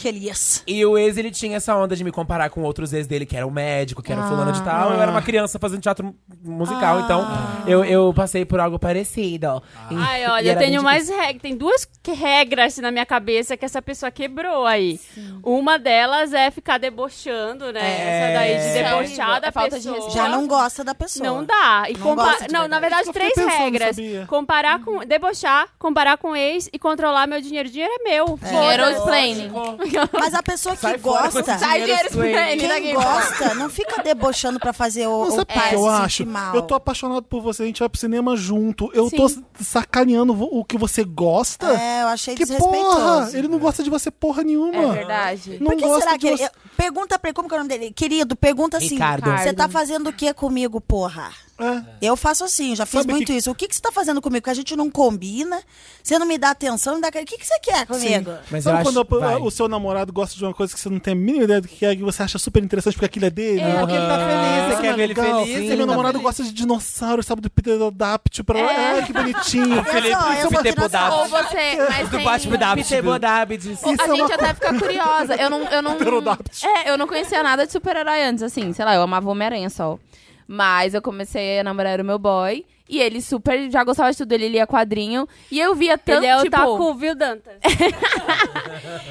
Speaker 4: Que Elias.
Speaker 6: e o ex, ele tinha essa onda de me comparar com outros ex dele, que era o médico, que era o fulano de tal. Eu era uma criança fazendo teatro musical, então eu, eu passei por algo parecido. E-
Speaker 3: Ai,
Speaker 6: e
Speaker 3: olha, eu
Speaker 6: era
Speaker 3: tenho
Speaker 6: bem
Speaker 3: mais regras. Tem duas que- regras assim na minha cabeça que essa pessoa quebrou aí. Uma delas é ficar debochando, né?
Speaker 6: É.
Speaker 3: Essa daí de
Speaker 6: Isso é
Speaker 3: debochar
Speaker 5: horrível.
Speaker 3: da
Speaker 5: É falta de
Speaker 3: pessoa.
Speaker 5: respeito.
Speaker 4: Já não gosta da pessoa.
Speaker 3: Não dá. E
Speaker 4: Não
Speaker 3: compa-
Speaker 4: gosta de
Speaker 3: não, na verdade,
Speaker 1: Eu fiquei
Speaker 3: três
Speaker 1: pensando,
Speaker 3: regras.
Speaker 1: sabia?
Speaker 3: Comparar com. Debochar, comparar com ex e controlar meu dinheiro. Dinheiro é meu.
Speaker 5: Dinheiro um explain.
Speaker 4: Mas a pessoa que
Speaker 6: Sai fora com
Speaker 4: gosta.
Speaker 6: esse
Speaker 5: Sai dinheiro explain.
Speaker 4: Quem
Speaker 5: daqui.
Speaker 4: gosta, não fica debochando pra fazer o,
Speaker 1: Não, sabe
Speaker 4: o
Speaker 1: o que
Speaker 4: pai
Speaker 1: é eu
Speaker 4: se
Speaker 1: acho?
Speaker 4: sentir mal.
Speaker 1: Eu tô apaixonado por você, a gente vai pro cinema junto. Eu tô
Speaker 5: Sim.
Speaker 1: sacaneando vo- o que você gosta.
Speaker 4: É, eu achei
Speaker 1: que porra!
Speaker 4: desrespeitoso.
Speaker 1: Ele não gosta de você porra
Speaker 5: É
Speaker 1: nenhuma.
Speaker 5: verdade.
Speaker 1: Não
Speaker 4: Por que
Speaker 1: gosta
Speaker 4: será que
Speaker 1: de
Speaker 4: ele...
Speaker 1: você.
Speaker 4: Pergunta pra ele, como que é o nome dele? Querido, pergunta assim.
Speaker 6: Ricardo.
Speaker 4: Você tá fazendo o que comigo, porra?
Speaker 1: É.
Speaker 4: Eu faço assim, já fiz
Speaker 1: Sabe
Speaker 4: muito
Speaker 1: que-
Speaker 4: isso. O que, que você tá fazendo comigo? Que a gente não combina, você não me dá atenção, não dá... O que, que você quer comigo?
Speaker 6: Mas eu
Speaker 1: Sabe
Speaker 6: acho...
Speaker 1: quando a-
Speaker 6: vai.
Speaker 1: o seu namorado gosta de uma coisa que você não tem a mínima ideia do que é, que você acha super interessante porque aquilo é dele?
Speaker 2: É, porque ele tá feliz,
Speaker 1: Isso
Speaker 2: você quer
Speaker 1: não
Speaker 2: ver ele
Speaker 1: legal?
Speaker 2: feliz.
Speaker 1: Sim,
Speaker 2: ele
Speaker 1: meu
Speaker 2: tá
Speaker 1: namorado
Speaker 2: feliz. É.
Speaker 1: gosta de dinossauro, sabe? Do Pterodapt pra lá. Ai, que bonitinho.
Speaker 4: Felipe,
Speaker 6: Felipe- Felipe
Speaker 5: Ou você. Mas
Speaker 2: Do
Speaker 5: tem-
Speaker 2: Batman da
Speaker 6: Peter Bodabides.
Speaker 5: Ou- A gente até fica curiosa. Eu não. Eu não
Speaker 1: Pterodáctilo.
Speaker 5: é, eu não conhecia nada de super-herói antes, assim, sei lá, eu amava Homem-Aranha só. Mas eu comecei a namorar o meu boy. E ele super já gostava de tudo, ele lia quadrinho. E eu via tanto,
Speaker 3: Ele é o
Speaker 5: tipo...
Speaker 3: Taku, viu, Dantas?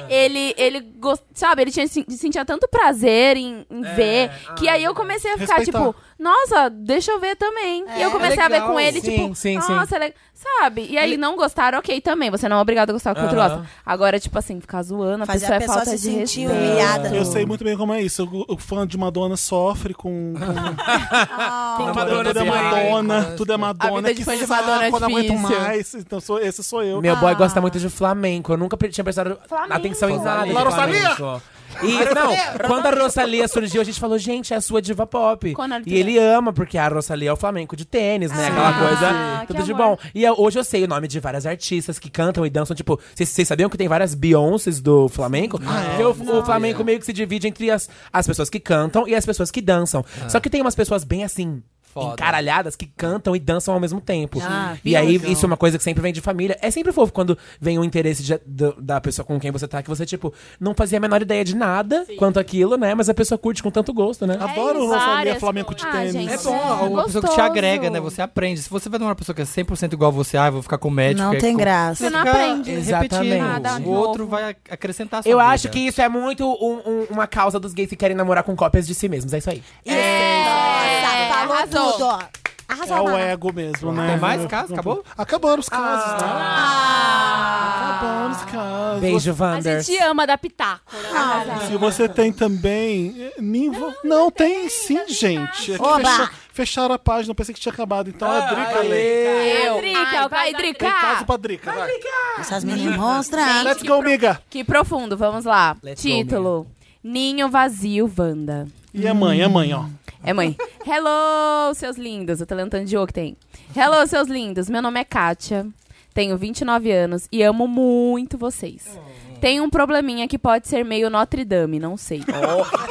Speaker 5: ele, ele gost... sabe, ele tinha, se- sentia tanto prazer em, em ver, que aí eu comecei a ficar,
Speaker 1: Respeitar.
Speaker 5: tipo, nossa, deixa eu ver também. e eu comecei a ver
Speaker 2: legal.
Speaker 5: com ele,
Speaker 6: Sim,
Speaker 5: tipo,
Speaker 6: sim, sim.
Speaker 5: nossa, le- sabe? E aí não gostaram, ok, também, você não é obrigado a gostar do que o outro
Speaker 6: Aham.
Speaker 5: gosta. Agora, tipo assim, ficar zoando, a
Speaker 4: Fazer
Speaker 5: pessoa
Speaker 4: a
Speaker 5: é
Speaker 4: pessoa
Speaker 5: falta
Speaker 4: se
Speaker 5: de
Speaker 4: sentir
Speaker 5: respeito.
Speaker 4: humilhada.
Speaker 1: Eu sei muito bem como é isso. O, o fã de Madonna sofre com. com-
Speaker 6: Com
Speaker 2: Madonna
Speaker 1: tudo é Madonna. Tudo é
Speaker 5: A
Speaker 1: Madonna.
Speaker 5: vida de
Speaker 1: Que
Speaker 5: fã de
Speaker 1: saco,
Speaker 5: Madonna é
Speaker 1: eu não aguento
Speaker 5: difícil.
Speaker 1: mais. Então sou, esse sou eu.
Speaker 6: Meu boy gosta muito de flamenco. Eu nunca pre- tinha prestado atenção em nada. de
Speaker 1: La Rosalía!
Speaker 6: flamenco. E não, quando a Rosalia surgiu, a gente falou, gente, é a sua diva pop.
Speaker 5: Con Arturo
Speaker 6: E ele ama, porque a Rosalía é o flamenco de tênis, né? Aquela coisa,
Speaker 5: que
Speaker 6: tudo de bom.
Speaker 5: amor.
Speaker 6: E eu- hoje eu sei o nome de várias artistas que cantam e dançam, tipo, vocês vocês sabiam que tem várias Beyoncés do flamenco? Porque o, o flamenco meio que se divide entre as, as pessoas que cantam e as pessoas que dançam. Só que tem umas pessoas bem assim...
Speaker 2: Foda.
Speaker 6: Encaralhadas que cantam e dançam ao mesmo tempo.
Speaker 4: Ah,
Speaker 6: e aí,
Speaker 4: que
Speaker 6: isso é uma coisa que sempre vem de família. É sempre fofo quando vem o interesse de- do- da pessoa com quem você tá, que você, tipo, não fazia a menor ideia de nada quanto aquilo, né? Mas a pessoa curte com tanto gosto,
Speaker 5: É.
Speaker 6: né?
Speaker 1: Adoro o Rosalía
Speaker 3: várias
Speaker 1: Flamengo de
Speaker 5: coisas. Ah,
Speaker 1: tênis.
Speaker 2: É
Speaker 5: gente.
Speaker 2: bom, uma pessoa que te
Speaker 5: gostoso.
Speaker 2: agrega, né? Você aprende. Se você vai numa pessoa que é 100% igual a você, ah, eu vou ficar com o médico.
Speaker 4: Não
Speaker 2: é
Speaker 4: tem
Speaker 2: com-
Speaker 4: graça.
Speaker 5: Você não
Speaker 2: fica
Speaker 5: aprende.
Speaker 2: Repetindo.
Speaker 5: Nada
Speaker 2: o outro
Speaker 5: novo.
Speaker 2: vai ac- acrescentar a sua
Speaker 6: Eu
Speaker 2: vida.
Speaker 6: acho que isso é muito um- um- uma causa dos gays que querem namorar com cópias de si mesmos. É isso aí.
Speaker 4: Nossa, falou
Speaker 5: É, arrasou.
Speaker 4: tudo. ó.
Speaker 1: É
Speaker 4: Arrasou,
Speaker 1: o
Speaker 4: Mara.
Speaker 1: ego mesmo, né?
Speaker 2: Tem mais casos? Acabou? Ah.
Speaker 1: Acabaram os casos, né? Acabaram os casos.
Speaker 6: Beijo,
Speaker 3: A
Speaker 6: Wander.
Speaker 3: gente ama dar pitaco. né?
Speaker 1: Se você tem também. eh, Ninvo. Não, tem, sim,
Speaker 5: tá
Speaker 1: gente. É que
Speaker 4: Oba!
Speaker 1: fecha- fecharam a página, eu pensei que tinha acabado. Então
Speaker 6: Ah,
Speaker 1: a Drica lê.
Speaker 5: Eu.
Speaker 3: Drica,
Speaker 5: Ai,
Speaker 3: vai,
Speaker 5: vai,
Speaker 3: Drica.
Speaker 1: Caso pra Drica. vai.
Speaker 4: Essas meninas monstras.
Speaker 1: Let's go, miga.
Speaker 5: Que profundo, vamos lá.
Speaker 6: Let's go,
Speaker 5: Título. Ninho vazio, Wanda.
Speaker 1: E a mãe, a mãe, ó.
Speaker 5: É, mãe. Hello, seus lindos. Eu tô lendo um tanto de jogo que tem. Hello, seus lindos. Meu nome é Kátia. Tenho 29 anos e amo muito vocês. Tem um probleminha que pode ser meio Notre Dame, não sei.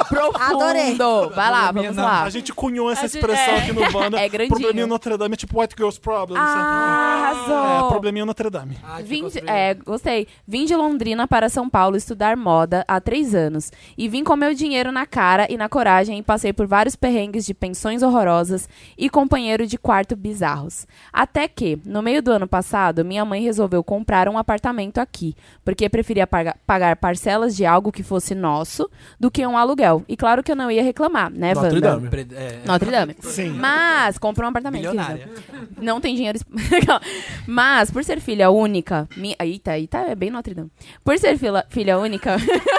Speaker 5: Profundo.
Speaker 4: Adorei.
Speaker 5: Vai lá, vamos lá.
Speaker 1: A gente cunhou essa
Speaker 3: A gente-
Speaker 1: expressão
Speaker 3: é.
Speaker 1: aqui no Vanda.
Speaker 5: Ah. É grandinho.
Speaker 1: Probleminha Notre Dame é tipo White Girls Problem.
Speaker 5: Ah,
Speaker 1: sabe? É,
Speaker 5: arrasou.
Speaker 1: probleminha Notre Dame.
Speaker 5: Vim de- é, gostei. Vim de Londrina para São Paulo estudar moda há três anos. E vim com meu dinheiro na cara e na coragem e passei por vários perrengues de pensões horrorosas e companheiro de quarto bizarros. Até que, no meio do ano passado, minha mãe resolveu comprar um apartamento aqui, porque preferia paga- pagar parcelas de algo que fosse nosso do que um aluguel. E claro que eu não ia reclamar, né,
Speaker 6: Notre
Speaker 5: Wanda?
Speaker 6: Dame.
Speaker 2: Pre- é,
Speaker 5: Notre Dame.
Speaker 1: Sim.
Speaker 5: Mas comprou um apartamento.
Speaker 2: Milionária.
Speaker 5: querida. Não tem dinheiro. disp- Não. Mas, por ser filha única. Minha... Eita, eita, é bem Notre Dame. Por ser fila- filha única.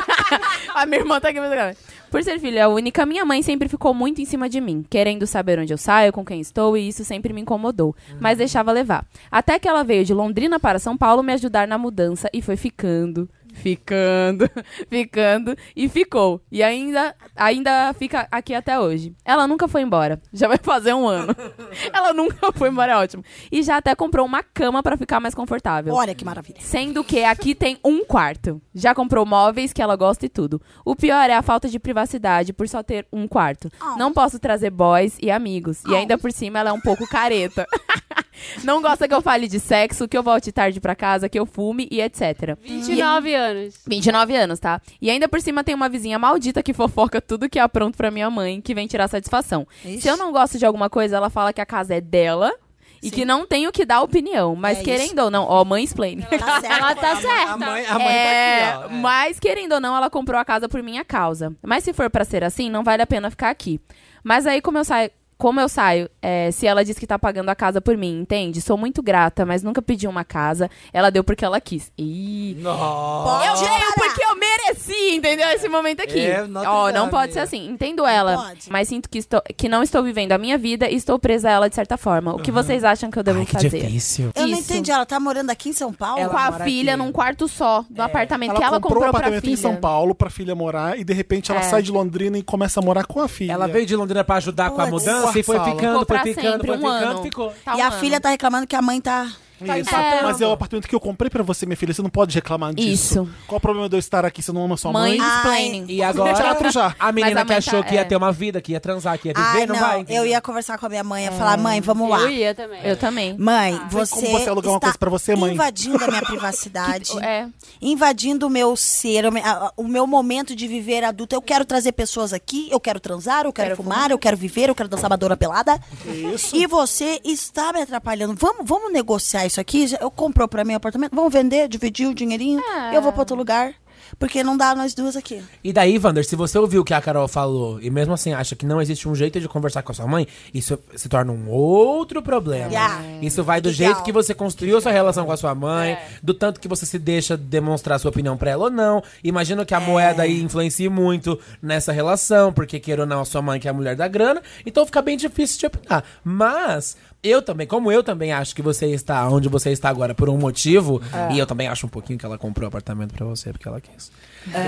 Speaker 5: a minha irmã tá aqui mas agora. Por ser filha única, minha mãe sempre ficou muito em cima de mim, querendo saber onde eu saio, com quem estou, e isso sempre me incomodou. Mas deixava levar. Até que ela veio de Londrina para São Paulo me ajudar na mudança e foi ficando. Ficando, ficando e ficou. E ainda, ainda fica aqui até hoje. Ela nunca foi embora. Já vai fazer um ano. Ela nunca foi embora, é ótimo. E já até comprou uma cama para ficar mais confortável.
Speaker 4: Olha que maravilha.
Speaker 5: Sendo que aqui tem um quarto. Já comprou móveis que ela gosta e tudo. O pior é a falta de privacidade por só ter um quarto. Não posso trazer boys e amigos. E ainda por cima ela é um pouco careta. Não gosta que eu fale de sexo, que eu volte tarde pra casa, que eu fume e etc.
Speaker 3: 29 anos.
Speaker 5: 29 anos, tá? E ainda por cima tem uma vizinha maldita que fofoca tudo que é pronto pra minha mãe, que vem tirar satisfação. Se eu não gosto de alguma coisa, ela fala que a casa é dela e que não tenho que dar opinião. Mas
Speaker 4: É
Speaker 5: querendo ou não, ó, mãe explain.
Speaker 4: Tá certo.
Speaker 3: Ela tá certa.
Speaker 2: A mãe, a mãe
Speaker 5: É,
Speaker 2: tá aqui, ó. É.
Speaker 5: mas querendo ou não, ela comprou a casa por minha causa. Mas se for pra ser assim, não vale a pena ficar aqui. Mas aí como eu saio, como eu saio, é, se ela diz que tá pagando a casa por mim, entende? Sou muito grata, mas nunca pedi uma casa. Ela deu porque ela quis. Ih.
Speaker 2: Nossa.
Speaker 4: Pode
Speaker 5: Eu dei
Speaker 4: parar.
Speaker 5: porque eu mereci, entendeu? Esse momento aqui.
Speaker 2: É, Notre
Speaker 5: Ó, não
Speaker 2: Dame.
Speaker 5: pode ser assim. Entendo ela,
Speaker 4: pode.
Speaker 5: mas sinto que, estou, que não estou vivendo a minha vida e estou presa a ela de certa forma. O que vocês acham que eu devo
Speaker 6: Ai, que
Speaker 5: fazer?
Speaker 6: difícil.
Speaker 4: Eu não
Speaker 5: Isso.
Speaker 4: entendi, ela tá morando aqui em São Paulo?
Speaker 5: com a filha num quarto só do apartamento que É. ela comprou,
Speaker 1: um
Speaker 5: pra
Speaker 1: apartamento
Speaker 5: filha.
Speaker 1: em São Paulo pra filha morar e de repente ela
Speaker 5: É.
Speaker 1: sai de Londrina e começa a morar com a filha.
Speaker 6: Ela veio de Londrina pra ajudar com a
Speaker 4: Puts.
Speaker 6: mudança e foi
Speaker 1: Ficou
Speaker 6: ficando, foi
Speaker 5: pra
Speaker 6: ficando,
Speaker 5: sempre,
Speaker 6: foi
Speaker 5: um
Speaker 6: ficando,
Speaker 5: ano.
Speaker 6: ficou.
Speaker 5: Tá
Speaker 4: e
Speaker 5: um
Speaker 4: a
Speaker 5: ano.
Speaker 4: filha tá reclamando que a mãe tá.
Speaker 1: Isso.
Speaker 5: empatando.
Speaker 1: Mas é o apartamento que eu comprei pra você, minha filha. Você não pode reclamar disso.
Speaker 5: Isso.
Speaker 1: Qual o problema de eu estar aqui? Você não ama sua mãe?
Speaker 5: Mãe
Speaker 4: Ai.
Speaker 5: explaining.
Speaker 6: E agora
Speaker 1: Teatro já.
Speaker 6: a menina
Speaker 5: Mas a
Speaker 6: que
Speaker 5: mãe
Speaker 6: achou
Speaker 5: tá-
Speaker 6: que ia
Speaker 5: é.
Speaker 6: ter uma vida, que ia transar, que ia
Speaker 4: Ah,
Speaker 6: viver, não,
Speaker 4: não,
Speaker 6: vai.
Speaker 4: eu ia conversar com a minha mãe, ia falar, mãe, vamos lá.
Speaker 3: Eu ia também.
Speaker 5: É. Eu também.
Speaker 4: Mãe,
Speaker 1: Ah. Tem
Speaker 4: você.
Speaker 1: como você alugar uma
Speaker 4: está
Speaker 1: coisa pra você, mãe?
Speaker 4: Invadindo a minha privacidade.
Speaker 5: É.
Speaker 4: invadindo o meu ser, o me- a- a- o meu momento de viver adulto. Eu quero trazer pessoas aqui, eu quero transar, eu quero, fumar, eu quero viver, eu quero dançar madura pelada. Isso. E você está me atrapalhando. Vamos, vamos negociar isso aqui? Já- Eu comprou pra mim o apartamento, vamos vender, dividir o dinheirinho, eu vou pra outro lugar. Porque não dá nós duas aqui.
Speaker 6: E daí, Wander, se você ouviu o que a Carol falou e mesmo assim acha que não existe um jeito de conversar com a sua mãe, isso se torna um outro problema.
Speaker 4: Yeah.
Speaker 6: Isso vai do
Speaker 4: Legal.
Speaker 6: jeito que você construiu sua relação com a sua mãe, do tanto que você se deixa demonstrar sua opinião pra ela ou não. Imagino que a moeda aí influencie muito nessa relação, porque queira ou não, a sua mãe que é a mulher da grana, então fica bem difícil de opinar. Mas. Eu também, como eu também acho que você está onde você está agora por um motivo, e eu também acho um pouquinho que ela comprou o apartamento pra você porque ela quis.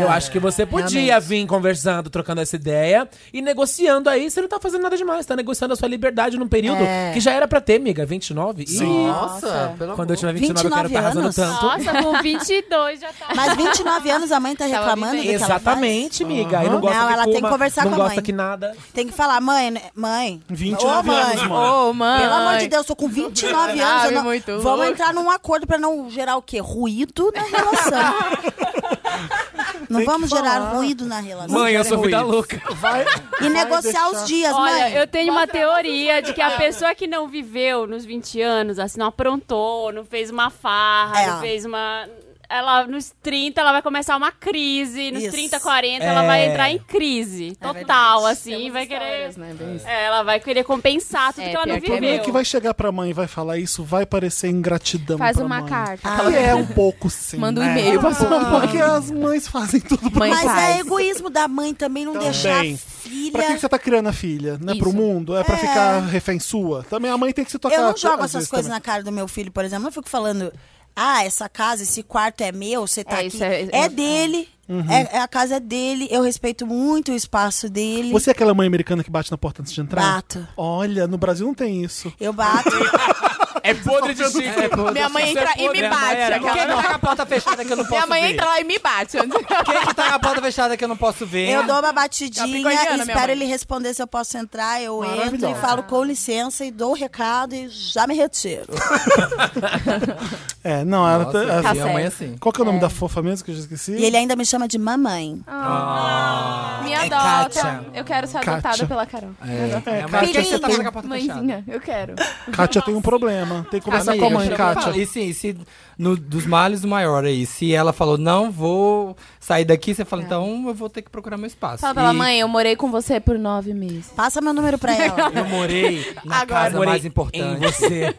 Speaker 6: Eu acho que você podia vir conversando, trocando essa ideia e negociando aí. Você não tá fazendo nada demais, tá negociando a sua liberdade num período
Speaker 8: É.
Speaker 6: que já era pra ter, amiga. 29? Ih,
Speaker 8: Nossa, pelo
Speaker 6: Quando eu
Speaker 8: amor.
Speaker 6: tiver 29, eu quero
Speaker 4: 29
Speaker 6: estar arrasando
Speaker 4: anos?
Speaker 6: tanto.
Speaker 3: Nossa, com 22 já tá.
Speaker 4: Mas 29 anos a mãe tá
Speaker 5: Tava
Speaker 4: reclamando do que ela faz?
Speaker 6: Exatamente, amiga. E não gosta
Speaker 4: Não,
Speaker 6: que
Speaker 4: ela tem que
Speaker 6: fuma,
Speaker 4: conversar
Speaker 6: não
Speaker 4: com a
Speaker 6: gosta
Speaker 4: mãe.
Speaker 6: que nada.
Speaker 4: Tem que falar, mãe, né? mãe.
Speaker 1: 29
Speaker 4: Ô, mãe.
Speaker 1: anos, mano.
Speaker 5: Ô, mãe.
Speaker 4: Pelo amor de Deus, tô com 29 anos. eu
Speaker 5: Sabe,
Speaker 4: não-
Speaker 5: muito
Speaker 4: Vamos
Speaker 5: louco.
Speaker 4: entrar num acordo pra não gerar o quê? Ruído na relação. não vamos gerar ruído na relação.
Speaker 2: Mãe, eu sou
Speaker 6: é
Speaker 2: vida louca.
Speaker 4: e negociar os dias,
Speaker 3: Olha,
Speaker 4: mãe.
Speaker 3: eu tenho uma teoria de que a pessoa que não viveu nos 20 anos, assim, não aprontou, não fez uma farra,
Speaker 4: É.
Speaker 3: não fez uma. Ela, nos 30, ela vai começar uma crise. Nos
Speaker 4: Isso. É
Speaker 3: 30, 40, ela vai
Speaker 6: É.
Speaker 3: entrar em crise. Total, assim. Vai querer.
Speaker 4: né?
Speaker 5: né,
Speaker 3: É, ela vai querer compensar tudo
Speaker 5: É,
Speaker 3: que ela não
Speaker 5: pior que é
Speaker 1: Quando é
Speaker 3: viveu.
Speaker 1: que vai chegar pra mãe e vai falar isso, vai parecer ingratidão
Speaker 5: Faz
Speaker 1: pra
Speaker 5: uma
Speaker 1: mãe.
Speaker 5: carta.
Speaker 1: E é um pouco sim.
Speaker 5: Manda um
Speaker 1: né?
Speaker 5: e-mail pra sua mãe.
Speaker 1: Porque as mães fazem tudo pra
Speaker 5: Mãe
Speaker 4: Mas é
Speaker 5: faz.
Speaker 4: egoísmo da mãe também não
Speaker 1: Também.
Speaker 4: deixar a
Speaker 1: Pra que
Speaker 4: filha.
Speaker 1: que você tá criando a filha? Não é pro
Speaker 5: Isso.
Speaker 1: mundo? É pra
Speaker 4: É.
Speaker 1: ficar refém sua? Também a mãe tem que se tocar.
Speaker 4: Eu não jogo
Speaker 1: às
Speaker 4: essas
Speaker 1: vezes
Speaker 4: coisas
Speaker 1: também.
Speaker 4: na cara do meu filho, por exemplo. Eu não fico falando, ah, essa casa, esse quarto é meu, você tá
Speaker 5: É,
Speaker 4: aqui.
Speaker 5: isso é-
Speaker 4: É, dele.
Speaker 1: Uhum.
Speaker 4: É, é- a casa é dele. Eu respeito muito o espaço dele.
Speaker 1: Você é aquela mãe americana que bate na porta antes de entrar?
Speaker 4: Bato.
Speaker 1: Olha, no Brasil não tem isso.
Speaker 4: Eu bato.
Speaker 6: É podre de chique.
Speaker 5: Minha mãe entra e
Speaker 2: é
Speaker 5: me bate.
Speaker 2: Quem
Speaker 6: é
Speaker 2: que
Speaker 5: aquela-
Speaker 2: tá com a porta fechada que eu não posso
Speaker 5: Minha mãe
Speaker 2: ver?
Speaker 5: entra lá e me bate.
Speaker 2: Quem que tá com a porta fechada que eu não posso ver?
Speaker 4: Eu dou uma batidinha,
Speaker 5: Capricorniana, Tá minha
Speaker 4: espero
Speaker 5: mãe.
Speaker 4: ele responder se eu posso entrar, eu entro e
Speaker 1: Maravilhosa.
Speaker 4: falo com licença e dou o recado e já me retiro.
Speaker 1: É, não, ela
Speaker 2: Nossa,
Speaker 1: tá-
Speaker 2: eu vi
Speaker 1: assim,
Speaker 2: a mãe assim.
Speaker 1: Qual que é o nome da fofa mesmo que eu já esqueci?
Speaker 4: E ele ainda me chama de mamãe.
Speaker 5: Ah. Me
Speaker 2: É
Speaker 5: adota.
Speaker 2: Kátia.
Speaker 5: Eu quero ser adotada
Speaker 1: Kátia.
Speaker 5: pela Carol.
Speaker 2: É,
Speaker 1: Kátia.
Speaker 2: mas você tá com a porta fechada.
Speaker 5: Mãezinha, eu quero.
Speaker 4: é
Speaker 1: Kátia tem um problema. Tem que conversar com a mãe, Kátia.
Speaker 2: E sim, se no- dos males o maior aí, se ela falou, não vou sair daqui, você fala, então eu vou ter que procurar meu espaço.
Speaker 5: Fala pra ela,
Speaker 2: E
Speaker 5: mãe, eu morei com você por nove meses.
Speaker 4: Passa meu número pra ela.
Speaker 2: Eu morei na
Speaker 5: Agora.
Speaker 4: é
Speaker 2: casa
Speaker 6: Morei
Speaker 2: mais
Speaker 6: Em
Speaker 2: importante.
Speaker 6: você.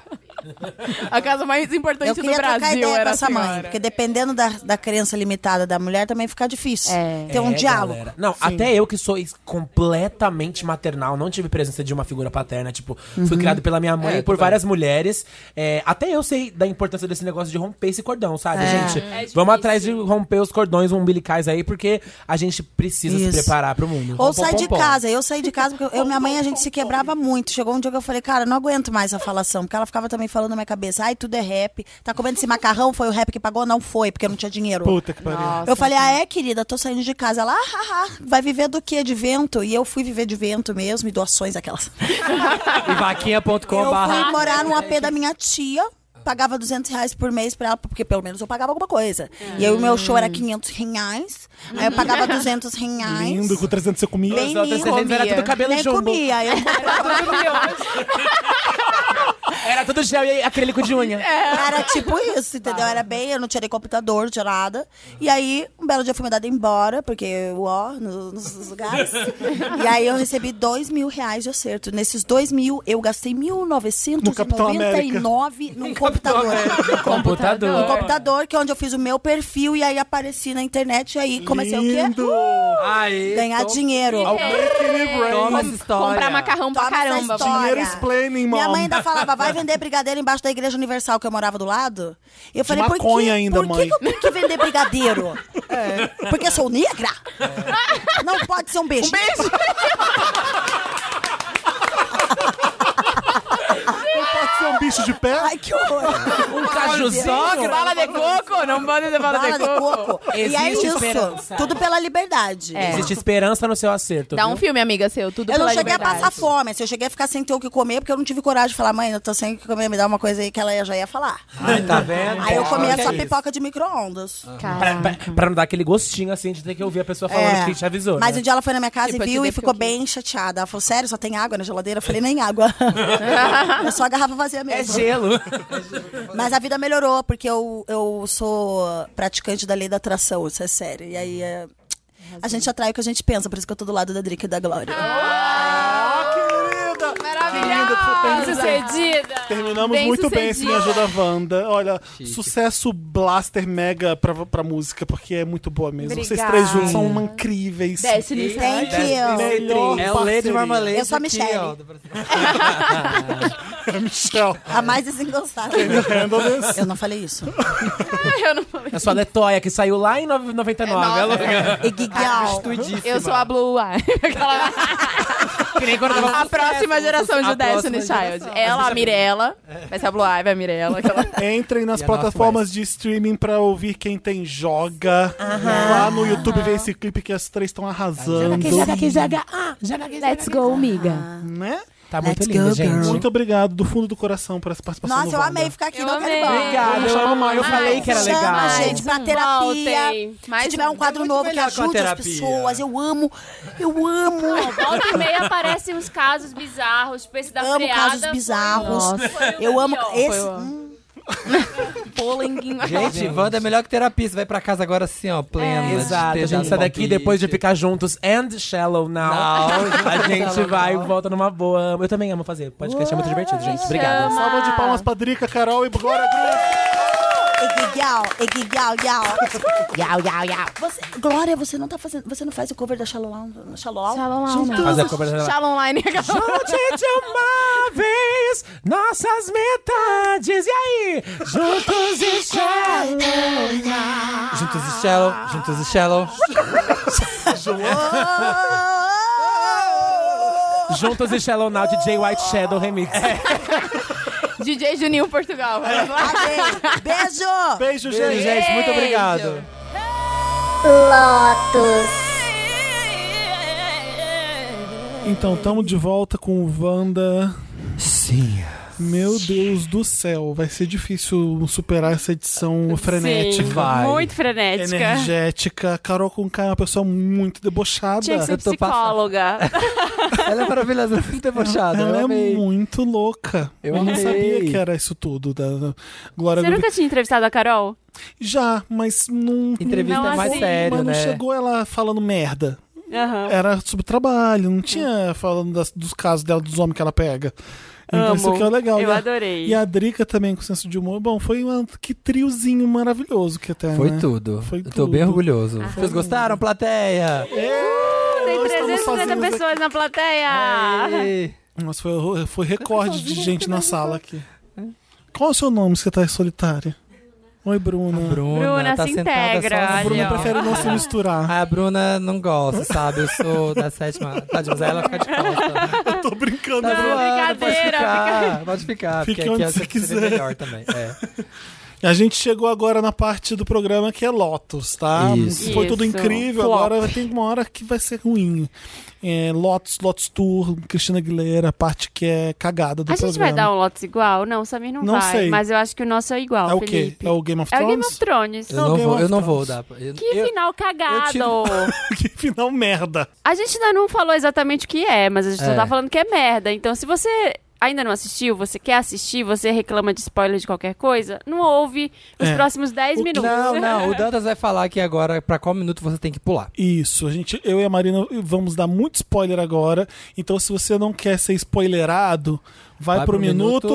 Speaker 5: A casa mais importante
Speaker 4: Eu
Speaker 5: do
Speaker 4: queria trocar
Speaker 5: Brasil
Speaker 4: ideia com
Speaker 5: era assim. a
Speaker 4: essa mãe,
Speaker 5: senhora.
Speaker 4: porque dependendo da, da crença limitada da mulher também fica difícil.
Speaker 5: É.
Speaker 4: Ter um
Speaker 6: É,
Speaker 4: diálogo.
Speaker 6: galera. Não, até eu que sou ex- completamente maternal, não tive presença de uma figura paterna. Tipo,
Speaker 4: Uhum.
Speaker 6: fui criado pela minha mãe
Speaker 2: É,
Speaker 6: e por
Speaker 2: também.
Speaker 6: várias mulheres. É, até eu sei da importância desse negócio de romper esse cordão,
Speaker 4: É.
Speaker 6: sabe, gente?
Speaker 3: difícil.
Speaker 6: Vamos atrás de romper os cordões umbilicais aí, porque a gente precisa
Speaker 4: Isso.
Speaker 6: se preparar pro mundo.
Speaker 4: Ou
Speaker 6: Pom, pom,
Speaker 4: sai de
Speaker 6: pom, pom.
Speaker 4: casa. Eu saí de casa porque eu, minha mãe, a gente se quebrava muito. Chegou um dia que eu falei, cara, não aguento mais essa falação. Porque ela ficava também falando na minha cabeça, ai, tudo é rap. Tá comendo esse macarrão? Foi o rap que pagou? Não foi, porque eu não tinha dinheiro.
Speaker 1: Puta que pariu.
Speaker 4: Eu falei, ah, é, querida, tô saindo de casa. Ela, ah, ah, ah, vai viver do quê? De vento? E eu fui viver de vento mesmo, e doações aquelas.
Speaker 2: E
Speaker 4: eu
Speaker 2: vaquinha.com
Speaker 4: fui
Speaker 2: barra.
Speaker 4: morar num AP da minha tia. Pagava 200 reais por mês pra ela, porque pelo menos eu pagava alguma coisa. E aí o meu show era 500 reais. Aí eu pagava 200 reais.
Speaker 1: Lindo, com 300 você comia.
Speaker 4: Bem
Speaker 6: Os outros
Speaker 4: lindo.
Speaker 6: excelentes Era tudo cabelo
Speaker 4: Nem
Speaker 6: jumbo.
Speaker 4: comia. Eu
Speaker 6: Era tudo gel e acrílico de unha.
Speaker 4: Era tipo isso, entendeu? Era bem, eu não tinha nem computador, não tinha nada. E aí, um belo dia eu fui mandada embora, porque eu, ó, no- nos, lugares. E aí eu recebi dois mil reais de acerto. Nesses dois mil, eu gastei
Speaker 1: No Capitão
Speaker 4: 1.999 num computador.
Speaker 2: é?
Speaker 6: Computador.
Speaker 4: Num computador, que é onde eu fiz o meu perfil, e aí apareci na internet, e aí comecei o quê? Uh!
Speaker 1: Lindo.
Speaker 2: Aí,
Speaker 4: Ganhar
Speaker 2: to-
Speaker 4: dinheiro.
Speaker 2: Toma essa história.
Speaker 5: Comprar macarrão pra
Speaker 4: Toma essa
Speaker 5: caramba.
Speaker 4: história.
Speaker 1: é Dinheiro explaining, mom.
Speaker 4: Minha mãe ainda falava, vai vender brigadeiro embaixo da Igreja Universal, que eu morava do lado. E eu falei, por, que,
Speaker 1: maconha ainda,
Speaker 4: por
Speaker 1: mãe."
Speaker 4: que que eu tenho que vender brigadeiro? Porque eu sou negra? Não pode ser um beijo. Um beijo!
Speaker 1: Pode ser um bicho de pé?
Speaker 4: Ai, que horror! Um
Speaker 5: Bala de coco, não pode ter bala,
Speaker 4: Bala
Speaker 5: de coco.
Speaker 4: E é
Speaker 6: Existe
Speaker 4: isso.
Speaker 6: esperança.
Speaker 4: Tudo pela liberdade.
Speaker 6: É. Existe esperança no seu acerto.
Speaker 5: Dá
Speaker 6: viu?
Speaker 5: um filme, amiga seu, tudo
Speaker 4: Eu não
Speaker 5: pela
Speaker 4: cheguei a
Speaker 5: liberdade.
Speaker 4: passar fome, assim, eu cheguei a ficar sem ter o que comer, porque eu não tive coragem de falar, mãe, eu tô sem o que comer, me dá uma coisa aí que ela já ia falar.
Speaker 6: Ah,
Speaker 2: Ai, tá vendo?
Speaker 4: Aí eu comia
Speaker 2: Olha
Speaker 4: essa
Speaker 2: isso.
Speaker 4: pipoca de micro-ondas.
Speaker 5: Cara,
Speaker 6: Pra, pra- pra não dar aquele gostinho assim de ter que ouvir a pessoa falando
Speaker 4: É.
Speaker 6: que te avisou.
Speaker 4: Mas
Speaker 6: né?
Speaker 4: um dia ela foi na minha casa
Speaker 5: Tipo,
Speaker 4: e
Speaker 5: eu te
Speaker 4: viu
Speaker 5: dei
Speaker 4: e ficou
Speaker 5: porque eu
Speaker 4: bem chateada. Ela falou, sério, só tem água na geladeira? Eu falei, nem água. é só a garrafa vazia
Speaker 6: É
Speaker 4: mesmo.
Speaker 6: gelo.
Speaker 4: Mas a vida melhorou, porque eu, eu sou praticante da lei da atração, isso é sério. E aí é, a
Speaker 5: Ah,
Speaker 4: gente atrai o que a gente pensa, por isso que eu tô do lado da Drica e da Glória.
Speaker 1: Ó, querida! linda que foi
Speaker 3: Bem
Speaker 1: terminada.
Speaker 3: sucedida.
Speaker 1: Terminamos
Speaker 5: Bem
Speaker 1: muito bem esse Me
Speaker 5: sucedida.
Speaker 1: Ajuda Wanda. Olha, sucesso blaster mega pra, pra música, porque é muito boa mesmo. Vocês
Speaker 5: Obrigada.
Speaker 1: três juntos são incríveis.
Speaker 5: Destiny
Speaker 4: Thank you.
Speaker 1: Melhor
Speaker 2: É o Lady
Speaker 1: parceria.
Speaker 2: Marmalade.
Speaker 4: Eu sou a
Speaker 2: aqui,
Speaker 4: Michelle.
Speaker 2: ó, do Brasil.
Speaker 1: Michel.
Speaker 4: A mais desengonçada. Eu não falei isso.
Speaker 5: Eu não falei.
Speaker 6: É só a Letóia, que saiu lá em 99. ela...
Speaker 4: E Gigal.
Speaker 2: Tuidíssima.
Speaker 5: É Eu sou a Blue Eye. Aquela-
Speaker 6: Que nem quando eu tava
Speaker 5: a próxima geração
Speaker 2: A
Speaker 5: de
Speaker 2: próxima
Speaker 5: Destiny Child.
Speaker 2: geração.
Speaker 5: Ela, a Mirella. Vai ser a Blue Eye, vai a Mirella. Aquela...
Speaker 1: Entrem nas
Speaker 2: E a
Speaker 1: plataformas de streaming pra ouvir quem tem joga. Lá no YouTube vê esse clipe que as três estão arrasando.
Speaker 5: Let's go, amiga.
Speaker 1: Né?
Speaker 6: Tá muito
Speaker 4: Let's
Speaker 6: linda,
Speaker 4: go,
Speaker 6: gente.
Speaker 4: girl.
Speaker 1: Muito obrigado do fundo do coração por essa participação. do
Speaker 4: Nossa, eu
Speaker 1: Wanda.
Speaker 4: amei ficar aqui.
Speaker 5: Eu
Speaker 4: não quero ir
Speaker 5: amei.
Speaker 4: embora.
Speaker 6: Obrigado, eu amo mais. Eu falei que era
Speaker 4: Chama
Speaker 6: legal.
Speaker 4: a gente pra
Speaker 5: Não
Speaker 4: terapia.
Speaker 5: voltem.
Speaker 4: Se
Speaker 5: Mais
Speaker 4: tiver um
Speaker 5: um.
Speaker 4: quadro
Speaker 2: muito
Speaker 4: novo que
Speaker 2: melhor com a
Speaker 4: ajude as
Speaker 2: terapia.
Speaker 4: pessoas. Eu amo. Eu amo.
Speaker 3: Volta e meia aparecem uns casos bizarros, tipo esse da
Speaker 4: Amo
Speaker 3: freada. um-
Speaker 4: casos bizarros.
Speaker 3: Foi o
Speaker 4: Eu amo
Speaker 3: pior.
Speaker 4: esse.
Speaker 5: Foi o-
Speaker 4: hum,
Speaker 5: Polenguinho.
Speaker 2: Gente, Wanda é melhor que terapia. Você vai pra casa agora assim, ó, plena.
Speaker 6: É, Exato, a gente sai daqui depois de ficar juntos and shallow now.
Speaker 2: Não,
Speaker 6: a gente
Speaker 2: shallow
Speaker 6: vai e
Speaker 2: now.
Speaker 6: volta numa boa. Eu também amo fazer. Podcast é muito divertido, gente. Obrigada.
Speaker 5: Chama.
Speaker 1: Salva de palmas pra Drica, Carol e Glória Groove.
Speaker 4: e Gigal, e Gigal, Yau. Yau, yau, yau. Você- Glória, você não tá fazendo. Você não faz o cover da Shalom? Shalom?
Speaker 5: Shalom Online.
Speaker 6: Fazer a cobra-
Speaker 5: Shalom Online.
Speaker 6: Junte de uma vez nossas metades. E aí? Juntos e shallow.
Speaker 2: Juntos e Shallow, juntos e Shallow.
Speaker 4: Ah!
Speaker 6: Juntos e shallow now, DJ White Shadow Remix.
Speaker 2: É,
Speaker 5: DJ Juninho Portugal.
Speaker 4: Amei. Beijo!
Speaker 1: Beijo,
Speaker 2: Beijo,
Speaker 1: gente.
Speaker 2: gente. Muito obrigado.
Speaker 3: É,
Speaker 1: Então, tamo de volta com o Wanda.
Speaker 2: Sim.
Speaker 1: Meu Deus do céu, vai ser difícil superar essa edição frenética.
Speaker 3: Sim,
Speaker 2: vai.
Speaker 3: Muito frenética.
Speaker 1: Energética, Carol com é uma pessoa muito debochada.
Speaker 3: Tinha que ser
Speaker 2: Eu tô
Speaker 3: psicóloga.
Speaker 2: Ela é maravilhosa, muito debochada.
Speaker 1: Ela
Speaker 2: eu
Speaker 1: é
Speaker 2: amei.
Speaker 1: muito louca.
Speaker 2: Eu
Speaker 1: Eu, não
Speaker 2: amei.
Speaker 1: sabia que era isso tudo. Da da Glória
Speaker 3: Você
Speaker 1: Groove.
Speaker 3: nunca tinha entrevistado a Carol?
Speaker 1: Já, mas não.
Speaker 2: Entrevista
Speaker 3: Não,
Speaker 2: é mais
Speaker 3: assim,
Speaker 2: sério,
Speaker 1: mas não
Speaker 2: né?
Speaker 1: chegou ela falando merda.
Speaker 3: Aham.
Speaker 1: Era sobre trabalho, não tinha falando das- dos casos dela, dos homens que ela pega. Então
Speaker 3: Amo.
Speaker 1: isso que é legal.
Speaker 3: Eu
Speaker 1: e a,
Speaker 3: adorei.
Speaker 1: E a Drica também com senso de humor. Bom, foi um que triozinho maravilhoso que até.
Speaker 2: Foi
Speaker 1: né?
Speaker 2: tudo.
Speaker 1: Foi
Speaker 2: eu tô bem
Speaker 1: tudo.
Speaker 2: orgulhoso. Vocês gostaram, plateia?
Speaker 3: Tem
Speaker 1: É. Não estamos
Speaker 3: 350
Speaker 1: sozinhos
Speaker 3: pessoas na
Speaker 1: É,
Speaker 3: plateia.
Speaker 2: Ei.
Speaker 1: Nossa, foi, foi recorde de gente na sala aqui. Qual é o seu nome se você tá aí solitária? Oi, Bruna.
Speaker 2: A Bruna,
Speaker 3: Bruna
Speaker 2: tá
Speaker 3: se
Speaker 2: sentada
Speaker 3: integra,
Speaker 2: só
Speaker 1: A
Speaker 2: assim,
Speaker 1: Bruna
Speaker 2: ó.
Speaker 1: prefere não se misturar.
Speaker 2: Ah, A Bruna não gosta, sabe? Eu sou da sétima. Tá, mas aí ela fica de costa.
Speaker 1: Eu tô brincando.
Speaker 2: Tá
Speaker 3: Não,
Speaker 2: zoando, pode
Speaker 3: brincadeira,
Speaker 2: ficar. Pode ficar,
Speaker 1: Fique
Speaker 2: porque aqui
Speaker 1: onde
Speaker 2: eu
Speaker 1: você
Speaker 2: sei que seria
Speaker 1: quiser.
Speaker 2: melhor também. É.
Speaker 1: A gente chegou agora na parte do programa que é Lotus, tá?
Speaker 2: Isso.
Speaker 1: Foi tudo
Speaker 3: Isso.
Speaker 1: incrível,
Speaker 3: Flop.
Speaker 1: agora tem uma hora que vai ser ruim. É, Lotus, Lotus Tour, Cristina Aguilera, a parte que é cagada do
Speaker 3: A
Speaker 1: programa.
Speaker 3: gente vai dar um Lotus igual? Não, o Samir não,
Speaker 1: Não
Speaker 3: vai.
Speaker 1: sei.
Speaker 3: Mas eu acho que o nosso é igual,
Speaker 1: É o quê?
Speaker 3: Felipe.
Speaker 1: É o Game of
Speaker 3: É o
Speaker 1: Thrones?
Speaker 3: Game of Thrones.
Speaker 2: Eu não
Speaker 1: Game
Speaker 2: vou,
Speaker 1: of
Speaker 2: eu não vou dar.
Speaker 1: Thrones.
Speaker 2: eu-
Speaker 3: Que
Speaker 2: eu-
Speaker 3: final cagado!
Speaker 2: tiro-
Speaker 1: que final merda.
Speaker 3: A gente ainda não falou exatamente o que é, mas a gente só
Speaker 2: É.
Speaker 3: tá falando que é merda. Então, se você ainda não assistiu, você quer assistir, você reclama de spoiler de qualquer coisa, não ouve os
Speaker 1: É.
Speaker 3: próximos 10
Speaker 1: O-
Speaker 3: minutos.
Speaker 2: Não, não, o Dantas vai falar aqui agora pra qual minuto você tem que pular.
Speaker 1: Isso, a gente, eu e a Marina vamos dar muito spoiler agora. Então, se você não quer ser spoilerado, vai, pro, minuto.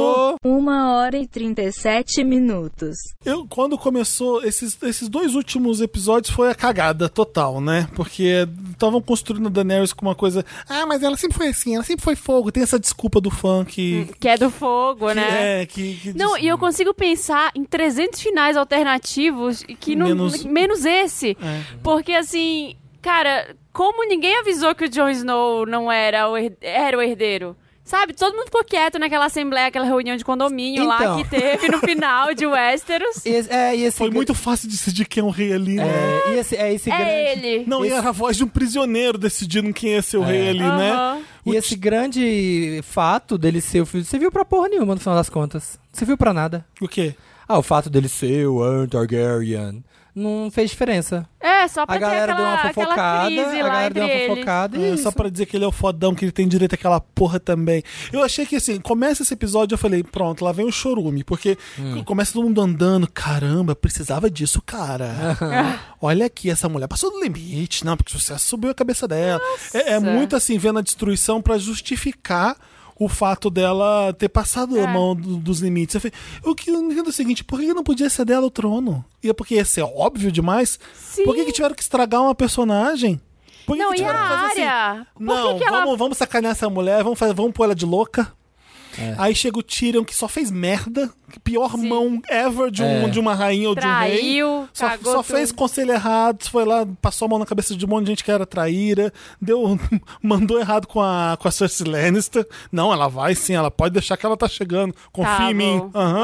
Speaker 8: Uma hora e 37 minutos.
Speaker 1: Eu, quando começou, esses, esses dois últimos episódios foi a cagada total, né? Porque estavam construindo a Daenerys com uma coisa. Ah, mas ela sempre foi assim, ela sempre foi fogo. Tem essa desculpa do fã que.
Speaker 3: Que é do fogo,
Speaker 1: que
Speaker 3: né?
Speaker 1: É, que. que
Speaker 3: Não,
Speaker 1: diz-
Speaker 3: e eu consigo pensar em 300 finais alternativos e que não,
Speaker 1: Menos-
Speaker 3: menos... esse.
Speaker 1: É.
Speaker 3: Porque assim, cara, como ninguém avisou que o Jon Snow não era o, her- era o herdeiro? Sabe, todo mundo ficou quieto naquela assembleia, aquela reunião de condomínio lá
Speaker 2: Então.
Speaker 3: que teve no final de Westeros.
Speaker 2: E esse- é, e esse
Speaker 1: Foi
Speaker 2: gr-
Speaker 1: muito fácil decidir quem é o rei ali, né?
Speaker 2: É, e esse, é esse
Speaker 3: É
Speaker 2: grande.
Speaker 3: ele.
Speaker 1: Não, e
Speaker 2: esse-
Speaker 1: era a voz de um prisioneiro decidindo quem ia ser o rei ali, né?
Speaker 3: Aham.
Speaker 2: E esse grande fato dele ser o filho. Você viu pra porra nenhuma no final das contas. Você viu pra nada.
Speaker 1: O quê?
Speaker 2: Ah, o fato dele ser o Aegon Targaryen não fez diferença.
Speaker 3: É, só pra
Speaker 2: a galera
Speaker 3: ter
Speaker 2: deu uma
Speaker 3: aquela, aquela
Speaker 2: fofocada,
Speaker 3: crise
Speaker 2: a
Speaker 3: lá
Speaker 2: galera
Speaker 3: entre
Speaker 2: deu uma
Speaker 3: eles.
Speaker 2: fofocada
Speaker 1: É,
Speaker 2: e
Speaker 1: só pra dizer que ele é o fodão, que ele tem direito àquela porra também. Eu achei que assim, começa esse episódio, eu falei, pronto, lá vem o chorume, porque começa todo mundo andando, caramba, precisava disso, cara. Olha aqui, essa mulher passou do limite, não, porque o sucesso subiu a cabeça dela. É, é muito assim, vendo a destruição pra justificar o fato dela ter passado a
Speaker 3: É.
Speaker 1: mão do- dos limites. Eu falei, o que eu não entendo é o seguinte, por que não podia ser dela o trono? E é porque ia ser óbvio demais.
Speaker 3: Sim.
Speaker 1: Por que, que tiveram que estragar uma personagem? Por que
Speaker 3: Não,
Speaker 1: que
Speaker 3: e a
Speaker 2: tipo,
Speaker 1: tiveram que fazer assim?
Speaker 3: área? Por
Speaker 1: Não,
Speaker 3: que, que ela.
Speaker 1: vamos, vamos sacanear essa mulher, vamos, fazer, vamos pôr ela de louca. Aí chega o Tyrion, que só fez merda. Que pior mão ever de, um-
Speaker 2: É.
Speaker 1: de uma rainha ou de um rei.
Speaker 3: Traiu,
Speaker 1: Só,
Speaker 3: cagou
Speaker 1: só fez
Speaker 3: tudo.
Speaker 1: conselho errado, foi lá, passou a mão na cabeça de um monte de gente que era traíra, deu, mandou errado com a, com a Cersei Lannister. Não, ela vai sim, ela pode deixar que ela tá chegando.
Speaker 2: um
Speaker 1: Confia
Speaker 3: Tá
Speaker 1: em mim.
Speaker 3: bom.
Speaker 1: Aham.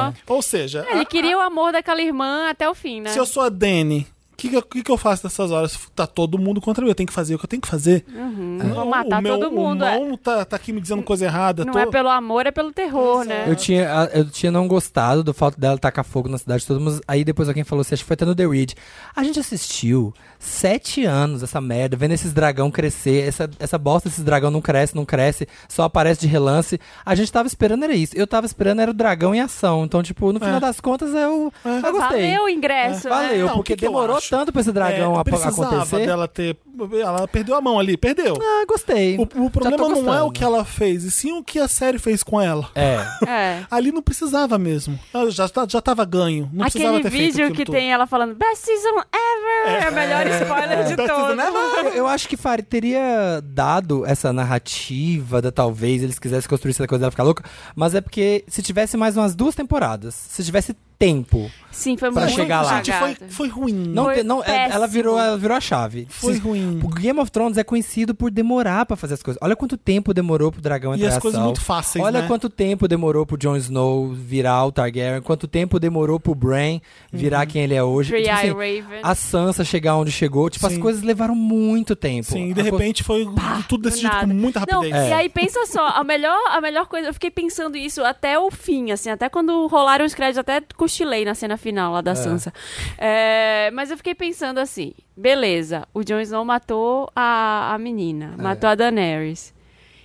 Speaker 3: Aham. É,
Speaker 1: Ou seja,
Speaker 2: É.
Speaker 3: Ele
Speaker 1: a-
Speaker 3: queria o amor daquela irmã até o fim, né?
Speaker 1: se eu sou a Dany, o que, que eu- que, que eu faço nessas horas? Tá todo mundo contra mim, eu tenho que fazer o que eu tenho que fazer. Não,
Speaker 3: Uhum. Vou matar
Speaker 1: o meu,
Speaker 3: todo mundo,
Speaker 1: O
Speaker 3: é.
Speaker 1: irmão tá, tá aqui me dizendo coisa errada.
Speaker 3: Não
Speaker 1: tô-
Speaker 3: é pelo amor, é pelo terror, né?
Speaker 2: Eu tinha, a- eu tinha não gostado do fato dela tacar fogo na cidade de todo mundo. Aí depois alguém falou assim, acho que foi até no The Read. A gente assistiu sete anos essa merda, vendo esses dragão crescer. Essa, essa bosta desses dragão não cresce, não cresce, só aparece de relance. A gente tava esperando era isso. Eu tava esperando era o dragão em ação. Então, tipo, no final das contas, eu, eu gostei. É,
Speaker 3: Valeu né? o ingresso,
Speaker 2: Valeu,
Speaker 1: É. Não, o
Speaker 2: porque
Speaker 1: que que eu
Speaker 2: demorou
Speaker 1: acho?
Speaker 2: tanto pra esse dragão
Speaker 1: É,
Speaker 2: apa-
Speaker 1: precisava
Speaker 2: acontecer.
Speaker 1: dela ter. Ela perdeu a mão ali, perdeu.
Speaker 2: Ah, gostei.
Speaker 1: O, o
Speaker 2: Já tô
Speaker 1: problema não é o
Speaker 2: gostando.
Speaker 1: que ela fez, e sim o que a série fez com ela.
Speaker 2: É.
Speaker 3: né? É.
Speaker 1: Ali não precisava mesmo. Ela já, tá- já tava ganho. Não precisava
Speaker 3: Aquele
Speaker 1: ter feito
Speaker 3: vídeo
Speaker 1: aquilo
Speaker 3: que
Speaker 1: tudo.
Speaker 3: tem ela falando Best Season Ever! É, o melhor spoiler de
Speaker 1: Best season
Speaker 3: todos.
Speaker 2: Eu, eu acho que Fari teria dado essa narrativa da talvez eles quisessem construir essa coisa dela ficar louca, mas é porque se tivesse mais umas duas temporadas, se tivesse tempo,
Speaker 3: Sim, foi
Speaker 2: Pra
Speaker 3: muito
Speaker 2: chegar lá.
Speaker 1: Gente, foi,
Speaker 3: cagado.
Speaker 1: foi ruim.
Speaker 2: não,
Speaker 3: Foi
Speaker 2: te- não é- ela
Speaker 3: péssimo.
Speaker 2: virou ela virou a chave.
Speaker 1: Foi
Speaker 2: Se-
Speaker 1: ruim.
Speaker 2: O Game of Thrones é conhecido por demorar pra fazer as coisas. Olha quanto tempo demorou pro dragão
Speaker 1: E
Speaker 2: entrar
Speaker 1: as
Speaker 2: em
Speaker 1: coisas
Speaker 2: ação.
Speaker 1: muito fáceis,
Speaker 2: é Olha
Speaker 1: né?
Speaker 2: quanto tempo demorou pro Jon Snow virar o Targaryen, quanto tempo demorou pro Bran virar quem ele é hoje.
Speaker 3: Three
Speaker 2: Tipo
Speaker 3: Eye
Speaker 2: assim,
Speaker 3: Raven.
Speaker 2: a Sansa chegar onde chegou, tipo,
Speaker 1: Sim.
Speaker 2: as coisas levaram muito tempo.
Speaker 1: Sim, e de
Speaker 2: A co-
Speaker 1: repente foi tudo decidido com
Speaker 3: nada.
Speaker 1: muita
Speaker 3: Não,
Speaker 1: rapidez.
Speaker 2: É.
Speaker 3: E aí pensa só, a melhor, a melhor coisa, eu fiquei pensando isso até o fim, assim, até quando rolaram os créditos, até cochilei na cena final lá da Sansa. É, mas eu fiquei pensando assim, beleza, o Jon Snow matou a, a menina, matou a Daenerys.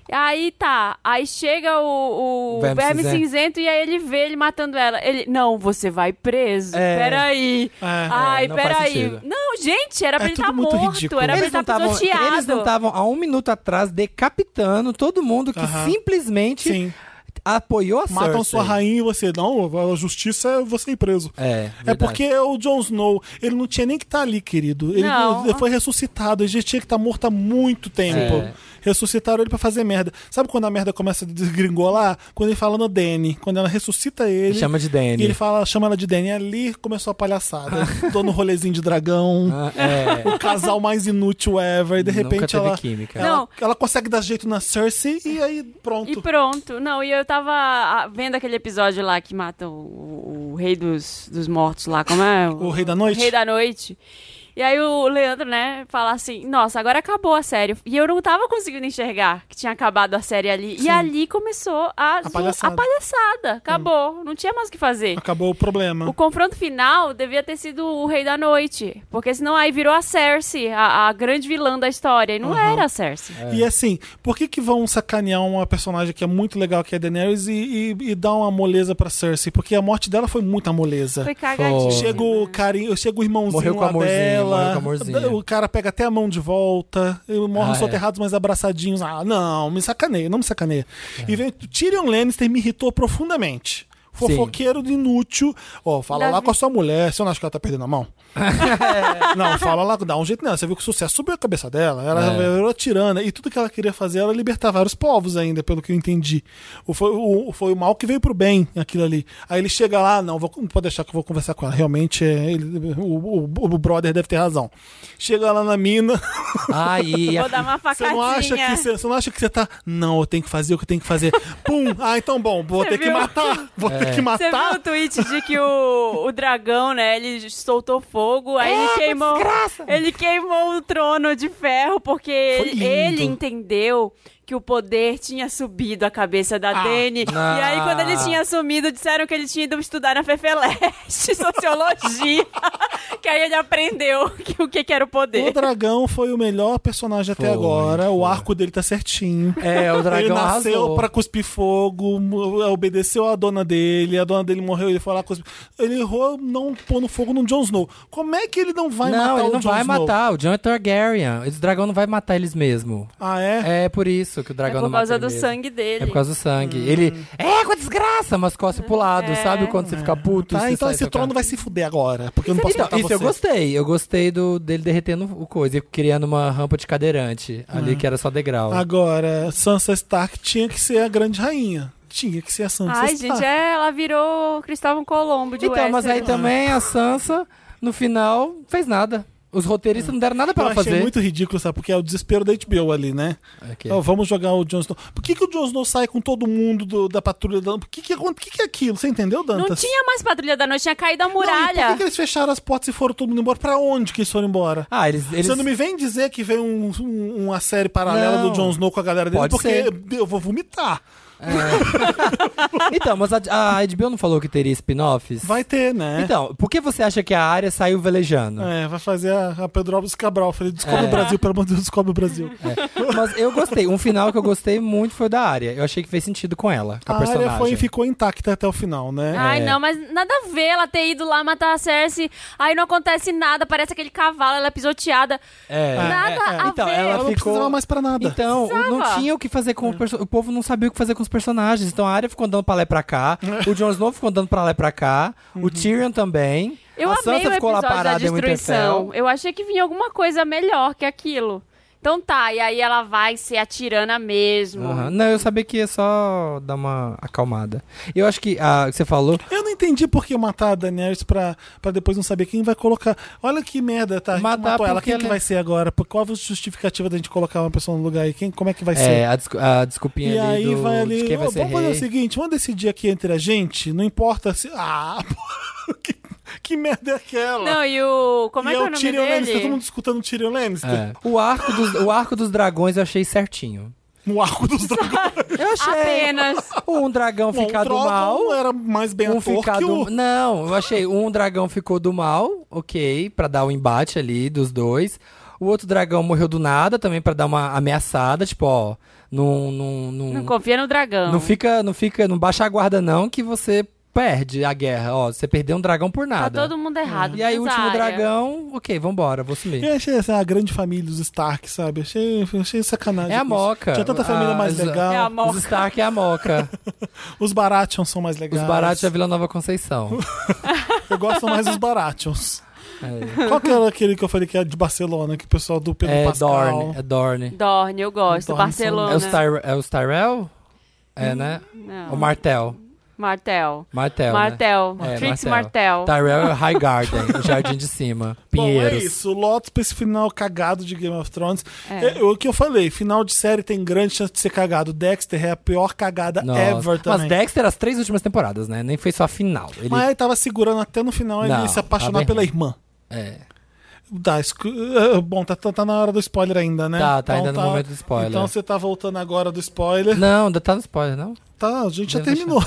Speaker 3: Aí tá, aí chega o, o
Speaker 2: Verme
Speaker 3: verme,
Speaker 2: cinzento.
Speaker 3: cinzento. e aí ele vê ele matando ela. Ele, não, você vai preso.
Speaker 2: É.
Speaker 3: Peraí. Ai,
Speaker 2: não faz
Speaker 3: peraí.
Speaker 2: sentido.
Speaker 3: Não, gente, era pra
Speaker 1: É
Speaker 3: ele
Speaker 1: tudo
Speaker 3: estar
Speaker 1: muito
Speaker 3: morto,
Speaker 1: ridículo.
Speaker 3: era pra ele
Speaker 2: Eles não
Speaker 3: estar
Speaker 2: tavam-
Speaker 3: pisoteado.
Speaker 2: eles não estavam há um minuto atrás decapitando todo mundo que
Speaker 1: Aham.
Speaker 2: simplesmente
Speaker 1: Sim.
Speaker 2: apoiou a
Speaker 1: Matam
Speaker 2: Cersei.
Speaker 1: sua rainha e você. Não, a justiça é você ir preso.
Speaker 2: É,
Speaker 1: É
Speaker 2: verdade.
Speaker 1: porque o Jon Snow, ele não tinha nem que estar ali, querido. Ele,
Speaker 3: Não.
Speaker 1: ele foi ressuscitado, ele já tinha que estar morto há muito tempo.
Speaker 2: É.
Speaker 1: Ressuscitaram ele pra fazer merda. Sabe quando a merda começa a desgringolar? Quando ele fala no Danny. Quando ela ressuscita ele.
Speaker 2: Chama de Danny.
Speaker 1: E ele fala, chama ela de Danny. Ali começou a palhaçada. Tô no rolezinho de dragão.
Speaker 2: Ah, é.
Speaker 1: O casal mais inútil ever. E de
Speaker 2: Nunca
Speaker 1: repente
Speaker 2: teve
Speaker 1: ela,
Speaker 2: química.
Speaker 1: Ela,
Speaker 3: Não.
Speaker 1: ela consegue dar jeito na Cersei e aí pronto.
Speaker 3: E pronto. Não, e eu tava ah, vendo aquele episódio lá que mata o, o rei dos, dos mortos lá, como é?
Speaker 1: O Rei da Noite?
Speaker 3: O Rei da Noite. E aí o Leandro, né, fala assim, nossa, agora acabou a série. E eu não tava conseguindo enxergar que tinha acabado a série ali. E ali começou a, zo-
Speaker 1: palhaçada.
Speaker 3: a palhaçada. Acabou. Não tinha mais o que fazer.
Speaker 1: Acabou o problema.
Speaker 3: O confronto final devia ter sido o Rei da Noite. Porque senão aí virou a Cersei, a, a grande vilã da história. E não era a Cersei.
Speaker 2: É.
Speaker 1: E assim, por que que vão sacanear uma personagem que é muito legal, que é a Daenerys, e, e, e dar uma moleza pra Cersei? Porque a morte dela foi muita moleza.
Speaker 3: Foi cagadinho.
Speaker 1: Chega o carinho, chega o irmãozinho
Speaker 2: Morreu com
Speaker 1: lá
Speaker 2: amorzinho,
Speaker 1: dela.
Speaker 2: morreu com amorzinho.
Speaker 1: O cara pega até a mão de volta, e morre
Speaker 2: Ah,
Speaker 1: soterrados, mas abraçadinhos. Ah, não, me sacaneia, não me sacaneia.
Speaker 2: É.
Speaker 1: E vem o Tyrion Lannister me irritou profundamente. Fofoqueiro de inútil. Ó, fala lá
Speaker 3: Davi-
Speaker 1: com a sua mulher, você não acha que ela tá perdendo a mão? Não, fala lá, dá um jeito nela. Você viu que o sucesso subiu a cabeça dela, ela
Speaker 2: É.
Speaker 1: virou tirana. E tudo que ela queria fazer era libertar vários povos ainda, pelo que eu entendi. O, foi, o, foi o mal que veio pro bem, aquilo ali. Aí ele chega lá, não, vou, não pode deixar que eu vou conversar com ela. Realmente, é, ele- o, o- o brother deve ter razão. Chega lá na mina,
Speaker 2: Ah, e, e a-
Speaker 3: Vou dar uma
Speaker 1: você
Speaker 3: facadinha.
Speaker 1: não acha que você, você não acha que você tá. Não, eu tenho que fazer o que eu tenho que fazer. Pum! Ah, então bom, vou
Speaker 3: Você
Speaker 1: ter que
Speaker 3: viu?
Speaker 1: matar. Vou
Speaker 2: É.
Speaker 1: ter que
Speaker 3: Você viu
Speaker 1: matar.
Speaker 3: o tweet de que o, o dragão, né, ele soltou fogo, aí ele queimou. Ele queimou o trono de ferro, porque
Speaker 1: Foi
Speaker 3: ele,
Speaker 1: lindo.
Speaker 3: ele entendeu que o poder tinha subido a cabeça da Dani. E aí, quando ele tinha assumido, disseram que ele tinha ido estudar na Fefeleste, sociologia. que aí ele aprendeu que- o que, que era o
Speaker 1: O
Speaker 3: poder.
Speaker 1: dragão foi o melhor personagem até
Speaker 2: Foi,
Speaker 1: agora. O
Speaker 2: foi.
Speaker 1: arco dele tá certinho.
Speaker 2: é, o dragão
Speaker 1: ele nasceu
Speaker 2: arrasou.
Speaker 1: pra cuspir fogo, mu- obedeceu a dona dele, a dona dele morreu, ele foi lá cuspir. Ele errou não pondo fogo no Jon Snow. Como é que ele não vai matar
Speaker 2: não, ele
Speaker 1: o
Speaker 2: não
Speaker 1: Jon
Speaker 2: vai
Speaker 1: Snow?
Speaker 2: matar. O Jon é Targaryen. Esse dragão não vai matar eles mesmo.
Speaker 1: Ah, é?
Speaker 2: É por isso. isso que o dragão
Speaker 3: é por
Speaker 2: não mata
Speaker 3: causa
Speaker 2: ele
Speaker 3: do
Speaker 2: mesmo.
Speaker 3: sangue dele. Hum.
Speaker 2: É por causa do sangue. Ele. É, com a desgraça, mas coça pro
Speaker 3: É.
Speaker 2: lado, sabe? Quando você fica puto. e
Speaker 1: Tá,
Speaker 2: você
Speaker 1: então
Speaker 2: sai
Speaker 1: esse
Speaker 2: tocando.
Speaker 1: trono vai se fuder agora, porque eu não posso
Speaker 2: Então,
Speaker 1: matar
Speaker 2: isso eu
Speaker 1: você.
Speaker 2: gostei. Eu gostei do, dele derretendo o coisa e criando uma rampa de cadeirante ali que era só degrau.
Speaker 1: Hum. Agora, Sansa Stark tinha que ser a grande rainha. Tinha que ser a Sansa
Speaker 3: Ai,
Speaker 1: Stark.
Speaker 3: gente, é, ela virou Cristóvão Colombo de
Speaker 2: Então, mas aí
Speaker 3: Westeros.
Speaker 2: também a Sansa, no final, fez nada. Os roteiristas não deram nada
Speaker 1: Eu
Speaker 2: pra ela
Speaker 1: achei
Speaker 2: fazer. é.
Speaker 1: muito ridículo, sabe? Porque é o desespero da HBO ali, né?
Speaker 2: Aqui.
Speaker 1: Ó, vamos jogar o Jon Snow. Por que, que o Jon Snow sai com todo mundo do- da patrulha da... Por que que, aconte- por que que é aquilo? Você entendeu, Dantas?
Speaker 3: Não tinha mais Patrulha da Noite, tinha caído a
Speaker 1: Não, e por
Speaker 3: muralha.
Speaker 1: que, que eles fecharam as portas e foram todo mundo embora? Pra onde que eles foram embora?
Speaker 2: Ah, eles. eles...
Speaker 1: Você não me vem dizer que veio um- um- uma série paralela
Speaker 2: Não.
Speaker 1: do Jon Snow com a galera dele,
Speaker 2: Pode
Speaker 1: porque
Speaker 2: ser.
Speaker 1: eu vou vomitar.
Speaker 2: Então, mas a, a HBO não falou que teria spin-offs?
Speaker 1: Vai ter, né?
Speaker 2: Então, por que você acha que a área saiu velejando?
Speaker 1: É, vai fazer a, a Pedro Alves Cabral. Eu Falei, descobre
Speaker 2: É.
Speaker 1: o Brasil, pelo amor de Deus, descobre o Brasil.
Speaker 2: Mas eu gostei. Um final que eu gostei muito foi da área. Eu achei que fez sentido com ela, com a,
Speaker 1: a
Speaker 2: personagem.
Speaker 1: área foi, ficou intacta até o final, né?
Speaker 3: Ai,
Speaker 2: É.
Speaker 3: não, mas nada a ver ela ter ido lá matar a Cersei. Aí não acontece nada, parece aquele cavalo, ela é pisoteada.
Speaker 2: É.
Speaker 3: Nada a
Speaker 2: Então,
Speaker 3: ver.
Speaker 2: ela
Speaker 1: Ela não
Speaker 2: ficou-
Speaker 1: precisava mais pra nada. É.
Speaker 2: Então,
Speaker 3: Precisava.
Speaker 2: não tinha o que fazer com o perso- o povo não sabia o que fazer com os personagens. Então a área ficou andando pra lá e pra cá, o Jon Snow ficou andando pra lá e pra cá,
Speaker 1: Uhum.
Speaker 2: o Tyrion também.
Speaker 3: Eu
Speaker 2: a
Speaker 3: amei
Speaker 2: Sansa
Speaker 3: o
Speaker 2: ficou lá
Speaker 3: episódio da
Speaker 2: parada em um Winterfell.
Speaker 3: destruição. Eu achei que vinha alguma coisa melhor que aquilo. Então tá, e aí ela vai ser a tirana mesmo.
Speaker 2: Aham. Não, eu sabia que ia só dar uma acalmada. Eu acho que ah, o que você falou.
Speaker 1: Eu não entendi por que matar a Daenerys pra, pra depois não saber quem vai colocar. Olha que merda, tá? A gente
Speaker 2: Matar
Speaker 1: matou ela.
Speaker 2: porque
Speaker 1: Quem que
Speaker 2: ela- é
Speaker 1: vai ser agora? Por- Qual a justificativa da gente colocar uma pessoa no lugar aí? Quem, como é que vai ser?
Speaker 2: É, a, descu- a desculpinha
Speaker 1: E
Speaker 2: ali
Speaker 1: aí
Speaker 2: do,
Speaker 1: vai
Speaker 2: de
Speaker 1: ali.
Speaker 2: quem vai
Speaker 1: "Ô,
Speaker 2: ser
Speaker 1: vamos fazer o
Speaker 2: rei.
Speaker 1: seguinte, vamos decidir aqui entre a gente. Não importa se. Ah, porra, que, que merda é aquela?
Speaker 3: Não, e o. Como
Speaker 1: e
Speaker 3: é que é o nome
Speaker 1: Tyrion Lannister, todo
Speaker 3: dele?
Speaker 1: mundo escutando o Tyrion Lannister.
Speaker 2: É. O, arco dos, o arco dos dragões eu achei certinho.
Speaker 1: No arco
Speaker 3: Tá
Speaker 1: dos dragões.
Speaker 2: Eu achei.
Speaker 3: Apenas.
Speaker 2: Um dragão
Speaker 1: Bom,
Speaker 2: ficar
Speaker 1: o
Speaker 2: do mal.
Speaker 1: Drogon era mais bem
Speaker 2: um
Speaker 1: ator
Speaker 2: ficar
Speaker 1: que
Speaker 2: do...
Speaker 1: o...
Speaker 2: Não, eu achei. Um dragão ficou do mal, ok, pra dar o embate ali dos dois. O outro dragão morreu do nada também pra dar uma ameaçada, tipo, ó, não não não,
Speaker 3: Não
Speaker 2: não,
Speaker 3: confia no dragão.
Speaker 2: fica, não fica, não baixa a guarda não que você perde a guerra, ó, você perdeu um dragão por
Speaker 3: Tá
Speaker 2: nada.
Speaker 3: todo mundo errado.
Speaker 2: E aí o último
Speaker 3: Cesária.
Speaker 2: dragão, ok, vambora, vou sumir.
Speaker 1: Eu achei essa a grande família, os Stark, sabe? Achei, achei sacanagem.
Speaker 2: É a
Speaker 1: com isso.
Speaker 2: Moca.
Speaker 1: Tinha tanta família
Speaker 2: Ah,
Speaker 1: mais
Speaker 2: os-
Speaker 1: legal.
Speaker 3: É a
Speaker 2: Os
Speaker 3: Moca.
Speaker 2: Stark é a Moca,
Speaker 1: Os Baratheon são mais legais.
Speaker 2: os Baratheon é a Vila Nova Conceição.
Speaker 1: Eu gosto mais dos Baratheons.
Speaker 2: É,
Speaker 1: Qual que era aquele que eu falei que era de Barcelona, que o pessoal do Pedro
Speaker 2: é
Speaker 1: Pascal...
Speaker 2: Dorne, é Dorne.
Speaker 3: Dorne, eu gosto.
Speaker 1: Dorne
Speaker 3: Barcelona.
Speaker 2: É os, Tyre- é os Tyrell? É, né?
Speaker 3: Não.
Speaker 2: O Martel.
Speaker 3: Martel.
Speaker 2: Martel. Né?
Speaker 3: Hum, Martel.
Speaker 2: É,
Speaker 3: Trix
Speaker 2: Martel.
Speaker 3: Martel.
Speaker 2: Tyrell é High Garden, o jardim de cima.
Speaker 1: Bom, é
Speaker 2: Pinheiros.
Speaker 1: isso. Lotus pra esse final cagado de Game of Thrones. É. o que eu falei, final de série tem grande chance de ser cagado. Dexter é a pior cagada
Speaker 2: Nossa.
Speaker 1: ever também.
Speaker 2: Mas Dexter, as três últimas temporadas, né? Nem foi só a final. Ele,
Speaker 1: Mas ele tava segurando até no final ele
Speaker 2: Não, tá
Speaker 1: se apaixonar
Speaker 2: tava
Speaker 1: pela
Speaker 2: errado.
Speaker 1: irmã.
Speaker 2: é.
Speaker 1: Tá, escu- ah, bom, tá, tá- tá na hora do spoiler ainda, né?
Speaker 2: Tá, tá ainda no momento do spoiler.
Speaker 1: Então você tá voltando agora do spoiler.
Speaker 2: Não, ainda tá no spoiler, não?
Speaker 1: Tá, a gente já
Speaker 2: Deve
Speaker 1: terminou.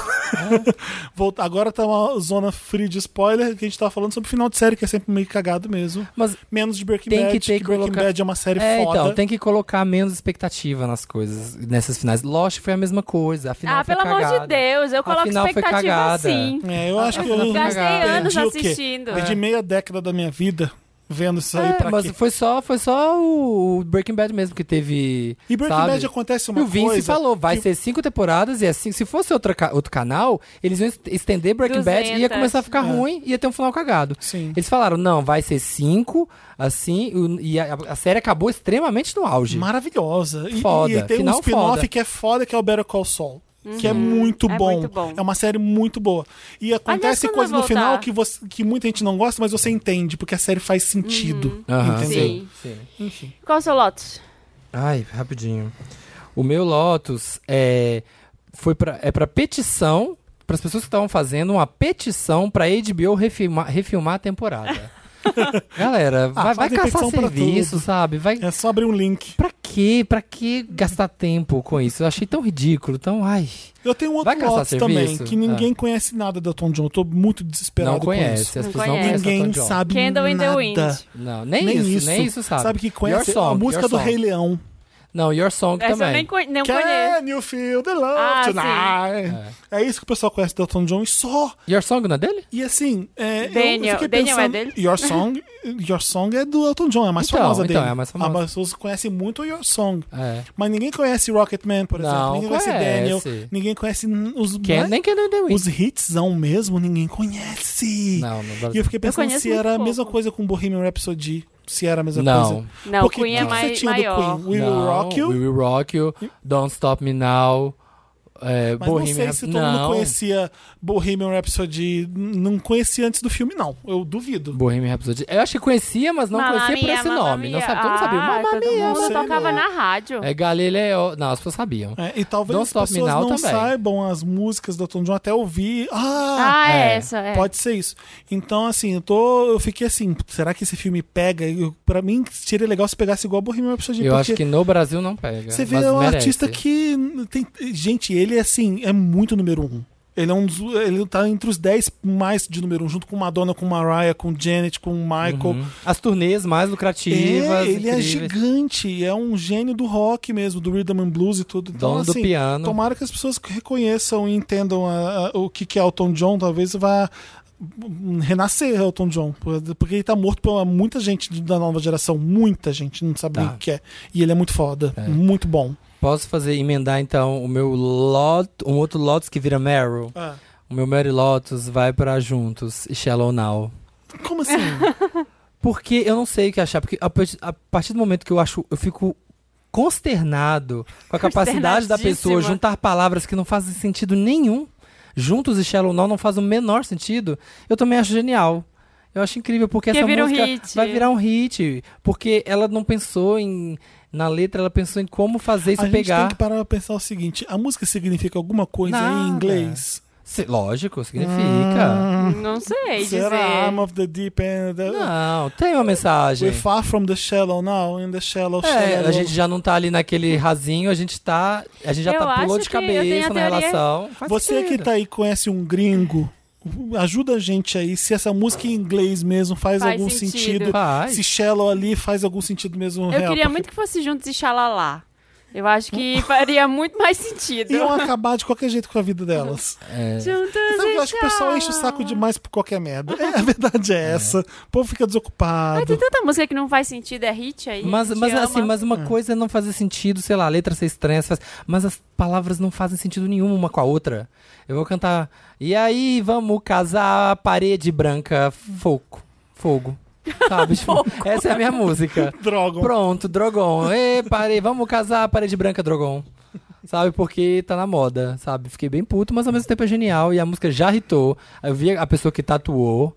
Speaker 1: Volta, agora tá uma zona free de spoiler que a gente tava falando sobre final de série, que é sempre meio cagado mesmo.
Speaker 2: Mas
Speaker 1: Menos de Breaking
Speaker 2: Tem
Speaker 1: Bad,
Speaker 2: que ter que
Speaker 1: Breaking
Speaker 2: colocar-
Speaker 1: Bad é uma série
Speaker 2: é,
Speaker 1: foda.
Speaker 2: então, tem que colocar menos expectativa nas coisas, nessas finais. Lost foi a mesma coisa, a final
Speaker 3: Ah,
Speaker 2: foi
Speaker 3: pelo amor de
Speaker 2: cagada.
Speaker 3: Deus, eu coloco
Speaker 2: Afinal, foi
Speaker 3: expectativa
Speaker 2: cagada.
Speaker 3: assim.
Speaker 1: É, eu acho que eu
Speaker 2: não
Speaker 3: Gastei
Speaker 2: cagada.
Speaker 3: anos
Speaker 1: perdi o quê?
Speaker 3: assistindo. É.
Speaker 1: Perdi meia década da minha vida vendo isso aí
Speaker 2: É,
Speaker 1: pra
Speaker 2: mas
Speaker 1: quê?
Speaker 2: foi só, foi só o Breaking Bad mesmo que teve.
Speaker 1: E Breaking
Speaker 2: sabe?
Speaker 1: Bad é acontece uma
Speaker 2: E o Vince
Speaker 1: coisa.
Speaker 2: falou, vai
Speaker 1: que-
Speaker 2: ser cinco temporadas e assim, se fosse outra, ca- outro canal, eles iam est- estender Breaking Bad e ia
Speaker 3: 200.
Speaker 2: começar a ficar
Speaker 1: É.
Speaker 2: ruim e ia ter um final cagado.
Speaker 1: Sim.
Speaker 2: Eles falaram, não, vai ser cinco, assim, o- e a, a série acabou extremamente no auge.
Speaker 1: Maravilhosa. E,
Speaker 2: Foda.
Speaker 1: e tem
Speaker 2: Final
Speaker 1: um spin-off
Speaker 2: foda.
Speaker 1: que é foda, que é o Better Call Saul. Que é muito,
Speaker 3: É
Speaker 1: bom.
Speaker 3: muito bom.
Speaker 1: É uma série muito boa. E acontece
Speaker 3: quando
Speaker 1: coisa
Speaker 3: vai
Speaker 1: no final
Speaker 3: voltar?
Speaker 1: que, você, que muita gente não gosta, mas você entende, porque a série faz sentido.
Speaker 2: Aham,
Speaker 1: entendeu?
Speaker 3: Uhum. Sim.
Speaker 2: Sim.
Speaker 1: Enfim.
Speaker 3: Qual o seu Lotus?
Speaker 2: Ai, rapidinho. O meu Lotus é foi para é para petição para as pessoas que estavam fazendo uma petição para HBO refilmar, refilmar a temporada. Galera,
Speaker 1: Ah,
Speaker 2: vai, vai
Speaker 1: fazem
Speaker 2: caçar
Speaker 1: petição pra
Speaker 2: serviço,
Speaker 1: tudo.
Speaker 2: sabe? Vai
Speaker 1: É só abrir um link.
Speaker 2: Pra quê? Pra que gastar tempo com isso? Eu achei tão ridículo, tão. Ai.
Speaker 1: Eu tenho um outro
Speaker 2: Vai caçar
Speaker 1: Lotus também,
Speaker 2: serviço? Ah.
Speaker 1: que ninguém conhece nada do Elton John. Eu tô muito desesperado
Speaker 2: Não
Speaker 1: com
Speaker 2: conhece,
Speaker 1: isso.
Speaker 2: as
Speaker 3: Não
Speaker 2: pessoas não
Speaker 3: conhece.
Speaker 2: conhecem
Speaker 1: Ninguém
Speaker 2: Elton John.
Speaker 1: sabe
Speaker 3: Candle in
Speaker 1: nada.
Speaker 3: the Wind.
Speaker 2: Não, nem,
Speaker 1: Nem
Speaker 2: É isso,
Speaker 1: isso.
Speaker 2: nem isso sabe.
Speaker 1: Sabe que conhece
Speaker 2: Your Song,
Speaker 1: a música
Speaker 2: Your
Speaker 1: do
Speaker 2: Song.
Speaker 1: Rei Leão.
Speaker 2: Não, Your Song
Speaker 3: Essa eu
Speaker 2: também.
Speaker 3: nem co- não conheço.
Speaker 1: Can you feel the love
Speaker 3: Ah, sim.
Speaker 1: tonight? É. isso que o pessoal conhece do Elton John e só.
Speaker 2: Your Song não é dele?
Speaker 1: E assim, é, eu
Speaker 3: Daniel-
Speaker 1: fiquei
Speaker 3: Daniel
Speaker 1: pensando...
Speaker 3: é dele?
Speaker 1: Your Song, Your Song é do Elton John, é a mais
Speaker 2: Então,
Speaker 1: famosa
Speaker 2: então,
Speaker 1: dele.
Speaker 2: é a mais famosa.
Speaker 1: As pessoas conhecem muito Your Song.
Speaker 2: É.
Speaker 1: Mas ninguém conhece Rocketman, por
Speaker 2: Não,
Speaker 1: exemplo. Ninguém conhece
Speaker 2: conhece. é
Speaker 1: Daniel. Ninguém conhece os...
Speaker 2: Can,
Speaker 1: mais-
Speaker 2: nem Can I The Win.
Speaker 1: é? Os hitsão mesmo, ninguém conhece.
Speaker 2: Não, não
Speaker 1: E eu fiquei pensando
Speaker 3: conheço
Speaker 1: se
Speaker 3: muito
Speaker 1: era a
Speaker 3: pouco.
Speaker 1: mesma coisa com Bohemian Rhapsody. Se era a mesma
Speaker 2: Não.
Speaker 1: coisa.
Speaker 3: Não,
Speaker 1: Porque
Speaker 3: Queen é
Speaker 1: o que que você
Speaker 3: mai-
Speaker 1: tinha do
Speaker 3: maior.
Speaker 1: Queen? We Will
Speaker 2: Não,
Speaker 1: Rock You?
Speaker 2: We Will Rock You, Don't Stop Me Now, é,
Speaker 1: Mas não
Speaker 2: Bohemian.
Speaker 1: sei se todo mundo
Speaker 2: Não,
Speaker 1: conhecia Bohemian Rhapsody. Não conhecia antes do filme, não. Eu duvido.
Speaker 2: Bohemian Rhapsody. Eu acho que conhecia, mas não
Speaker 3: Mamma
Speaker 2: conhecia por
Speaker 3: Mia,
Speaker 2: esse
Speaker 3: Mamma
Speaker 2: nome. Não,
Speaker 3: Mia.
Speaker 2: sabe, todo mundo sabia.
Speaker 3: Ah,
Speaker 2: Mamma
Speaker 3: todo
Speaker 2: Mia,
Speaker 3: mundo
Speaker 1: Mamma Mia.
Speaker 3: tocava na rádio.
Speaker 2: É Galileu. Não, as pessoas sabiam.
Speaker 1: É, e talvez
Speaker 2: Don't
Speaker 1: as
Speaker 2: Stop Me
Speaker 1: pessoas
Speaker 2: Now
Speaker 1: não
Speaker 2: também.
Speaker 1: saibam as músicas do Elton John até ouvir. Ah!
Speaker 3: Ah, é,
Speaker 2: é.
Speaker 3: essa. É.
Speaker 1: Pode ser isso. Então, assim, eu, tô, eu fiquei assim, será que esse filme pega? Eu, pra mim, seria legal se pegasse igual Bohemian Rhapsody.
Speaker 2: Eu
Speaker 1: porque
Speaker 2: acho que no Brasil não pega.
Speaker 1: Você vê
Speaker 2: É, mas
Speaker 1: um
Speaker 2: merece.
Speaker 1: artista que tem, gente, ele é assim, é muito número um. Ele é um dos, ele tá entre os 10 mais de número um, junto com Madonna, com Mariah, com Janet, com Michael.
Speaker 2: Uhum. As turnês mais
Speaker 1: É,
Speaker 2: lucrativas.
Speaker 1: ele é
Speaker 2: incríveis.
Speaker 1: gigante, é um gênio do rock mesmo, do rhythm and blues e tudo. Então,
Speaker 2: Dono do
Speaker 1: assim,
Speaker 2: piano.
Speaker 1: Tomara que as pessoas reconheçam e entendam a- a- o que, que é Elton John, talvez vá hum, renascer Elton John, por- porque ele tá morto por muita gente da nova geração, muita gente não sabe nem
Speaker 2: Tá.
Speaker 1: o que é. E ele é muito foda, muito bom.
Speaker 2: Posso fazer, emendar então o meu lot, um outro Lotus que vira Meryl.
Speaker 1: Ah.
Speaker 2: O meu Mary Lotus vai pra Juntos e Shallow Now.
Speaker 1: Como assim?
Speaker 2: Porque eu não sei o que achar, porque a, parti- a partir do momento que eu acho, eu fico consternado com a capacidade da pessoa
Speaker 3: Consternadíssima.
Speaker 2: juntar palavras que não fazem sentido nenhum. Juntos e Shallow Now não faz o menor sentido. Eu também acho genial. Eu acho incrível porque
Speaker 3: Que
Speaker 2: essa
Speaker 3: vira um
Speaker 2: música
Speaker 3: hit.
Speaker 2: vai virar um hit, porque ela não pensou em na letra, ela pensou em como fazer isso
Speaker 1: a gente
Speaker 2: pegar.
Speaker 1: tem que parar pra pensar o seguinte: a música significa alguma coisa
Speaker 2: Nada.
Speaker 1: em inglês?
Speaker 2: Se- lógico,
Speaker 1: Hum.
Speaker 2: significa.
Speaker 3: Não sei dizer.
Speaker 1: Será I'm of the deep end? the-
Speaker 2: Não, tem uma mensagem.
Speaker 1: We're far from the shallow now, in the shallow,
Speaker 2: É,
Speaker 1: shallow.
Speaker 2: a gente já não tá ali naquele rasinho, a gente tá. A gente já
Speaker 3: Eu
Speaker 2: tá pulou
Speaker 3: acho
Speaker 2: de
Speaker 3: que eu tenho
Speaker 2: cabeça
Speaker 3: a
Speaker 2: na
Speaker 3: teoria-
Speaker 2: relação. Faz
Speaker 1: Você que
Speaker 2: sentido.
Speaker 1: tá aí conhece um gringo, ajuda a gente aí se essa música em inglês mesmo faz,
Speaker 3: Faz
Speaker 1: algum sentido.
Speaker 3: sentido.
Speaker 2: Faz.
Speaker 1: Se shallow ali faz algum sentido mesmo.
Speaker 3: Eu
Speaker 1: real,
Speaker 3: queria
Speaker 1: porque-
Speaker 3: muito que fosse juntos e xalala. Eu acho
Speaker 2: Hum.
Speaker 3: que faria muito mais sentido.
Speaker 1: Iam acabar de qualquer jeito com a vida delas.
Speaker 3: Juntos
Speaker 1: Sabe,
Speaker 3: e
Speaker 1: eu acho que o pessoal enche o saco demais por qualquer merda. É, a verdade é essa. O povo fica
Speaker 3: Mas tem
Speaker 1: desocupado.
Speaker 3: tanta música que não faz sentido, é hit aí.
Speaker 2: Mas,
Speaker 3: a gente
Speaker 2: mas
Speaker 3: ama.
Speaker 2: assim, mas uma coisa é não fazer sentido, sei lá, a letra ser estranha, você faz- mas as palavras não fazem sentido nenhum uma com a outra. Eu vou cantar. E aí, vamos casar parede branca, fogo. Fogo. Sabe? Tipo, Essa é a minha música.
Speaker 1: Droga. um
Speaker 2: Pronto, Drogon. Ê, parei, vamos casar parede branca, Drogon. Sabe, porque tá na moda, sabe? Fiquei bem puto, mas ao mesmo tempo é genial. E a música já hitou. Eu vi a pessoa que tatuou.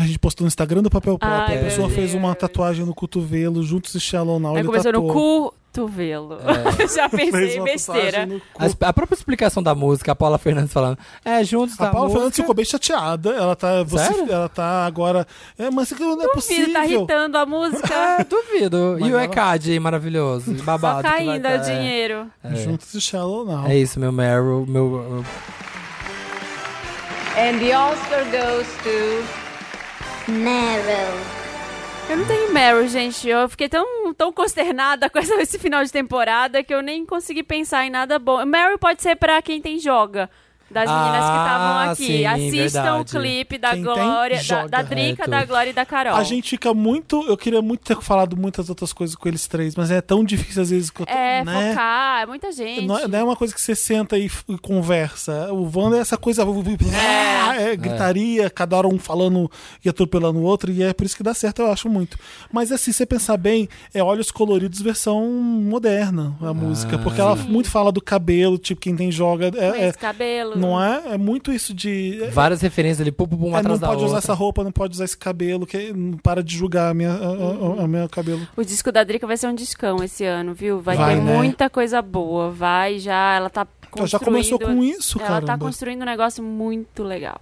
Speaker 1: A gente postou no Instagram do Papel Pop.
Speaker 3: Ai,
Speaker 1: a pessoa
Speaker 3: meu
Speaker 1: fez uma
Speaker 3: Deus.
Speaker 1: tatuagem no cotovelo, juntos e Shallow Now.
Speaker 3: Aí
Speaker 1: ele
Speaker 3: começou
Speaker 1: tatuou.
Speaker 3: no cotovelo. Já
Speaker 1: tá É. Fez
Speaker 3: pensei
Speaker 1: uma
Speaker 3: é besteira. tá
Speaker 1: tatuagem no cu.
Speaker 2: As- A, própria explicação da música, a Paula Fernandes falando. É, juntos
Speaker 1: A
Speaker 2: da
Speaker 1: Paula Fernandes
Speaker 2: música.
Speaker 1: ficou bem é chateada. Ela tá, você,
Speaker 2: Sério?
Speaker 1: ela tá agora. É, mas isso não é
Speaker 3: Filho,
Speaker 1: possível.
Speaker 3: tá irritando a música.
Speaker 2: É, duvido.
Speaker 1: Mas
Speaker 2: e o
Speaker 1: ela-
Speaker 2: ECAD maravilhoso,
Speaker 3: Só
Speaker 2: babado. que vai
Speaker 3: caindo
Speaker 2: tá-
Speaker 3: o dinheiro.
Speaker 2: É, é.
Speaker 1: Juntos e Shallow Now.
Speaker 2: É isso, meu Meryl. Meu...
Speaker 9: And the Oscar goes to.
Speaker 7: Meryl.
Speaker 3: Eu não tenho Meryl, gente. Eu fiquei tão, tão consternada com essa- esse final de temporada que eu nem consegui pensar em nada bom. Meryl pode ser pra quem tem joga. Das
Speaker 2: Ah,
Speaker 3: meninas que estavam aqui.
Speaker 2: sim,
Speaker 3: Assistam
Speaker 2: verdade.
Speaker 3: o clipe da
Speaker 1: Quem tem,
Speaker 3: Glória, da,
Speaker 1: joga. né,
Speaker 3: da Drica,
Speaker 2: Correto.
Speaker 3: da Glória e da Carol.
Speaker 1: A gente fica muito. Eu queria muito ter falado muitas outras coisas com eles três, mas é tão difícil às vezes que eu tô,
Speaker 3: É,
Speaker 1: né?
Speaker 3: focar, é muita gente.
Speaker 1: Não é, não é uma coisa que você senta e, f- e conversa. O Wanda é essa coisa. É, gritaria, cada hora um falando e atropelando o outro, e é por isso que dá certo, eu acho muito. Mas assim, se você pensar bem, é Olhos Coloridos versão moderna, a música. Porque ela muito fala do cabelo, tipo, quem tem joga. É, é-
Speaker 3: Esse cabelo.
Speaker 1: não é? É muito isso de. é-
Speaker 2: Várias referências ali, pum, pum, pum,
Speaker 1: é, não
Speaker 2: atrás da
Speaker 1: pode usar
Speaker 2: outra.
Speaker 1: essa roupa, não pode usar esse cabelo, que não para de julgar a minha, a, a- a meu cabelo.
Speaker 3: O disco da Drica vai ser um discão esse ano, viu? Vai,
Speaker 1: Vai,
Speaker 3: ter
Speaker 1: né?
Speaker 3: muita coisa boa. Vai já, ela tá construindo...
Speaker 1: Ela já começou com isso,
Speaker 3: Ela
Speaker 1: caramba.
Speaker 3: tá construindo um negócio muito legal.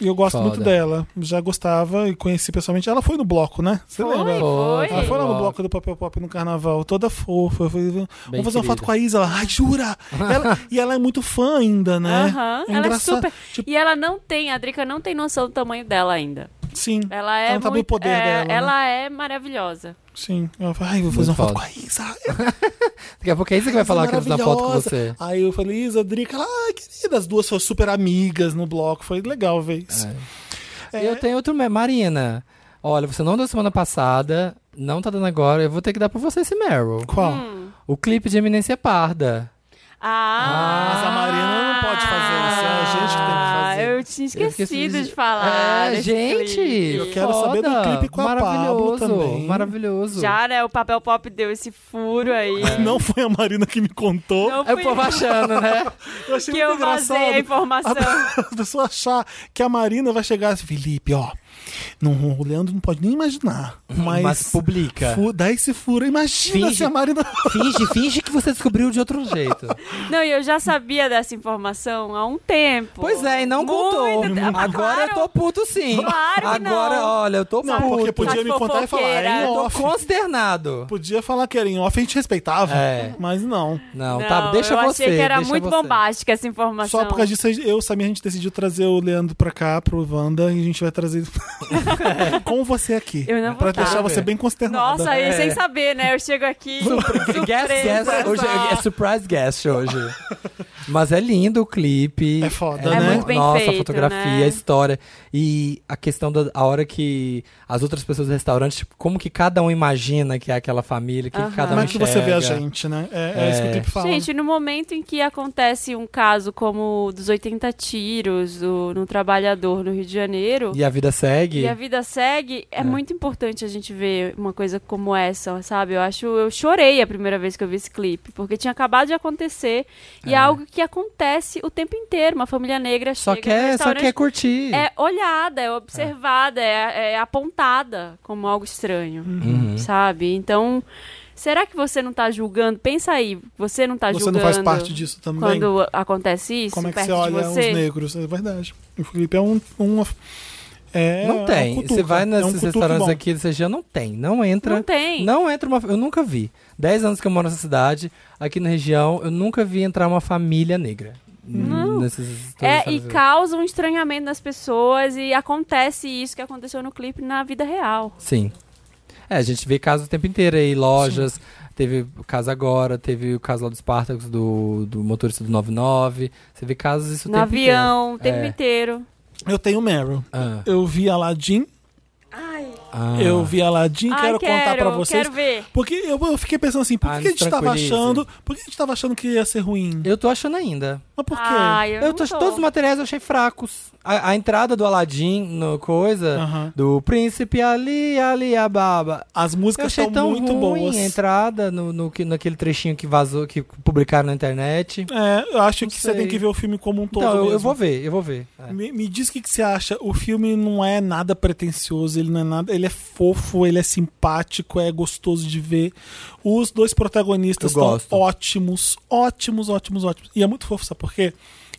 Speaker 1: E eu gosto muito
Speaker 2: Foda.
Speaker 1: dela. Já gostava e conheci pessoalmente. Ela foi no bloco, né? Você lembra?
Speaker 3: Foi.
Speaker 1: Ela foi lá no
Speaker 2: Bloco.
Speaker 1: bloco do Papel Pop no carnaval, toda fofa. Eu falei, vamos
Speaker 2: Bem
Speaker 1: fazer uma foto
Speaker 2: querida.
Speaker 1: com a Isa. Ela, ai, jura? Ela- e ela é muito fã ainda, né?
Speaker 3: Aham,
Speaker 1: É
Speaker 3: ela é
Speaker 1: engraçado.
Speaker 3: super...
Speaker 1: Tipo,
Speaker 3: E ela não tem, a Drica não tem noção do tamanho dela ainda.
Speaker 1: Sim.
Speaker 3: Ela é
Speaker 1: Ela tá no
Speaker 3: muito,
Speaker 1: poder
Speaker 3: é,
Speaker 1: dela, né?
Speaker 3: Ela é maravilhosa.
Speaker 1: Sim. Eu falei, ai, vou fazer uma foto
Speaker 2: foda.
Speaker 1: com a Isa. Ai,
Speaker 2: Daqui a pouco é isso que vai falar que eu fiz na foto com
Speaker 1: maravilhosa.
Speaker 2: você.
Speaker 1: Aí eu falei, Isa, Drica, ela, ai, querida. As duas foram super amigas no bloco. Foi legal ver isso. É.
Speaker 2: Eu tenho outro. me- Marina, olha, você não deu semana passada, não tá dando agora, eu vou ter que dar pra você esse Meryl.
Speaker 1: Qual?
Speaker 3: Hum.
Speaker 2: O clipe de Eminência Parda.
Speaker 3: Ah,
Speaker 1: Mas a Marina não pode fazer isso, é a gente que tem que fazer.
Speaker 3: Eu tinha
Speaker 2: Eu esqueci
Speaker 3: esquecido
Speaker 2: de-
Speaker 3: de falar.
Speaker 2: é,
Speaker 3: desse
Speaker 2: gente!
Speaker 3: clipe.
Speaker 1: Eu quero saber do clipe com a Pabllo
Speaker 2: Maravilhoso,
Speaker 1: também.
Speaker 2: maravilhoso.
Speaker 3: Já, né? O papel pop deu esse furo aí.
Speaker 1: Não foi a Marina que me contou.
Speaker 3: Não
Speaker 2: É o
Speaker 3: fui
Speaker 2: povo achando, né?
Speaker 1: Eu achei
Speaker 3: que
Speaker 1: muito
Speaker 3: eu vazei a
Speaker 1: engraçado.
Speaker 3: informação.
Speaker 1: A pessoa achar que a Marina vai chegar assim, Felipe, ó. Não, o Leandro não pode nem imaginar. Mas,
Speaker 2: Mas publica.
Speaker 1: fu- dá esse furo. Imagina
Speaker 2: Finge.
Speaker 1: se a Marina.
Speaker 2: Finge, finge que você descobriu de outro jeito.
Speaker 3: Não, e eu já sabia dessa informação há um tempo.
Speaker 2: Pois é, e não
Speaker 3: Muito
Speaker 2: contou.
Speaker 3: tempo.
Speaker 2: Agora eu tô puto sim.
Speaker 3: Claro que
Speaker 2: Agora,
Speaker 3: não.
Speaker 2: olha, eu tô
Speaker 1: Não,
Speaker 2: puto.
Speaker 1: porque podia
Speaker 3: Mas
Speaker 1: me contar e falar é em
Speaker 3: fofoqueira,
Speaker 2: Eu tô
Speaker 1: off.
Speaker 2: consternado.
Speaker 1: Podia falar que era em off, a gente respeitava.
Speaker 2: É.
Speaker 1: Mas não.
Speaker 2: Não,
Speaker 3: Não,
Speaker 2: tá, deixa
Speaker 3: eu
Speaker 2: você.
Speaker 3: achei que era
Speaker 2: deixa
Speaker 3: muito
Speaker 2: você.
Speaker 3: bombástica essa informação.
Speaker 1: Só por causa disso, eu e Samir, a gente decidiu trazer o Leandro pra cá, pro Wanda, e a gente vai trazer com você aqui.
Speaker 3: Eu não vou
Speaker 1: Pra
Speaker 3: estar.
Speaker 1: deixar você bem consternado.
Speaker 3: Nossa, aí
Speaker 2: É.
Speaker 3: sem saber, né? Eu chego aqui.
Speaker 2: Guess,
Speaker 3: surpresa,
Speaker 2: guess, hoje é- é surprise guest hoje. Mas é lindo o clipe.
Speaker 1: É foda,
Speaker 3: É né? muito bem
Speaker 2: Nossa, a
Speaker 3: feito,
Speaker 2: fotografia,
Speaker 3: né?
Speaker 2: a história. E a questão da a hora que as outras pessoas do restaurante, tipo, como que cada um imagina que é aquela família, que
Speaker 3: Aham.
Speaker 2: cada um
Speaker 1: Como é que você vê a
Speaker 2: enxerga.
Speaker 1: gente, né? É, é
Speaker 2: É.
Speaker 1: isso que o clipe fala.
Speaker 3: Gente, no momento em que acontece um caso como o dos 80 tiros do, no trabalhador no Rio de Janeiro,
Speaker 2: E a vida segue.
Speaker 3: E a vida segue. É, muito importante a gente ver uma coisa como essa, sabe? Eu acho. Eu chorei a primeira vez que eu vi esse clipe, porque tinha acabado de acontecer. E é algo que acontece o tempo inteiro. Uma família negra
Speaker 2: Só
Speaker 1: é,
Speaker 3: chega no
Speaker 2: quer, só
Speaker 3: restaurante.
Speaker 2: quer curtir.
Speaker 3: É olhada, é observada, é, é apontada como algo estranho,
Speaker 2: Uhum.
Speaker 3: sabe? Então, será que você não tá julgando? Pensa aí, você não tá
Speaker 1: Você
Speaker 3: julgando
Speaker 1: não faz parte disso também?
Speaker 3: quando acontece isso
Speaker 1: Como é que
Speaker 3: perto
Speaker 1: você olha
Speaker 3: de
Speaker 1: os
Speaker 3: você?
Speaker 1: negros? É verdade. O Felipe é um. um é
Speaker 2: Não tem.
Speaker 1: um cutuca.
Speaker 2: você vai
Speaker 1: É um
Speaker 2: nesses
Speaker 1: cutuque
Speaker 2: restaurantes
Speaker 1: bom.
Speaker 2: aqui, você já não tem. Não entra.
Speaker 3: Não tem.
Speaker 2: Não entra uma. Eu nunca vi. Dez anos que eu moro nessa cidade, aqui na região, eu nunca vi entrar uma família negra.
Speaker 3: Não.
Speaker 2: Nesses
Speaker 3: É, e
Speaker 2: restaurantes.
Speaker 3: causa um estranhamento nas pessoas e acontece isso que aconteceu no clipe na vida real.
Speaker 2: Sim. É, a gente vê casos o tempo inteiro aí, lojas. Teve o caso agora, teve o caso lá do Spartacus, do, do motorista do 99. Você vê casos isso o
Speaker 3: no
Speaker 2: tempo
Speaker 3: avião, o
Speaker 2: inteiro.
Speaker 3: tempo
Speaker 2: É.
Speaker 3: inteiro.
Speaker 1: Eu tenho Meryl.
Speaker 2: Ah,
Speaker 1: Eu vi Aladdin.
Speaker 2: ah.
Speaker 1: Eu vi Aladdin.
Speaker 3: Ai,
Speaker 1: quero, contar pra vocês.
Speaker 3: Quero ver.
Speaker 1: Porque eu, eu fiquei pensando assim, por que
Speaker 2: Ah,
Speaker 1: que a gente
Speaker 2: nos
Speaker 1: tava
Speaker 2: tranquilize.
Speaker 1: achando. Por que a gente tava achando que ia ser ruim?
Speaker 2: Eu tô achando ainda.
Speaker 1: Mas por quê?
Speaker 3: Ai, eu
Speaker 2: Eu
Speaker 3: não
Speaker 2: tô,
Speaker 3: tô.
Speaker 2: Todos os materiais eu achei fracos. A, a entrada do Aladdin no coisa,
Speaker 1: Aham.
Speaker 2: do príncipe ali, ali, a baba.
Speaker 1: As
Speaker 2: Eu
Speaker 1: músicas
Speaker 2: achei tão
Speaker 1: estão muito
Speaker 2: ruim
Speaker 1: boas.
Speaker 2: a entrada no, no, que- naquele trechinho que vazou, que publicaram na internet.
Speaker 1: É, eu acho
Speaker 2: Não
Speaker 1: que você tem
Speaker 2: sei.
Speaker 1: que ver o filme como um todo.
Speaker 2: então, eu, eu
Speaker 1: mesmo.
Speaker 2: vou ver, eu vou ver. É.
Speaker 1: Me, me diz o que, que você acha. O filme não é nada pretensioso, ele não é nada. Ele é fofo, ele é simpático, é gostoso de ver. Os dois protagonistas
Speaker 2: Eu
Speaker 1: estão
Speaker 2: gosto.
Speaker 1: ótimos, ótimos, ótimos, ótimos. E é muito fofo, sabe por quê?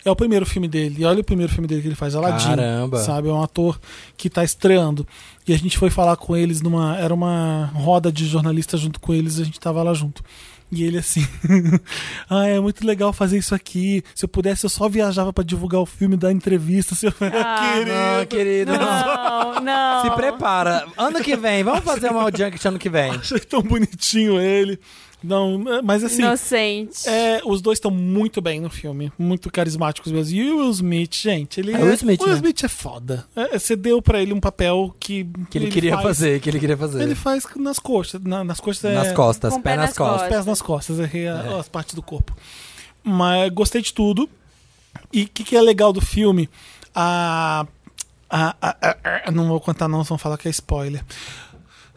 Speaker 1: É o primeiro filme dele. E olha o primeiro filme dele que ele faz, Aladdin.
Speaker 2: Caramba.
Speaker 1: Sabe? É um ator que tá estreando. E a gente foi falar com eles numa. Era uma roda de jornalistas junto com eles, a gente tava lá junto. E ele assim, ah, é muito legal fazer isso aqui. Se eu pudesse, eu só viajava pra divulgar o filme, dar entrevista. Se eu... querido.
Speaker 2: Ah, querido.
Speaker 3: Não, não.
Speaker 2: Se prepara. Ano que vem, vamos fazer uma Junket ano que vem.
Speaker 1: Achei tão bonitinho ele. Não, mas assim,
Speaker 3: Inocente.
Speaker 1: é, os dois estão muito bem no filme, muito carismáticos mesmo. E o Will Smith, gente, ele
Speaker 2: É o Will Smith, né?
Speaker 1: Smith é foda. É, você deu pra ele um papel que
Speaker 2: Que ele, queria
Speaker 1: faz-
Speaker 2: fazer, que ele queria fazer.
Speaker 1: Ele faz nas costas, na- nas costas
Speaker 2: Nas
Speaker 1: é,
Speaker 2: costas,
Speaker 3: Com o
Speaker 2: pé nas costas.
Speaker 1: pés nas costas, errei a-
Speaker 2: É.
Speaker 1: as partes do corpo. Mas gostei de tudo. E o que, que é legal do filme? A, a- a- a- a- não vou contar, não, vão falar que é spoiler.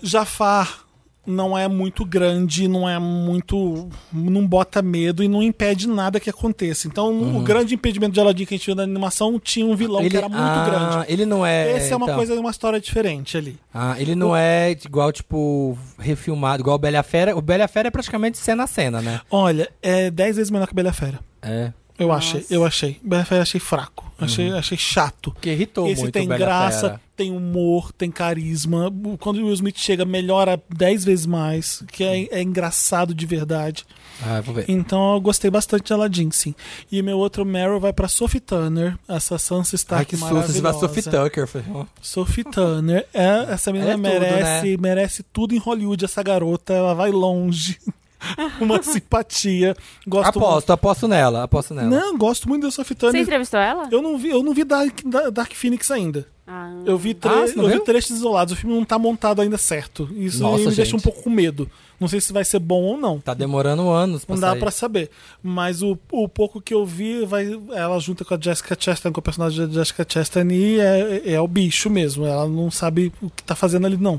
Speaker 1: Jafar não é muito grande, não é muito. não bota medo e não impede nada que aconteça. Então, o
Speaker 2: Uhum.
Speaker 1: grande impedimento de Aladdin que a gente viu na animação tinha um vilão que era muito
Speaker 2: ah,
Speaker 1: grande.
Speaker 2: Ele não é.
Speaker 1: Essa é uma
Speaker 2: então.
Speaker 1: coisa, uma história diferente ali.
Speaker 2: Ah, ele não é igual, tipo, refilmado, igual o Bela e a Fera. O Bela e a Fera é praticamente cena a cena, né?
Speaker 1: Olha, é 10 vezes menor que Bela Fera.
Speaker 2: É.
Speaker 1: Eu achei, eu achei. Bela Fera achei fraco. Achei, achei chato.
Speaker 2: Que irritou
Speaker 1: Esse
Speaker 2: Uhum. muito
Speaker 1: tem
Speaker 2: o Bela
Speaker 1: graça,
Speaker 2: Fera.
Speaker 1: tem humor, tem carisma. Quando o Will Smith chega, melhora 10 vezes mais. Que é, é engraçado de verdade.
Speaker 2: Ah, vou ver.
Speaker 1: Então eu gostei bastante de Aladdin, sim. E meu outro Meryl vai pra Sophie Turner, essa Sansa Stark
Speaker 2: Ai, que susto, se vai
Speaker 1: maravilhosa.
Speaker 2: Sophie Tucker. eu falei, ó.
Speaker 1: Sophie Turner, é- essa menina
Speaker 2: Ela é tudo,
Speaker 1: merece,
Speaker 2: né?
Speaker 1: merece tudo em Hollywood, essa garota, ela vai longe. Uma simpatia. Gosto
Speaker 2: Aposto, aposto nela, aposto nela.
Speaker 1: muito. Não, gosto muito da Sophie Turner.
Speaker 3: Você entrevistou ela?
Speaker 1: Eu não vi, eu não vi Dark, da- Dark Phoenix ainda.
Speaker 3: Ah.
Speaker 1: Eu vi, tre-
Speaker 2: Ah, você não
Speaker 1: eu vi
Speaker 2: viu?
Speaker 1: trechos isolados. O filme não tá montado ainda certo. Isso
Speaker 2: Nossa,
Speaker 1: me deixa
Speaker 2: gente.
Speaker 1: um pouco com medo. Não sei se vai ser bom ou não.
Speaker 2: Tá demorando anos pra
Speaker 1: Não dá
Speaker 2: sair.
Speaker 1: pra saber. Mas o, o pouco que eu vi, vai, ela junta com a Jessica Chastain, com o personagem da Jessica Chastain, e é, é o bicho mesmo. Ela não sabe o que tá fazendo ali, não.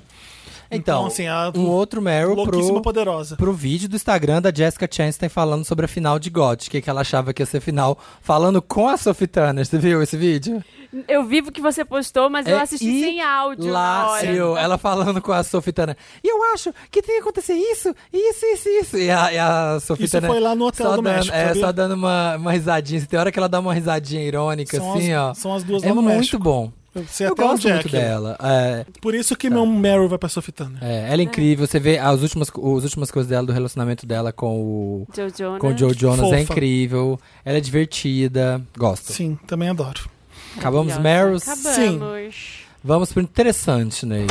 Speaker 2: Então,
Speaker 1: Então, assim, a-
Speaker 2: um outro Meryl
Speaker 1: Louquíssima
Speaker 2: pro,
Speaker 1: poderosa.
Speaker 2: pro vídeo do Instagram da Jessica Chastain falando sobre a final de God, que, que ela achava que ia ser final, falando com a Sophie Turner. Você viu esse vídeo?
Speaker 3: Eu vivo que você postou, mas eu
Speaker 2: É
Speaker 3: assisti sem áudio. na hora.
Speaker 2: Hilário, ela falando com a Sofitana. E eu acho que tem que acontecer isso, isso, isso, isso. E a, e a
Speaker 1: Isso
Speaker 2: Sofitana.
Speaker 1: foi lá no hotel
Speaker 2: só
Speaker 1: do
Speaker 2: dando,
Speaker 1: México.
Speaker 2: é,
Speaker 1: sabia?
Speaker 2: só dando uma, uma risadinha. Tem hora que ela dá uma risadinha irônica,
Speaker 1: São
Speaker 2: assim,
Speaker 1: as-
Speaker 2: ó.
Speaker 1: são as duas
Speaker 2: É
Speaker 1: lá no
Speaker 2: muito
Speaker 1: México.
Speaker 2: bom.
Speaker 1: Eu sei
Speaker 2: eu
Speaker 1: até onde
Speaker 2: gosto
Speaker 1: é
Speaker 2: muito
Speaker 1: aquilo.
Speaker 2: dela. É,
Speaker 1: Por isso que meu Meryl vai pra Sophie Turner.
Speaker 2: é, ela é incrível. Você vê as últimas, as últimas coisas dela, do relacionamento dela com o,
Speaker 3: Joe Jonas.
Speaker 2: com o Joe Jonas.
Speaker 1: Fofa.
Speaker 2: É incrível. Ela é divertida. Gosto.
Speaker 1: Sim, também adoro.
Speaker 2: Acabamos os
Speaker 3: Maravilhosa.
Speaker 2: Meryls.
Speaker 3: Acabamos.
Speaker 2: Vamos pro interessante, Ney.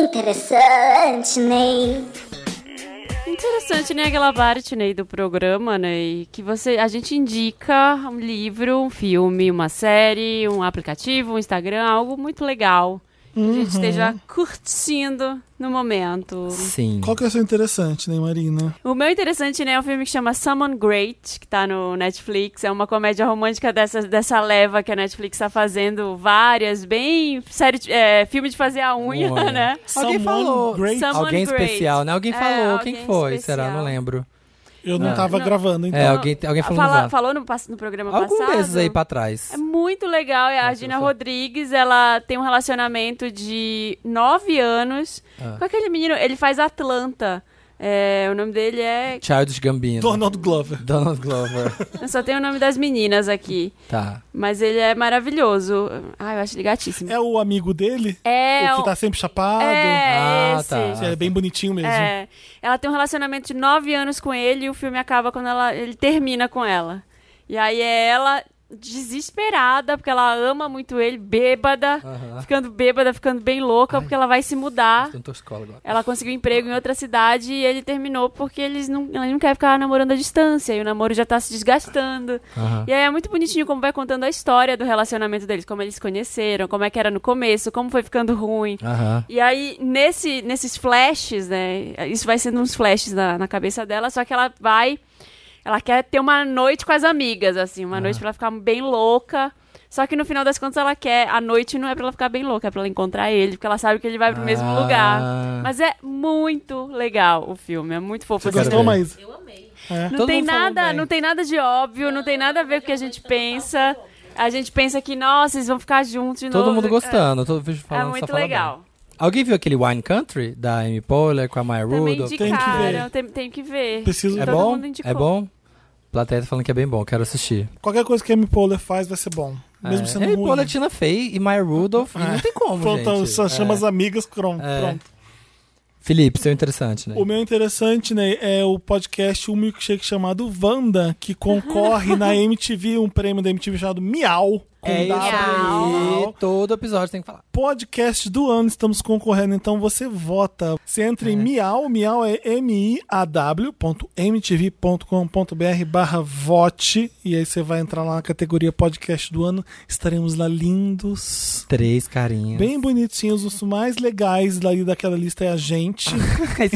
Speaker 7: Interessante, Ney.
Speaker 3: Interessante, né, aquela parte né, do programa, né, e que você, a gente indica um livro, um filme, uma série, um aplicativo, um Instagram, algo muito legal. Que a gente esteja curtindo no momento.
Speaker 2: Sim.
Speaker 1: Qual que é o seu interessante, né, Marina?
Speaker 3: O meu interessante, né, é um filme que chama Someone Great, que tá no Netflix. É uma comédia romântica dessa, dessa leva que a Netflix tá fazendo várias, bem série, de- é, filme de fazer a unha,
Speaker 2: Olha.
Speaker 3: né?
Speaker 1: Someone
Speaker 2: falou.
Speaker 1: Great.
Speaker 3: Some- Someone
Speaker 2: alguém
Speaker 3: great.
Speaker 2: especial, né? Alguém
Speaker 3: É,
Speaker 2: falou.
Speaker 3: alguém
Speaker 2: Quem foi? Será?
Speaker 3: especial.
Speaker 2: Não lembro.
Speaker 1: Eu não
Speaker 2: Ah.
Speaker 1: tava
Speaker 3: Não.
Speaker 1: gravando, então.
Speaker 2: É, alguém, alguém falou.
Speaker 3: Fala-
Speaker 2: Fala,
Speaker 3: falou no, pass- no programa
Speaker 2: Algum
Speaker 3: passado.
Speaker 2: desses aí pra trás.
Speaker 3: É muito legal. É a
Speaker 2: Nossa,
Speaker 3: Gina
Speaker 2: eu sou-
Speaker 3: Rodrigues, ela tem um relacionamento de nove anos
Speaker 2: Ah.
Speaker 3: com aquele menino. Ele faz Atlanta. É, o nome dele é.
Speaker 2: Childish Gambino.
Speaker 1: Donald Glover.
Speaker 2: Donald Glover.
Speaker 3: Eu só tenho o nome das meninas aqui.
Speaker 2: tá.
Speaker 3: Mas ele é maravilhoso. Ah, eu acho ele gatíssimo.
Speaker 1: É o amigo dele?
Speaker 3: É,
Speaker 1: o que
Speaker 3: o-
Speaker 1: tá sempre chapado?
Speaker 3: é
Speaker 2: Ah,
Speaker 3: esse.
Speaker 2: tá.
Speaker 1: É bem bonitinho mesmo.
Speaker 3: É. Ela tem um relacionamento de nove anos com ele e o filme acaba quando ela, ele termina com ela. E aí é ela desesperada, porque ela ama muito ele, bêbada,
Speaker 2: Aham.
Speaker 3: ficando bêbada, ficando bem louca, porque ela vai se mudar.
Speaker 2: Tô escola agora.
Speaker 3: Ela conseguiu emprego em outra cidade e ele terminou porque eles não, ela não quer ficar namorando à distância e o namoro já tá se desgastando.
Speaker 2: Aham.
Speaker 3: E aí é muito bonitinho como vai contando a história do relacionamento deles, como eles se conheceram, como é que era no começo, como foi ficando ruim.
Speaker 2: Aham.
Speaker 3: E aí, nesse, nesses flashes, né? Isso vai sendo uns flashes na, na cabeça dela, só que ela vai. Ela quer ter uma noite com as amigas, assim, uma
Speaker 2: Ah.
Speaker 3: noite pra ela ficar bem louca. Só que no final das contas ela quer. A noite não é pra ela ficar bem louca, é pra ela encontrar ele, porque ela sabe que ele vai pro mesmo
Speaker 2: Ah.
Speaker 3: lugar. Mas é muito legal o filme, é muito fofo.
Speaker 1: Você
Speaker 3: assim.
Speaker 2: quero
Speaker 1: gostou,
Speaker 2: ver.
Speaker 1: Maísa?
Speaker 3: Não
Speaker 2: Todo
Speaker 3: tem
Speaker 2: mundo falou
Speaker 3: nada,
Speaker 2: bem.
Speaker 3: não tem nada de óbvio, não, tem nada a ver com o que a gente pensa. A gente pensa que, nossa, eles vão ficar juntos de
Speaker 2: Todo
Speaker 3: novo.
Speaker 2: mundo gostando. Todo vídeo
Speaker 3: É, é
Speaker 2: falando só
Speaker 3: muito
Speaker 2: fala
Speaker 3: legal.
Speaker 2: bem. Alguém viu aquele Wine Country da Amy Poehler com a Maya
Speaker 3: Também
Speaker 2: Rudolph?
Speaker 1: Tem que
Speaker 3: indicaram,
Speaker 1: ver.
Speaker 3: tem, tem que ver.
Speaker 1: Preciso-
Speaker 2: É
Speaker 3: Todo
Speaker 2: bom?
Speaker 3: mundo indicou.
Speaker 2: É bom? Plateia tá falando que é bem bom, quero assistir.
Speaker 1: Qualquer coisa que a Amy Poehler faz vai ser bom. Mesmo
Speaker 2: é.
Speaker 1: sendo
Speaker 2: Amy
Speaker 1: ruim.
Speaker 2: Poehler, Tina Fey e Maya Rudolph. e
Speaker 1: É.
Speaker 2: Não tem como,
Speaker 1: Pronto,
Speaker 2: gente.
Speaker 1: só chama
Speaker 2: É.
Speaker 1: as amigas, pronto.
Speaker 2: É.
Speaker 1: pronto.
Speaker 2: Felipe, seu interessante, né?
Speaker 1: O meu interessante, né, é o podcast Um Milkshake chamado Wanda, que concorre na MTV, um prêmio da MTV chamado Miau. com
Speaker 2: É isso
Speaker 1: W no final.
Speaker 2: aí. Todo episódio tem que falar.
Speaker 1: podcast do ano estamos concorrendo, então você vota. Você entra em miau, miau é miaw.mtv.com.br barra vote e aí você vai entrar lá na categoria podcast do ano. Estaremos lá lindos.
Speaker 2: Três carinhas.
Speaker 1: Bem bonitinhos, os mais legais dali daquela lista é a gente.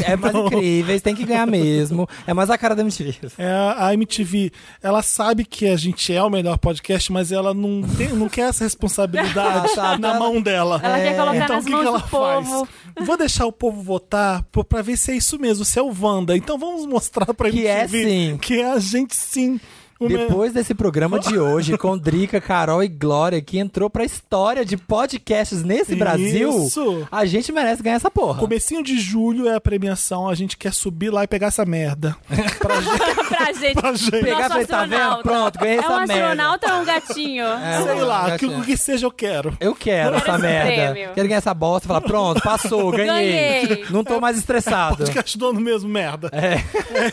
Speaker 2: É mais incríveis, tem que ganhar mesmo. É mais a cara da MTV.
Speaker 1: É, a MTV, ela sabe que a gente é o melhor podcast, mas ela não, tem- não quer essa responsabilidade
Speaker 2: Ah, tá.
Speaker 1: na mão dela.
Speaker 3: Ela quer colocar
Speaker 1: Então o
Speaker 3: nas
Speaker 1: que,
Speaker 3: mãos
Speaker 1: que ela
Speaker 3: do
Speaker 1: faz?
Speaker 3: povo.
Speaker 1: Vou deixar o povo votar pô, pra ver se é isso mesmo, se é o Wanda. Então vamos mostrar pra
Speaker 2: Que
Speaker 1: MTV
Speaker 2: é sim.
Speaker 1: que é a gente sim. O meu-
Speaker 2: Depois desse programa de hoje, com Drica, Carol e Glória, que entrou pra história de podcasts nesse Brasil,
Speaker 1: Isso.
Speaker 2: a gente merece ganhar essa porra.
Speaker 1: Comecinho de julho é a premiação, a gente quer subir lá e pegar essa merda. Pra gente,
Speaker 3: pra gente.
Speaker 1: pra gente.
Speaker 2: Pegar e falar, tá vendo? Pronto, ganhei
Speaker 3: É
Speaker 2: essa
Speaker 3: um
Speaker 2: merda.
Speaker 3: astronauta ou um gatinho?
Speaker 2: É,
Speaker 1: Sei lá,
Speaker 2: eu
Speaker 1: o que, o que seja eu quero.
Speaker 2: Eu quero essa
Speaker 3: esse
Speaker 2: merda.
Speaker 3: prêmio.
Speaker 2: Quero ganhar essa bosta e falar, pronto, passou, ganhei.
Speaker 3: Ganhei.
Speaker 2: Não tô mais estressado.
Speaker 1: Podcast dono mesmo, merda.
Speaker 2: É,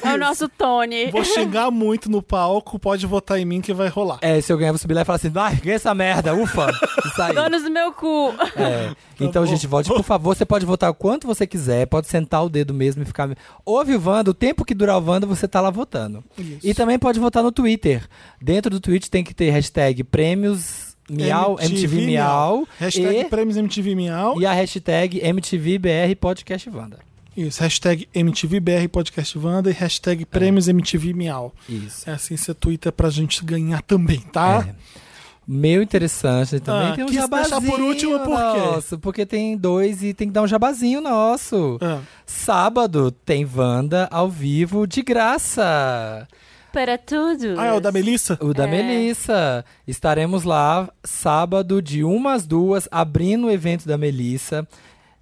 Speaker 3: É o nosso Tony.
Speaker 1: Vou xingar muito no palco, pode votar em mim que vai rolar.
Speaker 2: é, se eu ganhar, eu vou subir lá e falar assim, ai, ganhei essa merda, ufa. Isso aí.
Speaker 3: Donos do meu cu.
Speaker 2: É. Então, gente, volte, por favor. Você pode votar o quanto você quiser, pode sentar o dedo mesmo e ficar. Ouve o Wanda, o tempo que durar o Wanda, você tá lá votando. E também pode votar no Twitter. Dentro do Twitch tem que ter hashtag prêmios miau, MTV miau.
Speaker 1: Hashtag
Speaker 2: E,
Speaker 1: prêmios MTV Miau.
Speaker 2: e a hashtag MTVBR Podcast Wanda.
Speaker 1: Isso, hashtag MTVBR Podcast Wanda e
Speaker 2: É.
Speaker 1: hashtag prêmios MTV Miau.
Speaker 2: Isso.
Speaker 1: É assim, você twitta pra gente ganhar também, tá?
Speaker 2: É. Meu interessante também
Speaker 1: Ah,
Speaker 2: tem um
Speaker 1: quis deixar
Speaker 2: jabazinho
Speaker 1: por último, por quê?
Speaker 2: nosso, porque tem dois e tem que dar um jabazinho nosso.
Speaker 1: Ah.
Speaker 2: Sábado tem Wanda ao vivo de graça.
Speaker 3: Para tudo.
Speaker 1: Ah, é o da Melissa?
Speaker 2: O da Melissa. Estaremos lá sábado de umas duas, abrindo o evento da Melissa.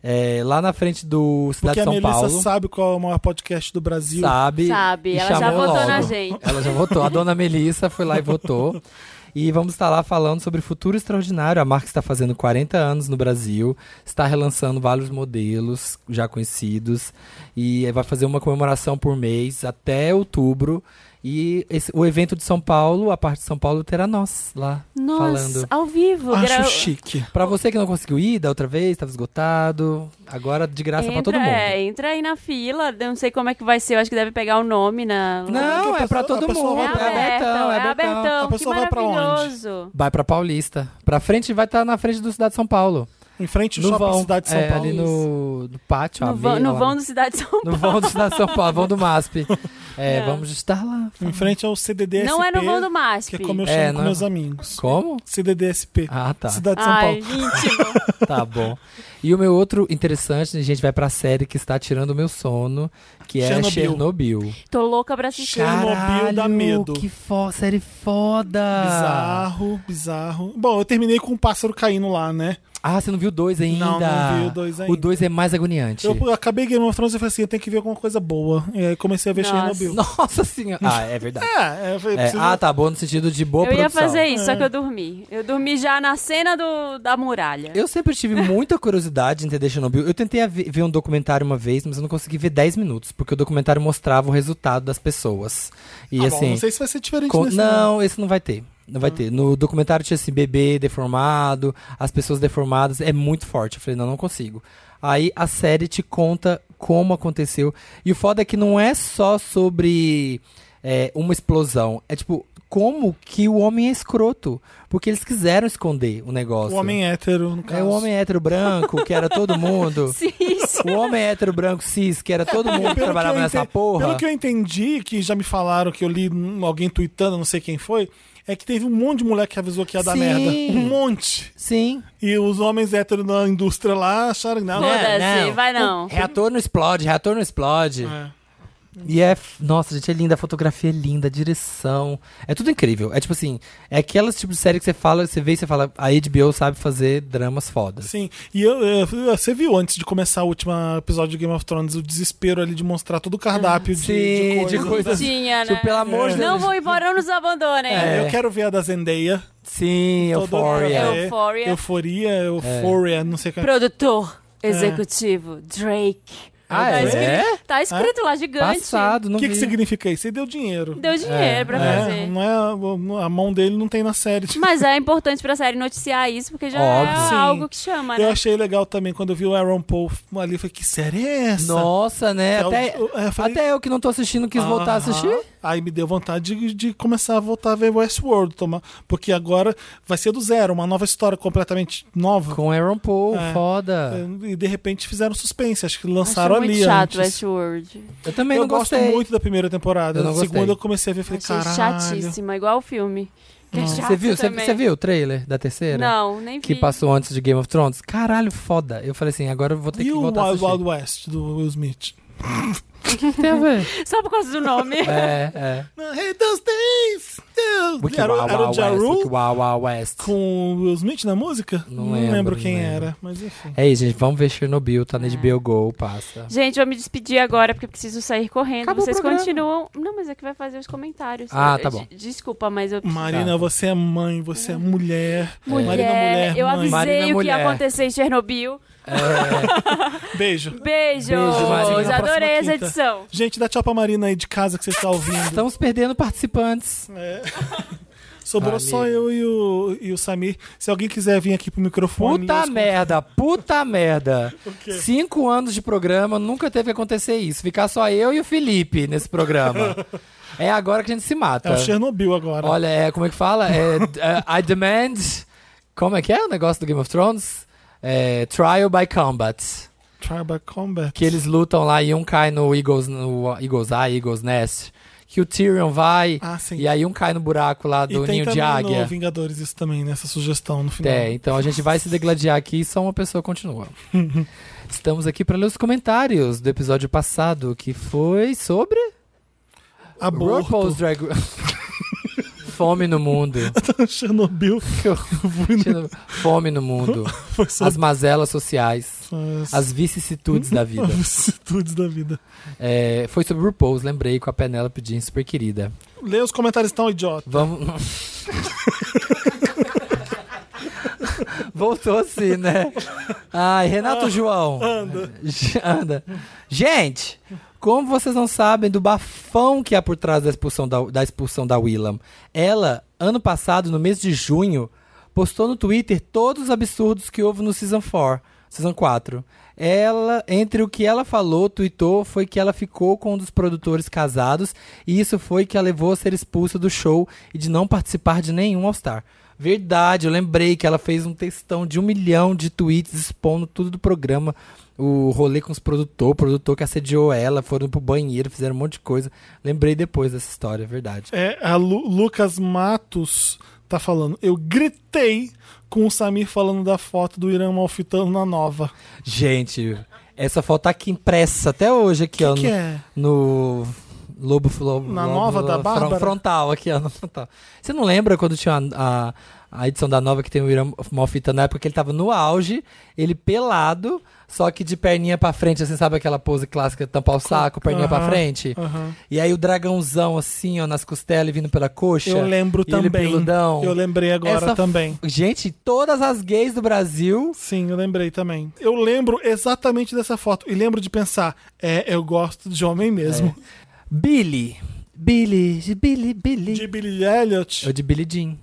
Speaker 2: é, lá na frente do
Speaker 1: Porque
Speaker 2: Cidade de
Speaker 1: a
Speaker 2: São
Speaker 1: Melissa
Speaker 2: Paulo.
Speaker 1: sabe qual é o maior podcast do Brasil.
Speaker 2: Sabe.
Speaker 3: Sabe,
Speaker 2: e
Speaker 3: ela já
Speaker 2: chamou
Speaker 3: votou
Speaker 2: logo.
Speaker 3: na gente.
Speaker 2: Ela já votou. A dona Melissa foi lá e votou. E vamos estar lá falando sobre Futuro Extraordinário. A marca está fazendo 40 anos no Brasil, está relançando vários modelos já conhecidos e vai fazer uma comemoração por mês até outubro. E esse- o evento de São Paulo, a parte de São Paulo, terá nós lá
Speaker 3: Nossa,
Speaker 2: falando.
Speaker 3: ao vivo.
Speaker 1: Acho
Speaker 3: gra-
Speaker 1: chique.
Speaker 2: Pra você que não conseguiu ir da outra vez, estava esgotado. Agora de graça pra todo
Speaker 3: Entra,
Speaker 2: mundo.
Speaker 3: é, entra aí na fila. eu Não sei como é que vai ser. Eu acho que deve pegar o nome na.
Speaker 2: Não,
Speaker 1: Porque a
Speaker 2: é
Speaker 1: pessoa-
Speaker 2: pra
Speaker 1: a
Speaker 2: todo
Speaker 1: pessoa
Speaker 2: mundo.
Speaker 1: vai
Speaker 2: É
Speaker 1: pra-
Speaker 2: abertão, é abertão.
Speaker 3: abertão.
Speaker 1: A pessoa
Speaker 3: que
Speaker 1: vai pra onde?
Speaker 3: maravilhoso.
Speaker 2: Vai pra Paulista. Pra frente vai estar na frente do Cidade de São Paulo.
Speaker 1: Em frente ao
Speaker 2: No
Speaker 1: shopping
Speaker 2: vão.
Speaker 1: Cidade de São
Speaker 2: é,
Speaker 1: Paulo.
Speaker 2: ali no, no pátio,
Speaker 3: No,
Speaker 2: a
Speaker 3: vão,
Speaker 2: beira
Speaker 3: no
Speaker 2: lá.
Speaker 3: vão do Cidade de São Paulo.
Speaker 2: No vão do Cidade de São Paulo, vão do MASP. É, vamos estar lá.
Speaker 1: Em frente ao CDDSP.
Speaker 3: Não é no vão do
Speaker 1: Que
Speaker 3: MASP.
Speaker 1: é como eu chamo
Speaker 2: É, não
Speaker 1: com
Speaker 2: é-
Speaker 1: meus amigos.
Speaker 2: Como?
Speaker 1: CDDSP.
Speaker 2: Ah, tá.
Speaker 1: Cidade de São
Speaker 3: Ai,
Speaker 1: Paulo.
Speaker 3: íntimo.
Speaker 2: Tá bom. E o meu outro interessante, a gente vai pra série que está tirando o meu sono, que é
Speaker 1: Chernobyl.
Speaker 2: Chernobyl.
Speaker 3: Tô louca pra assistir.
Speaker 1: Chernobyl dá medo.
Speaker 2: que fo série foda!
Speaker 1: Bizarro, bizarro. Bom, eu terminei com um pássaro caindo lá, né?
Speaker 2: Ah, você não viu dois ainda?
Speaker 1: Não, não vi o dois ainda.
Speaker 2: O dois é mais agoniante.
Speaker 1: Eu acabei Game of Thrones e falei assim, eu tenho que ver alguma coisa boa. E aí comecei a ver
Speaker 3: Nossa.
Speaker 1: Chernobyl.
Speaker 2: Nossa senhora! Ah, é verdade.
Speaker 1: É, é, eu falei,
Speaker 2: É,
Speaker 1: preciso-
Speaker 2: ah, tá bom, no sentido de boa
Speaker 3: eu ia
Speaker 2: produção.
Speaker 3: fazer isso, só que eu dormi. Eu dormi já na cena do, da muralha.
Speaker 2: Eu sempre tive muita curiosidade em entender Chernobyl. Eu tentei a ve- ver um documentário uma vez, mas eu não consegui ver 10 minutos, porque o documentário mostrava o resultado das pessoas. E
Speaker 1: Ah, bom,
Speaker 2: assim.
Speaker 1: não sei se vai ser Tá. diferente
Speaker 2: com-
Speaker 1: desse, né?
Speaker 2: não, esse não vai ter. Não vai ter. No documentário tinha esse bebê deformado, as pessoas deformadas. É muito forte. Eu falei, não, não consigo. Aí a série te conta como aconteceu. E o foda é que não é só sobre é, uma explosão. É tipo, como que o homem é escroto. Porque eles quiseram esconder o negócio.
Speaker 1: O homem hétero, no caso.
Speaker 2: assim, É o homem hétero branco, que era todo mundo.
Speaker 3: Cis.
Speaker 2: o homem é hétero branco cis, que era todo mundo que
Speaker 1: Pelo
Speaker 2: trabalhava
Speaker 1: que eu
Speaker 2: nessa
Speaker 1: enten-
Speaker 2: porra.
Speaker 1: Pelo que eu entendi, que já me falaram, que eu li hum, alguém tweetando, não sei quem foi, é que teve um monte de mulher que avisou que ia dar
Speaker 2: Sim.
Speaker 1: merda. Um monte.
Speaker 2: Sim.
Speaker 1: E os homens héteros na indústria lá acharam que não. né?
Speaker 2: É.
Speaker 3: Foda-se,
Speaker 2: não. é
Speaker 3: vai não.
Speaker 2: Reator não explode, reator não explode.
Speaker 1: É.
Speaker 2: E é. f- Nossa, gente, é linda. A fotografia é linda, a direção. É tudo incrível. É tipo assim, é aquelas tipo de série que você fala, você vê e você fala, a HBO sabe fazer dramas fodas.
Speaker 1: Sim, e eu- eu- você viu antes de começar o último episódio de Game of Thrones o desespero ali de mostrar todo o cardápio de,
Speaker 2: Sim,
Speaker 1: de
Speaker 2: de
Speaker 1: coisa.
Speaker 2: coisa-
Speaker 3: Tinha, né?
Speaker 2: Tipo, pelo amor de Deus.
Speaker 3: Não vou embora, não nos abandonem.
Speaker 2: É.
Speaker 1: Eu quero ver a da Zendaya.
Speaker 2: Sim,
Speaker 1: Todo-
Speaker 2: Euphoria. É.
Speaker 1: É,
Speaker 3: Euphoria.
Speaker 1: Euforia, euforia, não sei o que.
Speaker 3: Produtor executivo, Drake.
Speaker 2: Ah,
Speaker 3: tá,
Speaker 2: é?
Speaker 3: Escrito, tá escrito lá, gigante.
Speaker 2: Passado,
Speaker 1: O
Speaker 2: não
Speaker 1: que,
Speaker 2: vi.
Speaker 1: que significa isso? Ele deu dinheiro.
Speaker 3: Deu dinheiro pra
Speaker 1: É,
Speaker 3: fazer.
Speaker 1: não é, a mão dele não tem na série.
Speaker 3: Mas é importante pra série noticiar isso, porque já
Speaker 2: Óbvio.
Speaker 3: é
Speaker 1: Sim.
Speaker 3: algo que chama,
Speaker 1: Eu
Speaker 3: né?
Speaker 1: achei legal também quando eu vi o Aaron Paul ali. Eu falei, que série é essa?
Speaker 2: Nossa, né?
Speaker 1: É o-
Speaker 2: Até,
Speaker 1: eu falei-
Speaker 2: até eu que não tô assistindo quis voltar a assistir.
Speaker 1: Aham. Aí me deu vontade de, de começar a voltar a ver Westworld, tomar, porque agora vai ser do zero, uma nova história completamente nova.
Speaker 2: Com Aaron Paul,
Speaker 1: É.
Speaker 2: foda.
Speaker 1: E de repente fizeram suspense, acho que
Speaker 3: Achei
Speaker 1: lançaram
Speaker 3: muito
Speaker 1: ali
Speaker 3: chato
Speaker 1: antes.
Speaker 3: Westworld.
Speaker 2: Eu também
Speaker 1: É. Eu
Speaker 2: não
Speaker 1: gosto
Speaker 2: gostei.
Speaker 1: muito da primeira temporada.
Speaker 2: Eu não
Speaker 1: da segunda
Speaker 2: gostei.
Speaker 1: eu comecei a ver e falei,
Speaker 3: Achei
Speaker 1: caralho.
Speaker 3: chatíssima, igual o filme. Que é chato
Speaker 2: Você viu? Você,
Speaker 3: também.
Speaker 2: você viu o trailer da terceira?
Speaker 3: Não, nem
Speaker 2: Que
Speaker 3: vi.
Speaker 2: passou antes de Game of Thrones? Caralho, foda. Eu falei assim, agora eu vou ter
Speaker 1: E
Speaker 2: que
Speaker 1: o
Speaker 2: voltar a
Speaker 1: Wild
Speaker 2: assistir.
Speaker 1: Wild West do Will Smith?
Speaker 2: Tem a ver.
Speaker 3: Só por causa do nome.
Speaker 2: É, é.
Speaker 1: Hey, those days!
Speaker 2: Wiki
Speaker 1: Era, o-
Speaker 2: Wow
Speaker 1: era o
Speaker 2: Wow
Speaker 1: Ja
Speaker 2: West,
Speaker 1: Rule
Speaker 2: Wiki Wow Wow West.
Speaker 1: com o Will Smith na música?
Speaker 2: Não
Speaker 1: lembro,
Speaker 2: lembro,
Speaker 1: quem
Speaker 2: não lembro.
Speaker 1: era, mas enfim.
Speaker 2: É isso, gente. Vamos ver Chernobyl, tá na HBO Go, passa.
Speaker 3: Gente, eu vou me despedir agora porque eu preciso sair correndo.
Speaker 2: Acabou o
Speaker 3: Vocês
Speaker 2: programa.
Speaker 3: continuam. Não, mas é que vai fazer os comentários.
Speaker 2: Ah,
Speaker 3: Eu-
Speaker 2: tá bom.
Speaker 3: de- desculpa, mas eu.
Speaker 1: Marina, você é mãe, você é mulher.
Speaker 3: Mulher,
Speaker 1: Marina, mulher,
Speaker 3: É, eu
Speaker 1: mãe.
Speaker 3: avisei
Speaker 2: Marina, é
Speaker 3: o que
Speaker 2: mulher.
Speaker 3: ia acontecer em Chernobyl.
Speaker 1: É.
Speaker 2: É,
Speaker 1: Beijo.
Speaker 3: Beijos!
Speaker 2: Beijo, Marina. Na
Speaker 1: próxima
Speaker 3: Adorei essa
Speaker 1: quinta.
Speaker 3: edição.
Speaker 1: Gente, dá tchau pra Marina aí de casa que você está ouvindo.
Speaker 2: Estamos perdendo participantes.
Speaker 1: Sobrou
Speaker 2: Amigo.
Speaker 1: só eu e o, e o Samir. Se alguém quiser vir aqui pro microfone. é
Speaker 2: Puta
Speaker 1: nós-
Speaker 2: merda, puta merda. Cinco anos de programa, nunca teve que acontecer isso. Ficar só eu e o Felipe nesse programa. é agora que a gente se mata.
Speaker 1: É o Chernobyl agora.
Speaker 2: Olha, é, como é que fala? É, é, I demand. Como é que é o negócio do Game of Thrones? É, trial by combat.
Speaker 1: Tribal Combat.
Speaker 2: Que eles lutam lá e um cai no Eagles, no Eagles Eye, Eagles Nest. Que o Tyrion vai
Speaker 1: Ah, sim.
Speaker 2: e aí um cai no buraco lá
Speaker 1: E
Speaker 2: do
Speaker 1: tem
Speaker 2: ninho de
Speaker 1: também
Speaker 2: águia.
Speaker 1: no Vingadores isso também, nessa sugestão no final.
Speaker 2: É, então a gente vai se degladiar aqui e só uma pessoa continua. Estamos aqui para ler os comentários do episódio passado, que foi sobre RuPaul's
Speaker 1: Aborto.
Speaker 2: Drag Fome no mundo.
Speaker 1: Chernobyl.
Speaker 2: Que eu-
Speaker 1: Fui no-
Speaker 2: Fome no mundo.
Speaker 1: Foi sobre
Speaker 2: As mazelas sociais.
Speaker 1: as,
Speaker 2: As vicissitudes da vida.
Speaker 1: as vicissitudes da vida.
Speaker 2: É, foi sobre RuPaul's, lembrei, com a Penélope Jean super querida.
Speaker 1: Lê os comentários tão idiota.
Speaker 2: Vamos. Voltou assim, né? Ai, Renato João. Ah, Anda. Anda. Gente, como vocês não sabem do bafão que há por trás da expulsão da, da expulsão da Willam. Ela, ano passado, no mês de junho, postou no Twitter todos os absurdos que houve no Season 4. Season 4. Ela, entre o que ela falou, tweetou, foi que ela ficou com um dos produtores casados e isso foi que a levou a ser expulsa do show e de não participar de nenhum All-Star. Verdade, eu lembrei que ela fez um textão de um milhão de tweets expondo tudo do programa. O rolê com os produtores, o produtor que assediou ela, foram pro banheiro, fizeram um monte de coisa. Lembrei depois dessa história, é verdade.
Speaker 1: É, a Lu- Lucas Matos tá falando. Eu gritei com o Samir falando da foto do Irã Malfitano na nova.
Speaker 2: Gente, essa foto tá aqui impressa até hoje, aqui, ó.
Speaker 1: que,
Speaker 2: no-
Speaker 1: que é?
Speaker 2: No Lobo, lobo
Speaker 1: Na
Speaker 2: lobo-
Speaker 1: nova da
Speaker 2: fron-
Speaker 1: Bárbara?
Speaker 2: Frontal, aqui, ó. na frontal. Você não lembra quando tinha a, a, a edição da nova que tem o Irã Malfita na época que ele tava no auge, ele pelado, só que de perninha pra frente, assim, sabe aquela pose clássica de tampar o saco, perninha pra
Speaker 1: Aham,
Speaker 2: frente?
Speaker 1: Aham.
Speaker 2: E aí o dragãozão, assim, ó, nas costelas e vindo pela coxa.
Speaker 1: Eu lembro
Speaker 2: e ele
Speaker 1: também.
Speaker 2: peludão.
Speaker 1: Eu lembrei agora
Speaker 2: Essa
Speaker 1: também.
Speaker 2: Gente, todas as gays do Brasil.
Speaker 1: Sim, eu lembrei também. Eu lembro exatamente dessa foto. E lembro de pensar, é, eu gosto de homem mesmo.
Speaker 2: Billy. Billy, Billy, Billy.
Speaker 1: De Billy Elliot.
Speaker 2: Ou de Billie Jean.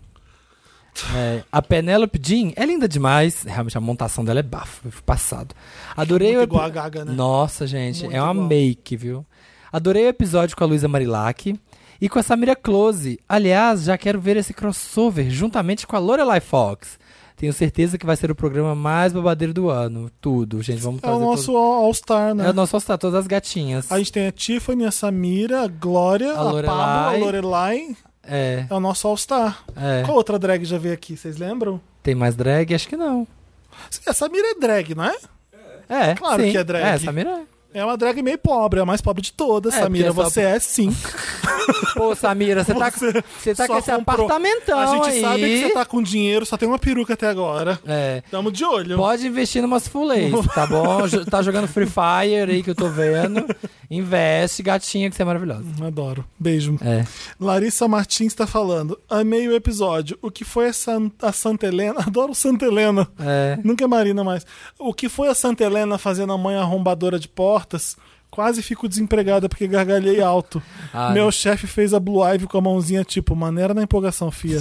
Speaker 2: É, a Penélope Jean é linda demais. Realmente, a montação dela é bafo. eu fui Passado. Adorei
Speaker 1: Muito
Speaker 2: o
Speaker 1: igual a Gaga, né?
Speaker 2: Nossa, gente.
Speaker 1: Muito
Speaker 2: é uma
Speaker 1: igual.
Speaker 2: make, viu? Adorei o episódio com a Luísa Marilac e com a Samira Close. Aliás, já quero ver esse crossover juntamente com a Lorelai Fox. Tenho certeza que vai ser o programa mais babadeiro do ano. Tudo, gente. Vamos
Speaker 1: É o
Speaker 2: trazer
Speaker 1: nosso
Speaker 2: todo-
Speaker 1: All-Star, né?
Speaker 2: É o nosso All-Star, todas as gatinhas.
Speaker 1: A gente tem a Tiffany, a Samira, a Glória,
Speaker 2: A
Speaker 1: a, Pablo, a
Speaker 2: Lorelai.
Speaker 1: Lorelai.
Speaker 2: É,
Speaker 1: É o nosso All-Star.
Speaker 2: é.
Speaker 1: Qual outra drag já veio aqui? Vocês lembram?
Speaker 2: Tem mais drag? Acho que não.
Speaker 1: A Samira é drag, não é?
Speaker 2: É,
Speaker 1: Claro
Speaker 2: sim.
Speaker 1: que é drag.
Speaker 2: É, Samira é.
Speaker 1: É uma drag meio pobre, é a mais pobre de todas.
Speaker 2: É,
Speaker 1: Samira,
Speaker 2: porque é só-
Speaker 1: você é sim.
Speaker 2: Pô, Samira, você tá, você tá
Speaker 1: só
Speaker 2: com esse
Speaker 1: comprou.
Speaker 2: apartamentão
Speaker 1: a gente
Speaker 2: Então aí.
Speaker 1: sabe que você tá com dinheiro, só tem uma peruca até agora.
Speaker 2: É.
Speaker 1: Tamo de olho.
Speaker 2: Pode investir numas fuleis, tá bom? Jo- tá jogando Free Fire aí que eu tô vendo. Investe, gatinha, que você é maravilhosa.
Speaker 1: Adoro. Beijo.
Speaker 2: É.
Speaker 1: Larissa Martins tá falando. Amei o episódio. O que foi a, San- a Santa Helena? Adoro Santa Helena.
Speaker 2: É.
Speaker 1: Nunca é Marina mais. O que foi a Santa Helena fazendo a mãe arrombadora de portas? Quase fico desempregada porque gargalhei alto.
Speaker 2: Ah,
Speaker 1: Meu chefe fez a Blue Ivy com a mãozinha tipo, maneira na empolgação, fia.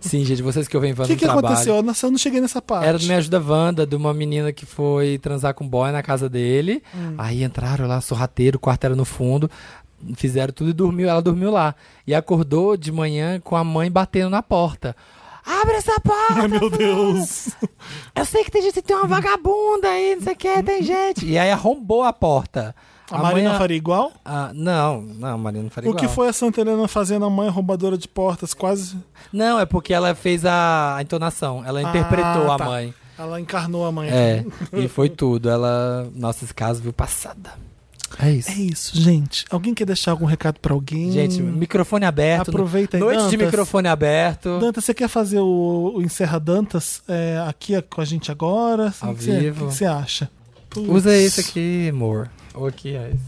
Speaker 2: Sim, gente, vocês que eu venho
Speaker 1: O
Speaker 2: falando
Speaker 1: que, que
Speaker 2: um trabalho.
Speaker 1: aconteceu? Eu não eu não cheguei nessa parte.
Speaker 2: Era né? do Me Ajuda Wanda, de uma menina que foi transar com um boy na casa dele.
Speaker 1: Hum.
Speaker 2: Aí entraram lá, sorrateiro, o quarto era no fundo. Fizeram tudo e dormiu. Ela dormiu lá. E acordou de manhã com a mãe batendo na porta. Abre essa porta!
Speaker 1: Meu Deus.
Speaker 2: Eu sei que tem gente, tem uma vagabunda aí, não sei o que, tem gente. E aí arrombou a porta.
Speaker 1: A, Marina
Speaker 2: mãe-
Speaker 1: faria igual?
Speaker 2: Ah, não, não, a Marina não faria
Speaker 1: O que
Speaker 2: igual.
Speaker 1: foi a Santa Helena fazendo a mãe arrombadora de portas? Quase.
Speaker 2: Não, é porque ela fez a, a entonação, ela interpretou
Speaker 1: Ah,
Speaker 2: a
Speaker 1: tá.
Speaker 2: mãe.
Speaker 1: Ela encarnou a mãe.
Speaker 2: É, e foi tudo. Ela. Nossa, esse caso viu passada. É isso.
Speaker 1: É isso, gente. Alguém quer deixar algum recado pra alguém?
Speaker 2: Gente, microfone aberto.
Speaker 1: Aproveita aí,
Speaker 2: Noite de
Speaker 1: Dantas.
Speaker 2: microfone aberto.
Speaker 1: Dantas, você quer fazer o, o Encerra Dantas é, aqui com a gente agora?
Speaker 2: Ao
Speaker 1: O que você-
Speaker 2: vivo.
Speaker 1: O que você acha? Putz.
Speaker 2: Usa esse aqui, amor. Ou aqui, é esse.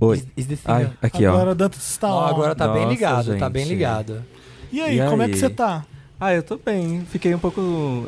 Speaker 10: Oi.
Speaker 2: Is this
Speaker 10: Ai,
Speaker 2: single?
Speaker 10: aqui, ó.
Speaker 1: Agora o Dantas está
Speaker 2: Ó,
Speaker 1: on.
Speaker 2: agora tá bem
Speaker 10: Nossa,
Speaker 2: ligado, tá
Speaker 10: gente.
Speaker 2: bem ligado.
Speaker 1: E aí,
Speaker 10: E
Speaker 1: como é
Speaker 10: aí?
Speaker 1: que você tá?
Speaker 10: Ah, eu tô bem. Fiquei um pouco.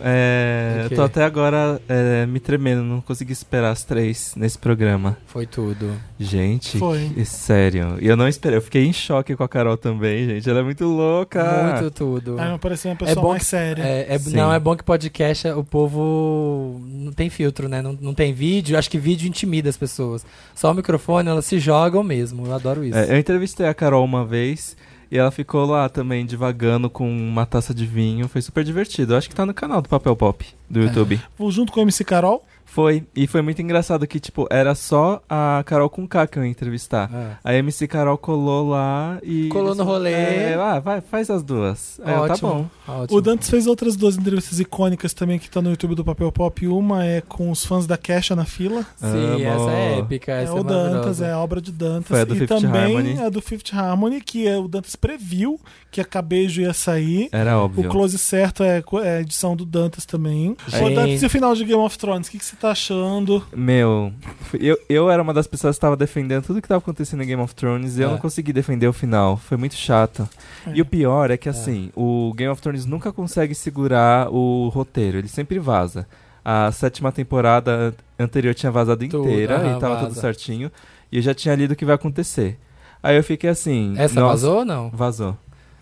Speaker 10: É,
Speaker 2: Ok.
Speaker 10: Tô até agora é, me tremendo. Não consegui esperar as três nesse programa.
Speaker 2: Foi tudo.
Speaker 10: Gente,
Speaker 1: Foi.
Speaker 10: que- sério. E eu não esperei. Eu fiquei em choque com a Carol também, gente. Ela é muito louca.
Speaker 2: Muito tudo.
Speaker 1: Ah, parecia uma pessoa
Speaker 2: bom
Speaker 1: mais séria.
Speaker 2: É, é-
Speaker 10: Sim.
Speaker 2: não, é bom que podcast o povo não tem filtro, né? Não, não tem vídeo. Acho que vídeo intimida as pessoas. Só o microfone, elas se jogam mesmo. Eu adoro isso.
Speaker 10: É, eu entrevistei a Carol uma vez e ela ficou lá também divagando com uma taça de vinho. Foi super divertido. Eu acho que tá no canal do Papel Pop do YouTube.
Speaker 1: Vou junto com o MC Carol.
Speaker 10: Foi. E foi muito engraçado que, tipo, era só a Carol com K que eu ia entrevistar.
Speaker 2: Ah.
Speaker 10: A MC Carol colou lá e.
Speaker 2: Colou no rolê.
Speaker 10: É, ah, vai, faz as duas. Aí eu, tá
Speaker 2: Ótimo.
Speaker 10: bom.
Speaker 2: Ótimo.
Speaker 1: O Dantas fez outras duas entrevistas icônicas também que tá no YouTube do Papel Pop. Uma é com os fãs da Kesha na fila.
Speaker 2: Sim,
Speaker 10: Amo.
Speaker 2: essa é épica.
Speaker 1: É,
Speaker 2: Essa é,
Speaker 1: o Dantas,
Speaker 2: maravilhosa.
Speaker 1: é a obra de Dantas.
Speaker 10: Foi a do
Speaker 1: e
Speaker 10: Fifth
Speaker 1: também
Speaker 10: Harmony.
Speaker 1: a do Fifth Harmony, que é, o Dantas previu que a Cabejo ia sair.
Speaker 10: Era
Speaker 1: O
Speaker 10: óbvio.
Speaker 1: Close Certo é, co- é a edição do Dantas também. O
Speaker 2: Gente.
Speaker 1: Dantas e o final de Game of Thrones, o que, que você tá achando?
Speaker 10: Meu, fui- eu, eu era uma das pessoas que tava defendendo tudo que tava acontecendo em Game of Thrones e eu
Speaker 2: É.
Speaker 10: não consegui defender o final. Foi muito chato. E o pior é que, assim, o Game of Thrones nunca consegue segurar o roteiro, ele sempre vaza. A sétima temporada an- anterior tinha vazado
Speaker 2: Tudo,
Speaker 10: inteira
Speaker 2: aham,
Speaker 10: e tava
Speaker 2: vaza.
Speaker 10: tudo certinho. E eu já tinha lido o que vai acontecer. Aí eu fiquei
Speaker 1: é.
Speaker 10: assim.
Speaker 2: Essa
Speaker 10: nossa-
Speaker 2: vazou ou não?
Speaker 10: Vazou.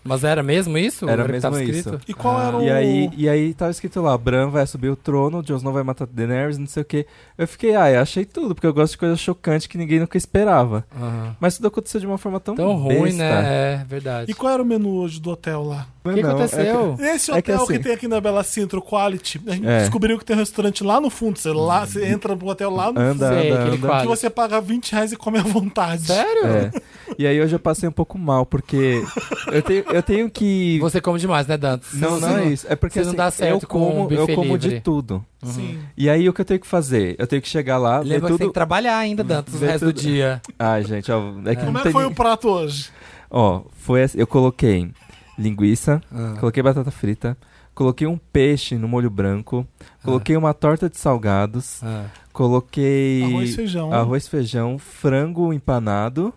Speaker 2: Mas era mesmo isso?
Speaker 10: Era
Speaker 2: o que
Speaker 10: mesmo
Speaker 2: tava
Speaker 10: isso.
Speaker 2: escrito?
Speaker 1: E qual
Speaker 2: Ah.
Speaker 1: era o.
Speaker 10: E aí, e aí tava escrito lá, Bran vai subir o trono, Jon Snow vai matar Daenerys, não sei o quê. Eu fiquei, ai, achei tudo, porque eu gosto de coisa chocante que ninguém nunca esperava.
Speaker 2: Aham.
Speaker 10: Mas tudo aconteceu de uma forma tão,
Speaker 2: Tão ruim,
Speaker 10: besta.
Speaker 2: né? É verdade.
Speaker 1: E qual era o menu hoje do hotel lá?
Speaker 2: O que
Speaker 10: Não, é
Speaker 2: aconteceu?
Speaker 1: Esse hotel
Speaker 10: É que
Speaker 1: que,
Speaker 10: assim-
Speaker 1: tem aqui na Bela Sintra, o Quality, a gente
Speaker 10: É.
Speaker 1: descobriu que tem um restaurante lá no fundo. Você, lá, você entra pro hotel lá no
Speaker 10: Anda,
Speaker 2: Sei,
Speaker 10: anda,
Speaker 2: aquele
Speaker 10: anda.
Speaker 2: quadro.
Speaker 1: fundo. Que você paga 20 reais e come à vontade.
Speaker 2: Sério?
Speaker 10: É. E aí hoje eu passei um pouco mal, porque eu tenho, eu tenho que...
Speaker 2: Você come demais, né, Dantas?
Speaker 10: Não,
Speaker 2: Você
Speaker 10: não é isso. É porque
Speaker 2: você não
Speaker 10: assim,
Speaker 2: dá certo
Speaker 10: eu
Speaker 2: com o
Speaker 10: como, eu
Speaker 2: buffet
Speaker 10: como
Speaker 2: livre. Uhum.
Speaker 10: de tudo.
Speaker 1: Sim.
Speaker 10: E aí o que eu tenho que fazer? Eu tenho que chegar lá, ver
Speaker 2: Lembra que tem
Speaker 10: É tudo.
Speaker 2: que trabalhar ainda, Dantas, o
Speaker 10: Vê
Speaker 2: resto do
Speaker 10: tudo.
Speaker 2: dia.
Speaker 10: Ai, gente, ó, é que
Speaker 1: Como
Speaker 10: não
Speaker 1: é
Speaker 10: tem
Speaker 1: que foi o prato hoje?
Speaker 10: Ó, foi assim, eu coloquei linguiça, coloquei batata frita, coloquei um peixe no molho branco, coloquei uma torta de salgados,
Speaker 2: Ah.
Speaker 10: coloquei
Speaker 1: Arroz e feijão.
Speaker 10: arroz, feijão, frango empanado.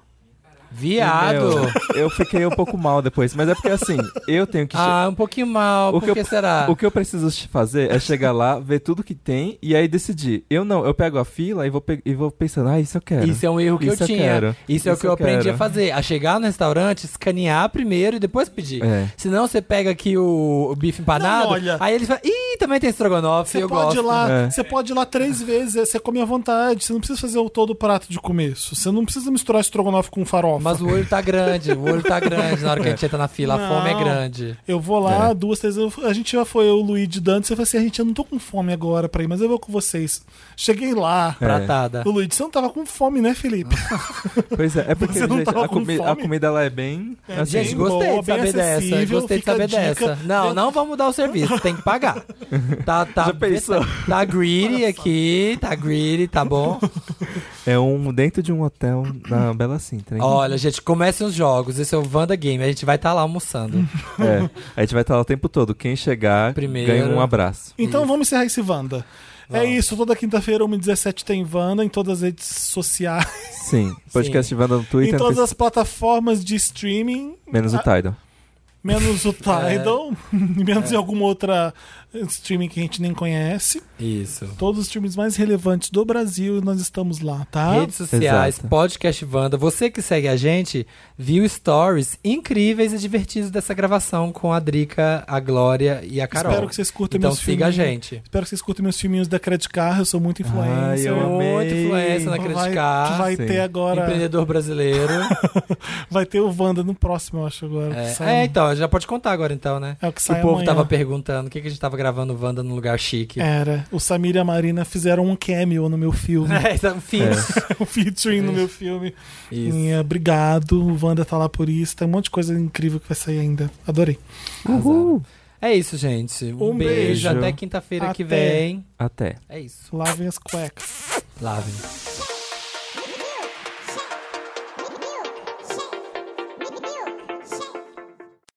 Speaker 2: Viado!
Speaker 10: E, meu, eu fiquei um pouco mal depois, mas é porque assim, eu tenho que che-
Speaker 2: Ah, um pouquinho mal,
Speaker 10: O
Speaker 2: Por
Speaker 10: que eu-
Speaker 2: que será?
Speaker 1: Ah.
Speaker 10: o que eu preciso che- fazer é chegar lá, ver tudo que tem e aí decidir. Eu não, eu pego a fila e vou, pe- e vou pensando, ah, isso eu quero.
Speaker 2: Isso é um erro que
Speaker 10: Isso
Speaker 2: eu
Speaker 10: eu
Speaker 2: tinha.
Speaker 10: quero.
Speaker 2: Isso é o
Speaker 10: Isso
Speaker 2: que eu,
Speaker 10: eu
Speaker 2: aprendi
Speaker 10: quero.
Speaker 2: a fazer. A chegar no restaurante, escanear primeiro e depois pedir.
Speaker 10: É.
Speaker 2: Senão você pega aqui o, o bife empanado,
Speaker 1: Não, olha.
Speaker 2: aí ele fala, ih, também tem estrogonofe,
Speaker 1: Você
Speaker 2: eu
Speaker 1: pode,
Speaker 2: gosto.
Speaker 1: ir lá,
Speaker 10: É.
Speaker 1: você pode ir lá três vezes, você come à vontade, você não precisa fazer o todo o prato de começo. Você não precisa misturar estrogonofe com farofa.
Speaker 2: Mas o olho tá grande, o olho tá grande na hora que a gente entra na fila, a fome é
Speaker 1: Não.
Speaker 2: grande.
Speaker 1: Eu vou
Speaker 2: É.
Speaker 1: lá, duas, três. eu- a gente já foi, eu, o Luigi Dantes. Eu falei assim: a gente, eu não tô com fome agora pra ir, mas eu vou com vocês. Cheguei
Speaker 10: É.
Speaker 1: lá.
Speaker 2: Pratada.
Speaker 1: O Luigi, você não tava com fome, né, Felipe?
Speaker 2: Ah,
Speaker 10: Pois é, é porque
Speaker 1: Você não
Speaker 10: gente,
Speaker 1: tava
Speaker 10: a,
Speaker 1: com
Speaker 10: comi- a
Speaker 1: fome?
Speaker 10: comida lá é bem.
Speaker 1: É,
Speaker 10: assim,
Speaker 2: Gente,
Speaker 1: Bem
Speaker 2: gostei
Speaker 1: boa,
Speaker 2: de
Speaker 1: bem
Speaker 2: saber dessa.
Speaker 1: acessível,
Speaker 2: Gostei de
Speaker 1: fica a
Speaker 2: saber
Speaker 1: dica.
Speaker 2: dessa. Não, não vamos mudar o serviço, tem que pagar. Tá, tá,
Speaker 10: Já pensou?
Speaker 2: Tá greedy aqui, tá greedy, tá bom?
Speaker 10: É um dentro de um hotel na Bela Sintra. hein?
Speaker 2: Olha, gente, comecem os jogos. Esse é o Wanda Game. A gente vai estar lá almoçando.
Speaker 10: É, a gente vai estar lá o tempo todo. Quem chegar
Speaker 2: Primeiro.
Speaker 10: ganha um abraço.
Speaker 1: Então vamos encerrar esse Wanda. É isso, toda quinta-feira, 1h17 tem Wanda em todas as redes sociais,
Speaker 10: Sim. Podcast Vanda no
Speaker 1: em
Speaker 10: Twitter, no
Speaker 1: todas Ah.
Speaker 10: Facebook,
Speaker 1: as plataformas de streaming,
Speaker 10: menos o Tidal.
Speaker 1: menos
Speaker 2: É.
Speaker 1: o Tidal, menos em alguma outra eh, streaming que a gente nem conhece.
Speaker 2: Isso.
Speaker 1: Todos os times mais relevantes do Brasil, nós estamos lá, tá?
Speaker 2: Redes sociais,
Speaker 10: Exato.
Speaker 2: podcast Wanda. Você que segue a gente viu stories incríveis e divertidos dessa gravação com a Drica, a Glória e a Carol.
Speaker 1: Espero que vocês curtam
Speaker 2: Então
Speaker 1: meus
Speaker 2: siga a
Speaker 1: filminhos.
Speaker 2: gente.
Speaker 1: Espero que vocês curtem meus filminhos da Credit Car, eu sou muito influencer.
Speaker 10: eu amei.
Speaker 2: Muito
Speaker 10: Amei.
Speaker 2: influência na
Speaker 1: Vai-
Speaker 2: Criticar.
Speaker 1: Vai,
Speaker 10: sim.
Speaker 1: ter agora.
Speaker 2: Empreendedor brasileiro.
Speaker 1: Vai ter o Wanda no próximo, eu acho, agora. que sai- um-
Speaker 2: é, é, então, já pode contar agora então, né?
Speaker 1: é o que
Speaker 2: Que
Speaker 1: sai
Speaker 2: o povo
Speaker 1: amanhã. É.
Speaker 2: tava perguntando o que, que a gente tava gravando Wanda num lugar chique.
Speaker 1: Era. O Samir e a Marina fizeram um cameo no meu filme.
Speaker 2: É, então, enfim.
Speaker 1: um featuring no meu filme.
Speaker 2: Isso.
Speaker 1: E, é, obrigado. O Wanda tá lá por isso. Tem um monte de coisa incrível que vai sair ainda. Adorei.
Speaker 2: Uhul. É isso, gente. Um,
Speaker 1: Um
Speaker 2: beijo.
Speaker 10: beijo.
Speaker 2: Até quinta-feira que
Speaker 1: Até.
Speaker 2: vem.
Speaker 10: Até.
Speaker 2: É isso.
Speaker 1: Lavem as cuecas.
Speaker 2: Lave.
Speaker 7: Shake